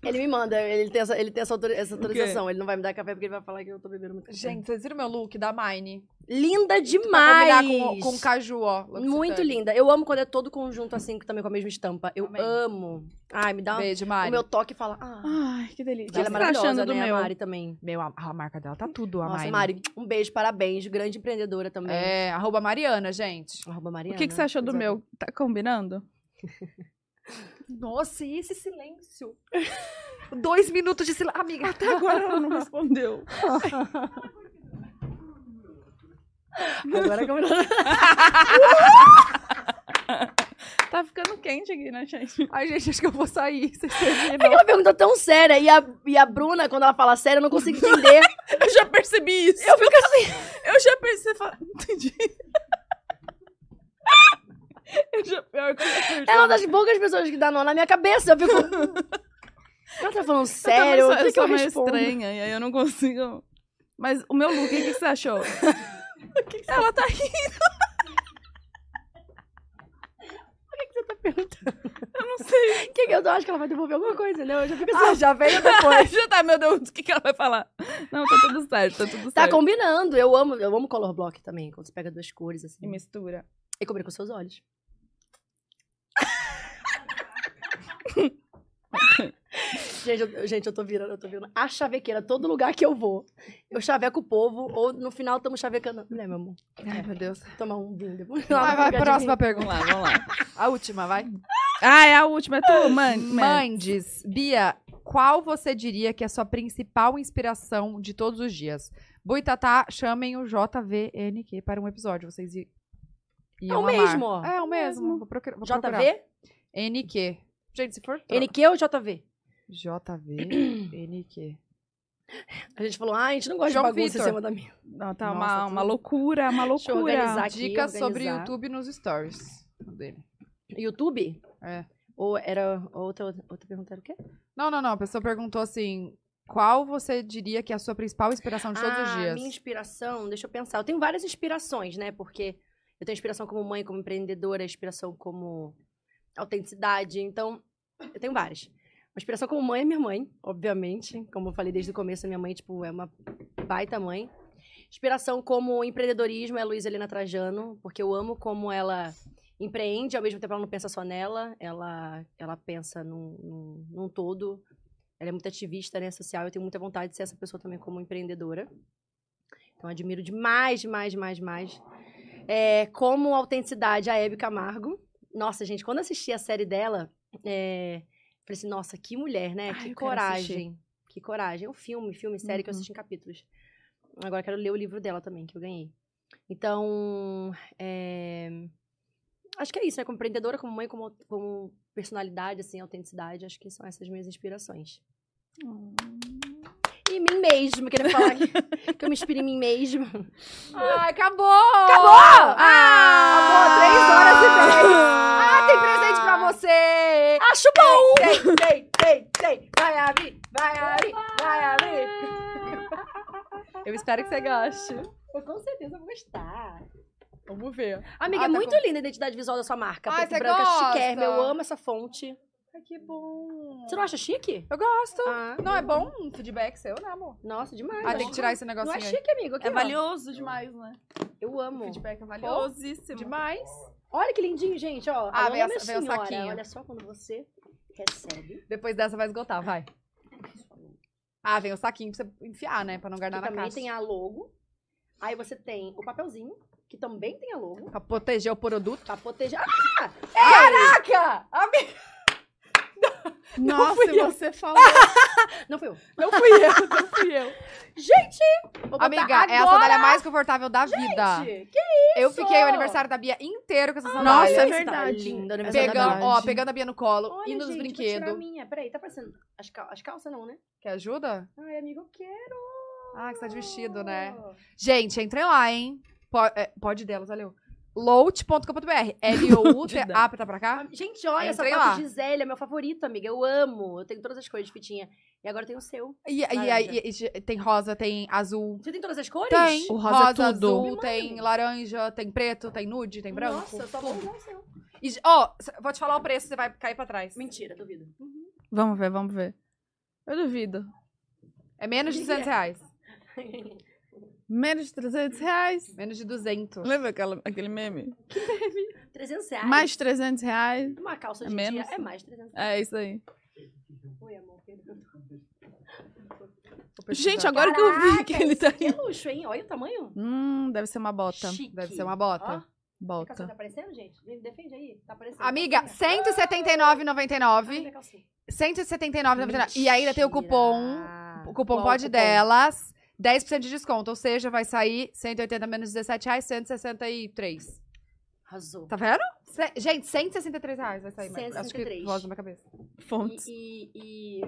C: Ele me manda, ele tem essa, ele tem essa, autori- essa
B: quê?
C: autorização. Ele não vai me dar café porque ele vai falar que eu tô bebendo muito café.
A: Gente, vocês viram meu look da Mine?
C: linda
A: Pra
C: demais!
A: combinar com, com caju, ó. L'Occitane.
C: muito linda. Eu amo quando é todo conjunto assim, também com a mesma estampa. Eu
A: Amém.
C: amo. Ai, me dá
A: Beijo,
C: o
A: Mari.
C: meu toque e fala. Ah,
B: Ai, que delícia. O
C: ela é
B: que você tá
C: maravilhosa,
B: achando do
C: né?
B: meu?
C: A Mari também.
A: Meu, a, a marca dela tá tudo, a
C: Nossa,
A: Mine.
C: Mari, um beijo, parabéns. Grande empreendedora também.
A: É, arroba Mariana, gente.
C: Arroba
B: O
C: Mariana.
B: que, que você achou do
C: Pois é.
B: meu? Tá combinando?
A: Nossa, e esse silêncio? Dois minutos de silêncio. Amiga,
B: Até agora (laughs) ela não respondeu. (laughs)
C: Agora que eu me-
B: Tá ficando quente aqui, né, gente?
A: Ai, gente, acho que eu vou sair. Vocês terminam.
C: Ela perguntou tão séria. E a, e a Bruna, quando ela fala séria, eu não
B: (laughs)
C: consigo entender.
B: Eu já percebi isso. Eu fico assim. Eu já percebi. Você fala. Entendi. (laughs) Eu já. Pior que eu já percebi.
C: É uma das poucas pessoas que dá nó na minha cabeça. Eu fico. Ela tá
B: Eu também
C: falando sério?
B: sou-
C: O que,
B: eu
C: que eu
B: sou meio
C: respondo?
B: estranha, e aí eu não consigo. Mas o meu look, o que, que você achou? O que que você- Ela tá rindo. Por que, que você tá perguntando? Eu não sei.
C: O que, que eu acho que ela vai devolver alguma coisa, né? Eu já fico assim.
A: (laughs) Ah, já veio depois.
B: (laughs) já tá, meu Deus, o que, que ela vai falar? Não, tá tudo certo, tá tudo certo.
C: Tá combinando. Eu amo, eu amo color block também, quando você pega duas cores assim.
B: E mistura.
C: E combina com
B: (laughs)
C: seus olhos. gente, eu, gente, eu tô virando, eu tô virando a chavequeira todo lugar que eu vou. Eu chaveco o povo, ou no final estamos chavecando. Né, meu amor?
A: Ai, meu Deus.
C: Tomar um (laughs) vinho depois.
A: Vai, vai, próxima
B: Vamos
A: pergunta.
B: lá, vamos lá.
A: Então, A última, vai.
B: Ah, é a última, é tu, mãe.
A: Mandes, Bia, qual você diria que é a sua principal inspiração de todos os dias? Boitatá, chamem o JVNQ para um episódio. Vocês i- iam
C: É o
A: amar.
C: mesmo, ó.
A: É o mesmo. Vou, procura- vou procurar.
C: JV?
A: NQ. Gente, se for... tro-
C: NQ ou JV?
A: JVNQ.
C: A gente falou, ah, a gente não gosta
A: João
C: de bagunça
A: Vitor.
C: em cima da minha.
B: Não, tá
A: Nossa,
B: uma,
A: tudo-
B: uma loucura, uma
C: eu
B: loucura.
C: organizar. aqui,
A: Dicas sobre
C: organizar.
A: YouTube nos stories dele.
C: YouTube?
A: É.
C: Ou era outra, outra pergunta era o quê?
A: Não, não, não. A pessoa perguntou assim... Qual você diria que é a sua principal inspiração de todos os
C: Ah,
A: dias?
C: Minha inspiração, deixa eu pensar. Eu tenho várias inspirações, né? Porque eu tenho inspiração como mãe, como empreendedora, inspiração como autenticidade. Então, eu tenho várias. Uma inspiração como mãe é minha mãe, obviamente. Como eu falei desde o começo, a minha mãe, tipo, é uma baita mãe. Inspiração como empreendedorismo é a Luísa Helena Trajano, porque eu amo como ela empreende, ao mesmo tempo ela não pensa só nela, ela, ela pensa num, num, num todo. Ela é muito ativista, né, social, eu tenho muita vontade de ser essa pessoa também como empreendedora. Então, admiro demais, demais, demais, demais. É, como autenticidade, a Hebe Camargo. Nossa, gente, quando eu assisti a série dela, é, falei assim, nossa, que mulher, né?
B: Ai, eu
C: que
B: quero
C: coragem. Que coragem. É um filme, filme, série que eu
B: Uhum.
C: assisti em capítulos. Agora quero ler o livro dela também, que eu ganhei. Então, é, acho que é isso, né? Como empreendedora, como mãe, como, como personalidade, assim, autenticidade, acho que são essas minhas inspirações.
A: Hum.
C: E mim mesma, queria falar
A: (laughs)
C: que, que eu me inspiro em mim mesma.
A: Ai, acabou! Acabou!
C: Ah, Acabou, três horas e meia.
A: Ah, tem presente pra você!
C: Acho bom!
A: Tem, tem, tem, tem! Vai abrir, vai abrir, vai abrir! Eu espero que você goste.
C: Eu com certeza vou gostar.
A: Vamos ver.
C: Amiga,
A: Ah, tá
C: é muito
A: com-
C: linda a identidade visual da sua marca.
A: Ai,
C: Preto
A: você
C: e branca,
A: gosta?
C: chiquérrima. Eu amo essa fonte.
A: Ai, que bom!
C: Você não acha chique?
A: Eu gosto.
C: Ah,
A: Não, é bom um feedback seu, né, amor?
C: nossa, demais.
A: Ah, tem que tirar esse
C: Não é
A: negocinho aí.
C: chique, amigo. Aqui,
B: É
C: ó.
B: valioso demais, né?
C: Eu amo.
A: Feedback é valioso.
B: Valiosíssimo.
A: Demais.
C: Olha que lindinho, gente, ó.
A: Ah, vem
C: Alô,
A: a-
C: minha
A: vem Tá o
C: senhora.
A: saquinho.
C: Olha só quando você recebe.
A: Depois dessa vai esgotar, vai. Ah, vem o saquinho pra você enfiar, né? Pra não
C: Que
A: guardar na
C: também
A: caixa.
C: tem a logo. Aí você tem o papelzinho, que também tem a logo.
A: Pra proteger o produto.
C: Pra proteger. Ah,
A: Caraca! Amiga!
B: Nossa,
A: fui eu.
B: você falou.
C: não foi eu.
A: Não fui
B: (laughs)
A: eu, não fui eu.
C: Vou botar
A: Amiga,
C: agora,
A: é a sandália mais confortável da vida.
C: gente.
A: eu
C: isso? é.
A: fiquei o aniversário da Bia inteiro com essa
B: Nossa,
A: sandália.
B: é
C: Esse
B: verdade.
C: Tá lindo,
B: É
C: aniversário da
A: pegando,
C: Bia.
A: ó,
B: verdade.
A: pegando a Bia no colo,
C: Olha,
A: indo nos
C: gente, vou tirar a
A: brinquedos.
C: minha. Peraí, tá parecendo. As, cal- as calças não, né?
A: Quer ajuda?
C: Ai, amiga, eu quero.
A: Ah, que você tá de vestido, né? Gente, entrem lá, hein? Po- é, pode delas, valeu. Lout.com.br. L-O-U-T.
C: (laughs)
B: Pode
A: Ah, tá pra cá?
C: Gente, olha, essa
A: Entrem lá.
C: foto de Zélia, meu favorito, amiga. Eu amo. Eu tenho todas as cores de fitinha. E agora tem o seu.
A: E, e, aí
C: Laranja.
A: e- e- tem rosa, tem azul.
C: Você tem todas as cores?
A: Tem.
B: O rosa é tudo.
A: azul,
C: Me manda,
A: tem
C: amiga.
A: laranja, tem preto, tem nude, tem branco.
C: Nossa, eu só vou usar o seu.
A: E, ó, c- vou te falar o preço, você vai cair pra trás.
C: Mentira, duvido. (laughs)
B: Vamos ver, vamos ver. Eu duvido.
A: É menos de 200 reais.
B: Menos de 300 reais.
A: Menos de 200.
B: Lembra aquela- aquele meme?
C: 300 reais.
B: Mais 300 reais.
C: Uma calça
B: É
C: de
B: menos?
C: dia é mais 300 reais.
B: É isso aí.
C: Oi, amor. Caraca,
A: Vou pesquisar.
B: Gente, agora que eu vi que ele tá
C: Que
B: aí.
C: luxo, hein? Olha o tamanho.
B: Hum, deve ser uma bota.
C: Chique.
A: Deve ser uma bota.
C: Ó, minha calcinha tá
B: Bota.
C: aparecendo, gente? Me defende aí. Tá aparecendo.
A: Amiga,
C: Calcinha. Ah, minha
A: 179,99.
C: calcinha.
A: 179,99. Tá E ainda tem o cupom.
C: Mentira.
A: O cupom
C: Qual
A: pode delas. 10% de desconto. Ou seja, vai sair 180 menos 17 reais, 163.
C: Arrasou.
A: Tá vendo? Se- gente, 163 reais vai sair. mas Acho que
C: 163.
A: voz na minha cabeça.
B: Fontes.
C: E, e,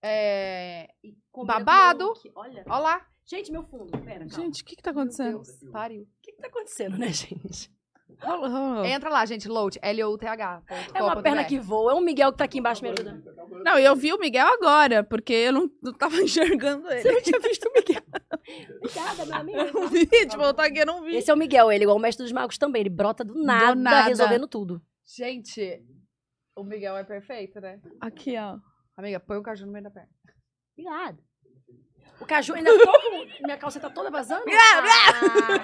A: É...
C: e- e combina
A: Babado.
C: com o look. Olha.
A: Ó lá.
C: Gente, meu fundo. Pera, calma.
B: Gente, o que que tá acontecendo?
A: Pariu.
C: o que, que tá acontecendo, né, gente?
B: Rolou, rolou.
A: Entra lá, gente. Load. L-O-U-T-H.
C: É uma perna que voa, é um Miguel que tá aqui embaixo me ajudando.
B: Não, e eu vi o Miguel agora, porque eu não, não tava (laughs) enxergando ele.
C: Você não tinha visto o Miguel. Obrigada,
B: Eu
C: meu amigo.
B: não vi, tipo, eu tô aqui, eu não vi.
C: Esse é o Miguel, ele é igual o mestre dos magos também. Ele brota do nada,
B: nada.
C: resolvendo tudo.
A: Gente, o Miguel é perfeito, né?
B: Aqui, ó.
A: Amiga, põe o caju no meio da perna.
C: Obrigada. O caju ainda tô com... Minha calça tá
A: (laughs)
C: toda vazando?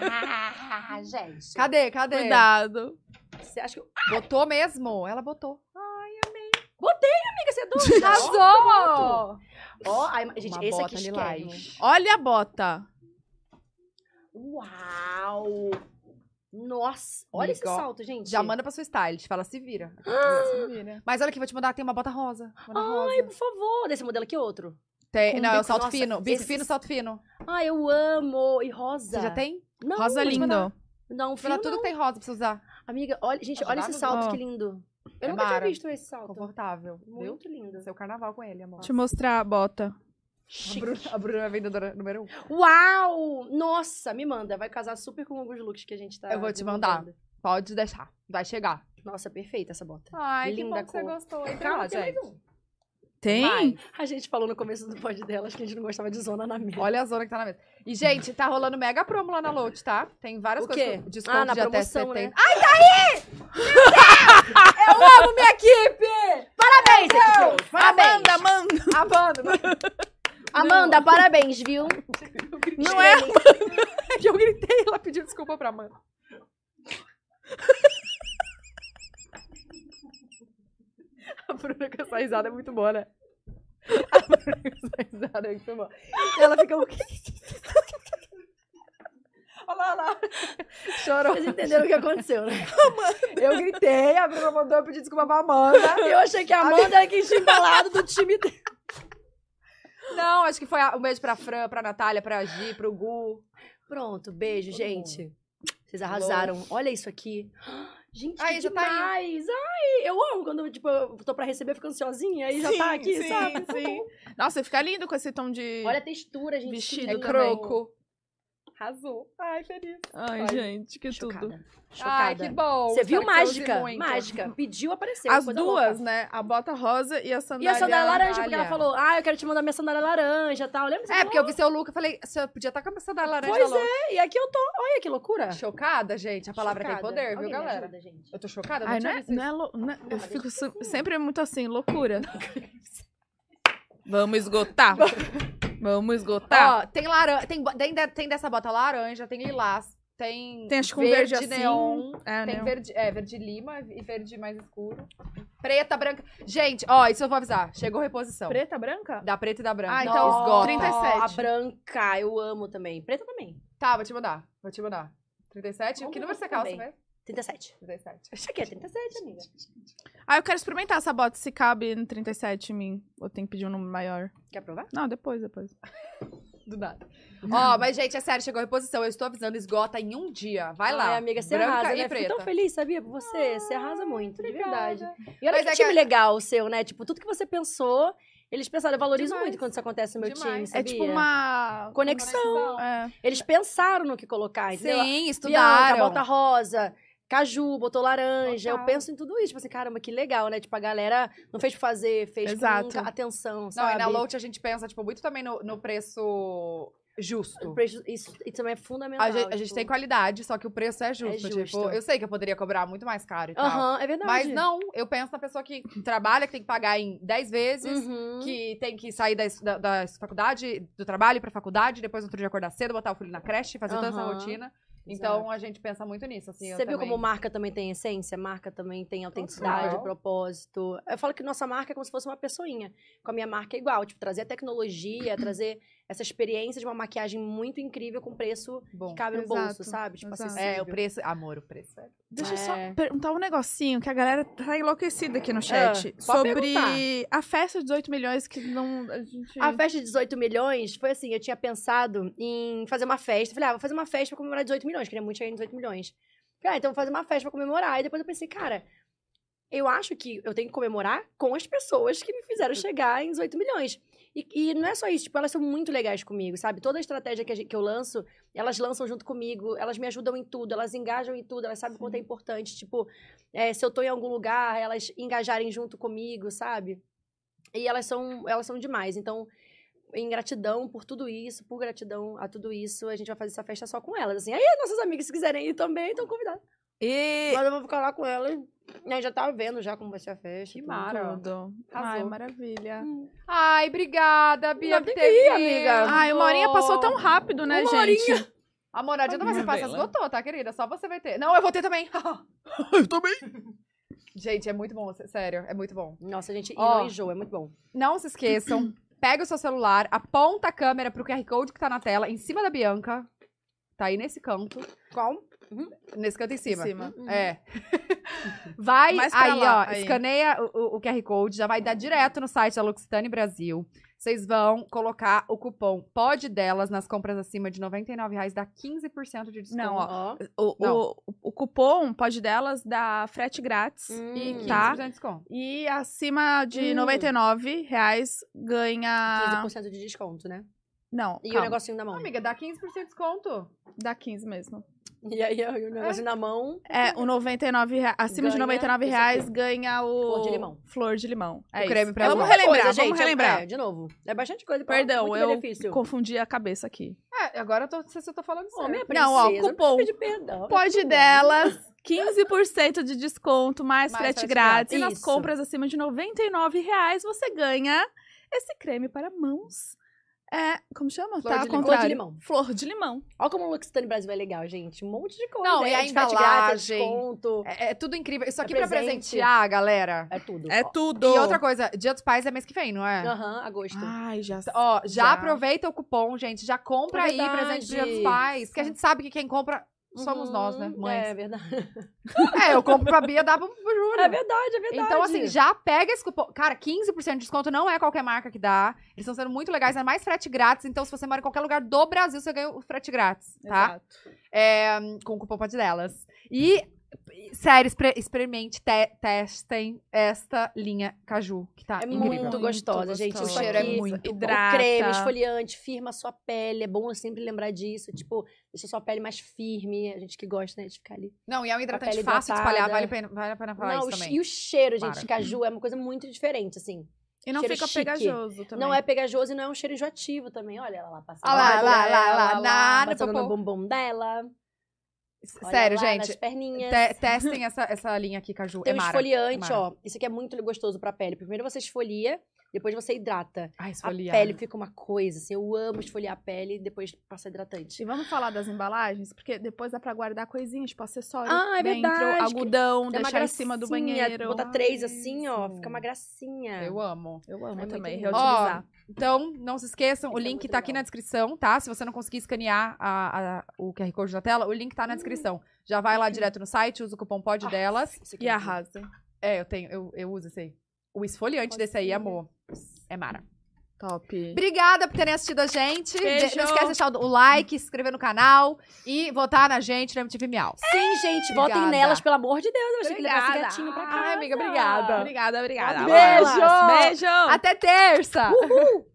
C: Ah, gente.
A: Cadê? Cadê?
B: Cuidado.
C: Você acha que eu...
A: Botou mesmo. Ela botou.
C: Amiga, você é doida?
A: Arrasou!
C: Ó, ai, gente,
A: Uma
C: esse
A: bota
C: aqui esquece.
A: lilás.
B: Olha a bota.
C: Uau! Nossa, olha esse
A: Amiga, ó,
C: salto, gente.
A: Já manda pra sua stylist. Fala, se
C: (gasps)
A: vira.
C: Ah!
A: Mas olha aqui, vou te mandar. Tem uma bota rosa. Bota
C: Ai,
A: rosa.
C: por favor. Desse modelo aqui, outro.
A: Tem,
C: com
A: não, é o
C: bico-
A: salto
C: nossa,
A: fino. Bico
C: esses-
A: fino, salto fino.
C: Ai, eu amo. E rosa.
A: Você já tem?
C: Não,
B: Rosa
C: vou te mandar.
B: lindo.
C: Não,
A: Fala
C: fio
A: tudo
C: não.
A: que tem rosa pra você usar.
C: Amiga, olha, gente,
A: Acho
C: olha esse
A: maravilhoso.
C: salto,
B: Ó.
C: que lindo. Eu
A: tá É
C: nunca
A: mara.
C: tinha visto esse salto.
A: Confortável. Viu?
C: Muito lindo.
A: Seu carnaval com ele, amor.
B: Deixa eu mostrar a bota.
A: A Bruna, a Bruna é a vendedora número um.
C: Uau! Nossa, me manda. Vai casar super com alguns looks que a gente tá
A: Eu vou te mandar.
C: desenvolvendo.
A: Pode deixar. Vai chegar.
C: Nossa, é perfeita essa bota.
A: Ai,
C: que Linda bom que você cor.
A: gostou.
C: Calma, tem mais um.
B: Tem?
A: Vai.
C: A gente falou no começo do pod delas que a gente não gostava de zona na mesa.
A: Olha a zona que tá na mesa. E, gente, tá rolando mega promo lá na Load, tá? Tem várias
C: O
A: coisas.
C: quê?
A: com Desconto
C: Ah, na
A: de até
C: promoção,
A: 70.
C: né?
A: Ai,
C: Amo minha equipe! Parabéns, equipe! Parabéns!
B: Amanda, Amanda.
A: Amanda!
C: Amanda, parabéns, viu?
B: Não é?
A: que eu gritei, (laughs) ela pediu desculpa pra Amanda. (laughs) A Bruna com essa risada é muito boa, né? A Bruna com essa risada é muito boa. E ela fica... Olha lá, olha lá. Chorou.
C: Vocês entenderam o que aconteceu, né?
A: Eu gritei, a Bruna mandou eu pedir desculpa pra Amanda.
C: Eu achei que a Amanda era quem tinha embalado do time dela.
A: Não, acho que foi a- um beijo pra Fran, pra Natália, pra Gi, pro Gu.
C: Pronto, beijo, gente. Vocês arrasaram. Olha isso aqui. (gasps) Gente,
A: Aí,
C: que
A: já tá aí.
C: demais! Ai, eu amo quando tipo, eu tô pra receber, eu fico ansiosinha aí já tá
B: Sim,
C: aqui,
B: sim,
C: sabe?
B: sim. Nossa, fica lindo com esse tom de...
C: Olha a textura, gente. que
B: Vestido
A: É
C: lindo.
B: Eu também.
A: Croco.
C: Arrasou.
A: Ai, feliz.
B: Ai,
A: Ai.
B: gente, que tudo.
C: Chocada. Chocada.
A: Ai, que bom.
C: Você viu
A: Espero que use
C: mágica?
A: muito.
C: Mágica. Pediu, apareceu.
B: As
C: coisa
B: duas,
C: louca.
B: né? A bota rosa e a
C: E
B: sandália...
C: a sandália laranja, porque ela
A: Sandália.
C: falou, ah, eu quero te mandar minha sandália laranja e tal. Lembra?
A: É, porque eu vi seu look e falei, você podia estar com a minha sandália laranja
C: Pois
A: da Lola.
C: E aqui eu tô. Olha que loucura.
A: Chocada, gente. A palavra tem
C: Chocada.
A: poder, viu,
C: Alguém me
A: galera?
C: ajuda, gente.
A: Eu tô chocada, eu não
B: Ai, não
A: tinha
B: é,
A: visto
B: não é lou- não é- eu fico se- sempre muito assim, loucura. Vamos esgotar. Vamos esgotar.
A: Ó, tem laranja, tem, bo- tem, de- tem dessa bota laranja, tem lilás, tem
B: tem acho que um
A: verde,
B: verde, assim.
A: neon,
B: é,
A: tem
B: neon.
A: verde, é, verde lima e verde mais escuro, preta, branca. Gente, ó, isso eu vou avisar, chegou reposição.
B: Preta, branca?
A: Da preta e da branca.
B: Ah, então,
A: esgota.
B: 37.
C: A branca, eu amo também. Preta também.
A: Tá, vou te mandar, vou te mandar. 37?
C: Vamos
A: que
C: ver
A: número você
C: você
A: calça,
C: também.
A: né?
C: 37.
A: 37.
C: Isso aqui é 37, amiga.
B: Ah, eu quero experimentar essa bota, se cabe no 37 em mim. Ou tem que pedir um número maior.
C: Quer provar?
B: Não, depois, depois.
A: Do nada. Ó, mas gente, é sério, chegou reposição. Eu estou avisando, esgota em um dia. Vai lá.
C: Ai, amiga, você
A: branca
C: arrasa,
A: e
C: né? Fico
A: preta.
C: tão feliz, sabia? Por você. você arrasa muito, de verdade. E olha
A: Mas
C: que
A: é que
C: time
A: a-
C: legal o seu, né? Tipo, tudo que você pensou, eles pensaram. Eu valorizo
A: Demais.
C: muito quando isso acontece no meu
A: Demais.
C: time,
A: É
B: É
C: sabia?
B: tipo uma...
C: Conexão.
B: É.
C: Eles pensaram no que colocar, entendeu?
A: Sim,
C: Bianca,
A: estudaram.
C: bota rosa, caju, botou laranja.
A: Total.
C: Eu penso em tudo isso. Tipo assim, caramba, que legal, né? Tipo, a galera não fez por fazer, fez
B: Exato.
C: com atenção,
A: Não, e
C: sabe?
A: na Loach a gente pensa, tipo, muito também no, no preço
C: O
A: justo.
C: preço- Isso, isso também é fundamental.
A: A gente, a gente
C: tipo.
A: tem qualidade, só que o preço é justo. Tipo,
C: justo.
A: eu sei que eu poderia cobrar muito mais caro e tal.
C: Aham, é verdade.
A: Mas não, eu penso na pessoa que trabalha, que tem que pagar em 10 vezes,
C: Uhum.
A: que tem que sair da, es- da, da faculdade, do trabalho pra faculdade, depois no outro dia acordar cedo, botar o filho na creche, fazer toda essa
C: Aham.
A: rotina.
C: Exato.
A: Então a gente pensa muito nisso, assim. eu
C: Você viu
A: também.
C: como marca também tem essência? Marca também tem autenticidade,
A: Total.
C: propósito. Eu falo que nossa marca é como se fosse uma pessoinha. Com a minha marca é igual. Tipo, trazer a
A: (coughs)
C: tecnologia, trazer essa experiência de uma maquiagem muito incrível com preço
A: Bom,
C: que cabe no
B: Exato,
C: bolso, sabe? Tipo,
B: exato.
A: é, o
C: acessível.
A: preço. Amor, o preço. é-
B: Deixa eu só
C: É. Ah,
B: perguntar um negocinho que a galera tá enlouquecida aqui no chat.
C: pode
B: sobre
C: perguntar.
B: a festa de 18 milhões que não. A gente.
C: A festa de 18 milhões foi assim, eu tinha pensado em fazer uma festa. Falei, ah, vou fazer uma festa pra comemorar 18 milhões, queria muito chegar em 18 milhões. Falei, ah, então vou fazer uma festa pra comemorar. E depois eu pensei, cara, eu acho que eu tenho que comemorar com as pessoas que me fizeram chegar em 18 milhões. E, e não é só isso, tipo, elas são muito legais comigo, sabe? Toda a estratégia que, a gente- que eu lanço, elas lançam junto comigo, elas me ajudam em tudo, elas engajam em tudo, elas sabem o quanto é importante. Tipo, é, se eu tô em algum lugar, elas engajarem junto comigo, sabe? E elas são, elas são demais. Então, em gratidão por tudo isso, por gratidão a tudo isso, a gente vai fazer essa festa só com elas. Assim, aí nossas amigas, se quiserem ir também, estão convidadas.
B: Hum. E...
C: Mas eu vou ficar lá com elas. A gente já tá vendo já como vai ser a festa.
A: Que
C: tudo.
A: mara.
B: Tudo. Ai,
A: Arrasou.
B: maravilha.
A: Ai, obrigada, Bia,
C: Não,
A: por
C: tem
A: ter
C: que ir,
A: vindo.
C: amiga.
B: Ai, uma horinha passou tão rápido, né,
C: Uma
B: gente?
A: A moradia não vai ser fácil,
B: Bela.
A: esgotou, tá, querida? Só você vai ter. Não, eu vou ter também. (laughs)
B: Eu também.
A: Gente, é muito bom, sé- sério, é muito bom.
C: Nossa, gente, e
A: Ó.
C: não enjoa, é muito bom.
A: Não se esqueçam, (clears throat) pega o seu celular, aponta a câmera pro QR Code que tá na tela, em cima da Bianca. Tá aí nesse canto.
C: Qual?
A: Nesse canto em
B: Em
A: cima. Uhum.
B: cima.
A: É. (laughs) Vai
B: Mais pra
A: aí,
B: lá,
A: ó,
B: aí.
A: escaneia o, o- o QR Code, já vai dar direto no site da Luxtane Brasil. Vocês vão colocar o cupom POD delas nas compras acima de R$ 99 reais, dá 15% de desconto. Tá?
B: Não, ó.
C: Ó.
B: O,
A: Não.
B: o, o cupom pode delas dá frete grátis.
A: E 15%
B: Tá.
A: de desconto.
B: E acima de
C: Hum.
B: 99 reais ganha.
C: 15% de desconto, né?
B: Não,
C: E
B: Ah. calma.
C: o negocinho na mão.
A: Não, amiga, dá 15% de desconto.
B: dá 15 mesmo.
C: E aí, ó, e o negocinho na mão.
B: É, o 99 rea- acima de
C: Ganha
B: 99
C: isso
B: reais
C: aqui.
B: ganha o.
C: Flor de limão.
B: Flor de limão. É
A: O creme
B: isso.
A: pra
B: vamos
A: mão.
C: Muita
B: relembrar,
C: coisa,
B: vamos
C: gente, é-
B: relembrar.
C: É, de novo. É bastante coisa. pra-
B: Perdão,
C: muito
B: eu
C: benefício.
B: confundi a cabeça aqui.
A: É, agora eu tô, não sei se eu tô falando
C: Ô, minha
A: sério.
C: princesa,
B: Não, ó, cupom.
C: Pede perdão.
B: Pode delas, 15% de desconto, mais,
A: Mais
B: frete
A: frete
B: grátis.
A: grátis.
B: E nas
C: Isso.
B: compras acima de R$ 99 reais, você ganha esse creme para mãos. É, como chama?
A: Flor
B: tá,
A: de
B: ao
A: limão.
B: contrário.
C: Flor de limão.
B: Flor de limão.
C: Olha como o Luxtane Brasil é legal, gente. Um monte de coisa.
A: Não, e
C: é
A: a
C: de frete grátis, é
A: embalagem.
C: desconto.
A: É, é tudo incrível. Isso
C: É
A: aqui pra
C: presente.
A: presentear, galera.
C: É tudo.
B: É
C: Ó.
B: tudo.
A: E outra coisa, Dia dos Pais é mês que vem, não é?
C: Aham, agosto.
B: Ai, já
A: Ó, já,
B: Já.
A: aproveita o cupom, gente. Já compra
C: É
A: aí
C: verdade.
A: presente pro Dia dos Pais. Que a gente sabe que quem compra somos
C: Uhum,
A: nós, né?
C: É
A: Mães.
C: verdade.
A: (laughs) É, eu compro pra Bia, dá pro pro Júlio.
C: É verdade, é verdade.
A: Então, assim, já pega esse cupom. Cara, 15% de desconto não é qualquer marca que dá. Eles estão sendo muito legais, é mais frete grátis. Então, se você mora em qualquer lugar do Brasil, você ganha o frete grátis, tá?
B: Exato.
A: É, com o cupom pode delas. E, sério, exper- experimente, te- testem esta linha Caju, que tá
C: É
A: incrível.
C: muito gostosa, gente.
A: gostosa.
C: Isso
A: O cheiro é
C: aqui,
A: muito bom.
B: hidrata.
C: O Então, creme, esfoliante, firma a sua pele. É bom sempre lembrar disso. Tipo, deixa a sua pele mais firme. A gente que gosta, né, de ficar ali.
A: Não, e é um
C: pele
A: hidratante fácil de espalhar,
C: hidratada.
A: vale a pena, vale a pena falar
C: Não,
A: isso
C: o che-
A: também.
C: e o cheiro, gente,
A: Para.
C: de caju é uma coisa muito diferente, assim.
B: E não
C: cheiro
B: fica
C: chique.
B: pegajoso também.
C: Não é pegajoso e não é um cheiro enjoativo também. Olha ela lá passando.
A: Olha lá,
C: Olha
A: lá,
C: ela
A: lá, lá, lá, no
C: Passando no
A: popô.
C: bumbum dela. olha
A: Sério,
C: lá Nas
A: gente,
C: perninhas.
A: te- testem essa, essa linha aqui, Caju.
C: Tem
A: é
C: um
A: mara.
C: esfoliante,
A: é mara.
C: ó. Isso aqui é muito gostoso pra pele. Primeiro você esfolia, depois você hidrata.
A: Ai,
C: A
A: esfoliar.
C: pele fica uma coisa, assim. Eu amo esfoliar a pele e depois passar hidratante.
B: E vamos falar das embalagens, porque depois dá pra guardar coisinhas, tipo acessório
C: Ah, é
B: dentro,
C: verdade,
B: algodão,
C: É uma
B: deixar em cima do
C: gracinha.
B: banheiro.
C: Botar três assim, ó.
A: Isso.
C: Fica uma gracinha.
A: Eu amo.
B: Eu
C: É
B: amo
C: muito
B: também,
C: bom.
B: reutilizar.
A: Então, não se esqueçam, o
C: Isso é
A: link
C: muito
A: tá aqui
C: legal.
A: na descrição, tá? Se você não conseguir escanear a- a- o QR Code da tela, o link
C: Hum.
A: tá na descrição. Já vai
C: Uhum.
A: lá direto no site, usa o cupom POD delas.
C: Isso aqui
B: E
C: é
B: arrasa.
A: É, eu tenho, eu, eu uso esse aí. O esfoliante desse aí, amor. É mara.
B: Top.
A: Obrigada por terem assistido a gente.
B: Beijo.
A: De- Não esquece de deixar o o like, se inscrever no canal e votar na gente no MTV Miau.
C: Sim, gente, votem
A: Obrigada.
C: nelas, pelo amor de Deus. Eu achei que levasse gatinho pra cá.
A: Ai, amiga, obrigada.
B: Obrigada, obrigada.
A: Beijo!
B: Beijo!
A: Até terça!
C: Uhul!